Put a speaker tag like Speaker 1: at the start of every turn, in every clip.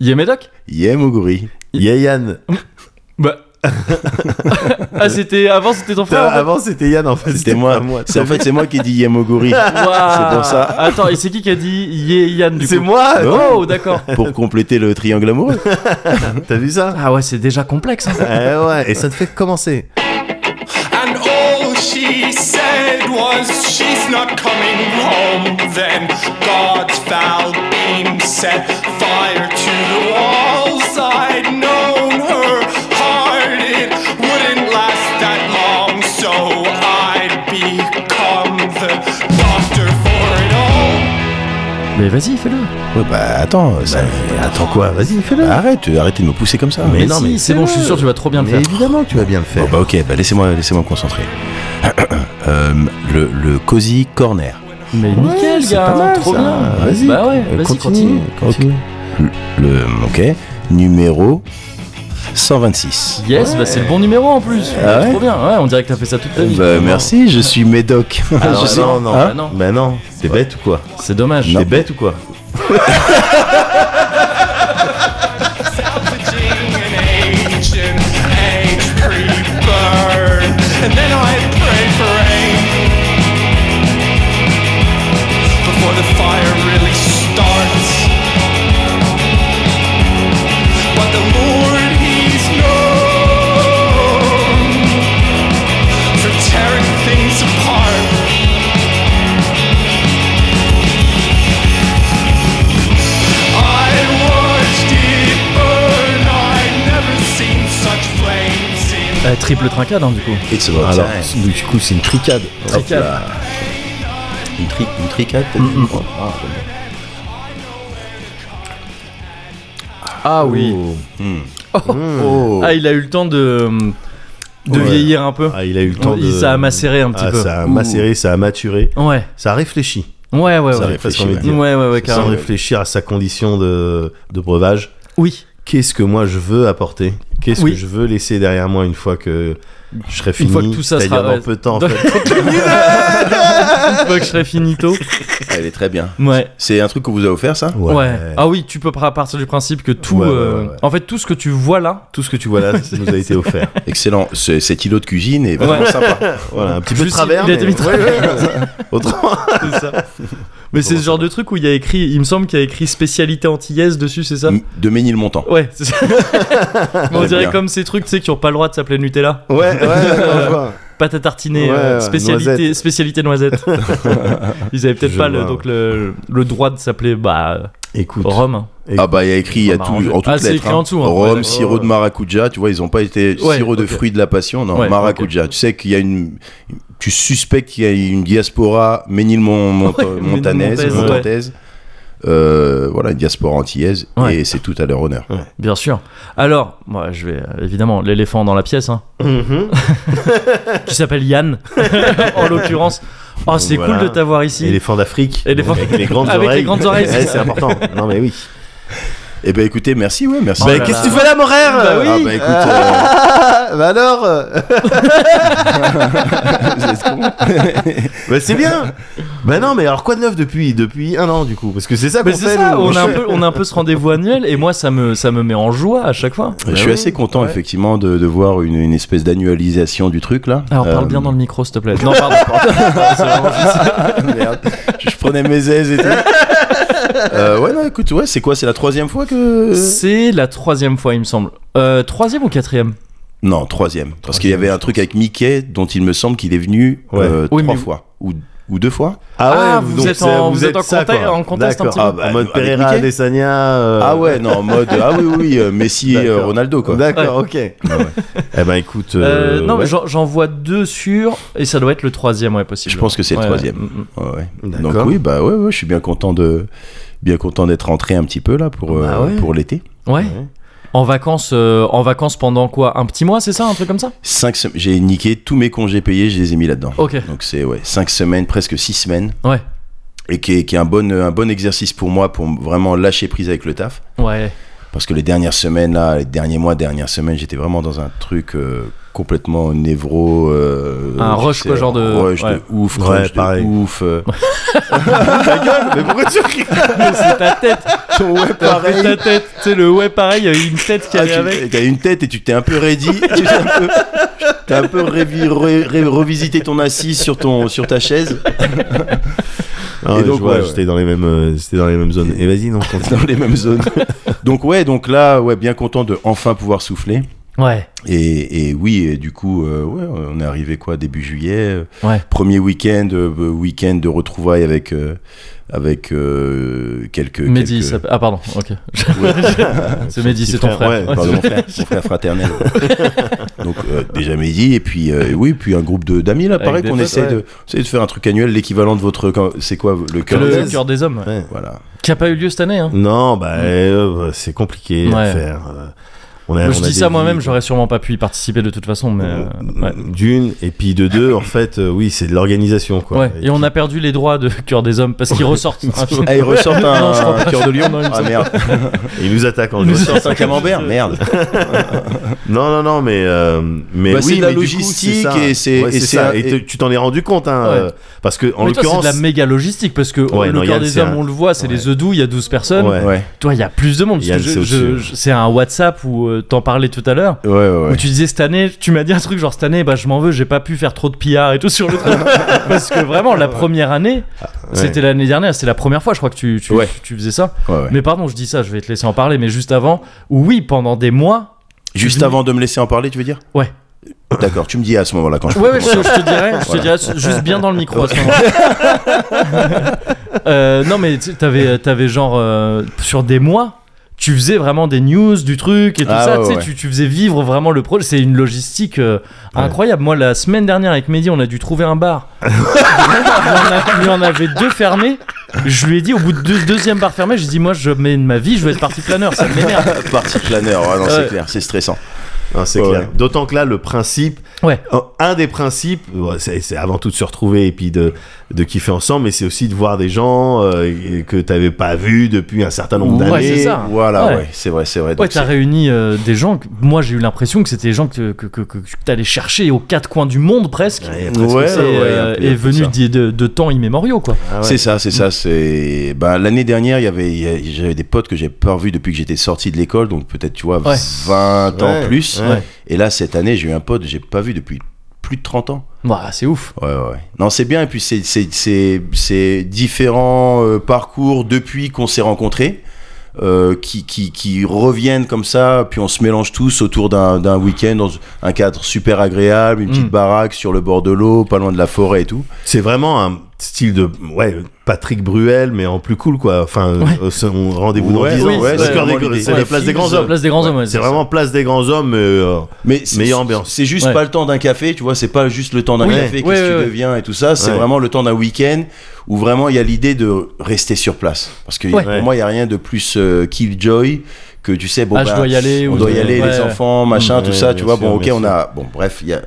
Speaker 1: Yé Médoc
Speaker 2: Yé Moguri. Yé Yann.
Speaker 1: Bah. ah, c'était. Avant, c'était ton frère. en fait.
Speaker 3: Avant, c'était Yann en fait.
Speaker 2: C'était moi.
Speaker 3: pas
Speaker 2: C'est en fait c'est moi qui ai dit Yé Moguri
Speaker 1: Waouh.
Speaker 2: c'est pour ça.
Speaker 1: Attends, et c'est qui qui a dit Yé Yann du coup
Speaker 3: C'est moi
Speaker 1: Oh, d'accord.
Speaker 2: pour compléter le triangle amoureux.
Speaker 3: T'as vu ça
Speaker 1: Ah ouais, c'est déjà complexe. hein.
Speaker 3: Eh ouais, et ça te fait commencer.
Speaker 4: And all she said was, She's not coming home. Then God's foul beam set fire to the walls. I'd known her heart, it wouldn't last that long. So I'd become the doctor for it all.
Speaker 1: Mais vas-y, fais-le.
Speaker 2: Ouais, bah attends, ça-
Speaker 3: Attends quoi Vas-y, fais-le.
Speaker 2: bah, arrête, euh, arrêtez de me pousser comme ça.
Speaker 3: Mais
Speaker 1: Mais
Speaker 3: non,
Speaker 1: non,
Speaker 3: mais
Speaker 1: c'est bon, je suis sûr, tu vas trop bien le
Speaker 3: Mais
Speaker 1: faire.
Speaker 3: évidemment que tu vas bien le faire.
Speaker 2: Bon bah ok, bah laissez-moi laissez-moi me concentrer. Euh, le, le Cozy Corner.
Speaker 1: Mais bah, nickel,
Speaker 2: c'est
Speaker 1: gars,
Speaker 2: pas mal,
Speaker 1: trop
Speaker 2: ça.
Speaker 1: bien.
Speaker 2: Vas-y,
Speaker 1: Bah ouais,
Speaker 2: euh,
Speaker 1: vas-y,
Speaker 2: continue.
Speaker 1: continue.
Speaker 3: Continue.
Speaker 2: Le, ok, numéro 126.
Speaker 1: Yes, bah c'est le bon numéro en plus.
Speaker 2: Ah ouais
Speaker 1: Trop bien, ouais, on dirait que t'as fait ça toute ta vie.
Speaker 2: Bah, merci, je suis Médoc.
Speaker 1: Ah,
Speaker 2: Je
Speaker 1: ouais,
Speaker 2: sais-
Speaker 1: non, non,
Speaker 2: Hein
Speaker 1: bah non.
Speaker 3: Bah non, t'es bête ou quoi
Speaker 1: C'est dommage.
Speaker 3: T'es bête ou quoi
Speaker 4: salvaging an ancient age pre-burn, and then I pray for rain before the fire really starts. But the Lord, He's known for tearing things apart. I watched it burn. I've never seen such flames in
Speaker 1: Euh, triple trincade, hein, du coup.
Speaker 2: It's about
Speaker 3: Alors,
Speaker 2: time.
Speaker 3: du coup, c'est une tricade.
Speaker 1: Trincade.
Speaker 2: Une, tri une tricade peut-être Oh, ah,
Speaker 1: Ah oui.
Speaker 2: Oh.
Speaker 1: Ah, il a eu le temps de, hum, de
Speaker 3: Ouais.
Speaker 1: vieillir un peu.
Speaker 3: Ah, il a eu le temps
Speaker 1: Il-
Speaker 3: de.
Speaker 1: Ça a macéré un petit
Speaker 3: Ah,
Speaker 1: peu.
Speaker 3: ça a macéré, ça a maturé.
Speaker 1: Ouais,
Speaker 3: Ça réfléchit.
Speaker 1: ouais, ouais,
Speaker 2: Ça
Speaker 1: ouais.
Speaker 3: Parce
Speaker 2: réfléchit,
Speaker 3: qu'on
Speaker 2: ouais.
Speaker 3: est dit-
Speaker 1: Ouais, ouais, ouais,
Speaker 3: Sans
Speaker 1: carrément.
Speaker 3: réfléchir à sa condition de, de breuvage.
Speaker 1: Oui,
Speaker 3: Qu'est-ce que moi je veux apporter Qu'est-ce
Speaker 1: Oui.
Speaker 3: que je veux laisser derrière moi une fois que je serai fini
Speaker 1: fois que tout ça
Speaker 3: C'est-à-dire
Speaker 1: sera-
Speaker 3: dans peu de temps. En
Speaker 1: Dans-
Speaker 3: fait.
Speaker 1: une fois que je serai finito.
Speaker 2: Elle est très bien.
Speaker 1: Ouais.
Speaker 2: C'est un truc qu'on vous a offert ça
Speaker 1: Ouais. Ah oui, tu peux pas partir du principe que tout.
Speaker 3: Ouais, ouais,
Speaker 1: euh,
Speaker 3: ouais, ouais.
Speaker 1: En fait, tout ce que tu vois là,
Speaker 3: Ah. Tout ce que tu vois là, ça nous a été offert.
Speaker 2: Excellent. Ce- cet îlot de cuisine est vraiment
Speaker 1: Ouais.
Speaker 2: sympa.
Speaker 3: Voilà, un petit peu de
Speaker 1: Juste,
Speaker 3: travers.
Speaker 1: il a été
Speaker 3: mais-
Speaker 1: mis de travers.
Speaker 3: Ouais, ouais, ouais. Autrement,
Speaker 1: c'est ça. Mais c'est ce genre de truc où il y a écrit, il me semble qu'il y a écrit spécialité antillaise dessus, c'est ça
Speaker 3: Mm.
Speaker 2: M- De Ménilmontant.
Speaker 1: Ouais, c'est ça. Mais on
Speaker 2: Très
Speaker 1: dirait
Speaker 2: bien.
Speaker 1: comme ces trucs, tu sais, qui ont pas le droit de s'appeler Nutella.
Speaker 3: ouais, ouais, ouais, je vois.
Speaker 1: Pâte à tartiner,
Speaker 3: Ouais,
Speaker 1: euh,
Speaker 3: ouais,
Speaker 1: spécialité,
Speaker 3: noisette.
Speaker 1: spécialité noisette. Ils avaient peut-être
Speaker 3: Je
Speaker 1: pas le,
Speaker 3: vois.
Speaker 1: donc le, le droit de s'appeler bah,
Speaker 3: Écoute,
Speaker 1: Rome. hein.
Speaker 2: Ah bah il y a écrit il y a
Speaker 1: Bah,
Speaker 2: tout,
Speaker 1: en jeu.
Speaker 2: en toutes
Speaker 1: Ah, c'est
Speaker 2: lettres.
Speaker 1: écrit en dessous, hein. Ouais,
Speaker 2: Rhum,
Speaker 1: d'accord.
Speaker 2: sirop de maracuja, tu vois, ils ont pas été
Speaker 1: Ouais,
Speaker 2: sirop de
Speaker 1: ok.
Speaker 2: fruits de la passion, non,
Speaker 1: Ouais,
Speaker 2: maracuja. Tu sais qu'il y a une tu suspectes qu'il y a une diaspora ménilmont
Speaker 1: Ouais,
Speaker 2: montanaise,
Speaker 1: Ménilmontaise, ouais.
Speaker 2: montantaise. Euh, voilà, une diaspora antillaise
Speaker 1: Ouais.
Speaker 2: et c'est tout à leur honneur.
Speaker 1: Bien sûr. Alors, moi, je vais euh, évidemment l'éléphant dans la pièce, hein,
Speaker 3: Mhm.
Speaker 1: qui s'appelle Yann, en l'occurrence. Oh, c'est
Speaker 3: Voilà.
Speaker 1: cool de t'avoir ici.
Speaker 3: éléphant d'Afrique.
Speaker 1: Éléphant-
Speaker 3: Avec les grandes
Speaker 1: Avec les
Speaker 3: oreilles.
Speaker 1: grandes oreilles,
Speaker 3: Ouais,
Speaker 1: c'est
Speaker 3: c'est
Speaker 1: ça.
Speaker 3: important. Non, mais oui.
Speaker 2: Eh ben écoutez, merci, ouais, merci.
Speaker 1: Oh
Speaker 3: Bah,
Speaker 1: là
Speaker 3: qu'est-ce
Speaker 1: là.
Speaker 3: que tu fais là, mon frère
Speaker 1: Bah oui.
Speaker 2: Ah bah écoute,
Speaker 3: Ah, bah alors euh,
Speaker 2: euh, vous êtes cons.
Speaker 3: Bah c'est bien Bah non, mais alors quoi de neuf depuis, depuis un an, du coup Parce que c'est ça qu'on
Speaker 1: Mais c'est
Speaker 3: fait,
Speaker 1: ça,
Speaker 3: nous.
Speaker 1: on a, un peu, on a un peu ce rendez-vous annuel et moi ça me, ça me met en joie à chaque fois.
Speaker 2: je suis assez content effectivement de, de voir une, une espèce d'annualisation du truc là.
Speaker 1: Alors Ah, parle
Speaker 2: Euh,
Speaker 1: bien dans le micro s'il te plaît. Non, pardon.
Speaker 2: Merde, je prenais mes aises et tout. Euh, ouais, non, écoute, ouais, c'est quoi C'est la troisième fois que.
Speaker 1: C'est la troisième fois il me semble. Euh, troisième ou quatrième
Speaker 2: Non, troisième. Parce qu'il y avait un truc avec Mickey dont il me semble qu'il est venu
Speaker 3: Ouais.
Speaker 2: euh,
Speaker 1: Oui,
Speaker 2: trois
Speaker 1: mais-
Speaker 2: fois. Ou, ou deux fois
Speaker 3: Ah ouais,
Speaker 1: Ah, vous
Speaker 3: donc
Speaker 1: êtes
Speaker 3: c'est-
Speaker 1: en- vous êtes en
Speaker 3: ça,
Speaker 1: contact-
Speaker 3: quoi.
Speaker 1: en contexte un
Speaker 3: D'accord.
Speaker 1: petit peu.
Speaker 3: Ah, bah, En mode
Speaker 2: avec
Speaker 3: Pereira,
Speaker 2: Mickey
Speaker 3: Adesanya... euh,
Speaker 2: Ah ouais, non, en mode. Ah oui, oui, oui, euh, Messi, euh,
Speaker 3: D'accord.
Speaker 2: Ronaldo, quoi.
Speaker 3: D'accord, ok. Eh ben écoute... euh,
Speaker 1: Euh, Non, mais
Speaker 3: ouais.
Speaker 1: j'en- j'en vois deux sur et ça doit être le troisième, ouais, possible.
Speaker 2: Je pense que c'est le
Speaker 1: Ouais,
Speaker 2: troisième.
Speaker 1: ouais, mm, mm.
Speaker 2: Ouais, ouais.
Speaker 3: D'accord.
Speaker 2: Donc oui, bah ouais, ouais, je suis bien content de. Bien content d'être rentré un petit peu là pour, euh,
Speaker 3: Bah ouais.
Speaker 2: pour l'été.
Speaker 1: mm. Ouais. En vacances, euh, en vacances pendant quoi Un petit mois, c'est ça, un truc comme ça
Speaker 2: Cinq sem- J'ai niqué tous mes congés payés, je les ai mis là-dedans.
Speaker 1: Ok.
Speaker 2: Donc c'est ouais, 5 semaines, presque 6 semaines.
Speaker 1: Ouais.
Speaker 2: Et qui est, qui est un, bon, un bon exercice pour moi pour vraiment lâcher prise avec le taf.
Speaker 1: Ouais.
Speaker 2: Parce que les dernières semaines, là, les derniers mois, dernières semaines, j'étais vraiment dans un truc euh, complètement névro. euh,
Speaker 1: Un
Speaker 2: tu
Speaker 1: rush,
Speaker 2: sais,
Speaker 1: quoi, genre de-
Speaker 2: Rush
Speaker 1: ouais.
Speaker 2: de ouf,
Speaker 3: Ouais,
Speaker 2: rush de
Speaker 3: pareil.
Speaker 2: ouf. euh. Ta gueule, mais pourquoi tu ris
Speaker 1: Mais c'est ta tête,
Speaker 2: Ton ouais,
Speaker 1: t'as fait
Speaker 2: pareil.
Speaker 1: ta tête, tu sais, le ouais pareil, il y a une tête qui
Speaker 2: Ah,
Speaker 1: allait
Speaker 2: tu-
Speaker 1: avec.
Speaker 2: T'as une tête et tu t'es un peu ready. tu t'es un peu, t'as un peu révi- ré- ré- revisité ton assise sur, ton, sur ta chaise.
Speaker 3: Ah
Speaker 2: Et
Speaker 3: ouais,
Speaker 2: donc,
Speaker 3: je vois,
Speaker 2: ouais, ouais.
Speaker 3: j'étais dans les mêmes, euh, c'était dans les mêmes zones. Et vas-y, non. continue.
Speaker 2: dans les mêmes zones. donc ouais, donc là, ouais, bien content de enfin pouvoir souffler.
Speaker 1: Ouais,
Speaker 2: Et, et oui, et du coup, euh, ouais, on est arrivé quoi début juillet. euh,
Speaker 1: Ouais.
Speaker 2: Premier week-end, euh, week-end de retrouvailles avec euh, avec euh, quelques.
Speaker 1: Mehdi, il
Speaker 2: quelques-
Speaker 1: s'appelle- ah pardon, ok.
Speaker 2: Ouais.
Speaker 1: C'est Mehdi,
Speaker 3: petit
Speaker 1: c'est ton
Speaker 3: frère,
Speaker 1: frère.
Speaker 3: ouais,
Speaker 1: Ouais,
Speaker 2: Pardon,
Speaker 1: c'est-
Speaker 2: mon frère, mon frère fraternel. Donc euh, déjà Mehdi et puis euh, oui, puis un groupe de d'amis là,
Speaker 1: Avec
Speaker 2: pareil
Speaker 1: des
Speaker 2: qu'on
Speaker 1: potes,
Speaker 2: essaie
Speaker 1: ouais.
Speaker 2: de essayer de faire un truc annuel, l'équivalent de votre c'est quoi le cœur
Speaker 1: le
Speaker 2: d'aise
Speaker 1: cœur des hommes, ouais.
Speaker 3: Ouais.
Speaker 2: Voilà.
Speaker 1: qui a pas eu lieu cette année. Hein.
Speaker 3: Non, bah euh, c'est compliqué
Speaker 1: Ouais.
Speaker 3: à faire. euh, On a,
Speaker 1: Moi, je
Speaker 3: on a
Speaker 1: dis
Speaker 3: des
Speaker 1: ça
Speaker 3: vies.
Speaker 1: moi-même, j'aurais sûrement pas pu y participer de toute façon, mais euh, ouais.
Speaker 3: D'une et puis de deux, en fait, euh, oui, c'est de l'organisation quoi.
Speaker 1: Ouais, et on a perdu les droits de Cœur des Hommes parce qu'ils ressortent un film.
Speaker 2: Ah, ils ressortent un,
Speaker 1: Non, je crois
Speaker 2: un cœur de lion. Ah merde.
Speaker 3: Et ils nous attaquent en
Speaker 2: Ils
Speaker 3: jouant.
Speaker 2: ressortent un camembert. Merde.
Speaker 3: Non, non, non, mais euh, mais
Speaker 2: Bah,
Speaker 3: oui,
Speaker 2: c'est de la
Speaker 3: mais du coup,
Speaker 2: logistique
Speaker 3: c'est ça.
Speaker 2: et c'est-
Speaker 3: Ouais,
Speaker 2: et
Speaker 3: c'est
Speaker 2: c'est
Speaker 3: ça.
Speaker 2: un-
Speaker 3: Et te- tu t'en es rendu compte, hein,
Speaker 1: Ouais.
Speaker 3: euh, parce que en
Speaker 1: Mais toi, c'est de
Speaker 3: l'occurrence,
Speaker 1: la méga logistique parce que
Speaker 3: Ouais,
Speaker 1: le
Speaker 3: non,
Speaker 1: cœur
Speaker 3: Yann,
Speaker 1: des
Speaker 3: c'est
Speaker 1: hommes,
Speaker 3: un-
Speaker 1: on le voit, c'est les Odoo, il y a 12 personnes.
Speaker 3: Ouais.
Speaker 2: Ouais.
Speaker 1: Toi, il y a plus de monde. parce que
Speaker 3: Yann,
Speaker 1: je-
Speaker 3: c'est au-dessus,
Speaker 1: je-
Speaker 3: ouais.
Speaker 1: je- C'est un WhatsApp où euh, t'en parlais tout à l'heure.
Speaker 2: Ouais, ouais, ouais.
Speaker 1: Où tu disais cette année, tu m'as dit un truc genre cette année, bah je m'en veux, j'ai pas pu faire trop de pillards et tout sur le truc. Parce que vraiment, la première année, c'était l'année dernière, c'était la première fois, je crois que tu, tu,
Speaker 2: Ah, Ouais.
Speaker 1: tu faisais ça.
Speaker 2: Ouais, ouais.
Speaker 1: Mais pardon, je dis ça, je vais te laisser en parler, mais juste avant, oui, pendant des mois.
Speaker 2: Juste
Speaker 1: Mhm.
Speaker 2: avant de me laisser en parler, tu veux dire
Speaker 1: Ouais.
Speaker 2: D'accord, tu me dis à ce moment-là quand je
Speaker 1: Ouais, ouais, je,
Speaker 2: commencer.
Speaker 1: je te dirais, je
Speaker 2: Voilà.
Speaker 1: te dirais juste bien dans le micro à ce moment-là. Euh, non, mais tu- t'avais, t'avais genre euh, sur des mois. Tu faisais vraiment des news du truc et tout
Speaker 2: Ah,
Speaker 1: ça,
Speaker 2: ouais,
Speaker 1: tu sais,
Speaker 2: ouais.
Speaker 1: tu, tu faisais vivre vraiment le projet. C'est une logistique euh, incroyable. Moi, la semaine dernière avec Mehdi, on a dû trouver un bar. il, y en a- il y en avait deux fermés. Je lui ai dit, au bout de deux, deuxième bar fermé, j'ai dit, moi, je mets de ma vie, je vais être parti planeur, ça m'énerve.
Speaker 2: Parti planeur, ouais, non, c'est
Speaker 1: Ouais.
Speaker 2: clair, c'est stressant.
Speaker 3: Non, Hein, c'est
Speaker 2: Ouais.
Speaker 3: clair. D'autant que là, le principe,
Speaker 1: Ouais.
Speaker 3: un- un des principes, ouais, c'est c'est avant tout de se retrouver et puis de, de kiffer ensemble, mais c'est aussi de voir des gens euh, que t'avais pas vus depuis un certain nombre
Speaker 1: Ouais,
Speaker 3: d'années.
Speaker 1: c'est ça. hein.
Speaker 2: Voilà, ouais,
Speaker 1: Ouais.
Speaker 2: c'est vrai, c'est vrai.
Speaker 1: Ouais,
Speaker 2: Donc,
Speaker 1: t'as
Speaker 2: c'est-
Speaker 1: réuni euh, des gens. que- moi, j'ai eu l'impression que c'était des gens que, que, que, que t'allais chercher aux quatre coins du monde presque.
Speaker 3: Ouais,
Speaker 2: Ouais,
Speaker 3: presque
Speaker 1: Et,
Speaker 2: ouais,
Speaker 3: ça.
Speaker 1: euh,
Speaker 2: un peu- un
Speaker 1: et
Speaker 2: peu
Speaker 1: venu
Speaker 2: ça.
Speaker 1: d'y- de, de temps immémoriaux, quoi.
Speaker 3: Ah ouais.
Speaker 2: C'est ça, c'est
Speaker 1: Mm.
Speaker 2: ça. C'est bah, l'année dernière, il y avait, il y a- j'avais des potes que j'ai pas revus depuis que j'étais sorti de l'école, donc peut-être tu vois
Speaker 1: Ouais.
Speaker 2: 20 ans
Speaker 3: Ouais,
Speaker 2: plus.
Speaker 3: ouais.
Speaker 2: Et là, cette année, j'ai eu un pote que j'ai pas vu depuis plus de 30 ans.
Speaker 1: Ouah, Bah, c'est ouf.
Speaker 2: Ouais, ouais. ouais. Non, c'est bien. Et puis c'est- c'est c'est- c'est différents euh, parcours depuis qu'on s'est rencontrés. euh, qui, qui, qui reviennent comme ça, puis on se mélange tous autour d'un d'un week-end dans un cadre super agréable, une
Speaker 1: Mm.
Speaker 2: petite baraque sur le bord de l'eau, pas loin de la forêt et tout.
Speaker 3: C'est vraiment un style de ouais, Patrick Bruel, mais en plus cool quoi. Enfin,
Speaker 1: Ouais.
Speaker 3: euh, ce- on- rendez-vous dans
Speaker 2: Ouais,
Speaker 3: 10
Speaker 1: oui,
Speaker 3: ans.
Speaker 1: c'est
Speaker 3: c'est
Speaker 2: vraiment
Speaker 3: des-
Speaker 2: l'idée.
Speaker 3: c'est
Speaker 2: Ouais,
Speaker 3: la place des grands hommes.
Speaker 1: Place des grands hommes. ouais,
Speaker 3: C'est vraiment place des grands hommes. mais, euh,
Speaker 2: Mais c'est-
Speaker 3: Meilleure ambiance.
Speaker 2: C'est juste
Speaker 1: Ouais.
Speaker 2: pas le temps d'un café, tu vois, c'est pas juste le temps d'un
Speaker 1: Oui.
Speaker 2: café, qu'est-ce
Speaker 1: Ouais,
Speaker 2: que tu
Speaker 1: ouais, ouais.
Speaker 2: deviens et tout ça, c'est
Speaker 3: Ouais.
Speaker 2: vraiment le temps d'un week-end où vraiment il y a l'idée de rester sur place. Parce que
Speaker 1: Ouais.
Speaker 2: pour moi, il n'y a rien de plus euh, killjoy que tu sais, bon,
Speaker 1: Ah, je
Speaker 2: bah,
Speaker 1: dois y aller,
Speaker 2: on
Speaker 1: ou-
Speaker 2: doit y aller,
Speaker 1: ouais,
Speaker 2: les
Speaker 1: ouais.
Speaker 2: enfants, machin,
Speaker 3: Mmh.
Speaker 2: tout
Speaker 3: Ouais,
Speaker 2: ça,
Speaker 3: bien
Speaker 2: tu vois,
Speaker 3: sûr,
Speaker 2: bon, ok,
Speaker 3: bien
Speaker 2: on a, bon, bref, il y a.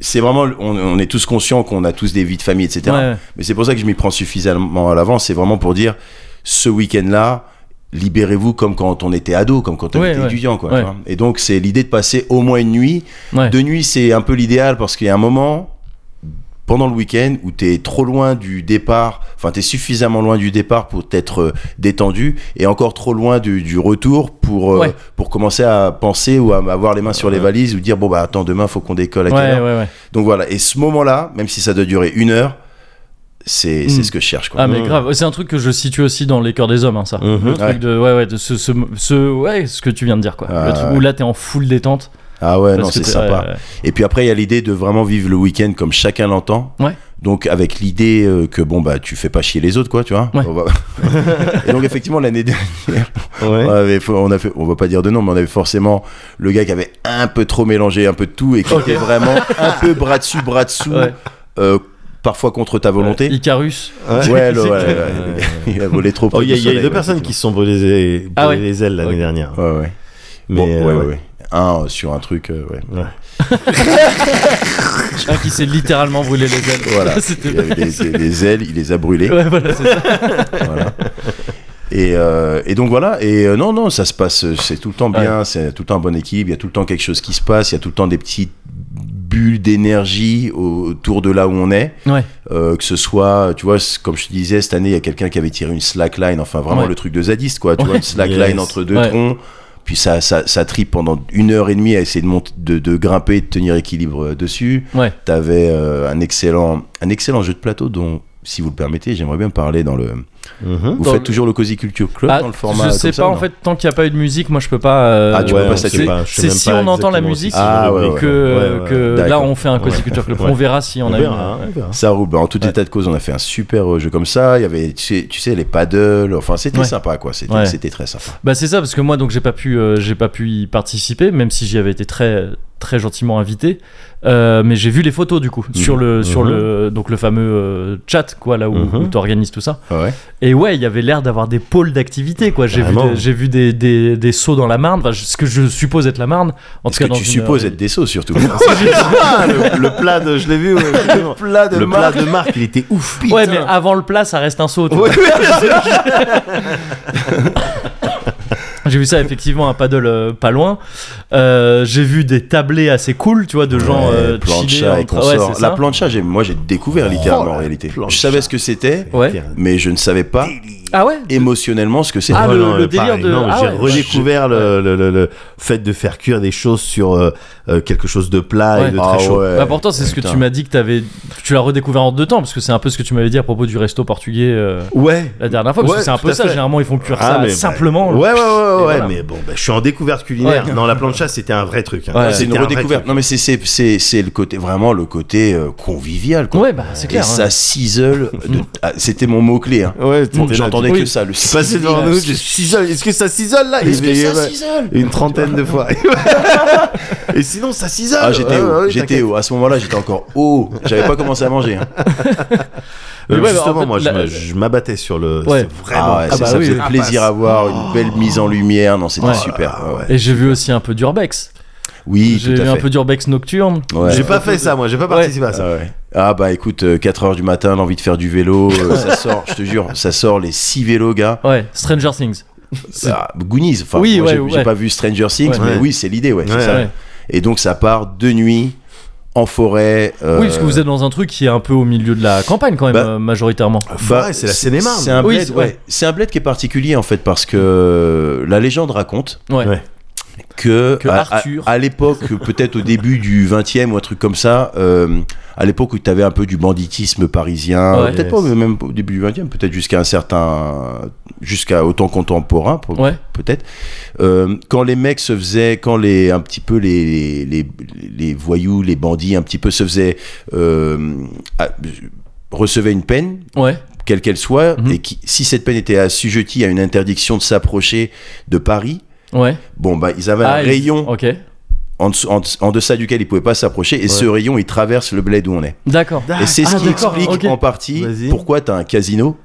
Speaker 2: C'est vraiment, on, on est tous conscients qu'on a tous des vies de famille, etc.
Speaker 1: Ouais, ouais.
Speaker 2: Mais c'est pour ça que je m'y prends suffisamment à l'avance. C'est vraiment pour dire ce week-end-là, libérez-vous comme quand on était ado, comme quand on
Speaker 1: Ouais,
Speaker 2: était
Speaker 1: ouais.
Speaker 2: étudiant. Quoi,
Speaker 1: Ouais.
Speaker 2: tu vois. Et donc, c'est l'idée de passer au moins une nuit.
Speaker 1: Ouais.
Speaker 2: De nuit, c'est un peu l'idéal parce qu'il y a un moment pendant le week-end où tu es trop loin du départ, enfin tu es suffisamment loin du départ pour t'être euh, détendu et encore trop loin du, du retour pour, euh,
Speaker 1: Ouais.
Speaker 2: pour commencer à penser ou à avoir les mains sur les valises ou dire bon bah attends demain faut qu'on décolle à quelle
Speaker 1: Ouais,
Speaker 2: heure
Speaker 1: ouais, ouais.
Speaker 2: donc voilà, et ce moment-là, même si ça doit durer une heure, c'est
Speaker 1: Mm.
Speaker 2: c'est ce que je cherche. Quoi.
Speaker 1: Ah mais grave, c'est un truc que je situe aussi dans les cœurs des hommes, hein, ça.
Speaker 3: Mhm.
Speaker 1: Le truc
Speaker 2: Mmh. Ouais.
Speaker 1: de ouais ouais de ce ce, ce- ouais ce que tu viens de dire quoi.
Speaker 2: Ah,
Speaker 1: le truc
Speaker 2: ouais.
Speaker 1: où là t'es en full détente.
Speaker 2: Ah ouais,
Speaker 1: parce
Speaker 2: non,
Speaker 1: que
Speaker 2: c'est
Speaker 1: t'es-
Speaker 2: sympa.
Speaker 1: ouais, ouais.
Speaker 2: Et puis après, il y a l'idée de vraiment vivre le week-end comme chacun l'entend.
Speaker 1: Ouais.
Speaker 2: Donc avec l'idée euh, que bon bah tu fais pas chier les autres quoi, tu vois.
Speaker 1: Ouais.
Speaker 2: On va- et donc effectivement l'année dernière,
Speaker 3: ouais.
Speaker 2: on, avait- on a fait, on va pas dire de nom, mais on avait forcément le gars qui avait un peu trop mélangé un peu de tout et qui était vraiment un peu bras dessus bras dessous,
Speaker 1: Ouais.
Speaker 2: euh, parfois contre ta volonté.
Speaker 1: Icarus.
Speaker 2: Ouais, le- ouais,
Speaker 1: C'est
Speaker 2: ouais,
Speaker 1: clair.
Speaker 2: ouais. il a volé trop.
Speaker 3: Oh,
Speaker 2: près
Speaker 3: il y a,
Speaker 2: du
Speaker 3: il y a eu
Speaker 2: soleil,
Speaker 3: deux
Speaker 2: ouais,
Speaker 3: personnes qui se sont brûlés, brûlés
Speaker 1: Ah ouais.
Speaker 3: les ailes l'année
Speaker 1: Ok.
Speaker 3: dernière.
Speaker 2: Ouais ouais.
Speaker 3: Mais
Speaker 2: Bon,
Speaker 3: euh,
Speaker 2: ouais, ouais, ouais. Un euh, sur un truc, euh, ouais.
Speaker 3: ouais.
Speaker 1: Un qui s'est littéralement brûlé les ailes.
Speaker 2: Voilà.
Speaker 1: C'était-
Speaker 2: Il y avait des, des- des ailes, il les a brûlées.
Speaker 1: Ouais, voilà, c'est ça.
Speaker 2: Voilà. Et, euh, et donc voilà. Et euh, non, non, ça se passe. euh, C'est tout le temps bien. C'est tout le temps en bonne équipe. Il y a tout le temps quelque chose qui se passe. Il y a tout le temps des petites bulle d'énergie au- autour de là où on est.
Speaker 1: Ouais.
Speaker 2: Euh, que ce soit, tu vois, c- comme je te disais, cette année, il y a quelqu'un qui avait tiré une slackline, enfin vraiment
Speaker 1: Ouais.
Speaker 2: le truc de zadiste, quoi. Tu vois,
Speaker 1: Ouais.
Speaker 2: une slackline
Speaker 3: Yes.
Speaker 2: entre deux
Speaker 1: Ouais.
Speaker 2: troncs. Puis ça, ça, ça tripe pendant une heure et demie à essayer de, monter, de, de grimper et de tenir équilibre euh, dessus.
Speaker 1: Ouais.
Speaker 2: T'avais euh, un, excellent, un excellent jeu de plateau dont, si vous le permettez, j'aimerais bien parler dans le.
Speaker 3: Mhm.
Speaker 2: Vous
Speaker 1: Dans
Speaker 2: faites
Speaker 1: le-
Speaker 2: toujours le Cozy Culture Club
Speaker 1: Ah,
Speaker 2: dans le format.
Speaker 1: je sais
Speaker 2: comme ça,
Speaker 1: pas,
Speaker 2: ou
Speaker 1: en
Speaker 2: non
Speaker 1: fait, tant qu'il n'y a pas eu de musique, moi je peux pas. euh,
Speaker 2: Ah, tu peux
Speaker 1: ouais,
Speaker 2: pas
Speaker 1: on
Speaker 2: statuer.
Speaker 1: sait-
Speaker 3: pas, je sais
Speaker 1: c'est
Speaker 3: même
Speaker 1: si
Speaker 3: pas
Speaker 1: on entend la
Speaker 3: exactement
Speaker 1: musique,
Speaker 3: si c'est
Speaker 2: Ah,
Speaker 3: le
Speaker 2: ouais,
Speaker 3: public.
Speaker 2: ouais,
Speaker 1: Que, euh,
Speaker 3: Ouais,
Speaker 1: que
Speaker 3: ouais,
Speaker 2: ouais.
Speaker 1: là, on fait un Cozy
Speaker 3: Ouais.
Speaker 1: Culture Club.
Speaker 3: Ouais.
Speaker 1: On verra si on,
Speaker 3: On
Speaker 1: a
Speaker 3: verra,
Speaker 1: une-
Speaker 3: hein, on verra.
Speaker 2: Ça roule. Bah, en tout
Speaker 1: Ouais.
Speaker 2: état de cause, on a fait un super euh, jeu comme ça. Il y avait, tu sais, tu sais, les paddles. Enfin, c'était
Speaker 1: Ouais.
Speaker 2: sympa, quoi. C'était
Speaker 1: Ouais.
Speaker 2: c'était très sympa.
Speaker 1: Bah c'est ça parce que moi donc j'ai pas pu euh, j'ai pas pu y participer même si j'y avais été très très gentiment invité Euh, mais j'ai vu les photos du
Speaker 2: Mm-hmm.
Speaker 1: coup sur le sur
Speaker 3: Mhm.
Speaker 1: le donc le fameux euh, chat quoi là où,
Speaker 2: Mm-hmm.
Speaker 3: Mhm.
Speaker 1: où t'organises tout ça
Speaker 2: Ah Ouais.
Speaker 1: et ouais il y avait l'air d'avoir des pôles d'activité quoi j'ai vu
Speaker 3: Carrément.
Speaker 1: des- j'ai vu des, des, des sauts dans la Marne enfin, je- ce que je suppose être la Marne en
Speaker 2: Parce que
Speaker 1: dans
Speaker 2: tu
Speaker 1: une- euh,
Speaker 2: supposes être des sauts, surtout.
Speaker 3: Ah, le, le plat de, je l'ai vu, ouais, effectivement.
Speaker 2: plat
Speaker 3: le plat de Marc, il était ouf.
Speaker 1: ouais
Speaker 3: putain.
Speaker 1: mais avant le plat ça reste un saut tu vois.
Speaker 3: Ouais,
Speaker 1: J'ai vu ça effectivement un paddle euh, pas loin. Euh, j'ai vu des tablés assez cool, tu vois, de gens euh, chillés
Speaker 2: plancha et
Speaker 1: entre-
Speaker 2: consorts.
Speaker 1: ouais, c'est
Speaker 2: la
Speaker 1: ça.
Speaker 2: plancha, j'ai- moi j'ai découvert littéralement
Speaker 3: Oh,
Speaker 2: en
Speaker 3: la
Speaker 2: réalité. Je
Speaker 3: plancha.
Speaker 2: savais ce que c'était,
Speaker 3: Ah,
Speaker 1: Ouais.
Speaker 2: mais je ne savais pas
Speaker 1: Ah ouais.
Speaker 2: émotionnellement ce que c'était.
Speaker 1: Ah, le-
Speaker 3: non,
Speaker 1: le délire de-
Speaker 3: Non, mais
Speaker 1: ah
Speaker 3: j'ai
Speaker 1: ouais.
Speaker 3: redécouvert le, le, le- le fait de faire cuire des choses sur euh, euh, quelque chose de plat
Speaker 1: Ouais.
Speaker 3: et de
Speaker 2: Ah
Speaker 3: très chaud.
Speaker 2: ouais,
Speaker 1: Bah, pourtant c'est ce que
Speaker 2: putain.
Speaker 1: tu m'as dit que t'avais, tu l'as redécouvert en deux temps parce que c'est un peu ce que tu m'avais dit à propos du resto portugais euh,
Speaker 3: Ouais.
Speaker 1: la dernière fois parce
Speaker 3: Ouais,
Speaker 1: que c'est un
Speaker 3: tout
Speaker 1: peu
Speaker 3: à
Speaker 1: ça
Speaker 3: fait.
Speaker 1: généralement ils font cuire
Speaker 3: Ah,
Speaker 1: ça
Speaker 3: mais-
Speaker 1: simplement.
Speaker 3: Ouais, ouais, ouais, ouais,
Speaker 1: voilà.
Speaker 3: mais bon, bah, je suis en découverte culinaire.
Speaker 1: Ouais.
Speaker 3: Non, la plancha, c'était un vrai truc. hein.
Speaker 1: Ouais.
Speaker 2: Ah, C'est
Speaker 3: C'était
Speaker 2: une
Speaker 3: un vrai
Speaker 2: redécouverte.
Speaker 3: truc.
Speaker 2: Non mais c'est- c'est c'est- c'est le côté vraiment le côté euh, convivial. Quoi.
Speaker 1: Ouais, bah c'est clair.
Speaker 2: et
Speaker 1: hein.
Speaker 2: ça sizzle. de- ah, c'était mon mot clé.
Speaker 3: Ouais, t'étais là,
Speaker 2: J'entendais
Speaker 3: tu-
Speaker 2: que
Speaker 3: Oui.
Speaker 2: ça. Le
Speaker 3: Je suis passé devant nous, j'ai sisole. Est-ce que ça sisole là
Speaker 2: Est-ce que
Speaker 3: Il y
Speaker 2: ça
Speaker 3: avait-
Speaker 2: sizzle
Speaker 3: Une trentaine de fois. Et sinon, ça sisole.
Speaker 2: Ah j'étais
Speaker 3: Ouais, ouais,
Speaker 2: haut.
Speaker 3: ouais,
Speaker 2: J'étais
Speaker 3: t'inquiète.
Speaker 2: haut. À ce moment-là, j'étais encore haut. J'avais pas commencé à manger. hein.
Speaker 1: Mais
Speaker 3: Euh,
Speaker 1: ouais,
Speaker 3: justement,
Speaker 1: bah, en fait,
Speaker 3: moi, je
Speaker 1: la-
Speaker 3: me- je m'abattais sur le.
Speaker 1: Ouais.
Speaker 3: c'est Vraiment.
Speaker 2: Ah ouais,
Speaker 1: Ah
Speaker 2: c'est-
Speaker 1: bah
Speaker 2: ça
Speaker 1: oui,
Speaker 2: faisait
Speaker 1: oui.
Speaker 2: plaisir à voir, une belle mise en lumière, non, c'était
Speaker 1: Ouais.
Speaker 2: super. ouais, ouais.
Speaker 1: Et j'ai vu aussi un peu d'urbex.
Speaker 2: Oui,
Speaker 1: Ah, J'ai
Speaker 2: tout
Speaker 1: vu
Speaker 2: à
Speaker 1: un
Speaker 2: fait.
Speaker 1: peu d'urbex nocturne.
Speaker 2: Ouais.
Speaker 3: J'ai pas fait ça, moi. J'ai pas participé à ça.
Speaker 2: Ah, ouais. Ah bah écoute, 4h du matin, l'envie de faire du vélo, euh, ça sort, je te jure, ça sort les 6 vélos, gars.
Speaker 1: Ouais, Stranger Things. C'est-
Speaker 2: Ah, Goonies, enfin,
Speaker 1: Oui,
Speaker 2: moi, j'ai
Speaker 1: ouais,
Speaker 2: j'ai
Speaker 1: ouais.
Speaker 2: pas vu Stranger Things,
Speaker 1: Ouais.
Speaker 2: mais
Speaker 3: Ouais.
Speaker 2: oui, c'est l'idée, ouais, c'est
Speaker 3: Ouais,
Speaker 2: ça.
Speaker 1: ouais.
Speaker 2: Et donc ça part de nuit, en forêt. euh,
Speaker 1: Oui, parce que vous êtes dans un truc qui est un peu au milieu de la campagne quand même
Speaker 2: bah,
Speaker 1: euh, majoritairement.
Speaker 2: bah,
Speaker 3: Forêt, c'est la Seine-et-Marne.
Speaker 2: C'est un,
Speaker 1: Oui,
Speaker 2: bled,
Speaker 1: c'est-
Speaker 2: ouais.
Speaker 1: ouais.
Speaker 2: C'est un bled qui est particulier en fait parce que la légende raconte
Speaker 1: Ouais.
Speaker 3: Ouais.
Speaker 2: que,
Speaker 1: Que
Speaker 2: à, à-
Speaker 1: Arthur.
Speaker 2: à l'époque, peut-être au début du 20e ou un truc comme ça, euh, à l'époque où tu avais un peu du banditisme parisien,
Speaker 1: Ouais.
Speaker 2: peut-être
Speaker 3: Yes.
Speaker 2: pas même au début du 20e, peut-être jusqu'à un certain, jusqu'à autant contemporain, pour-
Speaker 1: Ouais.
Speaker 2: peut-être, euh, quand les mecs se faisaient, quand les, un petit peu les, les, les voyous, les bandits, un petit peu se faisaient, euh, à- recevaient une peine,
Speaker 1: Ouais.
Speaker 2: quelle qu'elle soit,
Speaker 1: Mhm.
Speaker 2: et qui, si cette peine était assujettie à une interdiction de s'approcher de Paris,
Speaker 1: Ouais.
Speaker 2: bon, bah, ils avaient
Speaker 1: Ah,
Speaker 2: un
Speaker 1: il-
Speaker 2: rayon
Speaker 1: Ok.
Speaker 2: en, dessous- en, en deçà duquel ils pouvaient pas s'approcher, et ce rayon, il traverse le bled où on est.
Speaker 1: D'accord.
Speaker 2: Euh, Et c'est ce
Speaker 1: ah,
Speaker 2: qui
Speaker 1: d'accord,
Speaker 2: explique
Speaker 1: ok.
Speaker 2: en partie
Speaker 3: Vas-y.
Speaker 2: pourquoi t'as un casino.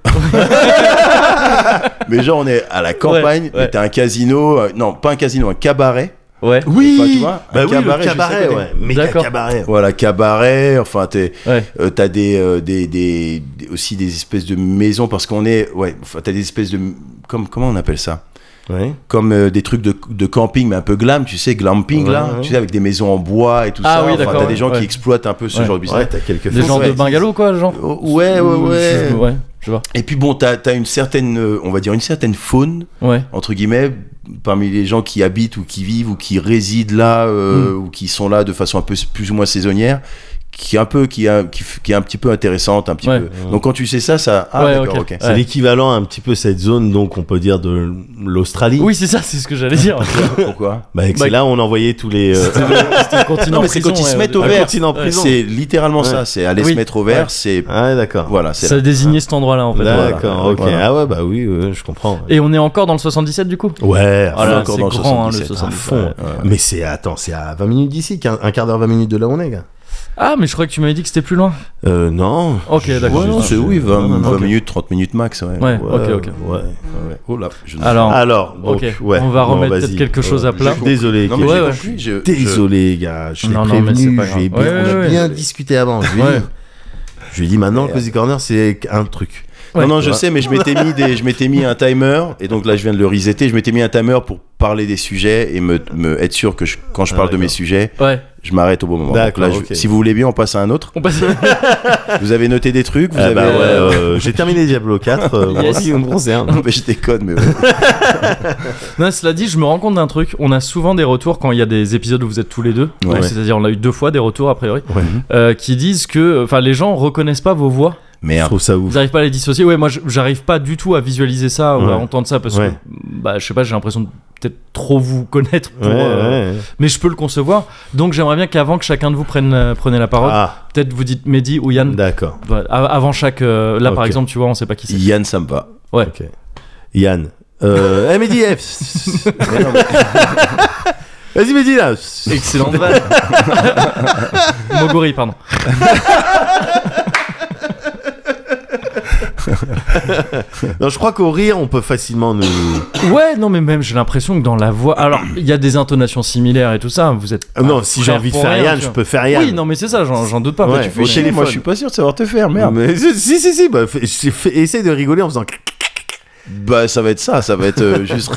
Speaker 2: Mais genre, on est à la campagne,
Speaker 1: ouais.
Speaker 2: mais t'as un casino, euh, non, pas un casino, un cabaret.
Speaker 1: Ouais.
Speaker 3: Oui,
Speaker 2: Enfin, tu vois, un
Speaker 3: bah oui,
Speaker 2: cabaret juste
Speaker 3: le
Speaker 2: à
Speaker 3: cabaret,
Speaker 2: côté.
Speaker 3: ouais. Méga
Speaker 1: D'accord.
Speaker 3: cabaret.
Speaker 2: Voilà, cabaret, enfin, t'es.
Speaker 1: Ouais.
Speaker 2: Euh, t'as des, euh, des, des, des- aussi des espèces de maisons parce qu'on est ouais enfin, t'as des espèces de comme comment on appelle ça
Speaker 3: Ouais.
Speaker 2: comme euh, des trucs de, de camping mais un peu glam tu sais glamping
Speaker 3: Ouais,
Speaker 2: là
Speaker 3: ouais.
Speaker 2: tu sais avec des maisons en bois et tout
Speaker 1: Ah
Speaker 2: ça
Speaker 1: oui,
Speaker 2: enfin,
Speaker 1: d'accord,
Speaker 2: t'as des
Speaker 1: ouais,
Speaker 2: gens
Speaker 1: ouais.
Speaker 2: qui exploitent un peu ce
Speaker 1: Ouais.
Speaker 2: genre de business
Speaker 3: Ouais, t'as quelques
Speaker 1: Des gens de
Speaker 2: Ouais.
Speaker 1: bungalow quoi, genre.
Speaker 2: Oh, ouais ouais ouais
Speaker 1: Je- Ouais. Je vois.
Speaker 2: et puis bon t'as as une certaine euh, on va dire une certaine faune
Speaker 1: Ouais.
Speaker 2: entre guillemets parmi les gens qui habitent ou qui vivent ou qui résident là euh,
Speaker 1: Mm.
Speaker 2: ou qui sont là de façon un peu s- plus ou moins saisonnière qui est un peu qui est un- qui, f- qui est un petit peu intéressante un petit
Speaker 1: Ouais.
Speaker 2: peu donc quand tu sais ça ça ah
Speaker 1: Ouais,
Speaker 2: d'accord
Speaker 1: ok.
Speaker 2: ok
Speaker 1: Ouais.
Speaker 3: C'est l'équivalent un petit peu cette zone, donc on peut dire de l'Australie.
Speaker 1: Oui, c'est ça, c'est ce que j'allais dire.
Speaker 2: Pourquoi
Speaker 3: Bah, c'est
Speaker 1: Bah,
Speaker 3: là où on envoyait tous les. euh,
Speaker 1: C'était le continent
Speaker 2: Non, mais c'est
Speaker 1: prison,
Speaker 2: quand ils
Speaker 1: ouais, Ah,
Speaker 2: se mettent au
Speaker 1: départ.
Speaker 2: vert.
Speaker 3: continent prison.
Speaker 2: C'est littéralement ça. C'est aller
Speaker 1: Oui.
Speaker 2: se mettre au vert.
Speaker 1: Ouais.
Speaker 2: C'est
Speaker 3: Ah, d'accord.
Speaker 2: voilà. C'est
Speaker 1: Ça désignait cet endroit-là en fait.
Speaker 2: Là.
Speaker 3: D'accord,
Speaker 2: Voilà.
Speaker 3: ok.
Speaker 2: Voilà.
Speaker 3: Ah ouais, bah oui, ouais, je comprends.
Speaker 1: Et on est encore dans le 77 du coup
Speaker 3: Ouais, à
Speaker 2: Ah, là,
Speaker 1: Voilà,
Speaker 2: encore
Speaker 1: c'est
Speaker 2: dans le
Speaker 1: grand, hein, le
Speaker 2: 77,
Speaker 3: fond, à
Speaker 1: 77.
Speaker 3: fond.
Speaker 1: Ouais.
Speaker 3: Mais c'est, attends, c'est à 20 minutes d'ici, qu'un- un quart d'heure, 20 minutes de là où on est, gars.
Speaker 1: Ah, mais je croyais que tu m'avais dit que c'était plus loin.
Speaker 3: Euh, non.
Speaker 1: Ok, d'accord.
Speaker 2: Ouais, non, c'est oui, 20,
Speaker 3: Non, non, non,
Speaker 2: 20
Speaker 3: ok.
Speaker 2: minutes, 30 minutes max. Ouais.
Speaker 1: Ouais,
Speaker 2: Ouais,
Speaker 1: ok, ok.
Speaker 3: Ouais.
Speaker 2: ouais. Oh là, je ne-
Speaker 1: Alors,
Speaker 3: Alors, donc,
Speaker 1: ok,
Speaker 3: ouais.
Speaker 1: on va
Speaker 3: Bon,
Speaker 1: remettre
Speaker 3: vas-y. Euh,
Speaker 1: peut-être quelque chose à plat.
Speaker 2: j'ai compris.
Speaker 3: Désolé,
Speaker 2: Non,
Speaker 3: Kevin.
Speaker 2: mais j'ai
Speaker 1: Ouais, ouais.
Speaker 2: compris, je-
Speaker 3: Désolé, gars. Je l'ai
Speaker 1: Non, non, mais c'est
Speaker 3: prévenu.
Speaker 1: pas
Speaker 3: je lui ai
Speaker 1: grave.
Speaker 3: bien-
Speaker 1: Ouais,
Speaker 3: on a
Speaker 1: ouais,
Speaker 3: bien
Speaker 1: ouais.
Speaker 3: discuté avant. Je lui ai
Speaker 1: Ouais.
Speaker 3: dit- je lui ai dit maintenant,
Speaker 2: Ouais.
Speaker 3: Cozy Corner, c'est un truc.
Speaker 1: Ouais.
Speaker 2: non, non, je sais, mais je m'étais mis des, je m'étais mis un timer, et donc là, je viens de le resetter. Je m'étais mis un timer pour parler des sujets et me, me être sûr que je- quand je
Speaker 3: Ah,
Speaker 2: parle de mes
Speaker 3: d'accord.
Speaker 2: sujets,
Speaker 1: Ouais.
Speaker 2: je m'arrête au bon moment.
Speaker 3: D'accord,
Speaker 2: Donc là, je-
Speaker 3: ok.
Speaker 2: si vous voulez bien, on passe à un autre.
Speaker 1: On passe.
Speaker 2: Vous avez noté des trucs, vous
Speaker 3: Ah
Speaker 2: avez.
Speaker 3: bah ouais,
Speaker 2: euh,
Speaker 3: euh, j'ai terminé Diablo 4. euh, moi
Speaker 1: Yes.
Speaker 3: aussi, on me concerne.
Speaker 2: non, mais je déconne, mais ouais.
Speaker 1: Non, cela dit, je me rends compte d'un truc. On a souvent des retours quand il y a des épisodes où vous êtes tous les deux. Donc,
Speaker 2: Ouais.
Speaker 1: C'est-à-dire, on a eu deux fois des retours a priori
Speaker 3: Ouais.
Speaker 1: euh, qui disent que, enfin, les gens reconnaissent pas vos voix.
Speaker 3: Je
Speaker 2: merde.
Speaker 3: trouve ça
Speaker 1: Vous
Speaker 3: ouf.
Speaker 1: n'arrivez pas à les dissocier. Ouais, moi, je- j'arrive pas du tout à visualiser ça ou
Speaker 3: Ouais.
Speaker 1: à entendre ça parce
Speaker 3: Ouais.
Speaker 1: que, bah, je sais pas, j'ai l'impression de peut-être trop vous connaître. pour,
Speaker 3: Ouais,
Speaker 1: euh,
Speaker 3: ouais.
Speaker 1: Mais je peux le concevoir. Donc, j'aimerais bien qu'avant que chacun de vous prenne, euh, prenez la parole,
Speaker 3: Ah,
Speaker 1: peut-être vous dites Mehdi ou Yann.
Speaker 3: d'accord.
Speaker 1: Voilà, a- avant chaque. euh, là, par
Speaker 3: Ok.
Speaker 1: exemple, tu vois, on sait pas qui c'est.
Speaker 2: Yann, ça me va.
Speaker 3: Ok. Yann. Euh, eh, Mehdi, eh, Vas-y, Mehdi, là.
Speaker 1: Excellent. Moguri, pardon.
Speaker 3: Non, je crois qu'au rire, on peut facilement nous. Euh,
Speaker 1: Ouais, non, mais même j'ai l'impression que dans la voix. Alors, il y a des intonations similaires et tout ça. Vous êtes.
Speaker 3: Ah, non, si j'ai
Speaker 1: frère
Speaker 3: envie de
Speaker 1: pour
Speaker 3: faire
Speaker 1: rien,
Speaker 3: Yann,
Speaker 1: tu
Speaker 3: je
Speaker 1: vois.
Speaker 3: peux faire Yann.
Speaker 1: Oui, non, mais c'est ça, j'en j'en doute pas.
Speaker 3: Ouais,
Speaker 1: mais tu fais
Speaker 3: au
Speaker 1: chier.
Speaker 3: téléphone.
Speaker 2: Moi, je suis pas sûr de savoir te faire, merde.
Speaker 3: Mais si, si, si, si, bah, fais- j'ai fait- essaye de rigoler en faisant. Mm.
Speaker 2: Bah, ça va être ça, ça va être euh, juste.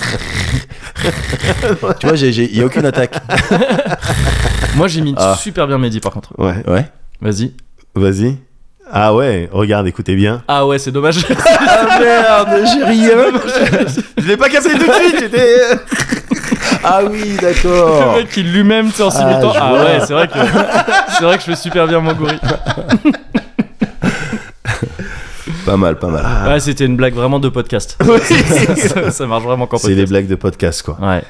Speaker 2: tu vois, il y a aucune attaque.
Speaker 1: Moi, j'ai mis
Speaker 2: Ah.
Speaker 1: super bien Mehdi par contre.
Speaker 3: Ouais,
Speaker 2: Ouais.
Speaker 1: Vas-y.
Speaker 3: vas-y. Ah ouais, regarde, écoutez bien.
Speaker 1: Ah ouais, c'est dommage.
Speaker 2: Ah merde, j'ai rien.
Speaker 1: hein.
Speaker 3: Je l'ai pas cassé tout de suite, j'étais.
Speaker 2: Ah oui,
Speaker 1: Le
Speaker 2: d'accord.
Speaker 1: mec, il lui-même, tu sais, en s'imitant.
Speaker 2: Oh. je
Speaker 1: Ah,
Speaker 2: vois.
Speaker 1: ouais, c'est vrai que. C'est vrai que je fais super bien Moguri.
Speaker 2: Pas mal, pas mal.
Speaker 1: Ouais, c'était une blague vraiment de podcast. ça, ça marche vraiment qu'en
Speaker 3: C'est les
Speaker 1: podcast.
Speaker 3: blagues de podcast, quoi.
Speaker 1: Ouais.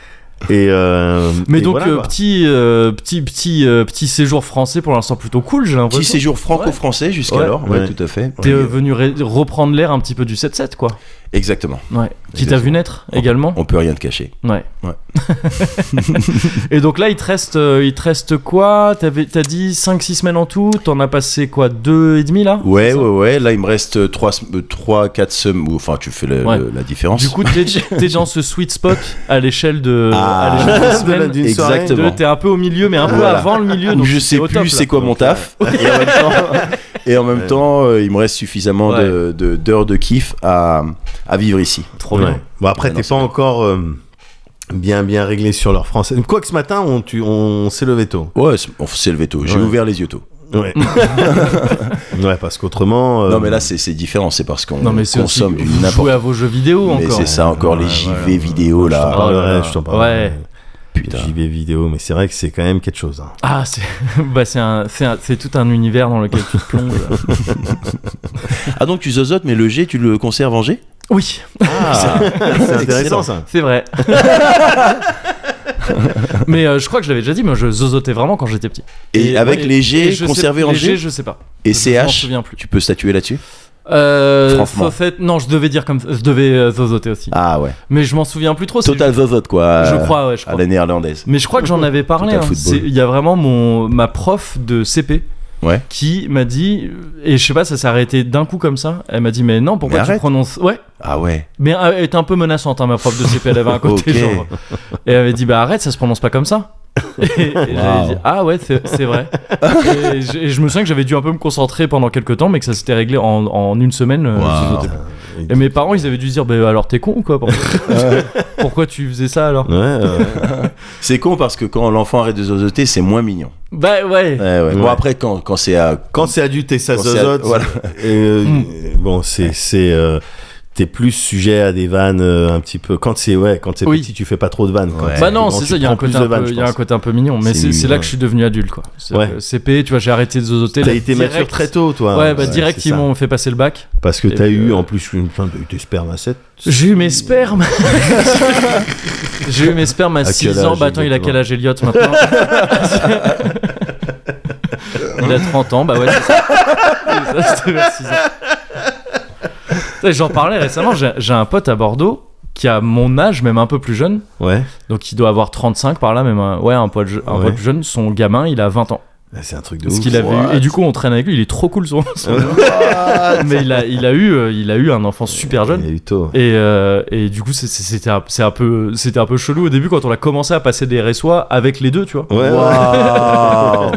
Speaker 3: Et euh,
Speaker 1: Mais
Speaker 3: et
Speaker 1: donc,
Speaker 3: voilà,
Speaker 1: euh,
Speaker 3: quoi.
Speaker 1: petit, euh, petit, petit, euh, petit séjour français pour l'instant plutôt cool, j'ai
Speaker 2: Petit
Speaker 1: l'impression.
Speaker 2: séjour franco-français jusqu'alors,
Speaker 3: Ouais.
Speaker 2: ouais, tout à fait.
Speaker 1: T'es euh, venu ré- reprendre l'air un petit peu du 7-7, quoi.
Speaker 2: Exactement.
Speaker 1: Ouais. Qui t'a vu naître également.
Speaker 2: On peut rien te cacher.
Speaker 1: Ouais.
Speaker 2: Ouais.
Speaker 1: Et donc là, il te reste, euh, il te reste quoi T'avais- T'as dit 5-6 semaines en tout. T'en as passé quoi Deux et demi là C'est
Speaker 2: Ouais,
Speaker 1: ça
Speaker 2: ouais, ouais. Là, il me reste euh, 3, 4 semaines. ou- Enfin, tu fais le-
Speaker 1: Ouais.
Speaker 2: le- la différence.
Speaker 1: Du coup, t'es t'es dans ce sweet spot à l'échelle de,
Speaker 2: Ah.
Speaker 1: à l'échelle de
Speaker 3: De
Speaker 1: semaine.
Speaker 3: la- d'une soirée.
Speaker 2: Exactement.
Speaker 1: De- T'es un peu au milieu, mais un peu
Speaker 2: Voilà.
Speaker 1: avant le milieu.
Speaker 2: Où
Speaker 1: Donc
Speaker 2: je
Speaker 1: t'es
Speaker 2: sais
Speaker 1: au top,
Speaker 2: plus c'est
Speaker 1: là.
Speaker 2: quoi mon taf. Et en même temps, et en même
Speaker 3: Ouais.
Speaker 2: temps, euh, il me reste suffisamment
Speaker 1: Ouais.
Speaker 2: de- de- d'heures de, kiff à, à vivre ici.
Speaker 1: Trop
Speaker 3: Ouais.
Speaker 1: bien.
Speaker 3: Bon après
Speaker 2: Ouais,
Speaker 3: t'es
Speaker 2: non,
Speaker 3: pas encore euh, bien bien réglé sur leur français. Quoique ce matin on tu on s'est levé tôt.
Speaker 2: Ouais, c'est- on s'est levé tôt. J'ai
Speaker 3: Ouais.
Speaker 2: ouvert les yeux tôt.
Speaker 3: Ouais. ouais parce qu'autrement. euh,
Speaker 2: Non, mais là, c'est c'est différent. C'est parce qu'on
Speaker 1: Non, mais c'est aussi.
Speaker 2: consomme du
Speaker 1: Vous
Speaker 2: n'importe
Speaker 1: jouez à vos jeux vidéo
Speaker 2: Mais
Speaker 1: encore.
Speaker 2: c'est ça encore, les
Speaker 3: Ouais,
Speaker 2: JV
Speaker 3: ouais, ouais.
Speaker 2: vidéo
Speaker 3: je t'en
Speaker 2: là.
Speaker 1: parle.
Speaker 3: parlerai,
Speaker 1: là là.
Speaker 3: je t'en parlerai.
Speaker 1: Ouais.
Speaker 2: Putain.
Speaker 3: J'y vais vidéo mais c'est vrai que c'est quand même quelque chose. hein.
Speaker 1: Ah, c'est bah, c'est un- c'est un- c'est tout un univers dans lequel tu te plonges.
Speaker 2: Ah donc tu zozotes, mais le G, tu le conserves en G
Speaker 1: oui,
Speaker 3: c'est intéressant ça.
Speaker 1: Ah, c'est vrai. mais euh, je crois que je l'avais déjà dit, mais je zozotais vraiment quand j'étais petit.
Speaker 2: Et, avec les
Speaker 1: et
Speaker 2: G
Speaker 1: je sais-
Speaker 2: conservés en
Speaker 1: les
Speaker 2: G,
Speaker 1: je sais pas.
Speaker 2: et
Speaker 1: Je- Je m'en
Speaker 2: CH,
Speaker 1: souviens plus.
Speaker 2: tu peux statuer là-dessus
Speaker 1: Euh,
Speaker 2: Franchement.
Speaker 1: sauf être- non, je devais dire comme je devais euh, zozoter aussi.
Speaker 2: Ah ouais.
Speaker 1: Mais je m'en souviens plus trop. c'est-
Speaker 2: Total zozote quoi.
Speaker 1: Je
Speaker 2: euh,
Speaker 1: crois, ouais, je
Speaker 2: À
Speaker 1: crois.
Speaker 2: la néerlandaise.
Speaker 1: Mais je crois que j'en avais parlé.
Speaker 2: Total
Speaker 1: hein.
Speaker 2: football.
Speaker 1: C'est- Il y a vraiment mon ma prof de CP.
Speaker 2: Ouais.
Speaker 1: Qui m'a dit et je sais pas ça s'est arrêté d'un coup comme ça. Elle m'a dit mais non pourquoi
Speaker 2: Mais
Speaker 1: tu
Speaker 2: arrête.
Speaker 1: prononces ouais
Speaker 2: Ah ouais.
Speaker 1: mais elle était un peu menaçante hein, ma prof de CP elle avait un côté
Speaker 2: Ok.
Speaker 1: genre et elle avait dit bah arrête ça se prononce pas comme ça. Et, et j'avais dit ah ouais c'est c'est vrai. et, je, et je me souviens que j'avais dû un peu me concentrer pendant quelques temps mais que ça s'était réglé en, en une semaine. euh,
Speaker 2: Wow.
Speaker 1: je sautais. Et mes parents ils avaient dû se dire bah alors t'es con ou quoi pourquoi, pourquoi tu faisais ça alors.
Speaker 3: Ouais, euh, ouais.
Speaker 2: C'est con parce que quand l'enfant arrête de zozoter, c'est moins mignon.
Speaker 1: Bah ouais.
Speaker 2: Ouais, ouais. Bon
Speaker 3: Ouais.
Speaker 2: après quand, quand c'est à...
Speaker 3: Quand c'est adulte et ça
Speaker 2: Quand c'est
Speaker 3: zozote,
Speaker 2: ad- voilà. Mm.
Speaker 3: euh, bon c'est c'est euh, t'es plus sujet à des vannes euh, un petit peu. Quand c'est ouais quand c'est
Speaker 1: Oui.
Speaker 3: petit tu fais pas trop de vannes. Quand
Speaker 2: Ouais.
Speaker 3: t'es
Speaker 1: Bah non,
Speaker 3: grand,
Speaker 1: c'est
Speaker 3: tu
Speaker 1: ça, il y a un
Speaker 3: prends plus
Speaker 1: côté
Speaker 3: de
Speaker 1: un
Speaker 3: vannes,
Speaker 1: peu-
Speaker 3: je
Speaker 1: il y a un
Speaker 3: pense. hein.
Speaker 1: côté un peu mignon, mais
Speaker 2: C'est
Speaker 1: c'est
Speaker 2: mignon,
Speaker 1: c'est là
Speaker 2: ouais.
Speaker 1: que je suis devenu adulte quoi. C'est-
Speaker 3: Ouais.
Speaker 1: euh, CP, tu vois, j'ai arrêté de zozoter.
Speaker 3: T'as
Speaker 1: là,
Speaker 3: été
Speaker 1: direct.
Speaker 3: mature très tôt toi.
Speaker 1: Ouais, bah direct
Speaker 3: c'est
Speaker 1: ils
Speaker 3: ça.
Speaker 1: m'ont fait passer le bac.
Speaker 3: Parce que
Speaker 1: Et
Speaker 3: t'as
Speaker 1: puis,
Speaker 3: eu
Speaker 1: euh,
Speaker 3: en plus une plein de tes spermacètes.
Speaker 1: J'ai eu mes spermes. j'ai eu mes spermes à
Speaker 3: quel
Speaker 1: 6
Speaker 3: âge,
Speaker 1: ans. Bah attends, il a quel âge Elliot maintenant Il a 30 ans, bah ouais, c'est ça. C'est ça, c'était vers 6 ans. Putain, J'en parlais récemment, j'ai j'ai un pote à Bordeaux qui a mon âge, même un peu plus jeune,
Speaker 3: Ouais.
Speaker 1: donc il doit avoir 35 par là, même un, ouais, un poil, je- un
Speaker 3: Ouais.
Speaker 1: poil plus jeune. Son gamin, il a 20 ans.
Speaker 3: Ah, C'est un truc de
Speaker 1: Ce
Speaker 3: ouf.
Speaker 1: qu'il avait eu.
Speaker 2: what
Speaker 1: Et du coup, on traîne avec lui. Il est trop cool, son. son- mais il a, il a eu, euh, il a eu un enfant super jeune.
Speaker 3: Il y a eu tôt.
Speaker 1: Et, euh, et du coup, c'est- c'est- c'était un, c'est un peu, c'était un peu chelou au début quand on a commencé à passer des RSOI avec les deux, tu vois.
Speaker 3: Ouais, ouais.
Speaker 2: Waouh.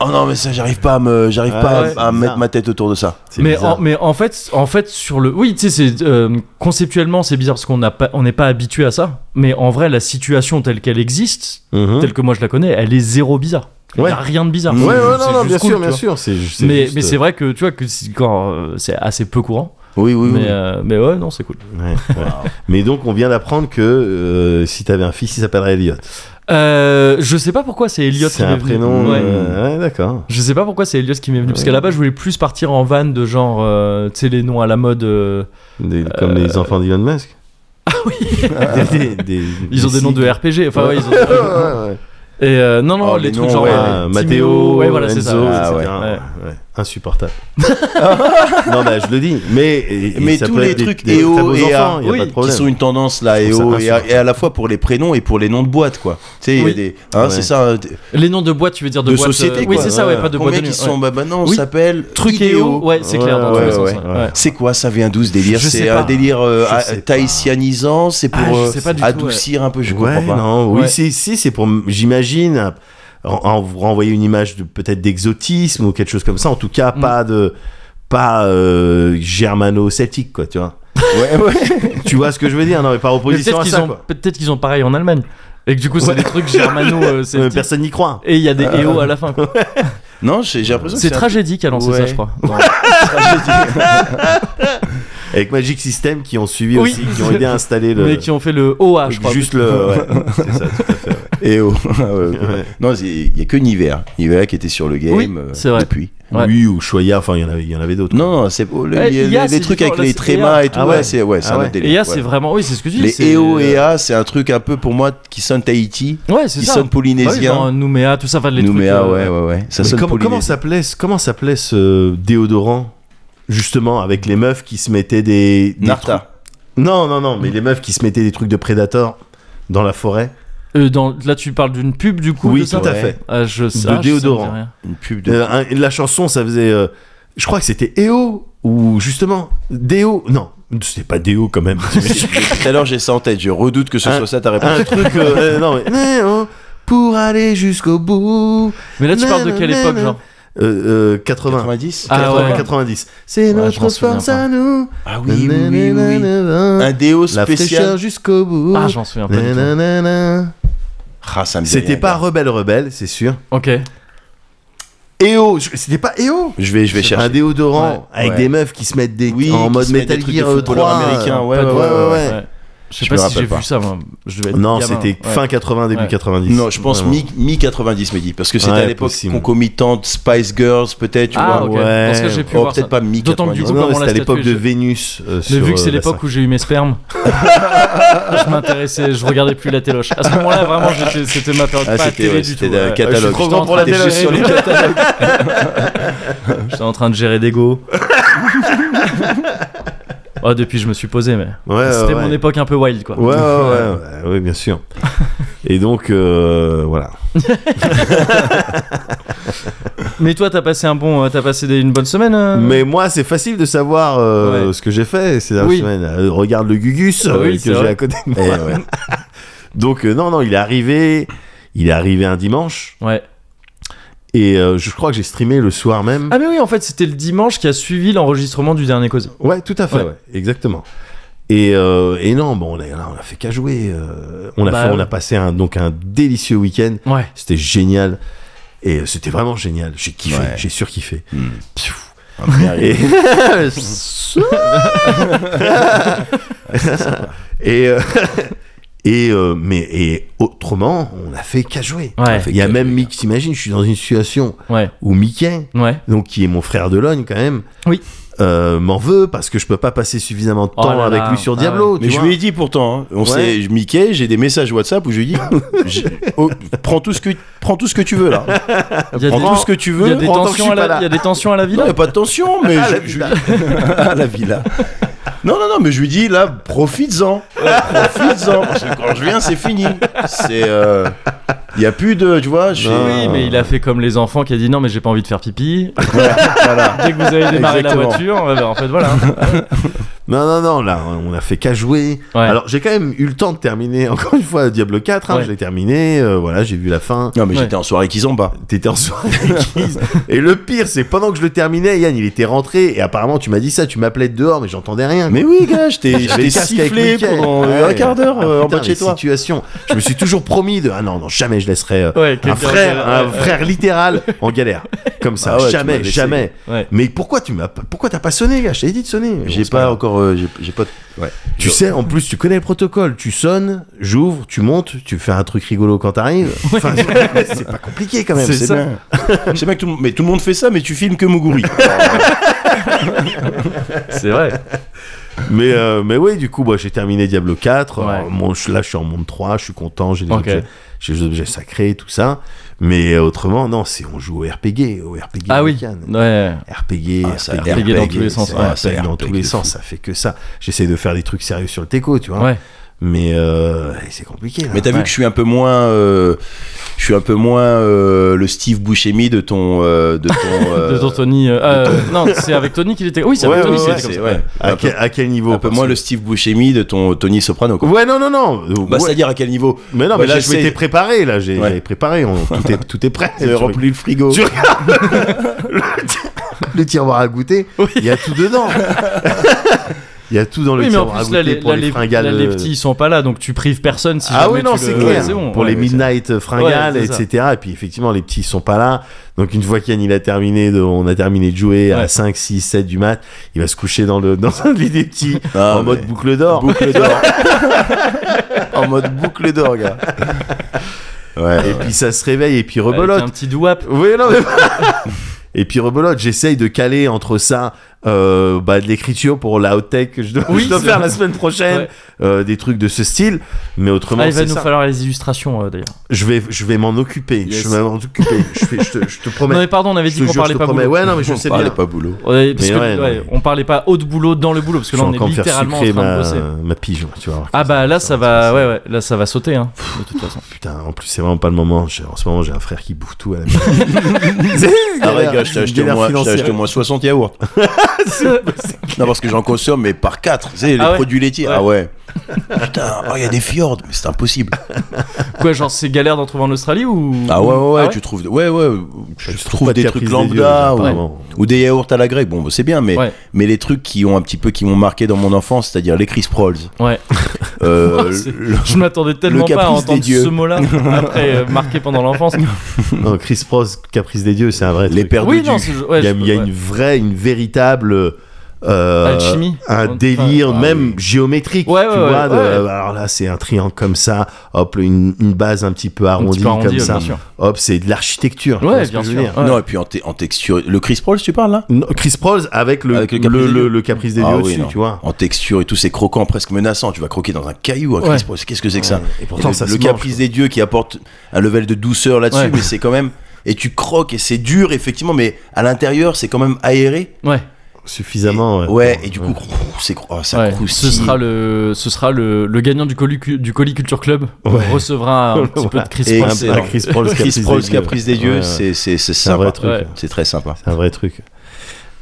Speaker 2: oh non, mais ça, j'arrive pas à me, j'arrive
Speaker 3: Ouais,
Speaker 2: pas à-
Speaker 3: ouais,
Speaker 2: à,
Speaker 3: c'est
Speaker 2: mettre
Speaker 3: bizarre.
Speaker 2: ma tête autour de ça.
Speaker 3: C'est
Speaker 1: Mais en,
Speaker 3: bizarre.
Speaker 1: mais en fait, en fait, sur le, oui, tu sais, c'est euh, conceptuellement, c'est bizarre parce qu'on n'a pas, on n'est pas habitué à ça. Mais en vrai, la situation telle qu'elle existe,
Speaker 3: Mhm.
Speaker 1: telle que moi je la connais, elle est zéro bizarre. Il
Speaker 3: Ouais. Mmh.
Speaker 1: y a rien de bizarre.
Speaker 2: Ouais,
Speaker 1: C'est
Speaker 3: Ouais, ouais,
Speaker 1: juste-
Speaker 3: non,
Speaker 1: c'est
Speaker 3: non,
Speaker 1: juste
Speaker 3: bien
Speaker 1: cool,
Speaker 3: sûr,
Speaker 1: tu
Speaker 3: bien
Speaker 1: vois.
Speaker 3: sûr. C'est ju- c'est
Speaker 1: Mais,
Speaker 3: juste, euh,
Speaker 1: mais c'est vrai que tu vois que c'est- quand euh, c'est assez peu courant.
Speaker 2: Oui,
Speaker 3: Mmh.
Speaker 2: oui, oui.
Speaker 1: mais, euh, mais ouais, non, c'est cool.
Speaker 3: Ouais, ouais. Mais donc, on vient d'apprendre que euh, si t'avais un fils, il s'appellerait Elliot.
Speaker 1: Euh, je sais pas pourquoi c'est Elliot. qui
Speaker 3: C'est
Speaker 1: m'est
Speaker 3: un
Speaker 1: venu.
Speaker 3: prénom.
Speaker 1: Ouais.
Speaker 3: euh, ouais, d'accord.
Speaker 1: Je sais pas pourquoi c'est Elios qui m'est venu, parce qu'à la base je voulais plus partir en van de genre, euh, tu sais, les noms à la mode. euh,
Speaker 3: Des- Comme les enfants d'Elon Musk. Ah oui
Speaker 1: ils ont des noms de RPG, enfin ouais, ils ont.
Speaker 3: ouais, ouais.
Speaker 1: Et euh, non, non,
Speaker 2: Oh,
Speaker 1: les
Speaker 2: les
Speaker 1: trucs
Speaker 2: noms,
Speaker 1: genre.
Speaker 2: ouais,
Speaker 1: euh,
Speaker 3: Ah,
Speaker 1: Timéo,
Speaker 3: Matteo,
Speaker 1: ouais, voilà, c'est ça.
Speaker 3: Enzo,
Speaker 1: ouais,
Speaker 2: ah,
Speaker 1: c'est
Speaker 3: etc.
Speaker 1: ça. Ouais.
Speaker 3: Ouais, ouais. Insupportable. non, bah, je le dis. Mais, et- et
Speaker 2: Mais
Speaker 3: ça
Speaker 2: tous
Speaker 3: peut
Speaker 2: les
Speaker 3: être des-
Speaker 2: trucs
Speaker 3: des
Speaker 2: EO
Speaker 3: très beaux
Speaker 2: et
Speaker 3: enfants,
Speaker 2: A,
Speaker 3: y a
Speaker 1: oui,
Speaker 3: pas de
Speaker 2: qui
Speaker 3: problème.
Speaker 2: sont une tendance là et,
Speaker 3: Je trouve
Speaker 2: au-
Speaker 3: ça
Speaker 2: et à,
Speaker 3: insupportable.
Speaker 2: et à la fois pour les prénoms et pour les noms de boîtes quoi. Tu sais, il y a
Speaker 1: Oui.
Speaker 2: des, hein,
Speaker 3: Ouais.
Speaker 2: c'est ça, hein, t-
Speaker 1: Les noms de boîtes, tu veux dire de,
Speaker 2: de
Speaker 1: boîtes, euh,
Speaker 2: société quoi.
Speaker 1: Oui, c'est ça, ouais, pas de boîtes
Speaker 2: Combien
Speaker 1: de
Speaker 2: qui
Speaker 1: nuit,
Speaker 2: se sont,
Speaker 1: ouais.
Speaker 2: bah, bah non, on
Speaker 1: Oui.
Speaker 2: s'appelle
Speaker 1: Truc et
Speaker 2: IDEO.
Speaker 1: eau, ouais, c'est
Speaker 3: Ouais,
Speaker 1: clair. dans tous
Speaker 2: ouais,
Speaker 1: les sens,
Speaker 3: ouais,
Speaker 1: ouais.
Speaker 3: ouais.
Speaker 2: C'est quoi Ça vient d'où ce délire
Speaker 1: Je sais
Speaker 2: C'est un
Speaker 1: pas.
Speaker 2: délire euh,
Speaker 3: Je
Speaker 2: à-
Speaker 3: sais pas.
Speaker 2: tahitianisant C'est pour
Speaker 1: Ah, je
Speaker 2: euh,
Speaker 1: sais pas du tout,
Speaker 2: adoucir un peu Je
Speaker 3: Ouais,
Speaker 2: comprends pas.
Speaker 3: non, oui,
Speaker 1: Ouais.
Speaker 3: si, si, c'est pour, j'imagine, à- en, en vous renvoyer une image de- peut-être d'exotisme ou quelque chose comme ça. En tout cas,
Speaker 1: Mm.
Speaker 3: pas de, pas euh, germano-celtique, quoi, tu vois.
Speaker 2: Ouais, ouais.
Speaker 3: tu vois ce que je veux dire Non, mais par
Speaker 1: Mais
Speaker 3: opposition
Speaker 1: Peut-être
Speaker 3: à
Speaker 1: qu'ils
Speaker 3: ça,
Speaker 1: ont,
Speaker 3: quoi.
Speaker 1: peut-être qu'ils ont pareil en Allemagne. Et que du coup, c'est des trucs germano. euh, c'est-
Speaker 3: Euh, personne n'y croit.
Speaker 1: et il y a des EO à la fin. quoi.
Speaker 2: Non, j'ai j'ai l'impression que
Speaker 1: C'est
Speaker 2: un
Speaker 1: tragédie qui a lancé ça,
Speaker 2: Ouais.
Speaker 1: je crois. Dans-
Speaker 3: Avec Magic System qui ont suivi
Speaker 1: Oui.
Speaker 3: aussi, qui ont aidé à installer
Speaker 2: euh,
Speaker 3: le.
Speaker 1: Mais qui ont fait le OA, je crois.
Speaker 3: juste le. ouais, c'est ça, tout à fait.
Speaker 2: Et oh, ouais, ouais.
Speaker 3: Ouais.
Speaker 2: Non, c'est- il y a que Nivea. Nivea qui était sur le game
Speaker 1: Oui,
Speaker 2: euh,
Speaker 1: c'est vrai.
Speaker 2: depuis.
Speaker 1: Ouais.
Speaker 3: Oui, ou Shoya, enfin, il y en avait, il y en avait d'autres.
Speaker 2: Non, non, c'est oh, le-
Speaker 1: Eh,
Speaker 2: il y a
Speaker 1: IA,
Speaker 2: les-
Speaker 1: c'est
Speaker 2: les trucs avec
Speaker 1: différent, là,
Speaker 2: les
Speaker 1: c'est
Speaker 2: trémas
Speaker 1: IA.
Speaker 2: et tout.
Speaker 3: Ah
Speaker 2: ouais,
Speaker 3: ouais.
Speaker 2: c'est ouais, c'est
Speaker 3: Ah
Speaker 2: un
Speaker 3: ouais.
Speaker 2: autre délire.
Speaker 1: Et là,
Speaker 2: ouais.
Speaker 1: c'est vraiment. Oui, c'est ce que tu dis.
Speaker 2: Les
Speaker 1: c'est-
Speaker 2: EO et A, c'est un truc un peu pour moi qui sonne Tahiti,
Speaker 1: Ouais, c'est
Speaker 2: qui
Speaker 1: ça. Ah oui,
Speaker 2: sonne
Speaker 1: genre,
Speaker 2: polynésien.
Speaker 1: Nouméa, tout ça, enfin, les
Speaker 2: Nouméa,
Speaker 1: trucs. euh,
Speaker 2: ouais, ouais, ouais. Ça
Speaker 3: Mais
Speaker 2: sonne
Speaker 3: comment, comment
Speaker 2: polynésien.
Speaker 3: s'appelait ce- comment s'appelait ce déodorant justement avec les meufs qui se mettaient des, des trucs-
Speaker 2: Narta.
Speaker 3: Non non non mais
Speaker 1: Mm.
Speaker 3: les meufs qui se mettaient des trucs de prédateur dans la forêt.
Speaker 1: Euh, dans, là, tu parles d'une pub du coup
Speaker 3: oui
Speaker 1: de
Speaker 3: tout
Speaker 1: ça
Speaker 3: à
Speaker 2: Ouais.
Speaker 3: fait.
Speaker 1: Ah, je, sais- ah, je- ça
Speaker 3: De
Speaker 1: me
Speaker 3: déodorant.
Speaker 1: dit rien.
Speaker 2: Une pub de.
Speaker 3: Euh, un- la chanson ça faisait euh, je crois que c'était EO ou justement Déo non c'était pas Déo quand même.
Speaker 2: Tout à l'heure, j'ai ça en tête. Je redoute que ce
Speaker 3: Un-
Speaker 2: soit ça ta réponse.
Speaker 3: un truc euh, euh, non mais Néo, pour aller jusqu'au bout.
Speaker 1: Mais là, tu parles de quelle
Speaker 3: Nanana.
Speaker 1: époque, genre
Speaker 3: Euh, euh, 80.
Speaker 2: 90
Speaker 1: Ah,
Speaker 3: 80,
Speaker 1: ouais.
Speaker 3: 90. C'est
Speaker 1: Ouais, je m'en
Speaker 3: notre
Speaker 1: souviens
Speaker 3: force
Speaker 1: pas.
Speaker 3: à nous.
Speaker 2: Ah oui, oui, oui, oui, oui. Un déo
Speaker 3: La fraîcheur
Speaker 2: spécial.
Speaker 3: jusqu'au bout.
Speaker 1: Ah, j'en souviens pas. du tout.
Speaker 3: Nanana.
Speaker 2: Ah, ça me dit
Speaker 3: C'était
Speaker 2: rien,
Speaker 3: pas
Speaker 2: gars.
Speaker 3: Rebelle Rebelle, c'est sûr.
Speaker 1: Ok.
Speaker 2: oh,
Speaker 3: EO, je- c'était pas EO
Speaker 2: Je vais, je vais
Speaker 3: Un
Speaker 2: chercher.
Speaker 3: déodorant
Speaker 1: Ouais.
Speaker 3: avec
Speaker 2: Ouais.
Speaker 3: des meufs qui se mettent des
Speaker 2: Oui,
Speaker 3: en
Speaker 2: qui
Speaker 3: mode
Speaker 2: se mettent des
Speaker 3: Metal
Speaker 2: trucs de
Speaker 3: Gear
Speaker 2: footballeurs
Speaker 3: 3
Speaker 2: américains, ouais,
Speaker 3: pas de-
Speaker 2: ouais, ouais, ouais.
Speaker 1: Je sais
Speaker 2: Je
Speaker 1: pas
Speaker 2: me
Speaker 1: si
Speaker 2: rappelle
Speaker 1: j'ai
Speaker 2: pas.
Speaker 1: vu ça, moi. Je devais être
Speaker 3: Non,
Speaker 1: gamin,
Speaker 3: c'était
Speaker 1: ouais.
Speaker 3: fin 80 début
Speaker 1: Ouais.
Speaker 3: 90.
Speaker 2: Non, je pense
Speaker 3: Vraiment.
Speaker 2: mi-90, Mehdi, parce que c'était
Speaker 3: Ouais,
Speaker 2: à l'époque
Speaker 3: possible.
Speaker 2: concomitante Spice Girls, peut-être, tu
Speaker 1: Ah,
Speaker 2: vois.
Speaker 1: ok.
Speaker 3: ouais.
Speaker 1: Parce que j'ai pu
Speaker 2: Oh,
Speaker 1: voir ça.
Speaker 2: peut-être pas mi-90.
Speaker 1: D'autant que du
Speaker 3: Non,
Speaker 1: coup,
Speaker 3: non,
Speaker 1: comment
Speaker 3: c'était
Speaker 1: la
Speaker 3: à l'époque de
Speaker 1: statue, j'ai-
Speaker 3: Vénus. euh,
Speaker 1: Mais vu
Speaker 3: sur,
Speaker 1: que
Speaker 3: euh,
Speaker 1: c'est
Speaker 3: la
Speaker 1: l'époque
Speaker 3: cinq.
Speaker 1: où j'ai eu mes spermes, je m'intéressais, je regardais plus la téloche. À ce moment-là, vraiment, j'étais- c'était ma période
Speaker 2: Ah,
Speaker 1: pas
Speaker 2: c'était
Speaker 1: télé du
Speaker 2: ouais,
Speaker 1: tout.
Speaker 2: c'était d'un
Speaker 1: ouais.
Speaker 2: catalogue.
Speaker 3: Je suis trop
Speaker 2: J'étais
Speaker 3: grand
Speaker 2: en
Speaker 3: pour
Speaker 2: train
Speaker 3: la
Speaker 2: de
Speaker 3: télé,
Speaker 2: sur les
Speaker 3: non.
Speaker 2: catalogues.
Speaker 1: J'étais en train de gérer des go. Oh, depuis, je me suis posé, mais
Speaker 3: Ouais,
Speaker 2: Ah,
Speaker 3: ouais,
Speaker 1: c'était
Speaker 3: ouais.
Speaker 1: mon époque un peu wild, quoi.
Speaker 3: Ouais, ouais, ouais, ouais, ouais, bien sûr. Et donc, euh, voilà.
Speaker 1: Mais toi, t'as passé un bon, euh, t'as passé des- une bonne semaine. euh
Speaker 3: Mais moi, c'est facile de savoir euh,
Speaker 1: Ouais.
Speaker 3: ce que j'ai fait ces dernières
Speaker 1: Oui. Ah
Speaker 3: semaines. Euh, regarde le Gugus euh,
Speaker 1: Oui, c'est
Speaker 3: que j'ai
Speaker 1: vrai.
Speaker 3: à côté de
Speaker 2: Eh,
Speaker 3: moi.
Speaker 2: ouais.
Speaker 3: Donc, euh, non, non, il est arrivé. Il est arrivé un dimanche.
Speaker 1: Ouais.
Speaker 3: Et euh, je crois que j'ai streamé le soir même.
Speaker 1: Ah mais oui, en fait, c'était le dimanche qui a suivi l'enregistrement du dernier causé.
Speaker 3: Ouais, tout à fait,
Speaker 1: Ouais.
Speaker 3: ouais, exactement. Et, euh, et non, bon, on a, on a fait qu'à jouer. euh, on, a
Speaker 1: Bah,
Speaker 3: fait- on
Speaker 1: ouais.
Speaker 3: a passé un, donc un délicieux week-end.
Speaker 1: Ouais.
Speaker 3: C'était génial. Et euh, c'était vraiment génial. J'ai kiffé,
Speaker 2: Ouais.
Speaker 3: j'ai surkiffé. Pfiou.
Speaker 2: Ah, merde.
Speaker 3: Et, et, euh, et, euh, mais et autrement, on a fait qu'à jouer.
Speaker 1: Ouais. On a fait
Speaker 3: Il y a même Mick, t'imagines, je suis dans une situation
Speaker 1: Ouais.
Speaker 3: où Mickey,
Speaker 1: Ouais.
Speaker 3: donc qui est mon frère de Logne quand même,
Speaker 1: Oui.
Speaker 3: euh, m'en veut parce que je peux pas passer suffisamment de
Speaker 1: Oh
Speaker 3: temps
Speaker 1: là
Speaker 3: avec
Speaker 1: là.
Speaker 3: lui sur
Speaker 1: Ah
Speaker 3: Diablo. tu
Speaker 2: Mais je
Speaker 3: vois.
Speaker 2: lui ai dit pourtant, hein. on
Speaker 3: Ouais.
Speaker 2: s'est, je miquais, j'ai des messages WhatsApp où je lui ai dit, j'ai- oh, prends tout ce que, prends tout ce que tu veux là,
Speaker 1: Il y a
Speaker 2: prends
Speaker 1: des,
Speaker 2: tout ce que tu
Speaker 1: il y
Speaker 2: veux.
Speaker 1: a des
Speaker 2: en tant que je
Speaker 1: tensions
Speaker 2: suis
Speaker 1: à
Speaker 2: pas
Speaker 1: la,
Speaker 2: là.
Speaker 1: il y a des tensions à la
Speaker 2: Non, y
Speaker 1: villa.
Speaker 2: a pas de tension, mais
Speaker 3: Ah,
Speaker 2: je,
Speaker 3: la Ah,
Speaker 2: je lui à la villa. Non, non, non, mais je lui dis là, profites-en, Ouais, profites-en, parce que quand je viens, c'est fini. C'est, euh, Il y a plus de, tu vois, je-
Speaker 3: Non.
Speaker 1: Oui, mais il a fait comme les enfants qui a dit non, mais j'ai pas envie de faire pipi.
Speaker 2: voilà.
Speaker 1: Dès que vous avez démarré la
Speaker 2: Exactement.
Speaker 1: voiture, euh, bah, en fait voilà.
Speaker 3: Non, non, non, là, on a fait qu'à jouer.
Speaker 1: Ouais.
Speaker 3: Alors, j'ai quand même eu le temps de terminer, encore une fois, Diablo 4, hein,
Speaker 1: Ouais.
Speaker 3: je l'ai terminé, euh, voilà, j'ai vu la fin.
Speaker 2: Non, mais
Speaker 1: Ouais.
Speaker 2: j'étais en soirée Kizomba.
Speaker 3: T'étais en soirée avec Keys. Et le pire, c'est que pendant que je le terminais, Yann, il était rentré, et apparemment, tu m'as dit ça, tu m'appelais de dehors, mais j'entendais rien.
Speaker 2: Mais oui, gars, je t'ai
Speaker 3: J'avais
Speaker 2: je t'ai
Speaker 3: le casque avec
Speaker 2: sifflé
Speaker 3: Mickaël.
Speaker 2: pendant
Speaker 3: Ouais.
Speaker 2: un quart d'heure
Speaker 3: Ah,
Speaker 2: euh, en
Speaker 3: putain,
Speaker 2: bas de
Speaker 3: les
Speaker 2: chez toi.
Speaker 3: situations. Je me suis toujours promis de ah non non jamais je laisserai euh,
Speaker 1: Ouais,
Speaker 3: un
Speaker 1: quelqu'un-
Speaker 3: frère un
Speaker 1: ouais,
Speaker 3: frère littéral en galère comme
Speaker 2: Ah
Speaker 3: ça
Speaker 2: ouais, tu m'as
Speaker 3: jamais
Speaker 2: laissé.
Speaker 3: jamais.
Speaker 1: Ouais.
Speaker 3: Mais pourquoi tu m'as pas- pourquoi t'as pas sonné gars Je t'avais dit de sonner. Bon,
Speaker 2: J'ai
Speaker 3: c'est
Speaker 2: pas
Speaker 3: grave.
Speaker 2: encore, euh, j'ai- j'ai pas. Ouais.
Speaker 3: Tu sais en plus tu connais le protocole. Tu sonnes, j'ouvre, tu montes, tu fais un truc rigolo quand t'arrives. Enfin, c'est- c'est pas compliqué quand même.
Speaker 2: C'est
Speaker 3: C'est bien.
Speaker 2: bien. C'est bien que tout, le monde- mais tout le monde fait ça, mais tu filmes que Muguri.
Speaker 1: C'est vrai.
Speaker 3: Mais euh, mais oui du coup moi j'ai terminé Diablo 4.
Speaker 1: Ouais.
Speaker 3: Alors, mon- je- là je suis en monde 3, je suis content, j'ai des
Speaker 1: Ok.
Speaker 3: objets, j'ai des objets sacrés tout ça. Mais euh, autrement non c'est on joue au RPG au RPG.
Speaker 1: Ah oui.
Speaker 3: américaine.
Speaker 1: Ouais.
Speaker 3: RPG,
Speaker 2: Ah, ça,
Speaker 3: RPG,
Speaker 1: RPG dans tous les sens,
Speaker 3: ça,
Speaker 1: ouais,
Speaker 3: RPG
Speaker 2: ça,
Speaker 3: dans
Speaker 2: RPG
Speaker 3: tous les
Speaker 2: de
Speaker 3: sens,
Speaker 2: fou.
Speaker 3: ça fait que ça. J'essaie de faire des trucs sérieux sur le teco, tu vois.
Speaker 1: Ouais.
Speaker 3: Mais euh, c'est compliqué. là.
Speaker 2: Mais t'as
Speaker 1: Ouais.
Speaker 2: vu que je suis un peu moins, euh, je suis un peu moins euh, le Steve Buscemi de ton, euh, de ton, euh,
Speaker 1: De ton Tony. euh, euh, non, c'est avec Tony qu'il était. Oui, c'est
Speaker 2: Ouais,
Speaker 1: avec Tony
Speaker 2: ouais,
Speaker 1: qu'il
Speaker 2: ouais,
Speaker 1: était comme
Speaker 2: c'est-
Speaker 1: ça.
Speaker 2: ouais.
Speaker 3: à,
Speaker 2: Un peu-
Speaker 3: quel, à quel niveau
Speaker 2: un peu
Speaker 3: parce
Speaker 2: moins
Speaker 3: que-
Speaker 2: le Steve Buscemi de ton Tony Soprano. quoi.
Speaker 3: Ouais, non, non, non. Euh,
Speaker 2: Bah,
Speaker 3: ouais.
Speaker 2: c'est-à-dire à quel niveau
Speaker 3: Mais non,
Speaker 2: Moi,
Speaker 3: mais là,
Speaker 2: Bah,
Speaker 3: je
Speaker 2: j'essaie-
Speaker 3: m'étais préparé. Là, j'ai
Speaker 2: Ouais.
Speaker 3: j'avais préparé. on- tout, est, tout est prêt.
Speaker 2: J'ai
Speaker 3: Tu-
Speaker 2: rempli le frigo.
Speaker 3: Tu regardes le, ti- le tiroir à goûter. Il y a tout dedans. Il y a tout dans le
Speaker 1: Oui, mais en
Speaker 3: tiroir à
Speaker 1: plus,
Speaker 3: goûter
Speaker 1: là, les,
Speaker 3: pour
Speaker 1: là,
Speaker 3: les
Speaker 1: les-
Speaker 3: fringales.
Speaker 1: là, les
Speaker 3: euh,
Speaker 1: petits, ils sont pas là, donc tu prives personne si
Speaker 3: Ah
Speaker 1: jamais
Speaker 3: oui, non,
Speaker 1: tu
Speaker 3: c'est
Speaker 1: le-
Speaker 3: clair.
Speaker 1: Ouais, bon,
Speaker 3: pour
Speaker 1: ouais,
Speaker 3: les
Speaker 1: ouais, c'est-
Speaker 3: Midnight euh, fringales,
Speaker 1: Ouais, c'est ça.
Speaker 3: etc. Et puis effectivement, les petits sont pas là. Donc une fois qu'Yann il a terminé, de, on a terminé de jouer à
Speaker 1: Ouais.
Speaker 3: 5, 6, 7 du mat, il va se coucher dans, le, dans un lit des petits
Speaker 2: Ah,
Speaker 3: en
Speaker 2: mais-
Speaker 3: mode boucle d'or.
Speaker 2: boucle d'or. en mode boucle d'or, gars. Ouais.
Speaker 3: Et puis ça se réveille et puis
Speaker 1: avec
Speaker 3: rebelote.
Speaker 1: Un petit douap.
Speaker 3: Oui, non, mais... Et puis rebelote, j'essaye de caler entre ça, euh, bah, de l'écriture pour la haute tech que je dois,
Speaker 1: Oui,
Speaker 3: je dois
Speaker 1: c'est-
Speaker 3: faire la semaine prochaine,
Speaker 1: Ouais.
Speaker 3: euh, des trucs de ce style. Mais autrement,
Speaker 1: Ah, il va
Speaker 3: c'est
Speaker 1: nous
Speaker 3: ça.
Speaker 1: falloir les illustrations euh, d'ailleurs.
Speaker 3: Je vais, je vais m'en occuper.
Speaker 1: Yes.
Speaker 3: Je vais m'en occuper. je, fais- je te, je te promets.
Speaker 1: Non, mais pardon, on avait
Speaker 3: Je te
Speaker 1: dit qu'on
Speaker 3: jure,
Speaker 1: parlait
Speaker 3: je te
Speaker 1: pas
Speaker 3: promets.
Speaker 1: boulot.
Speaker 3: Ouais, non, mais je sais
Speaker 2: On parlait
Speaker 3: bien.
Speaker 2: pas boulot.
Speaker 1: Ouais, parce
Speaker 3: Mais
Speaker 1: que,
Speaker 3: ouais, non,
Speaker 1: ouais,
Speaker 3: mais-
Speaker 1: on parlait pas haut de boulot dans le boulot parce que
Speaker 3: je
Speaker 1: là
Speaker 3: vais
Speaker 1: on est
Speaker 3: encore me faire
Speaker 1: littéralement en
Speaker 3: sucrer
Speaker 1: train
Speaker 3: ma,
Speaker 1: de bosser.
Speaker 3: ma pige. moi, Tu vas voir.
Speaker 1: Ah bah là ça
Speaker 3: Ça,
Speaker 1: va,
Speaker 3: ça,
Speaker 1: ouais ouais, là ça va sauter hein, de toute façon.
Speaker 3: Putain, en plus, c'est vraiment pas le moment. J'ai- En ce moment, j'ai un frère qui bouffe tout à la maison.
Speaker 2: Arrête, Ah gars, je t'ai acheté, au moins- je t'ai acheté au moins 60 yaourts. Non, parce que j'en consomme, mais par 4. Tu sais, les
Speaker 1: Ah ouais.
Speaker 2: produits laitiers.
Speaker 1: Ouais.
Speaker 2: Ah ouais. Putain, oh, il y a des fjords, mais c'est impossible.
Speaker 1: Quoi genre c'est galère d'en trouver en Australie ou
Speaker 2: Ah ouais, ouais, ouais,
Speaker 1: Ah
Speaker 2: tu trouves. Ouais, ouais. Tu, trouves des trucs lambda
Speaker 3: lambda
Speaker 2: ou, ou des yaourts à la grecque. Bon, bah, c'est bien, mais,
Speaker 1: Ouais.
Speaker 2: mais les trucs qui ont un petit peu, qui m'ont marqué dans mon enfance, c'est-à-dire les Chris Prolls.
Speaker 1: Ouais. Oh,
Speaker 2: Euh,
Speaker 1: C'est-
Speaker 2: le-
Speaker 1: Je m'attendais tellement
Speaker 2: Le
Speaker 1: pas à
Speaker 2: caprice des
Speaker 1: entendre
Speaker 2: dieux.
Speaker 1: ce mot-là après euh, marqué pendant l'enfance.
Speaker 3: Non, Chris Pross, Caprice des Dieux, c'est un vrai.
Speaker 2: les
Speaker 3: truc.
Speaker 2: perdus
Speaker 1: Oui
Speaker 2: du-
Speaker 1: non, c'est- ouais,
Speaker 3: Il y a,
Speaker 1: je-
Speaker 3: il y a
Speaker 1: ouais.
Speaker 3: une vraie, une véritable. euh,
Speaker 1: Alchimie.
Speaker 3: un
Speaker 1: Enfin,
Speaker 3: délire
Speaker 1: ah oui.
Speaker 3: même géométrique
Speaker 1: Ouais,
Speaker 3: tu
Speaker 1: ouais,
Speaker 3: vois
Speaker 1: ouais,
Speaker 3: de-
Speaker 1: ouais.
Speaker 3: alors là c'est un triangle comme ça hop une, une base un petit peu
Speaker 1: Un petit
Speaker 3: arrondie
Speaker 1: peu arrondi,
Speaker 3: comme
Speaker 1: ouais,
Speaker 3: ça
Speaker 1: bien sûr.
Speaker 3: hop c'est de l'architecture tu
Speaker 1: Ouais,
Speaker 3: vois ce que
Speaker 1: bien
Speaker 3: je veux
Speaker 1: sûr.
Speaker 3: dire
Speaker 1: Ouais.
Speaker 2: Non, et puis en, te- en texture. Le Chris Prolls, tu parles là
Speaker 3: Non, Chris Prolls avec le
Speaker 2: Avec le
Speaker 3: le,
Speaker 2: Caprice des
Speaker 3: le-
Speaker 2: Dieux.
Speaker 3: le Caprice des Dieux
Speaker 2: Ah oui,
Speaker 3: au-dessus,
Speaker 2: non.
Speaker 3: tu vois
Speaker 2: En texture et tout, c'est croquant, presque menaçant. Tu vas croquer dans un caillou, un
Speaker 1: Ouais.
Speaker 2: Chris Prolls. Qu'est-ce que c'est que ça
Speaker 3: et pourtant,
Speaker 2: le,
Speaker 3: ça se
Speaker 2: le
Speaker 3: mange,
Speaker 2: caprice
Speaker 3: quoi.
Speaker 2: des dieux qui apporte un level de douceur là-dessus,
Speaker 1: Ouais.
Speaker 2: mais c'est quand même. Et tu croques et c'est dur, effectivement, mais à l'intérieur, c'est quand même aéré.
Speaker 1: Ouais.
Speaker 3: suffisamment
Speaker 2: et,
Speaker 3: ouais,
Speaker 2: ouais, et du coup, crou- c'est crou- oh, ça
Speaker 1: Ouais,
Speaker 2: croustille.
Speaker 1: ce sera le, ce sera le, le gagnant du colis, cu- du colis Culture Club
Speaker 3: Ouais.
Speaker 1: recevra un petit peu de Chris
Speaker 2: Et
Speaker 1: Paul.
Speaker 3: un, un
Speaker 2: excellent.
Speaker 3: Chris Prolls
Speaker 2: Chris
Speaker 3: Caprice
Speaker 2: Prolls,
Speaker 3: des Dieux.
Speaker 2: caprice des dieux,
Speaker 3: Ouais, ouais.
Speaker 2: c'est c'est c'est
Speaker 3: c'est un
Speaker 2: sympa.
Speaker 3: vrai truc
Speaker 1: Ouais.
Speaker 2: C'est très sympa.
Speaker 3: C'est un vrai truc.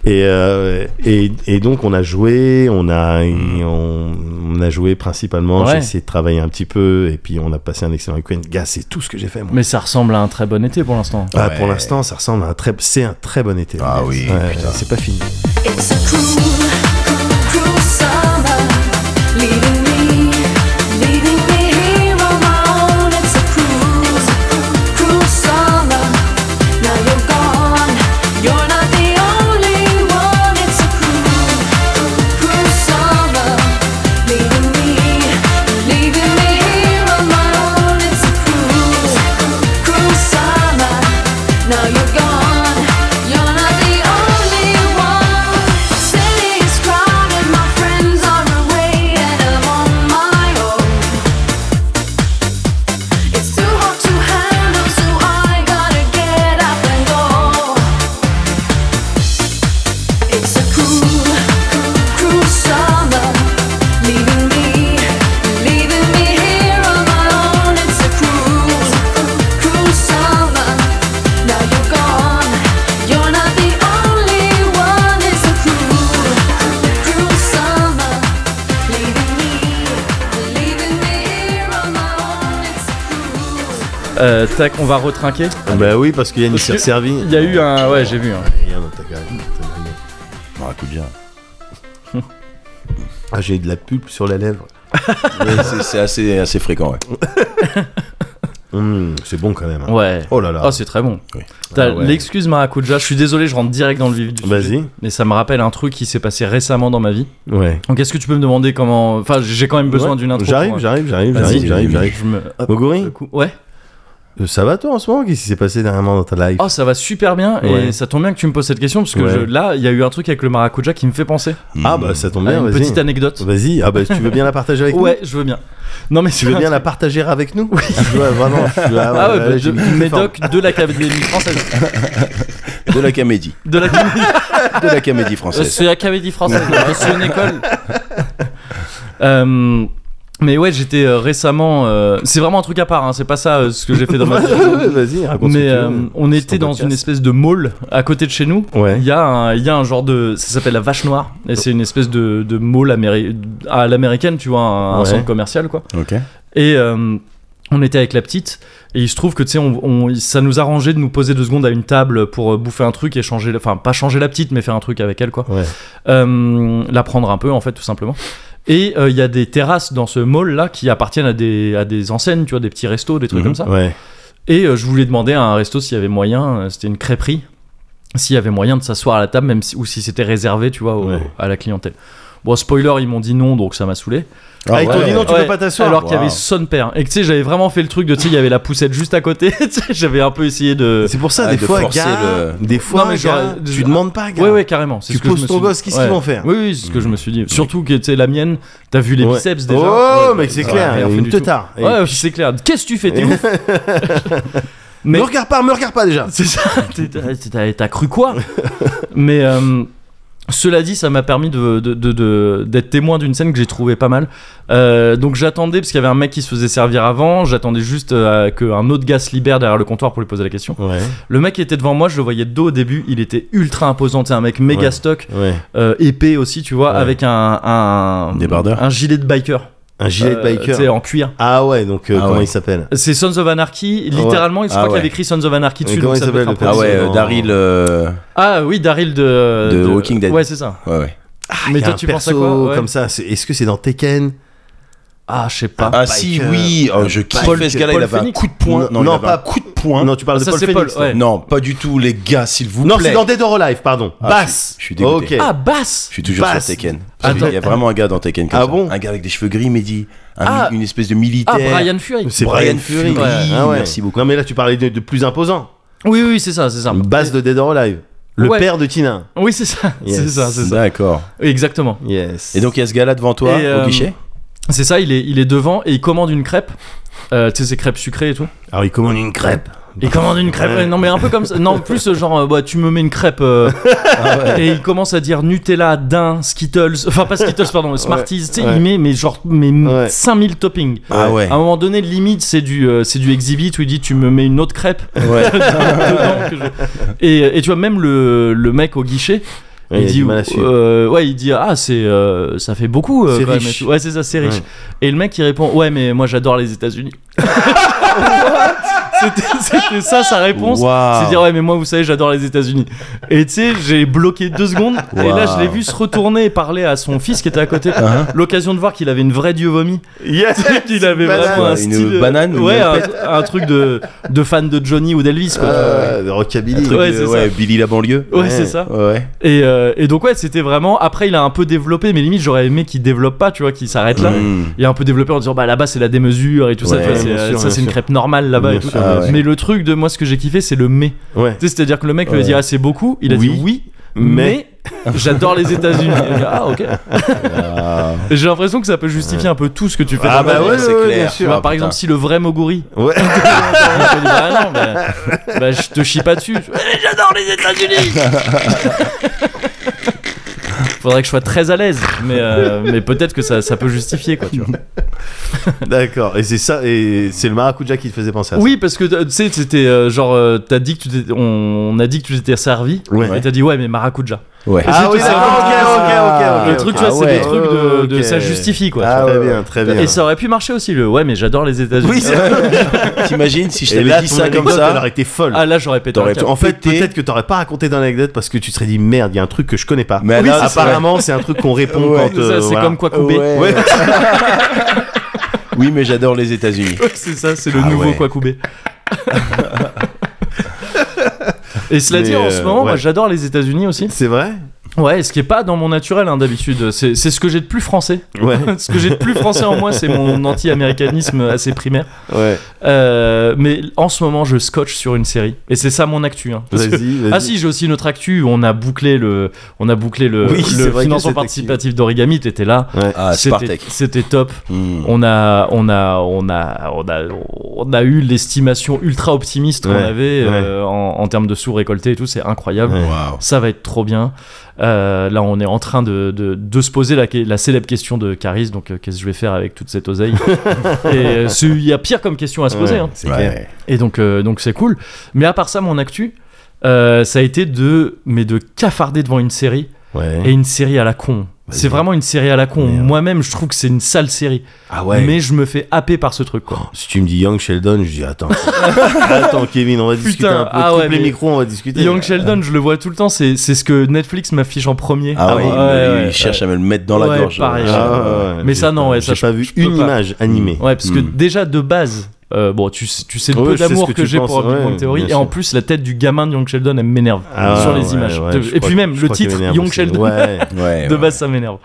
Speaker 3: Et, euh, et, et donc on a joué, on a, et on, on a joué principalement,
Speaker 1: Mm. Ouais.
Speaker 3: j'ai essayé de travailler un petit peu, et puis on a passé un excellent week-end. Gars, c'est tout ce que j'ai fait, moi.
Speaker 1: Mais ça ressemble à un très bon été pour l'instant.
Speaker 3: Ah,
Speaker 2: Ouais.
Speaker 3: Pour l'instant, ça ressemble à un très, c'est un très bon été.
Speaker 2: Ah oui,
Speaker 3: Ouais,
Speaker 2: putain.
Speaker 3: c'est pas fini.
Speaker 5: It's a cruel, cruel summer, leaving me, leaving me here alone. It's a cruel, cruel summer. Now you're gone. You're not the only one. It's a cruel, cruel summer, leaving me, leaving me here alone. It's a cruel, cruel summer. Now you're gone. You're not the only one. City is crowded, my friends are away, and I'm
Speaker 1: Euh, tac, on va retrinquer.
Speaker 3: Bah oui, parce qu'il y a une
Speaker 1: Ah
Speaker 3: Ah,
Speaker 1: Parce que-
Speaker 3: servi.
Speaker 1: Il y a eu un. Ouais, j'ai vu. hein.
Speaker 2: On raconte bien.
Speaker 3: Ah, j'ai de la pulpe sur la lèvre.
Speaker 2: Mais c'est- C'est assez, assez fréquent, ouais.
Speaker 3: Hum, c'est bon quand même. hein.
Speaker 1: Ouais.
Speaker 3: Oh là là.
Speaker 1: Oh, c'est très bon.
Speaker 2: Oui.
Speaker 1: T'as
Speaker 3: Ah ouais.
Speaker 1: l'excuse maracuja. Je suis désolé, je rentre direct dans le vif du sujet.
Speaker 3: Vas-y.
Speaker 1: Mais ça me rappelle un truc qui s'est passé récemment dans ma vie.
Speaker 3: Ouais.
Speaker 1: Donc, est-ce que tu peux me demander comment. Enfin, j'ai quand même besoin
Speaker 3: Ouais.
Speaker 1: d'une intro.
Speaker 3: J'arrive,
Speaker 1: pour-
Speaker 3: j'arrive, j'arrive,
Speaker 1: Vas-y,
Speaker 3: j'arrive,
Speaker 1: je-
Speaker 3: j'arrive, j'arrive.
Speaker 1: Je me. hop,
Speaker 3: Moguri,
Speaker 1: le coup- Ouais.
Speaker 3: euh, ça va toi en ce moment Qu'est-ce qui s'est passé dernièrement dans ta life
Speaker 1: Oh, ça va super bien.
Speaker 3: Ouais.
Speaker 1: Et ça tombe bien que tu me poses cette question parce que
Speaker 3: Ouais.
Speaker 1: je- là, il y a eu un truc avec le maracuja qui me fait penser.
Speaker 2: Mm.
Speaker 3: Ah bah ça tombe
Speaker 1: à
Speaker 3: bien,
Speaker 1: une
Speaker 3: vas-y.
Speaker 1: petite anecdote.
Speaker 3: Vas-y, ah bah si tu veux bien la partager avec
Speaker 1: Ouais,
Speaker 3: nous
Speaker 1: je veux bien. Non, mais
Speaker 3: Tu veux bien la partager avec nous Oui. Je dois vraiment. Je dois,
Speaker 1: Ah ouais, bah,
Speaker 3: là,
Speaker 1: de-
Speaker 3: j'ai mis toutes les formes.
Speaker 1: Médoc de l'Académie française.
Speaker 2: De la comédie.
Speaker 1: De l'Académie
Speaker 2: De la comédie
Speaker 1: Euh,
Speaker 2: française.
Speaker 1: C'est la comédie française, euh, c'est une école. Euh, mais ouais, j'étais euh, récemment. euh, c'est vraiment un truc à part, hein, c'est pas ça euh, ce que j'ai fait dans ma vie.
Speaker 3: Vas-y, raconte. ce que
Speaker 1: Mais
Speaker 3: tu
Speaker 1: euh,
Speaker 3: veux.
Speaker 1: on
Speaker 3: C'est
Speaker 1: était
Speaker 3: ton
Speaker 1: dans
Speaker 3: podcast.
Speaker 1: une espèce de mall à côté de chez nous.
Speaker 3: Ouais.
Speaker 1: Il y, a un, il y a un genre de. Ça s'appelle la Vache Noire. Et c'est une espèce de, de mall améri- à l'américaine, tu vois, un, un
Speaker 3: Ouais.
Speaker 1: centre commercial, quoi.
Speaker 2: Ok.
Speaker 1: Et euh, on était avec la petite, et il se trouve que tu sais, on, on- ça nous arrangeait de nous poser deux secondes à une table pour euh, bouffer un truc et changer, enfin pas changer la petite, mais faire un truc avec elle quoi.
Speaker 3: Ouais.
Speaker 1: Euh, la prendre un peu en fait tout simplement. Et euh, il y a des terrasses dans ce mall là qui appartiennent à des, à des enseignes, tu vois, des petits restos, des trucs
Speaker 2: Mhm.
Speaker 1: comme ça.
Speaker 3: Ouais.
Speaker 1: Et euh, je voulais demander à un resto s'il y avait moyen, euh, c'était une crêperie, s'il y avait moyen de s'asseoir à la table, même si- ou si c'était réservé, tu vois, au-
Speaker 3: Ouais.
Speaker 1: à la clientèle. Bon, spoiler, ils m'ont dit non, donc ça m'a saoulé.
Speaker 3: Ah, ils t'ont dit non, tu
Speaker 1: Ouais,
Speaker 3: peux pas t'asseoir.
Speaker 1: Alors qu'il y avait
Speaker 3: Waouh.
Speaker 1: son père. Et que tu sais, j'avais vraiment fait le truc de, tu sais, il y avait la poussette juste à côté. Tu sais, j'avais un peu essayé de.
Speaker 3: C'est pour ça,
Speaker 2: Ah,
Speaker 3: des
Speaker 2: de
Speaker 3: fois,
Speaker 2: forcer
Speaker 3: gars,
Speaker 2: le-
Speaker 3: des fois,
Speaker 1: Non, mais
Speaker 3: gars,
Speaker 1: genre,
Speaker 3: tu
Speaker 1: je-
Speaker 3: demandes pas, gars.
Speaker 1: Ouais, ouais, carrément. C'est
Speaker 3: Tu
Speaker 1: ce que je me
Speaker 3: poses ton
Speaker 1: suis dit.
Speaker 3: gosse, qu'est-ce
Speaker 1: Ouais.
Speaker 3: qu'ils vont faire
Speaker 1: Oui, oui, c'est ce que je me suis dit. Surtout que, tu sais, la mienne, t'as vu les
Speaker 3: Ouais.
Speaker 1: biceps déjà.
Speaker 3: Oh, mais c'est
Speaker 1: Ouais, bah,
Speaker 3: clair,
Speaker 1: rien
Speaker 3: il y a
Speaker 1: fait
Speaker 3: une
Speaker 1: du tout.
Speaker 3: teutard. Et-
Speaker 1: Ouais, ouais, c'est clair. Qu'est-ce que tu fais T'es ouf Mais-
Speaker 3: Me regarde pas, me regarde pas déjà.
Speaker 1: C'est ça, t'es- t'es- t'as- t'as cru quoi Mais euh, cela dit, ça m'a permis de, de- de- de- d'être témoin d'une scène que j'ai trouvée pas mal. Euh, donc j'attendais, parce qu'il y avait un mec qui se faisait servir avant, j'attendais juste euh, qu'un autre gars se libère derrière le comptoir pour lui poser la question.
Speaker 3: Ouais,
Speaker 1: Le mec était devant moi, je le voyais de dos au début, il était ultra imposant, c'est un mec méga
Speaker 3: Ouais.
Speaker 1: stock,
Speaker 3: ouais.
Speaker 1: euh, épais aussi, tu vois,
Speaker 3: Ouais.
Speaker 1: avec un, un,
Speaker 2: Débardeur
Speaker 1: un gilet de biker.
Speaker 3: Un gilet de
Speaker 1: Euh,
Speaker 3: biker.
Speaker 1: tu sais, en cuir.
Speaker 3: Ah ouais, donc euh,
Speaker 2: Ah
Speaker 3: comment
Speaker 2: ouais.
Speaker 3: il s'appelle
Speaker 1: C'est Sons of Anarchy, littéralement, je crois
Speaker 2: Ah
Speaker 1: qu'il
Speaker 2: ouais.
Speaker 1: avait écrit Sons of Anarchy
Speaker 3: Mais
Speaker 1: dessus.
Speaker 3: comment
Speaker 1: donc
Speaker 3: il
Speaker 1: ça peut
Speaker 3: s'appelle,
Speaker 1: être un
Speaker 3: le
Speaker 1: peu-
Speaker 2: Ah ouais,
Speaker 3: C'est
Speaker 2: euh,
Speaker 3: dans-
Speaker 2: Daryl. euh,
Speaker 1: Ah oui, Daryl de,
Speaker 2: De Walking Dead.
Speaker 1: Ouais, c'est ça.
Speaker 2: Ouais, ouais.
Speaker 1: mais
Speaker 3: Ah, Il y a
Speaker 1: toi,
Speaker 3: un
Speaker 1: tu penses à
Speaker 3: perso
Speaker 1: quoi Ouais.
Speaker 3: Comme ça, c'est- est-ce que c'est dans Tekken
Speaker 1: Ah, je sais pas.
Speaker 2: Ah si,
Speaker 3: biker.
Speaker 2: oui. Oh, je
Speaker 1: Paul-
Speaker 2: kiffais ce gars-là. Il
Speaker 1: Paul
Speaker 2: avait un
Speaker 1: Phoenix.
Speaker 2: coup de poing.
Speaker 3: Non,
Speaker 2: il
Speaker 3: non,
Speaker 2: avait
Speaker 3: pas-
Speaker 2: un coup de poing.
Speaker 3: Non, tu parles de
Speaker 1: Hein ça,
Speaker 3: Paul
Speaker 1: c'est
Speaker 3: Phoenix.
Speaker 1: Paul, ouais.
Speaker 2: Non, pas du tout, les gars, s'il vous
Speaker 3: Non,
Speaker 2: plaît.
Speaker 3: c'est dans Dead or Alive, pardon.
Speaker 2: Ah,
Speaker 3: Bass.
Speaker 2: je suis- je suis dégoûté.
Speaker 3: Ok.
Speaker 1: Ah, basse
Speaker 2: Je suis toujours
Speaker 3: Basse.
Speaker 2: sur Tekken.
Speaker 1: Attends.
Speaker 2: Il y a vraiment un gars dans Tekken comme
Speaker 3: Ah
Speaker 2: ça.
Speaker 3: bon
Speaker 2: Un gars avec des cheveux gris, Mehdi. Un
Speaker 1: Ah.
Speaker 2: mi- une espèce de militaire.
Speaker 1: Ah, Brian Fury.
Speaker 3: C'est
Speaker 2: Brian Fury.
Speaker 1: Ouais.
Speaker 3: Ah ouais.
Speaker 2: Merci beaucoup.
Speaker 3: Non, mais là, tu parlais de, de plus imposant.
Speaker 1: Oui, oui, c'est ça, c'est ça.
Speaker 3: Une Bass de Dead or Alive. Le
Speaker 1: Ouais.
Speaker 3: père de Tina.
Speaker 1: Oui, c'est ça,
Speaker 3: Yes.
Speaker 1: c'est ça, bah, c'est ça.
Speaker 2: D'accord.
Speaker 1: Oui, Exactement.
Speaker 3: Yes.
Speaker 2: Et donc il y a ce gars-là devant toi,
Speaker 1: Et,
Speaker 2: au
Speaker 1: euh,
Speaker 2: guichet
Speaker 1: C'est ça, il est, il est devant et il commande une crêpe. Euh, tu sais, ces crêpes sucrées et tout.
Speaker 3: Alors, il commande une crêpe.
Speaker 1: Il commande une crêpe.
Speaker 3: Ouais.
Speaker 1: ouais, Non, mais un peu comme ça. Non, plus euh, genre, euh, bah, tu me mets une crêpe. euh,
Speaker 2: Ah,
Speaker 1: Et il commence à dire Nutella, Dain, Skittles. Enfin, pas Skittles, pardon, Smarties. Tu sais,
Speaker 3: Ouais.
Speaker 1: il met, mais genre, mais
Speaker 3: Ouais.
Speaker 1: 5000 toppings.
Speaker 2: Ah ouais.
Speaker 1: À un moment donné, limite, c'est du, euh, c'est du exhibit où il dit tu me mets une autre crêpe
Speaker 2: Ouais.
Speaker 1: dedans que je- et, et tu vois, même le, le mec au guichet,
Speaker 3: Ouais,
Speaker 1: il,
Speaker 3: a
Speaker 1: dit,
Speaker 3: du mal à suivre.
Speaker 1: euh, ouais, il dit ah c'est, euh, ça fait beaucoup. euh,
Speaker 3: C'est
Speaker 1: quand même,
Speaker 3: riche.
Speaker 1: et tout. Ouais, c'est ça, c'est riche.
Speaker 3: Ouais.
Speaker 1: Et le mec il répond ouais, mais moi j'adore les États-Unis. C'était- C'était ça sa réponse.
Speaker 2: Waouh.
Speaker 1: C'est dire ouais mais moi vous savez j'adore les États-Unis. Et tu sais j'ai bloqué deux secondes et là je l'ai vu se retourner et parler à son fils qui était à côté.
Speaker 2: Hein
Speaker 1: L'occasion de voir qu'il avait une vraie dieu vomi.
Speaker 3: Yes.
Speaker 1: Il avait
Speaker 3: Banane.
Speaker 1: vraiment un
Speaker 2: Une
Speaker 1: style euh,
Speaker 2: banane ou
Speaker 1: ouais,
Speaker 2: une
Speaker 1: un, un truc de, de fan de Johnny ou d'Elvis quoi.
Speaker 2: Ah,
Speaker 3: Euh, Rockabilly.
Speaker 1: Ouais,
Speaker 2: Euh,
Speaker 1: c'est
Speaker 2: ouais, Billy la banlieue.
Speaker 1: ouais, c'est ça.
Speaker 2: Ouais.
Speaker 1: Et, euh, et donc ouais, c'était vraiment. Après, il a un peu développé, mais limite j'aurais aimé qu'il développe pas, tu vois, qu'il s'arrête là.
Speaker 2: Mm.
Speaker 1: Il a un peu développé en disant bah là-bas c'est la démesure et tout ça.
Speaker 2: Ouais,
Speaker 1: tu vois, c'est,
Speaker 3: bien
Speaker 1: euh,
Speaker 3: sûr,
Speaker 1: ça
Speaker 3: bien
Speaker 1: c'est une
Speaker 3: sûr.
Speaker 1: crêpe normale là-bas.
Speaker 3: Bien
Speaker 1: et tout.
Speaker 3: sûr,
Speaker 2: bien sûr.
Speaker 1: Mais le truc de moi, ce que j'ai kiffé, c'est le mais.
Speaker 3: Ouais.
Speaker 1: Tu sais, c'est-à-dire que le mec lui a dit
Speaker 3: Ouais.
Speaker 1: ah c'est beaucoup. Il a
Speaker 3: Oui,
Speaker 1: dit oui,
Speaker 3: mais-
Speaker 1: mais. J'adore les États-Unis. Et j'ai- Ah ok.
Speaker 2: Ah,
Speaker 1: J'ai l'impression que ça peut justifier un peu tout ce que tu fais.
Speaker 3: Ah
Speaker 1: dans la
Speaker 3: bah
Speaker 1: vie.
Speaker 3: ouais,
Speaker 2: c'est
Speaker 3: ouais,
Speaker 2: clair.
Speaker 3: bien
Speaker 1: Tu
Speaker 3: sûr.
Speaker 1: vois,
Speaker 2: ah,
Speaker 1: par
Speaker 2: putain.
Speaker 1: exemple, si le vrai Moguri
Speaker 3: Ouais.
Speaker 1: je dis, bah non, bah, bah, je te chie pas dessus. Ouais, mais J'adore les États-Unis. Faudrait que je sois très à l'aise, mais, euh, mais peut-être que ça, ça peut justifier quoi. Tu vois.
Speaker 3: D'accord. Et c'est ça. Et c'est le maracuja qui te faisait penser à ça.
Speaker 1: Oui, parce que euh, tu sais, c'était euh, genre euh, t'as dit que tu t'étais- on, on a dit que tu t'étais servi,
Speaker 3: Ouais.
Speaker 1: et t'as dit ouais mais maracuja.
Speaker 2: Ouais.
Speaker 1: Ah oui,
Speaker 3: d'accord, ok, ok, ok, ok.
Speaker 1: Le truc, tu vois,
Speaker 3: Ah
Speaker 1: c'est
Speaker 3: ouais,
Speaker 1: des trucs de, de-
Speaker 3: ok.
Speaker 1: ça justifie quoi. tu
Speaker 3: Ah,
Speaker 1: vois.
Speaker 3: très bien, très bien.
Speaker 1: Et ça aurait pu marcher aussi le ouais, mais j'adore les États-Unis.
Speaker 3: Oui, c'est vrai.
Speaker 2: T'imagines si je
Speaker 3: Et
Speaker 2: t'avais
Speaker 3: là,
Speaker 2: dit
Speaker 3: ton
Speaker 2: ça comme
Speaker 3: anecdote, Elle
Speaker 2: ça
Speaker 3: aurait été folle.
Speaker 1: ah là, j'aurais pété. un
Speaker 2: T'aurais
Speaker 1: câble.
Speaker 3: En fait,
Speaker 2: pété.
Speaker 3: peut-être que t'aurais pas raconté d'anecdote parce que tu te serais dit merde, il y a un truc que je connais pas.
Speaker 2: Mais là, c'est
Speaker 3: apparemment, c'est un truc qu'on répond
Speaker 2: Ouais.
Speaker 3: quand.
Speaker 1: Ça,
Speaker 3: euh,
Speaker 1: c'est
Speaker 3: voilà.
Speaker 1: comme quoi couper.
Speaker 2: Ouais.
Speaker 3: Ouais.
Speaker 2: Oui, mais j'adore les États-Unis.
Speaker 1: c'est ça, c'est le
Speaker 3: Ah
Speaker 1: nouveau
Speaker 3: ouais.
Speaker 1: Kwakubé. Et cela dit,
Speaker 3: Mais,
Speaker 1: en ce
Speaker 3: euh,
Speaker 1: moment, moi
Speaker 3: ouais.
Speaker 1: j'adore les États-Unis aussi.
Speaker 3: C'est vrai
Speaker 1: Ouais, ce qui est pas dans mon naturel hein, d'habitude. C'est c'est ce que j'ai de plus français.
Speaker 3: Ouais.
Speaker 1: ce que j'ai de plus français en moi, c'est mon anti-américanisme assez primaire.
Speaker 3: Ouais.
Speaker 1: Euh, mais en ce moment, je scotche sur une série. Et c'est ça mon actu. hein. Parce que-
Speaker 3: Vas-y, vas-y.
Speaker 1: Ah si, j'ai aussi une autre actu. On a bouclé le, on a bouclé le,
Speaker 3: Oui,
Speaker 1: le
Speaker 3: c'est vrai que
Speaker 1: financement
Speaker 3: cette
Speaker 1: participatif d'Origami. T'étais là.
Speaker 3: Ouais.
Speaker 2: Ah,
Speaker 1: C'était-
Speaker 2: Spartak.
Speaker 1: C'était top.
Speaker 2: Hmm.
Speaker 1: On a, on a, on a, on a, on a eu l'estimation ultra optimiste qu'on
Speaker 3: Ouais,
Speaker 1: avait euh, en, en termes de sous récoltés et tout. C'est incroyable.
Speaker 3: Ouais.
Speaker 2: Waouh.
Speaker 1: Ça va être trop bien. Euh, là, on est en train de, de, de se poser la, que- la célèbre question de Caris. Donc, euh, qu'est-ce que je vais faire avec toute cette oseille Et euh, c'est- il y a pire comme question à se poser.
Speaker 3: Ouais,
Speaker 1: hein.
Speaker 3: c'est
Speaker 2: Ouais.
Speaker 3: clair.
Speaker 1: Et donc, euh, donc c'est cool. Mais à part ça, mon actu, euh, ça a été de, mais de cafarder devant une série
Speaker 3: Ouais.
Speaker 1: et une série à la con.
Speaker 3: Vas-y.
Speaker 1: C'est vraiment une série à la con.
Speaker 3: Merde.
Speaker 1: Moi-même, je trouve que c'est une sale série.
Speaker 3: Ah ouais.
Speaker 1: Mais je me fais happer par ce truc, quoi.
Speaker 3: Si tu me dis Young Sheldon, je dis attends. attends, Kevin, on va discuter un peu.
Speaker 1: ah
Speaker 3: Coupe
Speaker 1: ouais,
Speaker 3: les
Speaker 1: mais-
Speaker 3: micros, on va
Speaker 2: Oh.
Speaker 3: discuter.
Speaker 2: Euh,
Speaker 3: Ah,
Speaker 1: Young Sheldon, je le vois tout le temps. C'est c'est ce que Netflix m'affiche en premier.
Speaker 2: Ah, oui,
Speaker 1: ouais,
Speaker 2: il-
Speaker 1: ouais,
Speaker 2: il cherche à me le mettre dans la
Speaker 1: Ouais,
Speaker 2: gorge.
Speaker 1: pareil.
Speaker 3: Ah, ouais,
Speaker 1: Mais
Speaker 3: j'ai
Speaker 1: ça, non,
Speaker 3: pas-
Speaker 1: ouais, ça,
Speaker 3: J'ai pas
Speaker 1: je-
Speaker 3: vu
Speaker 1: je peux
Speaker 3: une
Speaker 1: pas.
Speaker 3: image animée.
Speaker 1: Ouais, parce que
Speaker 2: Hmm.
Speaker 1: déjà de base, euh, bon, tu, sais- tu sais le
Speaker 3: Ouais,
Speaker 1: peu
Speaker 3: je sais ce
Speaker 1: d'amour
Speaker 3: que
Speaker 1: que,
Speaker 3: tu
Speaker 1: j'ai pour
Speaker 3: penses,
Speaker 1: Big Bang
Speaker 3: ouais,
Speaker 1: Theory,
Speaker 3: bien
Speaker 1: et en
Speaker 3: sûr.
Speaker 1: plus la tête du gamin de Young Sheldon, elle m'énerve
Speaker 3: Ah,
Speaker 1: sur les
Speaker 3: ouais,
Speaker 1: images.
Speaker 3: ouais,
Speaker 1: De-
Speaker 3: je
Speaker 1: et
Speaker 3: crois
Speaker 1: puis
Speaker 3: que-
Speaker 1: même
Speaker 3: je
Speaker 1: le
Speaker 3: crois qu'il
Speaker 1: titre
Speaker 3: m'énerve,
Speaker 1: Young
Speaker 3: c'est-
Speaker 1: Sheldon,
Speaker 3: Ouais.
Speaker 2: Ouais,
Speaker 1: de
Speaker 2: ouais.
Speaker 1: base ça m'énerve.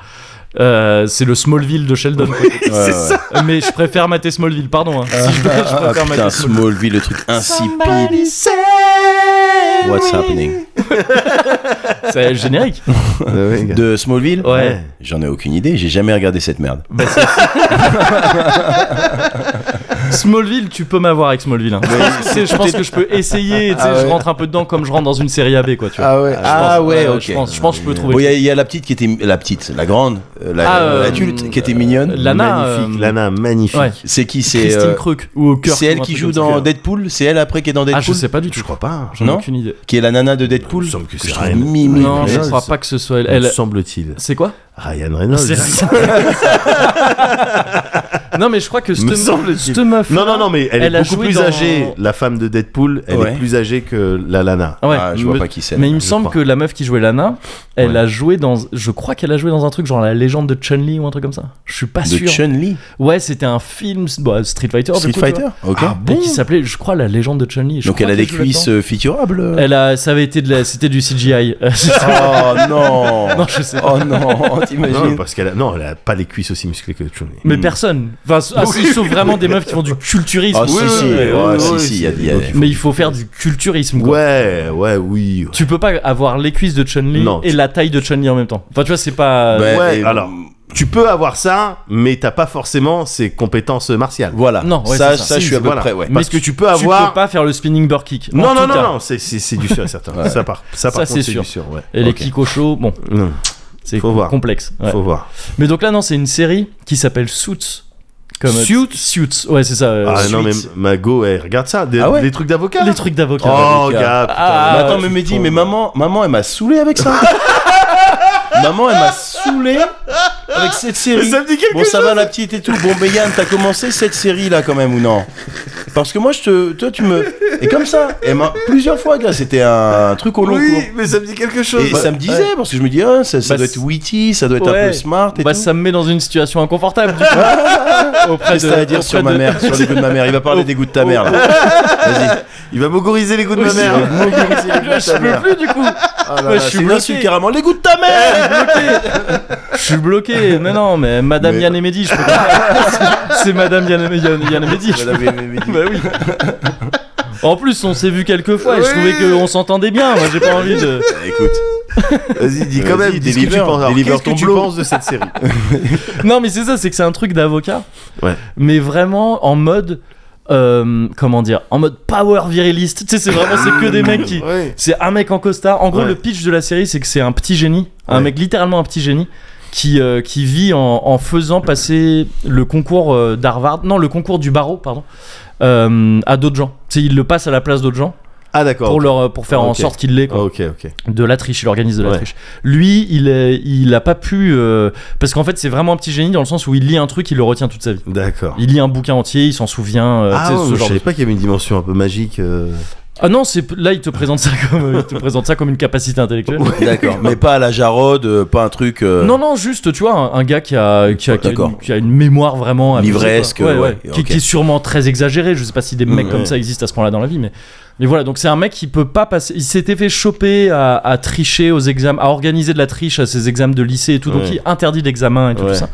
Speaker 1: Euh, c'est le Smallville de Sheldon. quoi.
Speaker 2: Ouais, ouais.
Speaker 1: Mais je préfère mater Smallville, pardon. hein. Si je, dois, je
Speaker 2: Ah,
Speaker 1: préfère
Speaker 2: putain,
Speaker 1: mater Smallville.
Speaker 2: Smallville, le truc insipide. What's happening
Speaker 1: C'est générique.
Speaker 3: Ouais, ouais.
Speaker 2: De Smallville
Speaker 1: Ouais.
Speaker 2: J'en ai aucune idée, j'ai jamais regardé cette merde.
Speaker 1: Smallville, tu peux m'avoir avec Smallville. hein. Tu sais, je pense que je peux essayer. tu sais, je rentre un peu dedans comme je rentre dans une série AB, quoi. Tu vois.
Speaker 2: Ah ouais,
Speaker 1: Je pense- euh, Je pense, je pense que je peux trouver.
Speaker 2: Bon, il y, a- il y a la petite qui était la petite, la grande, euh,
Speaker 1: Ah,
Speaker 2: la-
Speaker 1: euh,
Speaker 2: l'adulte qui était mignonne.
Speaker 1: Lana,
Speaker 3: magnifique,
Speaker 1: euh,
Speaker 3: Lana, magnifique.
Speaker 1: ouais.
Speaker 2: C'est qui C'est
Speaker 1: Christine
Speaker 2: euh,
Speaker 1: Kruk ou Kirk,
Speaker 2: c'est elle
Speaker 1: ou un
Speaker 2: qui
Speaker 1: truc
Speaker 2: joue
Speaker 1: comme ça.
Speaker 2: dans Deadpool. C'est elle après qui est dans Deadpool.
Speaker 1: Ah, je sais pas du tout.
Speaker 3: Je crois pas. hein.
Speaker 1: J'en ai
Speaker 2: Non
Speaker 1: aucune idée.
Speaker 2: Qui est la nana de
Speaker 3: Il me
Speaker 2: Deadpool
Speaker 3: semble
Speaker 2: que
Speaker 3: que c'est
Speaker 2: je
Speaker 3: Ryan.
Speaker 2: trouve mime.
Speaker 1: Non, je
Speaker 3: Reynolds.
Speaker 1: crois pas que ce soit elle.
Speaker 3: Elle...
Speaker 1: Elle-
Speaker 3: Semble-t-il.
Speaker 1: C'est quoi
Speaker 3: Ryan Reynolds.
Speaker 1: C'est Non, mais je crois que
Speaker 3: Me
Speaker 1: cette
Speaker 3: semble-t-il.
Speaker 1: cette meuf.
Speaker 3: Non, non, non, mais elle,
Speaker 1: Elle a
Speaker 3: est beaucoup
Speaker 1: joué
Speaker 3: plus
Speaker 1: dans-
Speaker 3: âgée. La femme de Deadpool, elle
Speaker 2: Ouais.
Speaker 3: est plus âgée que la Lana.
Speaker 1: Ouais.
Speaker 2: Ah, je
Speaker 1: me-
Speaker 2: vois pas qui c'est.
Speaker 1: Mais il me
Speaker 3: je
Speaker 1: semble
Speaker 3: crois.
Speaker 1: que la meuf qui jouait Lana, elle
Speaker 3: Ouais.
Speaker 1: a joué dans. Je crois qu'elle a joué dans un truc genre la légende de Chun-Li ou un truc comme ça. Je suis pas
Speaker 2: De
Speaker 1: sûr.
Speaker 2: Chun-Li
Speaker 1: Ouais, c'était un film bah, Street Fighter. du
Speaker 2: Street
Speaker 1: coup, tu vois.
Speaker 2: Fighter Ok.
Speaker 3: Ah,
Speaker 1: Et qui s'appelait, je crois, la légende de Chun-Li. Je
Speaker 2: Donc
Speaker 1: crois
Speaker 2: elle a
Speaker 1: qu'elle
Speaker 2: des
Speaker 1: jouait
Speaker 2: cuisses
Speaker 1: là-dedans.
Speaker 2: euh, figurables euh.
Speaker 1: Elle a, ça avait été de la, c'était du CGI. Euh, c'est ça.
Speaker 2: Oh non
Speaker 1: non, je
Speaker 3: Ah,
Speaker 1: sais.
Speaker 2: Oh non,
Speaker 3: Non,
Speaker 2: t'imagines
Speaker 3: parce qu'elle a... non, elle a pas les cuisses aussi musclées que Chun-Li. Mm.
Speaker 1: Mais personne. Enfin, s- ah, si, sauf vraiment des meufs qui font du culturisme.
Speaker 2: Ah si, si,
Speaker 1: ouais,
Speaker 2: ouais,
Speaker 1: ouais,
Speaker 2: si,
Speaker 1: ouais.
Speaker 2: si, il y a- il y a-
Speaker 3: Donc, il faut-
Speaker 1: Mais il faut faire du culturisme. Quoi.
Speaker 3: Ouais, ouais, oui.
Speaker 1: Tu peux pas avoir les cuisses de Chun-Li
Speaker 3: Non,
Speaker 1: et
Speaker 3: tu-
Speaker 1: la taille de Chun-Li en même temps. Enfin, tu vois, c'est pas.
Speaker 2: Ben,
Speaker 3: ouais,
Speaker 2: et-
Speaker 3: alors. Tu peux avoir ça, mais t'as pas forcément ses compétences martiales.
Speaker 2: Voilà.
Speaker 1: Non, ouais,
Speaker 2: ça,
Speaker 1: c'est ça.
Speaker 2: ça, je suis à peu
Speaker 3: Voilà.
Speaker 2: près, ouais.
Speaker 1: Mais
Speaker 3: Parce que tu peux
Speaker 1: Tu
Speaker 3: avoir.
Speaker 1: peux pas faire le spinning bird kick. En
Speaker 3: Non, non,
Speaker 1: tout cas.
Speaker 3: non, non, c'est- c'est c'est du sûr et certain. Ça, par, ça, par
Speaker 1: Ça,
Speaker 3: contre,
Speaker 1: c'est
Speaker 3: c'est
Speaker 1: sûr.
Speaker 3: du sûr. Ouais.
Speaker 1: Et les
Speaker 3: Ok.
Speaker 1: kikoshos, bon,
Speaker 3: Non,
Speaker 1: c'est
Speaker 3: Faut voir.
Speaker 1: complexe. ouais.
Speaker 3: Faut voir.
Speaker 1: Mais donc là, non, c'est une série qui s'appelle Suits. Comme euh,
Speaker 3: Suits
Speaker 1: Suits, ouais, c'est ça. euh,
Speaker 3: ah
Speaker 1: Suits.
Speaker 3: non, mais Mago, elle regarde ça. Des,
Speaker 2: Ah ouais
Speaker 3: des trucs d'avocat.
Speaker 1: Les trucs d'avocat.
Speaker 3: Oh,
Speaker 2: d'avocat.
Speaker 3: gars, putain.
Speaker 1: Ah,
Speaker 2: mais
Speaker 1: ouais,
Speaker 2: Euh, attends, mais me dis, mais maman, maman, elle m'a saoulé avec ça. maman, elle m'a saoulé avec cette série.
Speaker 3: Ça me dit quelque
Speaker 2: Bon, ça va la petite et tout. Bon, mais Yann, t'as commencé cette série là quand même ou non Parce que moi, je te, toi, tu me, et comme ça, elle m'a plusieurs fois, gars, c'était un truc au long
Speaker 3: Oui,
Speaker 2: cours.
Speaker 3: mais ça me dit quelque chose.
Speaker 2: Et ça me disait parce que je me dis, ah, ça, ça
Speaker 1: Bah,
Speaker 2: doit
Speaker 1: c'est-
Speaker 2: être witty, ça doit être un
Speaker 1: Ouais.
Speaker 2: peu smart et
Speaker 1: Bah,
Speaker 2: tout.
Speaker 1: ça me met dans une situation inconfortable. du coup. auprès
Speaker 2: Qu'est-ce que t'as à dire
Speaker 1: auprès
Speaker 2: sur ma
Speaker 1: de-
Speaker 2: mère, sur les goûts de ma mère Il va parler des goûts de ta mère là. Vas-y.
Speaker 3: Il va mogoriser les goûts de ma
Speaker 1: Aussi,
Speaker 3: mère.
Speaker 1: ouais. Je peux plus du coup.
Speaker 2: Ah,
Speaker 1: Ouais, je suis
Speaker 2: Tu l'insultes
Speaker 1: bloqué.
Speaker 2: carrément les goûts de ta mère.
Speaker 1: Je suis bloqué. Mais non, mais Madame
Speaker 3: Mais-
Speaker 1: Yann Emédi, je peux pas. C'est Madame Yann Yann- Yann Emédi. je peux
Speaker 2: Madame Emédi.
Speaker 1: Bah oui. En plus, on s'est vu quelques fois et je trouvais qu'on s'entendait bien. Moi, j'ai pas envie de.
Speaker 2: Écoute.
Speaker 3: Vas-y, dis quand
Speaker 2: Vas-y,
Speaker 3: même, dis ce que
Speaker 2: délivre,
Speaker 3: tu penses. Alors,
Speaker 2: délivre
Speaker 3: Qu'est-ce que
Speaker 2: ton
Speaker 3: tu
Speaker 2: blot.
Speaker 3: penses de cette série
Speaker 1: Non, mais c'est ça, c'est que c'est un truc d'avocat.
Speaker 3: Ouais.
Speaker 1: Mais vraiment en mode. euh, comment dire En mode power viriliste. Tu sais, c'est vraiment c'est que des mecs qui.
Speaker 3: Ouais.
Speaker 1: C'est un mec en costard. En gros,
Speaker 3: Ouais.
Speaker 1: le pitch de la série, c'est que c'est un petit génie, un
Speaker 3: Ouais.
Speaker 1: mec littéralement un petit génie, qui, euh, qui vit en, en faisant passer le concours euh, d'Harvard, non, le concours du barreau, pardon, euh, à d'autres gens. Tu sais, il le passe à la place d'autres gens.
Speaker 3: Ah d'accord.
Speaker 1: pour, leur, pour faire en
Speaker 3: Ok.
Speaker 1: sorte qu'il l'ait. quoi.
Speaker 3: Ok, ok.
Speaker 1: De la triche, il organise de la
Speaker 3: Ouais.
Speaker 1: triche. Lui, il, est- il a pas pu. euh, parce qu'en fait, c'est vraiment un petit génie dans le sens où il lit un truc, il le retient toute sa vie.
Speaker 3: D'accord.
Speaker 1: Il lit un bouquin entier, il s'en souvient. euh, tu
Speaker 3: Ah,
Speaker 1: sais,
Speaker 3: ouais,
Speaker 1: ce
Speaker 3: mais je
Speaker 1: genre de-
Speaker 3: savais pas qu'il y avait une dimension un peu magique. euh.
Speaker 1: Ah non, c'est là il te présente ça comme il te présente ça comme une capacité intellectuelle.
Speaker 2: D'accord, mais pas à la Jarod, euh, pas un truc. euh,
Speaker 1: Non non, juste tu vois un, un gars qui a qui a, qui a
Speaker 2: D'accord.
Speaker 1: une, qui a une mémoire vraiment abusée,
Speaker 2: Livresque,
Speaker 1: quoi. Ouais, ouais.
Speaker 2: ouais,
Speaker 1: Qui,
Speaker 2: ok.
Speaker 1: qui est sûrement très exagérée. Je sais pas si des mecs
Speaker 2: Mhm.
Speaker 1: comme
Speaker 2: Ouais.
Speaker 1: ça existent à ce point-là dans la vie, mais mais voilà. Donc c'est un mec qui peut pas passer. Il s'était fait choper à, à tricher aux examens, à organiser de la triche à ses examens de lycée et tout. Donc il
Speaker 3: Ouais.
Speaker 1: interdit d'examen et tout,
Speaker 3: Ouais.
Speaker 1: ça.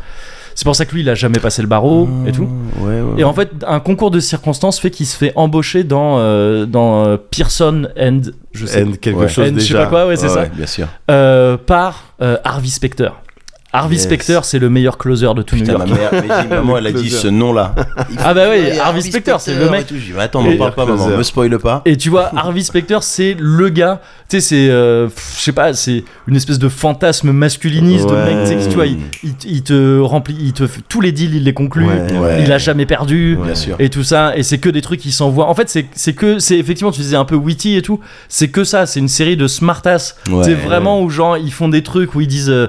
Speaker 1: C'est pour ça que lui il a jamais passé le barreau et
Speaker 2: Mm.
Speaker 1: tout.
Speaker 2: Ah, Ouais, ouais.
Speaker 1: Et en fait, un concours de circonstances fait qu'il se fait embaucher dans, euh, dans euh, Pearson and je sais,
Speaker 3: And quelque
Speaker 2: Ouais.
Speaker 3: chose
Speaker 1: And je sais
Speaker 3: déjà.
Speaker 1: pas quoi, ouais, c'est
Speaker 2: Ouais,
Speaker 1: ça,
Speaker 2: ouais, Bien sûr.
Speaker 1: Euh, par euh, Harvey Specter. Harvey
Speaker 3: Yes.
Speaker 1: Specter, c'est le meilleur closer de tout
Speaker 2: Putain,
Speaker 1: New
Speaker 2: ma
Speaker 1: York.
Speaker 2: mère, mais dis, maman, elle a dit
Speaker 3: closer.
Speaker 2: ce nom-là.
Speaker 1: Ah bah oui, Harvey Specter, c'est le mec.
Speaker 2: Attends, on
Speaker 1: Et-
Speaker 2: en parle pas, maman,
Speaker 3: Closer.
Speaker 2: me spoil pas.
Speaker 1: Et tu vois, Harvey Specter, c'est le gars. Tu sais, c'est, euh, pff, je sais pas, c'est une espèce de fantasme masculiniste de mec. tu sais, qui, tu vois, il, il- il te remplit, il te fait- tous les deals, il les conclut.
Speaker 3: Ouais,
Speaker 2: ouais.
Speaker 1: Il a jamais perdu.
Speaker 2: Bien sûr.
Speaker 1: et tout ça et c'est que des trucs qui s'envoient en fait c'est c'est que c'est effectivement tu disais un peu witty et tout c'est que ça c'est une série de smartass
Speaker 2: Ouais.
Speaker 1: c'est vraiment où genre ils font des trucs où ils disent euh,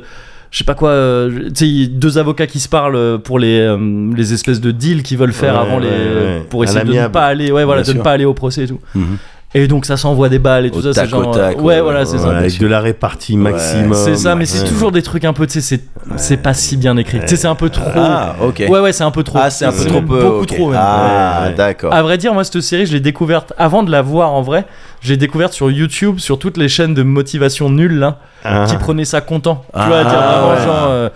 Speaker 1: je sais pas quoi, euh, tu sais, deux avocats qui se parlent euh, pour les, euh, les espèces de deals qu'ils veulent faire
Speaker 3: Ouais,
Speaker 1: avant les, euh,
Speaker 3: ouais, ouais.
Speaker 1: pour
Speaker 3: À
Speaker 1: essayer de ne
Speaker 3: l'amiable.
Speaker 1: pas aller, ouais, voilà,
Speaker 2: Bien
Speaker 1: de ne
Speaker 2: sûr.
Speaker 1: pas aller au procès et tout.
Speaker 2: Mhm.
Speaker 1: Et donc ça s'envoie des balles et tout
Speaker 2: Au
Speaker 1: ça,
Speaker 2: tac
Speaker 1: c'est genre,
Speaker 2: au tac,
Speaker 1: euh, ouais,
Speaker 2: ouais,
Speaker 1: voilà, c'est
Speaker 2: ouais,
Speaker 1: ça.
Speaker 2: ouais.
Speaker 3: avec de la répartie maximum.
Speaker 1: C'est ça, mais c'est
Speaker 3: Ouais.
Speaker 1: toujours des trucs un peu, tu sais, c'est c'est pas si bien écrit. Tu sais, c'est un peu trop.
Speaker 2: Ah, ok.
Speaker 1: Ouais, ouais, c'est un peu trop.
Speaker 2: Ah, c'est un peu
Speaker 1: C'est
Speaker 2: trop
Speaker 1: même
Speaker 2: peu.
Speaker 1: Beaucoup
Speaker 2: ok.
Speaker 1: trop, même.
Speaker 2: Ah,
Speaker 3: Ouais, ouais.
Speaker 2: d'accord.
Speaker 1: À vrai dire, moi, cette série, je l'ai découverte avant de la voir en vrai. Je l'ai découverte sur YouTube, sur toutes les chaînes de motivation nulle, là,
Speaker 3: Ah.
Speaker 1: qui prenaient ça content. Tu
Speaker 2: Ah,
Speaker 1: vois, dire vraiment,
Speaker 2: ouais.
Speaker 1: genre, euh,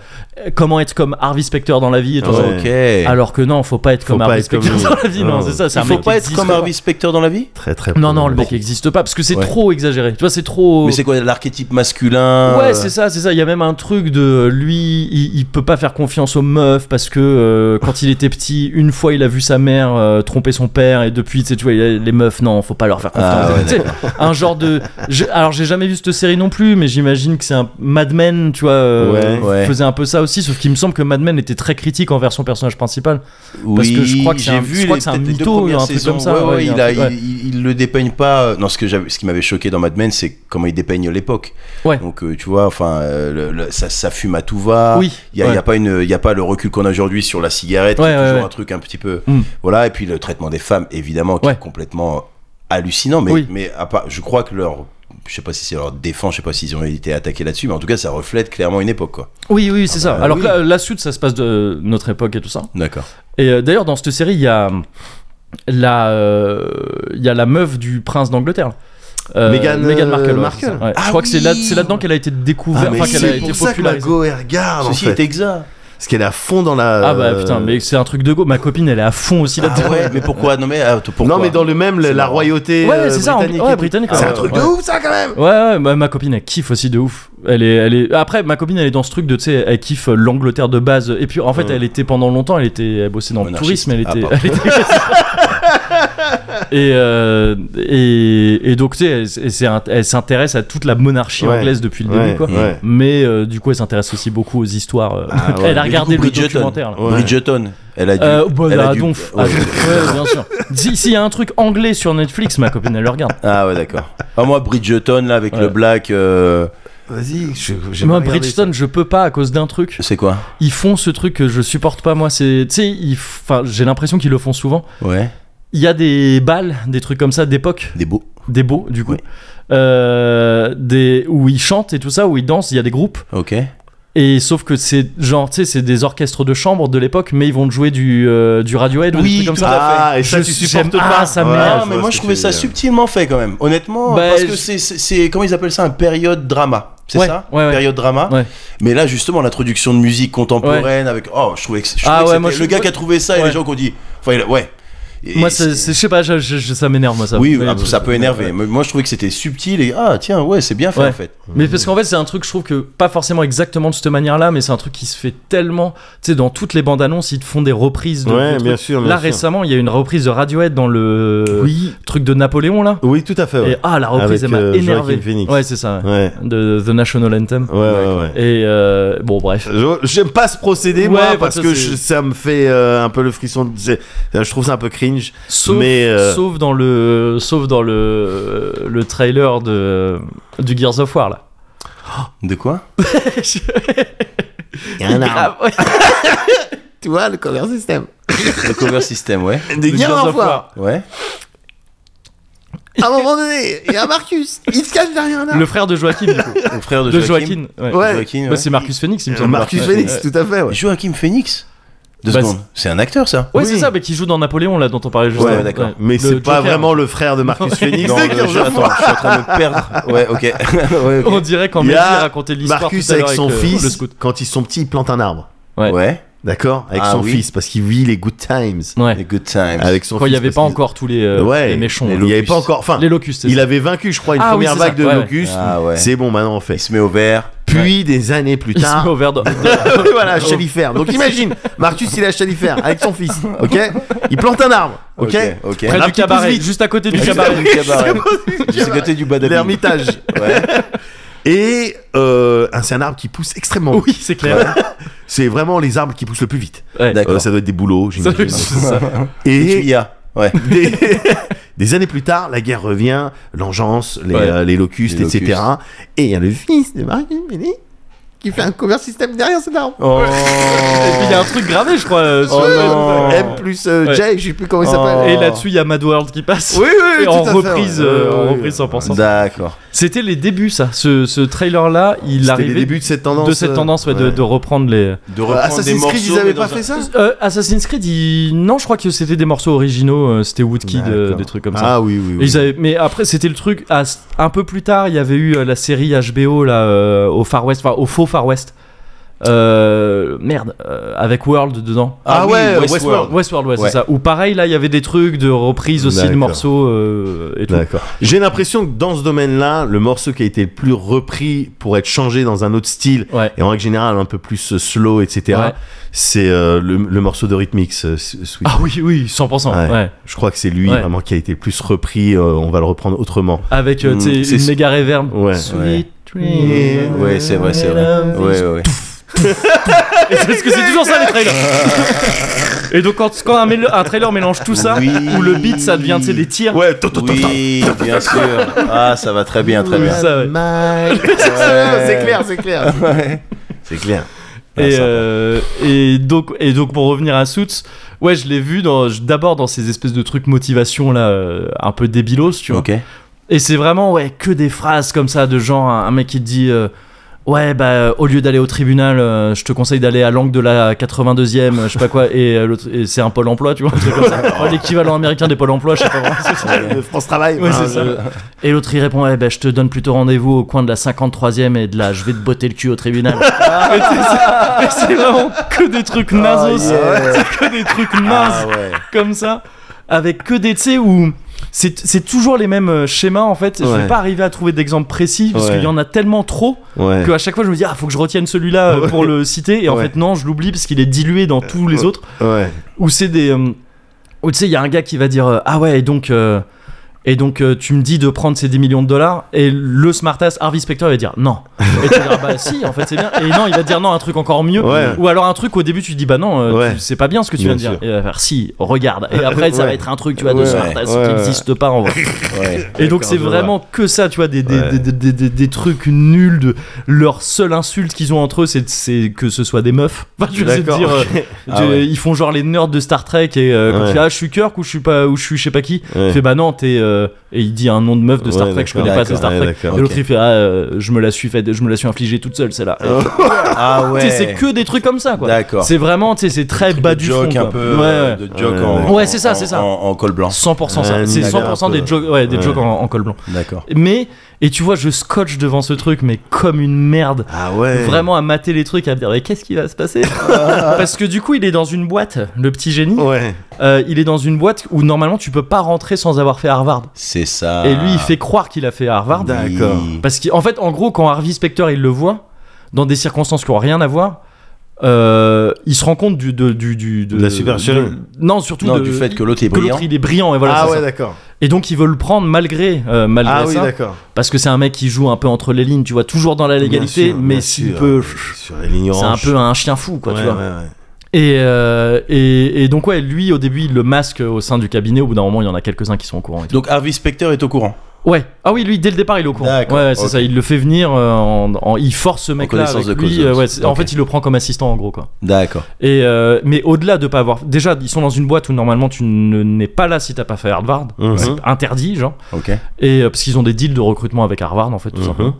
Speaker 1: euh, comment être comme Harvey Specter dans la vie et tout ça.
Speaker 3: Ouais.
Speaker 2: Ok.
Speaker 1: Alors que non, faut pas être
Speaker 3: Faut
Speaker 1: comme
Speaker 3: pas
Speaker 1: Harvey
Speaker 3: être comme
Speaker 1: Specter
Speaker 3: lui.
Speaker 1: dans la vie, non,
Speaker 3: Non.
Speaker 1: c'est ça, c'est un
Speaker 2: Ah. Il faut
Speaker 1: mec
Speaker 2: pas
Speaker 1: qui
Speaker 2: être
Speaker 1: existe
Speaker 2: comme
Speaker 1: pas.
Speaker 2: Harvey Specter dans la vie
Speaker 3: Très très.
Speaker 1: Non, non, le
Speaker 3: probable.
Speaker 1: mec existe pas parce que c'est
Speaker 2: Ouais.
Speaker 1: trop exagéré. Tu vois, c'est trop.
Speaker 2: Mais c'est quoi l'archétype masculin
Speaker 1: Ouais, c'est ça, c'est ça. Il y a même un truc de euh, lui, il, il peut pas faire confiance aux meufs parce que euh, quand il était petit, une fois il a vu sa mère euh, tromper son père et depuis, tu sais, tu vois, il a- les meufs, non, faut pas leur faire confiance.
Speaker 2: Ah ouais,
Speaker 1: Tu sais, un genre de. je- alors j'ai jamais vu cette série non plus, mais j'imagine que c'est un Mad Men, tu vois, euh,
Speaker 2: Ouais, ouais.
Speaker 1: faisait un peu ça aussi, sauf qu'il me semble que Mad Men était très critique envers son personnage principal.
Speaker 2: Oui,
Speaker 1: Parce que je crois que c'est
Speaker 2: j'ai
Speaker 1: un-
Speaker 2: vu
Speaker 1: je crois
Speaker 2: les-
Speaker 1: que c'est un
Speaker 2: peut-être les deux
Speaker 1: mytho,
Speaker 2: premières
Speaker 1: un truc
Speaker 2: saisons.
Speaker 1: comme ça,
Speaker 2: Ouais, ouais,
Speaker 1: ouais, il y a
Speaker 2: il,
Speaker 1: un
Speaker 2: a-
Speaker 1: truc, ouais.
Speaker 2: il- il- il le dépeigne pas. euh, Non, ce que j'avais- ce qui m'avait choqué dans Mad Men, c'est comment il dépeigne l'époque.
Speaker 1: Ouais.
Speaker 2: Donc euh, tu vois, enfin, euh, le- le- ça, ça fume à tout va.
Speaker 1: oui.
Speaker 2: Il y a, il
Speaker 1: ouais.
Speaker 2: y a pas une, il y a pas le recul qu'on a aujourd'hui sur la cigarette, qui
Speaker 1: Ouais,
Speaker 2: est
Speaker 1: ouais,
Speaker 2: toujours
Speaker 1: ouais.
Speaker 2: un truc un petit peu,
Speaker 1: Mm.
Speaker 2: voilà. Et puis le traitement des femmes, évidemment, qui
Speaker 1: Ouais.
Speaker 2: est complètement hallucinant. Mais,
Speaker 1: Oui.
Speaker 2: mais à part, je crois que leur, je sais pas si c'est leur défense, je sais pas s'ils ont été attaqués là-dessus, mais en tout cas, ça reflète clairement une époque, quoi.
Speaker 1: Oui, oui, c'est ça.
Speaker 2: bah
Speaker 1: alors
Speaker 2: oui.
Speaker 1: que là, la suite, ça se passe de notre époque et tout ça.
Speaker 2: D'accord.
Speaker 1: Et euh, d'ailleurs, dans cette série, il y a euh, la, euh, il y a la meuf du prince d'Angleterre. là. Euh,
Speaker 3: Meghan,
Speaker 1: Meghan Markle.
Speaker 3: euh,
Speaker 1: ouais,
Speaker 3: Markle.
Speaker 1: c'est ça. Ouais.
Speaker 2: Ah
Speaker 1: je crois que c'est là,
Speaker 2: oui.
Speaker 1: c'est là-dedans qu'elle a été découverte,
Speaker 3: Ah, mais
Speaker 1: enfin qu'elle a
Speaker 3: c'est
Speaker 1: été
Speaker 3: pour ça que
Speaker 1: populaire.
Speaker 3: Mago elle regarde en
Speaker 2: Ceci est
Speaker 3: fait.
Speaker 2: exact.
Speaker 3: Parce qu'elle est à fond dans la. euh,
Speaker 1: Ah bah putain, mais c'est un truc de go. Ma copine, elle est à fond aussi là-dedans.
Speaker 2: Ah ouais, mais pourquoi Non mais ah, t- pourquoi
Speaker 3: non, mais dans le même, la,
Speaker 2: C'est
Speaker 3: la
Speaker 2: marrant.
Speaker 3: royauté.
Speaker 1: Ouais,
Speaker 3: euh,
Speaker 1: c'est ça, en-
Speaker 3: britannique.
Speaker 1: ouais,
Speaker 3: et tout.
Speaker 1: britannique,
Speaker 3: C'est
Speaker 1: ouais.
Speaker 3: un truc de
Speaker 1: Ouais.
Speaker 3: ouf, ça, quand même.
Speaker 1: Ouais, ouais, bah, ma, ma copine elle kiffe aussi de ouf. Elle est, elle est. Après, ma copine elle est dans ce truc de, tu sais, elle kiffe euh, l'Angleterre de base. Et puis en fait, elle était pendant longtemps, elle était, elle bossait dans le
Speaker 2: Monarchiste.
Speaker 1: tourisme, elle était.
Speaker 2: Ah, pardon.
Speaker 1: elle était- et, euh, et et donc tu sais, elle- elle, s'est int- elle s'intéresse à toute la monarchie
Speaker 3: Ouais.
Speaker 1: anglaise depuis le
Speaker 3: Ouais,
Speaker 1: début, quoi.
Speaker 3: ouais.
Speaker 1: Mais euh, du coup, elle s'intéresse aussi beaucoup aux histoires. euh,
Speaker 3: Ah, ouais.
Speaker 1: Elle a
Speaker 2: Mais du
Speaker 1: regardé
Speaker 2: coup,
Speaker 1: le
Speaker 2: Bridgerton.
Speaker 1: documentaire. là.
Speaker 3: Ouais.
Speaker 2: Bridgerton, elle a dû.
Speaker 1: Euh, bah,
Speaker 2: elle
Speaker 1: là,
Speaker 2: a
Speaker 1: à
Speaker 2: dû-
Speaker 1: donf.
Speaker 2: Ouais.
Speaker 1: à donf. Ouais, bien sûr. Si- S'il y a un truc anglais sur Netflix, ma copine, elle le regarde.
Speaker 2: Ah ouais, d'accord. Ah, moi, Bridgerton, là, avec
Speaker 1: Ouais.
Speaker 2: le black, euh,
Speaker 3: Vas-y, je- j'ai
Speaker 1: Moi,
Speaker 3: pas regardé
Speaker 1: Bridgestone, je peux pas à cause d'un truc.
Speaker 2: c'est quoi
Speaker 1: ils font ce truc que je supporte pas moi c'est tu sais ils f- enfin j'ai l'impression qu'ils le font souvent
Speaker 2: Ouais.
Speaker 1: il y a des balles des trucs comme ça d'époque
Speaker 2: Des beaux.
Speaker 1: des beaux du coup
Speaker 2: Oui.
Speaker 1: Euh, des où ils chantent et tout ça où ils dansent il y a des groupes
Speaker 2: Ok.
Speaker 1: et sauf que c'est genre tu sais c'est des orchestres de chambre de l'époque mais ils vont jouer du euh, du Radiohead ou des trucs comme
Speaker 3: tout
Speaker 1: ça
Speaker 3: à fait. Ah, et ça,
Speaker 1: Je-
Speaker 3: tu supportes
Speaker 1: j'aime-
Speaker 3: pas.
Speaker 1: ah, ça
Speaker 3: Ouais.
Speaker 1: m'énerve
Speaker 2: Ah, mais
Speaker 3: vois
Speaker 2: moi
Speaker 3: ce
Speaker 2: je
Speaker 3: que
Speaker 2: trouvais
Speaker 3: tu
Speaker 2: ça
Speaker 3: veux dire.
Speaker 2: subtilement fait quand même. Honnêtement,
Speaker 1: Bah,
Speaker 2: parce
Speaker 1: je-
Speaker 2: que c'est- c'est c'est- comment ils appellent ça un période drama, c'est
Speaker 1: Ouais,
Speaker 2: ça
Speaker 1: ouais, ouais.
Speaker 2: Période drama.
Speaker 1: Ouais.
Speaker 2: Mais là justement l'introduction de musique contemporaine avec oh je trouvais que, je trouvais
Speaker 1: Ah
Speaker 2: que
Speaker 1: ouais,
Speaker 2: c'était
Speaker 1: moi, je-
Speaker 2: le gars qui a trouvé ça et
Speaker 1: Ouais.
Speaker 2: les gens qui ont dit enfin il a- ouais. Et-
Speaker 1: moi
Speaker 2: et
Speaker 1: c'est c'est- je sais pas je- je- je- ça m'énerve moi ça
Speaker 2: oui
Speaker 1: Mais-
Speaker 2: ah, ça peut énerver. Mais moi je trouvais que c'était subtil et ah tiens ouais c'est bien fait
Speaker 1: Ouais.
Speaker 2: en fait.
Speaker 1: Mais parce qu'en fait, c'est un truc, je trouve que pas forcément exactement de cette manière-là, mais c'est un truc qui se fait tellement. Tu sais, dans toutes les bandes annonces, ils te font des reprises de.
Speaker 3: Ouais,
Speaker 1: de
Speaker 3: bien
Speaker 1: trucs.
Speaker 3: sûr, bien
Speaker 1: là,
Speaker 3: sûr.
Speaker 1: récemment, il y a une reprise de Radiohead dans le
Speaker 3: Oui.
Speaker 1: truc de Napoléon, là.
Speaker 3: Oui, tout à fait.
Speaker 1: Et
Speaker 3: Ouais,
Speaker 1: ah, la reprise,
Speaker 3: Avec,
Speaker 1: elle m'a
Speaker 3: euh,
Speaker 1: énervé.
Speaker 3: Joaquin Phoenix.
Speaker 1: Ouais, c'est ça. ouais.
Speaker 3: ouais,
Speaker 1: De The National Anthem.
Speaker 3: ouais, ouais. ouais.
Speaker 1: Et euh, bon, bref.
Speaker 3: Je- J'aime pas ce procédé,
Speaker 1: Ouais,
Speaker 3: moi,
Speaker 1: bah,
Speaker 3: parce
Speaker 1: ça,
Speaker 3: que
Speaker 1: c'est-
Speaker 3: je- ça me fait euh, un peu le frisson. de- c'est- Je trouve ça un peu cringe. cringe.
Speaker 1: Sauf,
Speaker 3: mais euh,
Speaker 1: sauf dans le, sauf dans le, le trailer de du Gears of War là.
Speaker 2: De quoi
Speaker 3: Ah il y a un arbre.
Speaker 1: ouais.
Speaker 3: Tu vois, le cover system.
Speaker 2: Le cover system, ouais.
Speaker 3: Des
Speaker 1: Le
Speaker 3: guerres
Speaker 1: Gears
Speaker 3: en
Speaker 1: of War.
Speaker 2: Ouais.
Speaker 3: À un moment donné, il y a Marcus. Il se cache derrière un arbre.
Speaker 1: Le frère de Joaquin. du coup.
Speaker 2: Le frère de,
Speaker 1: de
Speaker 2: Joaquin.
Speaker 1: Joaquin. ouais.
Speaker 3: Ouais.
Speaker 2: Joaquin,
Speaker 1: Bah,
Speaker 2: ouais.
Speaker 1: c'est Marcus Phoenix, il me
Speaker 3: Euh,
Speaker 1: semble.
Speaker 3: Marcus
Speaker 1: Ouais.
Speaker 3: Phoenix, tout à fait. Ouais.
Speaker 2: Joaquin Phoenix Deux
Speaker 1: Bah,
Speaker 2: secondes. C'est un acteur, ça
Speaker 1: Ouais,
Speaker 3: Oui.
Speaker 1: c'est ça, mais qui joue dans Napoléon là, dont on parlait juste
Speaker 2: Ouais,
Speaker 1: avant.
Speaker 2: d'accord.
Speaker 3: Mais
Speaker 1: Le
Speaker 3: c'est pas
Speaker 1: Joker.
Speaker 3: vraiment le frère de Marcus Phoenix.
Speaker 2: Dans
Speaker 3: de
Speaker 2: le
Speaker 3: Gears
Speaker 2: jeu-
Speaker 3: of
Speaker 2: Attends,
Speaker 3: War.
Speaker 2: je suis en train de me perdre. Ouais, ok. ouais, ok.
Speaker 1: On dirait quand
Speaker 3: Il y
Speaker 1: Messi
Speaker 3: a
Speaker 1: racontait l'histoire.
Speaker 3: Marcus
Speaker 1: tout à l'heure euh,
Speaker 3: avec son
Speaker 1: le-
Speaker 3: fils,
Speaker 1: le scout.
Speaker 3: quand ils sont petits, ils plantent un arbre.
Speaker 1: Ouais.
Speaker 2: Ouais.
Speaker 3: D'accord Avec
Speaker 2: Ah
Speaker 3: son
Speaker 2: oui.
Speaker 3: fils, parce qu'il vit les good times.
Speaker 2: The
Speaker 1: Ouais.
Speaker 2: good times.
Speaker 3: Avec son
Speaker 1: Quand il
Speaker 3: fils,
Speaker 1: n'y avait
Speaker 3: parce
Speaker 1: pas
Speaker 3: qu'il-
Speaker 1: encore tous les, euh,
Speaker 3: ouais,
Speaker 1: les méchants.
Speaker 2: les
Speaker 1: là.
Speaker 3: Il n'y avait pas encore. Enfin,
Speaker 1: Les locustes. c'est
Speaker 3: il
Speaker 1: ça.
Speaker 3: avait vaincu, je crois, une
Speaker 1: Ah oui,
Speaker 3: première
Speaker 1: c'est
Speaker 3: vague
Speaker 1: ça,
Speaker 3: de
Speaker 1: ouais, ouais.
Speaker 3: locustes.
Speaker 2: Ah ouais.
Speaker 3: C'est bon, maintenant on
Speaker 2: Il
Speaker 3: fait.
Speaker 2: se met au vert.
Speaker 3: Puis des années plus
Speaker 1: Il se
Speaker 3: tard,
Speaker 1: met au vert dans-
Speaker 3: Oui, voilà, chalifère. Donc imagine, Marcus il est à chalifère avec son fils, ok Il plante un arbre, ok,
Speaker 2: Ok.
Speaker 1: près
Speaker 3: Un
Speaker 1: du
Speaker 3: petit pouce
Speaker 1: cabaret,
Speaker 3: vite.
Speaker 1: juste à côté du
Speaker 2: Juste
Speaker 1: cabaret.
Speaker 2: après le cabaret. Du côté du badabing.
Speaker 3: L'ermitage.
Speaker 2: Ouais.
Speaker 3: Et euh, un- c'est un arbre qui pousse extrêmement vite.
Speaker 1: Oui, c'est clair.
Speaker 3: C'est vraiment les arbres qui poussent le plus vite.
Speaker 1: Ouais.
Speaker 2: D'accord.
Speaker 3: Euh, ça doit être des bouleaux,
Speaker 1: Ça,
Speaker 3: j'imagine.
Speaker 1: c'est ça.
Speaker 2: Et tu
Speaker 3: Et
Speaker 2: y as. Ouais.
Speaker 3: des, des années plus tard, la guerre revient, l'engeance, les,
Speaker 1: Ouais.
Speaker 3: euh, les locustes,
Speaker 2: Les
Speaker 3: etc. Et il y a le fils de Marcus Phoenix qui fait un cover système derrière cet arbre.
Speaker 2: Oh.
Speaker 1: Et puis il y a un truc gravé, je crois. euh, sur
Speaker 2: Oh
Speaker 1: le-
Speaker 2: non.
Speaker 3: M plus euh,
Speaker 1: Ouais.
Speaker 3: Jay, je sais plus comment il
Speaker 2: Oh.
Speaker 3: s'appelle.
Speaker 1: Et là-dessus, il y a Mad World qui passe.
Speaker 3: Oui, oui, oui,
Speaker 1: Et en
Speaker 3: tout à fait, ouais.
Speaker 1: reprise, euh, en
Speaker 3: Ouais,
Speaker 1: reprise
Speaker 3: ouais.
Speaker 1: 100%.
Speaker 2: D'accord.
Speaker 1: C'était les débuts, ça. Ce, ce trailer-là, il
Speaker 3: C'était les
Speaker 1: arrivait
Speaker 3: débuts de cette tendance.
Speaker 1: de cette
Speaker 3: euh,
Speaker 1: tendance ouais, de-
Speaker 3: ouais.
Speaker 1: De, reprendre les.
Speaker 2: De
Speaker 3: Euh,
Speaker 2: reprendre des
Speaker 3: Assassin's
Speaker 2: morceaux.
Speaker 3: Creed, ils avaient
Speaker 2: mais dans
Speaker 3: pas
Speaker 2: un-
Speaker 3: fait ça
Speaker 1: Euh, Assassin's Creed, il- non, je crois que c'était des morceaux originaux. euh, C'était Woodkid, euh,
Speaker 3: D'accord.
Speaker 1: des trucs comme ça.
Speaker 3: Ah oui, oui.
Speaker 1: Et
Speaker 3: oui.
Speaker 1: ils avaient- Mais après, c'était le truc. à- Un peu plus tard, il y avait eu euh, la série HBO là, euh, au Far West, enfin au faux Far West. Euh, merde, euh, avec World dedans.
Speaker 3: Ah
Speaker 2: oui,
Speaker 3: ouais,
Speaker 2: Westworld.
Speaker 3: Westworld.
Speaker 1: Westworld, ouais,
Speaker 2: Ouais.
Speaker 1: c'est ça. Ou pareil, là, il y avait des trucs de reprise aussi de
Speaker 3: D'accord.
Speaker 1: morceaux euh, et tout.
Speaker 3: D'accord. J'ai l'impression que dans ce domaine-là, le morceau qui a été le plus repris pour être changé dans un autre style,
Speaker 1: Ouais.
Speaker 3: et en règle générale un peu plus euh, slow, etc.,
Speaker 1: Ouais.
Speaker 3: c'est euh, le, le morceau de Rhythmix, euh, S- Sweet.
Speaker 1: Ah oui, oui, 100%.
Speaker 3: Ouais.
Speaker 1: Ouais.
Speaker 3: Je crois que c'est lui
Speaker 1: Ouais.
Speaker 3: vraiment qui a été le plus repris, euh, on va le reprendre autrement.
Speaker 1: Avec euh,
Speaker 2: Mm,
Speaker 1: tu
Speaker 2: c'est
Speaker 1: sais, une
Speaker 2: su-
Speaker 1: méga reverb.
Speaker 3: Ouais.
Speaker 1: Sweet dream.
Speaker 2: Ouais, c'est vrai, c'est vrai. Ouais, ouais.
Speaker 1: Et c'est- Parce que c'est toujours ça les trailers. et donc quand, quand un, mél- un trailer mélange tout ça,
Speaker 2: Oui.
Speaker 1: où le beat ça devient tu sais, des tirs.
Speaker 3: Ouais, to- to- to- to-
Speaker 2: Oui, bien sûr. Ah, ça va très bien, très bien.
Speaker 1: Ça, ouais.
Speaker 3: My- c'est clair, c'est clair. C'est clair.
Speaker 1: Et,
Speaker 3: Ah, sympa.
Speaker 1: euh, et donc et donc pour revenir à Suits, ouais je l'ai vu dans je- d'abord dans ces espèces de trucs motivation là euh, un peu débilos tu vois.
Speaker 2: Ok.
Speaker 1: Et c'est vraiment ouais que des phrases comme ça de genre un, un mec qui te dit euh, ouais bah euh, au lieu d'aller au tribunal euh, je te conseille d'aller à l'angle de la 82e euh, je sais pas quoi et, euh, l'autre- et c'est un pôle emploi tu vois un truc comme ça. Ouais, l'équivalent américain des pôles emploi je sais pas vraiment.
Speaker 3: Le France Travail.
Speaker 1: Ouais,
Speaker 3: enfin,
Speaker 1: c'est ça.
Speaker 3: je-
Speaker 1: Et l'autre il répond eh ben, je te donne plutôt rendez-vous au coin de la 53e et de là je vais te botter le cul au tribunal. Mais c'est- mais c'est vraiment que des
Speaker 3: Oh,
Speaker 1: trucs nazos, c'est que des trucs nazes
Speaker 2: Ah ouais.
Speaker 1: comme ça, avec que des tu sais où c'est c'est toujours les mêmes euh, schémas en fait. Je
Speaker 3: Ouais.
Speaker 1: vais pas arriver à trouver d'exemple précis parce
Speaker 3: Ouais.
Speaker 1: qu'il y en a tellement trop
Speaker 3: Ouais.
Speaker 1: que à chaque fois je me dis ah faut que je retienne celui-là euh, pour le citer et en
Speaker 3: Ouais.
Speaker 1: fait non je l'oublie parce qu'il est dilué dans tous les autres
Speaker 3: Ouais.
Speaker 1: où c'est des euh, où tu sais il y a un gars qui va dire euh, ah ouais et donc euh, et donc euh, tu me dis de prendre ces 10 millions de dollars et le smartass Harvey Specter il va dire non et tu vas dire bah si en fait c'est bien et non il va dire non un truc encore mieux
Speaker 3: Ouais.
Speaker 1: ou alors un truc au début tu dis bah non euh,
Speaker 3: Ouais.
Speaker 1: tu- c'est pas bien ce que tu
Speaker 3: Bien
Speaker 1: viens de dire
Speaker 3: sûr.
Speaker 1: et il va faire si regarde et après ça
Speaker 3: Ouais.
Speaker 1: va être un truc tu vois
Speaker 3: Ouais.
Speaker 1: de smartass
Speaker 3: Ouais,
Speaker 1: qui
Speaker 3: ouais.
Speaker 1: n'existe pas en vrai
Speaker 2: Ouais.
Speaker 1: et donc
Speaker 3: D'accord,
Speaker 1: c'est
Speaker 3: je vois.
Speaker 1: vraiment que ça, tu vois, des, des,
Speaker 3: Ouais.
Speaker 1: des, des- des- des trucs nuls, de leur seule insulte qu'ils ont entre eux, c'est- c'est que ce soit des meufs. Enfin, je veux
Speaker 3: D'accord,
Speaker 1: dire, euh,
Speaker 3: ok.
Speaker 1: de-
Speaker 2: Ah ouais.
Speaker 1: ils font genre les nerds de Star Trek et euh, quand
Speaker 3: Ouais.
Speaker 1: tu fais ah je suis Kirk ou je suis pas ou je suis je sais pas qui,
Speaker 3: Ouais.
Speaker 1: il fait bah non t'es euh, et il dit un nom de meuf de Star
Speaker 3: Ouais,
Speaker 1: Trek, je
Speaker 3: d'accord,
Speaker 1: connais pas c'est
Speaker 3: d'accord,
Speaker 1: Star
Speaker 3: ouais,
Speaker 1: Trek. et
Speaker 3: d'accord,
Speaker 1: l'autre
Speaker 2: ok.
Speaker 1: il fait ah euh, je me la suis fait, je me la suis infligée toute seule celle-là. Et-
Speaker 2: Ah
Speaker 1: tu
Speaker 2: ouais.
Speaker 1: sais, C'est que des trucs comme ça quoi.
Speaker 2: D'accord.
Speaker 1: C'est vraiment tu sais c'est très bas
Speaker 2: de
Speaker 1: du
Speaker 2: joke
Speaker 1: front.
Speaker 2: un
Speaker 1: quoi.
Speaker 2: peu.
Speaker 1: Ouais, ouais.
Speaker 2: euh, De joke
Speaker 3: Ouais,
Speaker 2: en.
Speaker 1: ouais. Ouais, c'est ça,
Speaker 2: en-
Speaker 1: c'est ça.
Speaker 2: En, en col blanc.
Speaker 1: 100% ça,
Speaker 3: Ouais,
Speaker 1: c'est
Speaker 3: Niagara,
Speaker 1: 100%
Speaker 3: un
Speaker 1: des
Speaker 3: peu.
Speaker 1: jokes, ouais, des
Speaker 3: Ouais.
Speaker 1: jokes en- en col blanc.
Speaker 2: D'accord.
Speaker 1: Mais, et tu vois, je scotche devant ce truc, mais comme une merde.
Speaker 3: Ah ouais.
Speaker 1: Vraiment à mater les trucs, à me dire, mais qu'est-ce qui va se passer Parce que du coup, il est dans une boîte, le petit génie.
Speaker 3: Ouais.
Speaker 1: Euh, il est dans une boîte où normalement tu peux pas rentrer sans avoir fait Harvard.
Speaker 2: C'est ça.
Speaker 1: Et lui, il fait croire qu'il a fait Harvard.
Speaker 3: Ah. D'accord.
Speaker 1: Parce qu'en fait, en gros, quand Harvey Specter il le voit, dans des circonstances qui ont rien à voir, euh, il se rend compte du, de, du, du- de,
Speaker 3: De la supercherie.
Speaker 1: de- Non, surtout
Speaker 2: Non,
Speaker 1: de-
Speaker 2: du fait que l'autre est
Speaker 1: que l'autre
Speaker 2: brillant.
Speaker 1: il est brillant. Et, voilà,
Speaker 3: ah
Speaker 1: c'est
Speaker 3: ouais,
Speaker 1: ça.
Speaker 3: d'accord.
Speaker 1: et donc il veut le prendre malgré, euh, malgré
Speaker 3: Ah oui,
Speaker 1: ça
Speaker 3: d'accord.
Speaker 1: parce que c'est un mec qui joue un peu entre les lignes, tu vois, toujours dans la légalité, mais s'il peut,
Speaker 3: sur
Speaker 1: c'est un peu un chien fou, quoi, tu vois.
Speaker 3: Ouais, ouais.
Speaker 1: Et, euh, et, et donc, ouais, lui, au début, il le masque au sein du cabinet. Au bout d'un moment, il y en a quelques-uns qui sont au courant. et tout.
Speaker 2: Donc Harvey Specter est au courant.
Speaker 1: Ouais. Ah oui, lui, dès le départ, il est au courant. Ouais,
Speaker 2: D'accord,
Speaker 1: ouais, c'est
Speaker 2: ok.
Speaker 1: ça. Il le fait venir. euh, en, en- il force ce mec-là.
Speaker 2: connaissance
Speaker 1: avec
Speaker 2: de cause,
Speaker 1: lui, euh, ouais, c'est- En
Speaker 2: ok.
Speaker 1: fait, il le prend comme assistant, en gros, quoi.
Speaker 2: D'accord.
Speaker 1: Et euh, mais au-delà de pas avoir, déjà ils sont dans une boîte où normalement tu ne- n'es pas là si t'as pas fait Harvard,
Speaker 3: Mhm.
Speaker 1: c'est interdit genre.
Speaker 2: Ok.
Speaker 1: Et euh, parce qu'ils ont des deals de recrutement avec Harvard en fait tout
Speaker 3: Mhm.
Speaker 1: simplement.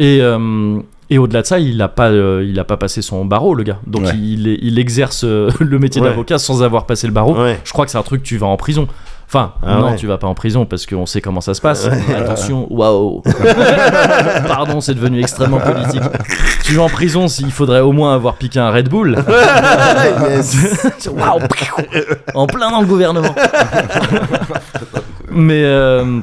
Speaker 1: Et euh, et au-delà de ça, il a pas euh, il a pas passé son barreau le gars. Donc
Speaker 2: Ouais.
Speaker 1: il, est- il exerce euh, le métier
Speaker 3: Ouais.
Speaker 1: d'avocat sans avoir passé le barreau.
Speaker 3: Ouais.
Speaker 1: Je crois que c'est un truc tu vas en prison. Enfin,
Speaker 3: Ah
Speaker 1: non,
Speaker 3: ouais.
Speaker 1: tu vas pas en prison parce qu'on sait comment ça se passe. Attention, waouh. Pardon, c'est devenu extrêmement politique. tu vas en prison s'il faudrait au moins avoir piqué un Red Bull. Waouh En plein dans le gouvernement. mais euh,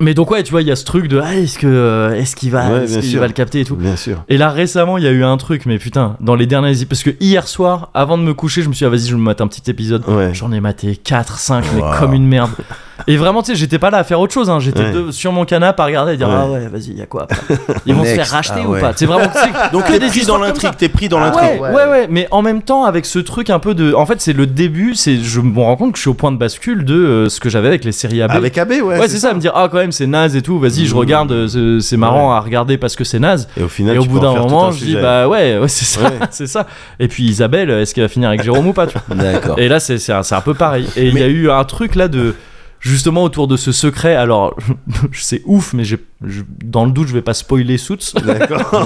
Speaker 1: mais donc ouais, tu vois, il y a ce truc de ah, est-ce que est-ce qu'il va
Speaker 3: Ouais,
Speaker 1: est-ce
Speaker 3: bien
Speaker 1: qu'il
Speaker 3: sûr.
Speaker 1: va le capter et tout.
Speaker 3: Bien sûr.
Speaker 1: Et là récemment, il y a eu un truc, mais putain, dans les dernières parce que hier soir, avant de me coucher, je me suis dit, ah, vas-y, je vais me mate un petit épisode.
Speaker 3: Ouais.
Speaker 1: J'en ai maté 4, 5, mais
Speaker 2: Wow.
Speaker 1: comme une merde. Et vraiment, tu sais, j'étais pas là à faire autre chose. hein. J'étais
Speaker 3: Ouais.
Speaker 1: de- sur mon canapé à regarder et dire
Speaker 3: Ouais.
Speaker 1: Ah ouais, vas-y, il y a quoi après Ils vont se
Speaker 2: Next.
Speaker 1: faire racheter
Speaker 2: Ah
Speaker 1: ou
Speaker 2: ouais.
Speaker 1: pas C'est vraiment. c'est que
Speaker 2: Donc
Speaker 1: que
Speaker 2: t'es
Speaker 1: des
Speaker 2: pris
Speaker 1: histoires
Speaker 2: dans
Speaker 1: comme ça.
Speaker 2: l'intrigue, t'es pris dans
Speaker 1: Ah
Speaker 2: l'intrigue.
Speaker 1: Ouais, ouais, ouais, mais en même temps, avec ce truc un peu de. En fait, c'est le début, c'est je me rends compte que je suis au point de bascule de euh, ce que j'avais avec les séries AB.
Speaker 3: Avec AB, ouais.
Speaker 1: ouais, c'est ça, me dire, ah, quand même, c'est naze et tout, vas-y, je
Speaker 3: Mmh.
Speaker 1: regarde, euh, c'est- c'est marrant à regarder parce que c'est naze.
Speaker 3: Et au final,
Speaker 1: Et au
Speaker 3: tu
Speaker 1: bout
Speaker 3: peux en
Speaker 1: d'un
Speaker 3: faire tout
Speaker 1: moment,
Speaker 3: un
Speaker 1: je dis,
Speaker 3: sujet.
Speaker 1: bah ouais, ouais c'est ça,
Speaker 3: Ouais.
Speaker 1: c'est ça. Et puis Isabelle, est-ce qu'elle va finir avec Jérôme ou pas, tu vois
Speaker 2: D'accord.
Speaker 1: et là, c'est c'est un, c'est un peu pareil. Et il y a eu un truc là de. Justement autour de ce secret, alors je- c'est ouf, mais j'ai- je- dans le doute, je vais pas spoiler Suits. J'ai-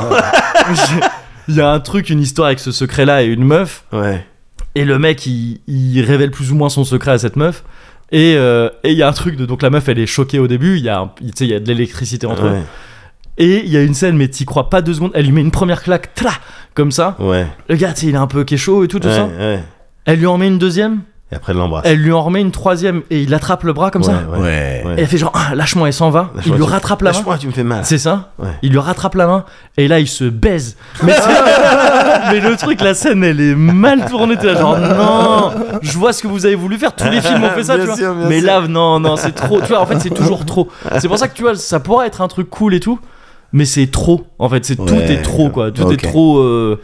Speaker 1: Il y a un truc, une histoire avec ce secret-là et une meuf,
Speaker 3: Ouais.
Speaker 1: et le mec il, il révèle plus ou moins son secret à cette meuf. Et euh, et il y a un truc de donc la meuf elle est choquée au début, il y a un- il- tu sais, il y a de l'électricité entre eux.
Speaker 3: Ouais.
Speaker 1: Et il y a une scène, mais t'y crois pas deux secondes, elle lui met une première claque, tra, comme ça.
Speaker 3: Ouais.
Speaker 1: Le gars, tu sais, il est un peu kécho et tout, tout
Speaker 3: ouais,
Speaker 1: ça.
Speaker 3: ouais.
Speaker 1: Elle lui en met une deuxième,
Speaker 3: Et après, de l'embrasse.
Speaker 1: elle lui en remet une troisième et il attrape le bras comme ça.
Speaker 3: Ouais.
Speaker 2: Ouais.
Speaker 3: Ouais.
Speaker 1: Et elle fait genre Ah, lâche-moi, elle s'en va. il lui rattrape la main.
Speaker 3: Lâche-moi, tu me fais mal.
Speaker 1: C'est ça
Speaker 3: Ouais.
Speaker 1: Il lui rattrape la main et là il se baise. Mais, c'est- Mais le truc, la scène, elle est mal tournée. T'es là, genre non, je vois ce que vous avez voulu faire. Tous les films ont fait ça,
Speaker 3: Bien
Speaker 1: tu vois.
Speaker 3: sûr, bien
Speaker 1: Mais
Speaker 3: sûr.
Speaker 1: là, non, non, c'est trop. Tu vois, en fait, c'est toujours trop. C'est pour ça que tu vois, ça pourrait être un truc cool et tout, mais c'est trop. En fait, c'est tout
Speaker 2: Ouais,
Speaker 1: est trop quoi. Tout
Speaker 2: Ok.
Speaker 1: est trop. euh,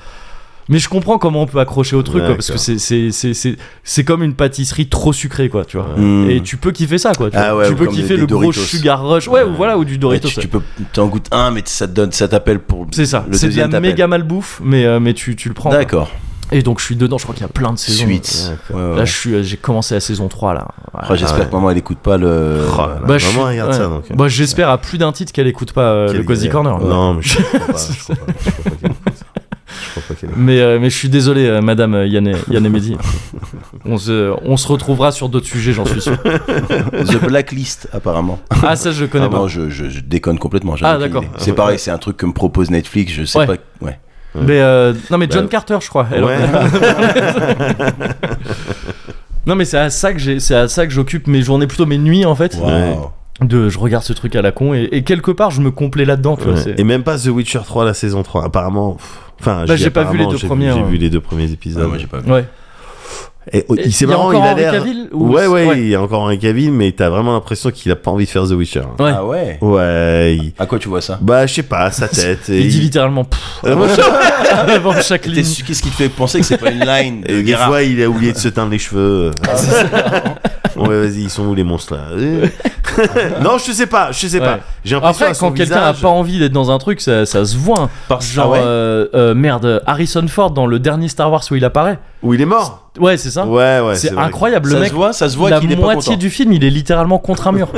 Speaker 1: Mais je comprends comment on peut accrocher au truc quoi, parce que
Speaker 3: D'accord.
Speaker 1: c'est c'est c'est c'est c'est comme une pâtisserie trop sucrée quoi, tu vois.
Speaker 2: Hmm.
Speaker 1: Et tu peux kiffer ça quoi. Tu,
Speaker 2: Ah
Speaker 1: vois.
Speaker 2: ouais,
Speaker 1: Tu
Speaker 2: ou
Speaker 1: peux
Speaker 2: comme
Speaker 1: kiffer
Speaker 2: des-
Speaker 1: le
Speaker 2: des
Speaker 1: gros
Speaker 2: Doritos.
Speaker 1: sugar rush, ouais, ou voilà, ou du
Speaker 2: Ouais,
Speaker 1: Doritos.
Speaker 2: tu,
Speaker 1: ouais.
Speaker 2: tu peux, t'en goûtes un, mais ça te donne, ça t'appelle pour.
Speaker 1: C'est ça,
Speaker 2: le
Speaker 1: c'est de la
Speaker 2: deuxième t'appelle.
Speaker 1: méga malbouffe, mais, euh, mais tu, tu le prends.
Speaker 2: D'accord.
Speaker 1: quoi. Et donc je suis dedans, je crois qu'il y a plein de saisons.
Speaker 2: Suites. Ouais, ouais.
Speaker 1: Là, je suis, euh, j'ai commencé la saison 3 là. Voilà.
Speaker 2: Ah, J'espère
Speaker 3: ouais.
Speaker 2: que maman elle écoute pas le.
Speaker 3: Oh là là,
Speaker 1: Bah, je
Speaker 3: maman,
Speaker 1: suis-
Speaker 3: regarde
Speaker 1: ouais.
Speaker 3: ça donc. euh,
Speaker 1: Bah, j'espère à plus d'un titre qu'elle écoute pas euh, le
Speaker 3: Quelle
Speaker 1: Cozy
Speaker 3: galère.
Speaker 1: Corner.
Speaker 3: Non, mais je crois pas. Je crois pas, je crois pas qu'elle écoute ça. Je crois pas qu'elle écoute
Speaker 1: Mais, euh, mais je suis désolé, euh, madame euh, Yann et, Yann et Mehdi. on, se, euh, on se retrouvera sur d'autres sujets, j'en suis sûr.
Speaker 2: The Blacklist, apparemment.
Speaker 1: Ah, ça, je le connais
Speaker 2: Ah
Speaker 1: pas.
Speaker 2: non, je, je- je déconne complètement. j'avais
Speaker 1: Ah,
Speaker 2: aucune
Speaker 1: d'accord.
Speaker 2: idée. C'est pareil, c'est un truc que me propose Netflix, je sais
Speaker 1: Ouais.
Speaker 2: pas. Ouais.
Speaker 1: Mais, euh, non, mais
Speaker 3: Bah,
Speaker 1: John Carter, je crois.
Speaker 3: ça.
Speaker 1: Elle-
Speaker 3: Ouais.
Speaker 1: Non, mais c'est à ça que j'ai- c'est à ça que j'occupe mes journées, plutôt mes nuits en fait.
Speaker 3: Ouais.
Speaker 2: Wow.
Speaker 1: De, je regarde ce truc à la con et, et quelque part, je me complais là-dedans. tu vois,
Speaker 3: Ouais.
Speaker 1: c'est-
Speaker 3: Et même pas The Witcher 3 la saison 3 apparemment. pff, Enfin,
Speaker 1: Bah,
Speaker 3: je dis
Speaker 1: j'ai pas vu les
Speaker 3: apparemment,
Speaker 1: deux
Speaker 3: j'ai
Speaker 1: premiers,
Speaker 3: J'ai
Speaker 1: hein.
Speaker 3: vu les deux premiers épisodes.
Speaker 2: Ah, moi, j'ai pas vu.
Speaker 1: Ouais.
Speaker 3: Et, oh,
Speaker 1: Et
Speaker 3: il- c'est
Speaker 1: il y a
Speaker 3: marrant, il
Speaker 1: encore
Speaker 3: a
Speaker 1: Henry
Speaker 3: l'air.
Speaker 1: Cavill ou-
Speaker 3: ouais, ouais,
Speaker 1: Ouais.
Speaker 3: il y a encore Henry Cavill, mais t'as vraiment l'impression qu'il a pas envie de faire The Witcher. hein.
Speaker 1: Ouais.
Speaker 2: Ah ouais
Speaker 3: Ouais. il-
Speaker 2: À quoi tu vois ça
Speaker 3: Bah, je sais pas, sa tête. et
Speaker 1: Il dit littéralement pfff
Speaker 3: Euh, moi, je-
Speaker 1: avant chaque
Speaker 2: T'es
Speaker 1: ligne.
Speaker 2: su- Qu'est-ce qui te fait penser que c'est pas une line de
Speaker 3: Et des
Speaker 2: Guérard
Speaker 3: fois, il a oublié de se teindre les cheveux.
Speaker 1: Ah,
Speaker 3: ouais, vas-y, ils sont où les monstres là Euh. Non, je sais pas, je sais
Speaker 1: Ouais.
Speaker 3: pas. J'ai l'impression
Speaker 1: Après,
Speaker 3: à son
Speaker 1: quand quelqu'un a
Speaker 3: visage-
Speaker 1: pas envie d'être dans un truc, ça, ça se voit. hein.
Speaker 2: Parce-
Speaker 1: Genre,
Speaker 2: Ah ouais
Speaker 1: euh, euh, merde, Harrison Ford dans le dernier Star Wars où il apparaît.
Speaker 3: Ou il est mort.
Speaker 1: Ouais, c'est ça.
Speaker 3: Ouais, ouais.
Speaker 1: c'est
Speaker 3: vrai que-
Speaker 1: incroyable,
Speaker 2: ça
Speaker 1: le mec.
Speaker 2: se voit, ça se voit
Speaker 1: la
Speaker 2: qu'il est pas
Speaker 1: moitié
Speaker 2: content.
Speaker 1: du film, il est littéralement contre un mur.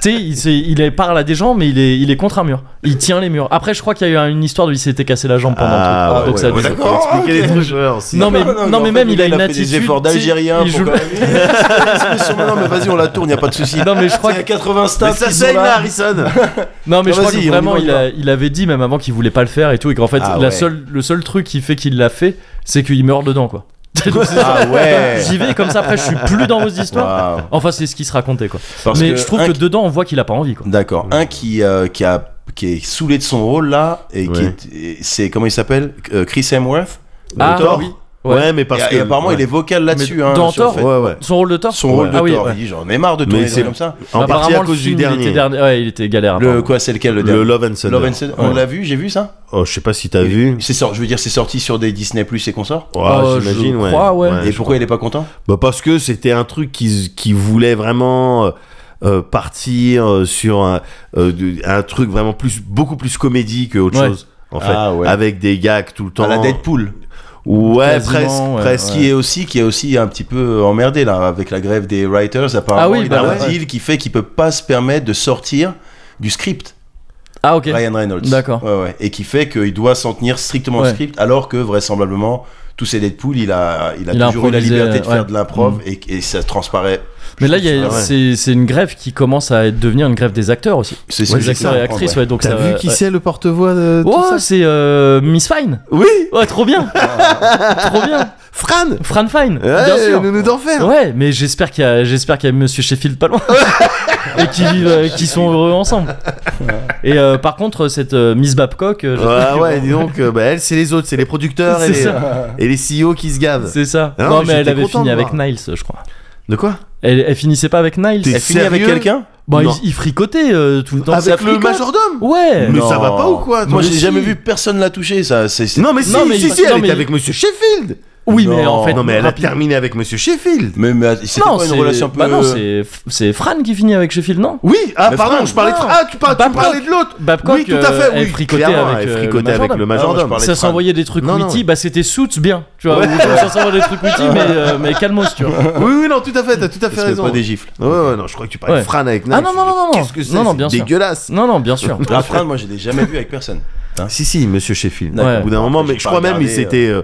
Speaker 1: tu sais, il, s'est- il est- parle à des gens, mais il est, il est contre un mur. Il tient les murs. Après, je crois qu'il y a eu une histoire où il s'était cacassé la jambe pendant
Speaker 3: Ah,
Speaker 1: le truc.
Speaker 3: ouais,
Speaker 1: Donc ça a
Speaker 3: ouais,
Speaker 1: dû-
Speaker 3: d'accord, expliquer les trucs, ouais, aussi.
Speaker 1: Non, mais,
Speaker 2: Non,
Speaker 1: non,
Speaker 2: non, non,
Speaker 1: mais
Speaker 2: en
Speaker 1: même,
Speaker 2: fait,
Speaker 1: il a
Speaker 2: il
Speaker 1: une
Speaker 2: a fait des
Speaker 1: attitude.
Speaker 2: efforts
Speaker 1: tu sais,
Speaker 2: d'Algérien
Speaker 1: il
Speaker 2: pour
Speaker 1: joue-
Speaker 2: quand non, mais vas-y, on la tourne, y a pas de souci.
Speaker 1: Non, mais je crois
Speaker 2: Il y a
Speaker 1: que
Speaker 2: 80 stats.
Speaker 3: Mais ça
Speaker 2: qui sont
Speaker 3: saigne là, Harrison
Speaker 1: Non mais
Speaker 2: Non,
Speaker 1: je crois
Speaker 2: vas-y,
Speaker 1: que
Speaker 2: on y va,
Speaker 1: vraiment
Speaker 2: on y
Speaker 1: il, a- il avait dit même avant qu'il voulait pas le faire et tout et qu'en fait
Speaker 2: Ah
Speaker 1: la
Speaker 2: ouais.
Speaker 1: seule, le seul truc qui fait qu'il l'a fait c'est qu'il meurt dedans quoi.
Speaker 2: Ah ouais
Speaker 1: J'y vais comme ça après je suis plus dans vos histoires.
Speaker 2: Waouh.
Speaker 1: Enfin c'est ce qui se racontait quoi.
Speaker 2: Parce
Speaker 1: mais
Speaker 2: que
Speaker 1: je trouve
Speaker 2: un
Speaker 1: que
Speaker 2: qui-
Speaker 1: dedans on voit qu'il a pas envie quoi.
Speaker 2: D'accord. Un qui, euh, qui, a, qui est saoulé de son rôle là, et qui
Speaker 3: Ouais.
Speaker 2: est- et c'est. Comment il s'appelle Euh, Chris Hemsworth
Speaker 1: Ah
Speaker 3: Thor
Speaker 1: oui. Ouais.
Speaker 3: Ouais, mais parce
Speaker 2: et,
Speaker 3: que.
Speaker 2: et apparemment,
Speaker 3: ouais.
Speaker 2: il est vocal là-dessus.
Speaker 1: Mais
Speaker 2: hein,
Speaker 1: dans
Speaker 2: sur le
Speaker 1: Thor,
Speaker 2: fait-
Speaker 3: Ouais, ouais.
Speaker 1: Son rôle de Thor
Speaker 2: Son
Speaker 1: Ouais.
Speaker 2: rôle de
Speaker 1: Ah oui,
Speaker 2: Thor,
Speaker 1: ouais.
Speaker 2: il dit j'en ai marre de
Speaker 3: Mais
Speaker 2: tourner
Speaker 3: c'est-
Speaker 2: ça comme ça.
Speaker 3: En partie
Speaker 1: Apparemment,
Speaker 3: à
Speaker 1: le
Speaker 3: cause du
Speaker 1: film, il
Speaker 3: dernier.
Speaker 1: était dernier. Ouais, il était galère.
Speaker 2: Le
Speaker 1: apparemment.
Speaker 2: quoi, c'est lequel le
Speaker 3: Le
Speaker 2: dernier
Speaker 3: Love and Thunder.
Speaker 2: Love and Thunder. On
Speaker 3: Ouais.
Speaker 2: l'a vu, j'ai vu ça.
Speaker 3: Oh, je sais pas si t'as vu.
Speaker 2: C'est sort, je veux dire, c'est sorti sur des Disney Plus et consorts.
Speaker 3: Ouais,
Speaker 1: Euh,
Speaker 3: j'imagine,
Speaker 1: je
Speaker 3: ouais.
Speaker 1: crois, ouais.
Speaker 2: Et
Speaker 3: je
Speaker 2: pourquoi il est pas content
Speaker 3: Bah parce que c'était un truc qui, qui voulait vraiment euh, euh, partir euh, sur un, euh, de- un truc vraiment plus beaucoup plus comédie que autre
Speaker 1: Ouais.
Speaker 3: chose en fait
Speaker 2: Ah ouais.
Speaker 3: avec des gags tout le temps
Speaker 2: À la Deadpool.
Speaker 3: ouais
Speaker 1: Quasiment,
Speaker 3: presque
Speaker 1: ouais.
Speaker 3: presque
Speaker 2: Qui est aussi, qui est aussi un petit peu emmerdé là avec la grève des writers. Apparemment,
Speaker 1: Ah oui,
Speaker 2: il
Speaker 1: bah
Speaker 2: a un
Speaker 1: ouais.
Speaker 2: deal qui fait qu'il peut pas se permettre de sortir du script.
Speaker 1: Ah, ok.
Speaker 2: Ryan Reynolds.
Speaker 1: D'accord.
Speaker 2: Ouais, ouais. Et qui fait qu'il doit s'en tenir strictement au
Speaker 1: Ouais.
Speaker 2: script, alors que vraisemblablement. Tous ces Deadpool, il a, il a
Speaker 1: Il a
Speaker 2: toujours eu la
Speaker 1: improvisé,
Speaker 2: liberté de
Speaker 1: euh,
Speaker 2: faire
Speaker 1: ouais.
Speaker 2: de l'improv et, et ça transparaît.
Speaker 1: Mais là, il y a-
Speaker 3: Ah ouais.
Speaker 1: c'est c'est une grève qui commence à être- devenir une grève des acteurs aussi.
Speaker 2: C'est
Speaker 1: Des
Speaker 2: que
Speaker 1: acteurs
Speaker 2: je
Speaker 1: et
Speaker 2: comprends,
Speaker 1: actrices,
Speaker 2: ouais.
Speaker 1: ouais. Donc
Speaker 3: t'as
Speaker 1: ça
Speaker 3: vu
Speaker 1: va-
Speaker 3: qui
Speaker 1: ouais.
Speaker 3: c'est le porte-voix de tout
Speaker 1: Oh,
Speaker 3: ça
Speaker 1: c'est euh, Miss Fine.
Speaker 3: oui
Speaker 1: Ouais, trop bien.
Speaker 2: Ah.
Speaker 1: trop bien.
Speaker 3: Fran
Speaker 1: Fran Fine. bien
Speaker 3: ouais,
Speaker 1: sûr.
Speaker 3: nous d'enfer
Speaker 1: Ouais, mais j'espère qu'il y a, j'espère qu'il y a Monsieur Sheffield pas loin et qu'ils vivent, euh, qu'ils sont heureux ensemble. Et euh, par contre, cette euh, Miss Babcock, euh, je-
Speaker 3: ouais, ouais, dis donc, euh, bah, elle, c'est les autres, c'est les producteurs et
Speaker 1: C'est
Speaker 3: les, et les CEO qui se gavent.
Speaker 1: c'est ça.
Speaker 3: Ah non,
Speaker 1: Non,
Speaker 3: mais
Speaker 1: mais elle
Speaker 3: j'étais
Speaker 1: avait
Speaker 3: content
Speaker 1: fini
Speaker 3: de
Speaker 1: avec
Speaker 3: voir.
Speaker 1: Niles, je crois.
Speaker 3: De quoi
Speaker 1: Elle, elle finissait pas avec Niles.
Speaker 3: T'es
Speaker 2: Elle finit avec
Speaker 3: Sérieux
Speaker 2: quelqu'un
Speaker 1: Bon,
Speaker 3: Non.
Speaker 1: il, il fricotait euh, tout le temps. Ça
Speaker 3: Avec le
Speaker 1: fricote.
Speaker 3: majordome
Speaker 1: Ouais.
Speaker 3: Mais ça va pas ou quoi
Speaker 2: Moi,
Speaker 3: Mais
Speaker 2: j'ai
Speaker 3: si.
Speaker 2: jamais vu personne la toucher. Ça, c'est c'est-
Speaker 3: Non, mais si,
Speaker 1: Non, mais
Speaker 3: si,
Speaker 1: il-
Speaker 3: si, elle
Speaker 1: non,
Speaker 3: était
Speaker 1: mais-
Speaker 3: avec Monsieur Sheffield
Speaker 1: Oui, mais
Speaker 2: Non.
Speaker 1: en fait,
Speaker 3: Non, mais elle a
Speaker 1: rapide-
Speaker 3: terminé avec Monsieur Sheffield
Speaker 2: Mais, mais c'était
Speaker 1: Non,
Speaker 2: pas une
Speaker 1: c'est-
Speaker 2: relation un peu.
Speaker 1: bah non, c'est c'est Fran qui finit avec Sheffield, non
Speaker 3: Oui, ah
Speaker 2: Mais
Speaker 3: pardon,
Speaker 2: Fran,
Speaker 3: je parlais de...
Speaker 1: non.
Speaker 3: Ah, tu, parles, tu me
Speaker 1: Babcock.
Speaker 3: parlais de l'autre
Speaker 1: Babcock,
Speaker 3: Oui, tout à fait,
Speaker 1: euh, elle
Speaker 3: oui,
Speaker 1: fricotait
Speaker 3: clairement,
Speaker 1: avec,
Speaker 3: elle
Speaker 1: euh,
Speaker 3: fricotait
Speaker 1: le
Speaker 3: avec
Speaker 1: majordome.
Speaker 2: Ah,
Speaker 3: le
Speaker 2: moi, je
Speaker 3: majordome.
Speaker 2: parlais-
Speaker 1: ça
Speaker 2: Fran.
Speaker 1: s'envoyait des trucs
Speaker 3: Non, non.
Speaker 1: witty, bah c'était Suits bien, tu vois,
Speaker 3: Ouais.
Speaker 1: ou ça s'envoyait des trucs witty, mais, euh, mais calmos, tu vois.
Speaker 3: Oui, oui, non, tout à fait, t'as tout à fait
Speaker 2: Parce que
Speaker 3: raison.
Speaker 2: pas des gifles.
Speaker 3: Ouais, ouais, non, je crois que tu parlais de
Speaker 1: Ouais.
Speaker 3: Fran avec Nike.
Speaker 1: Ah non, non, non, non, non.
Speaker 3: Qu'est-ce que c'est
Speaker 1: Non, non,
Speaker 3: c'est
Speaker 1: bien sûr.
Speaker 3: dégueulasse
Speaker 1: Non, non, bien sûr.
Speaker 2: La Fran, moi, je l'ai jamais vu avec personne.
Speaker 3: Si, si, monsieur Sheffield.
Speaker 1: Ouais.
Speaker 3: Au bout d'un moment, mais
Speaker 2: Euh, J'ai
Speaker 3: je
Speaker 2: pas
Speaker 3: crois même
Speaker 2: regardé,
Speaker 3: il s'était euh,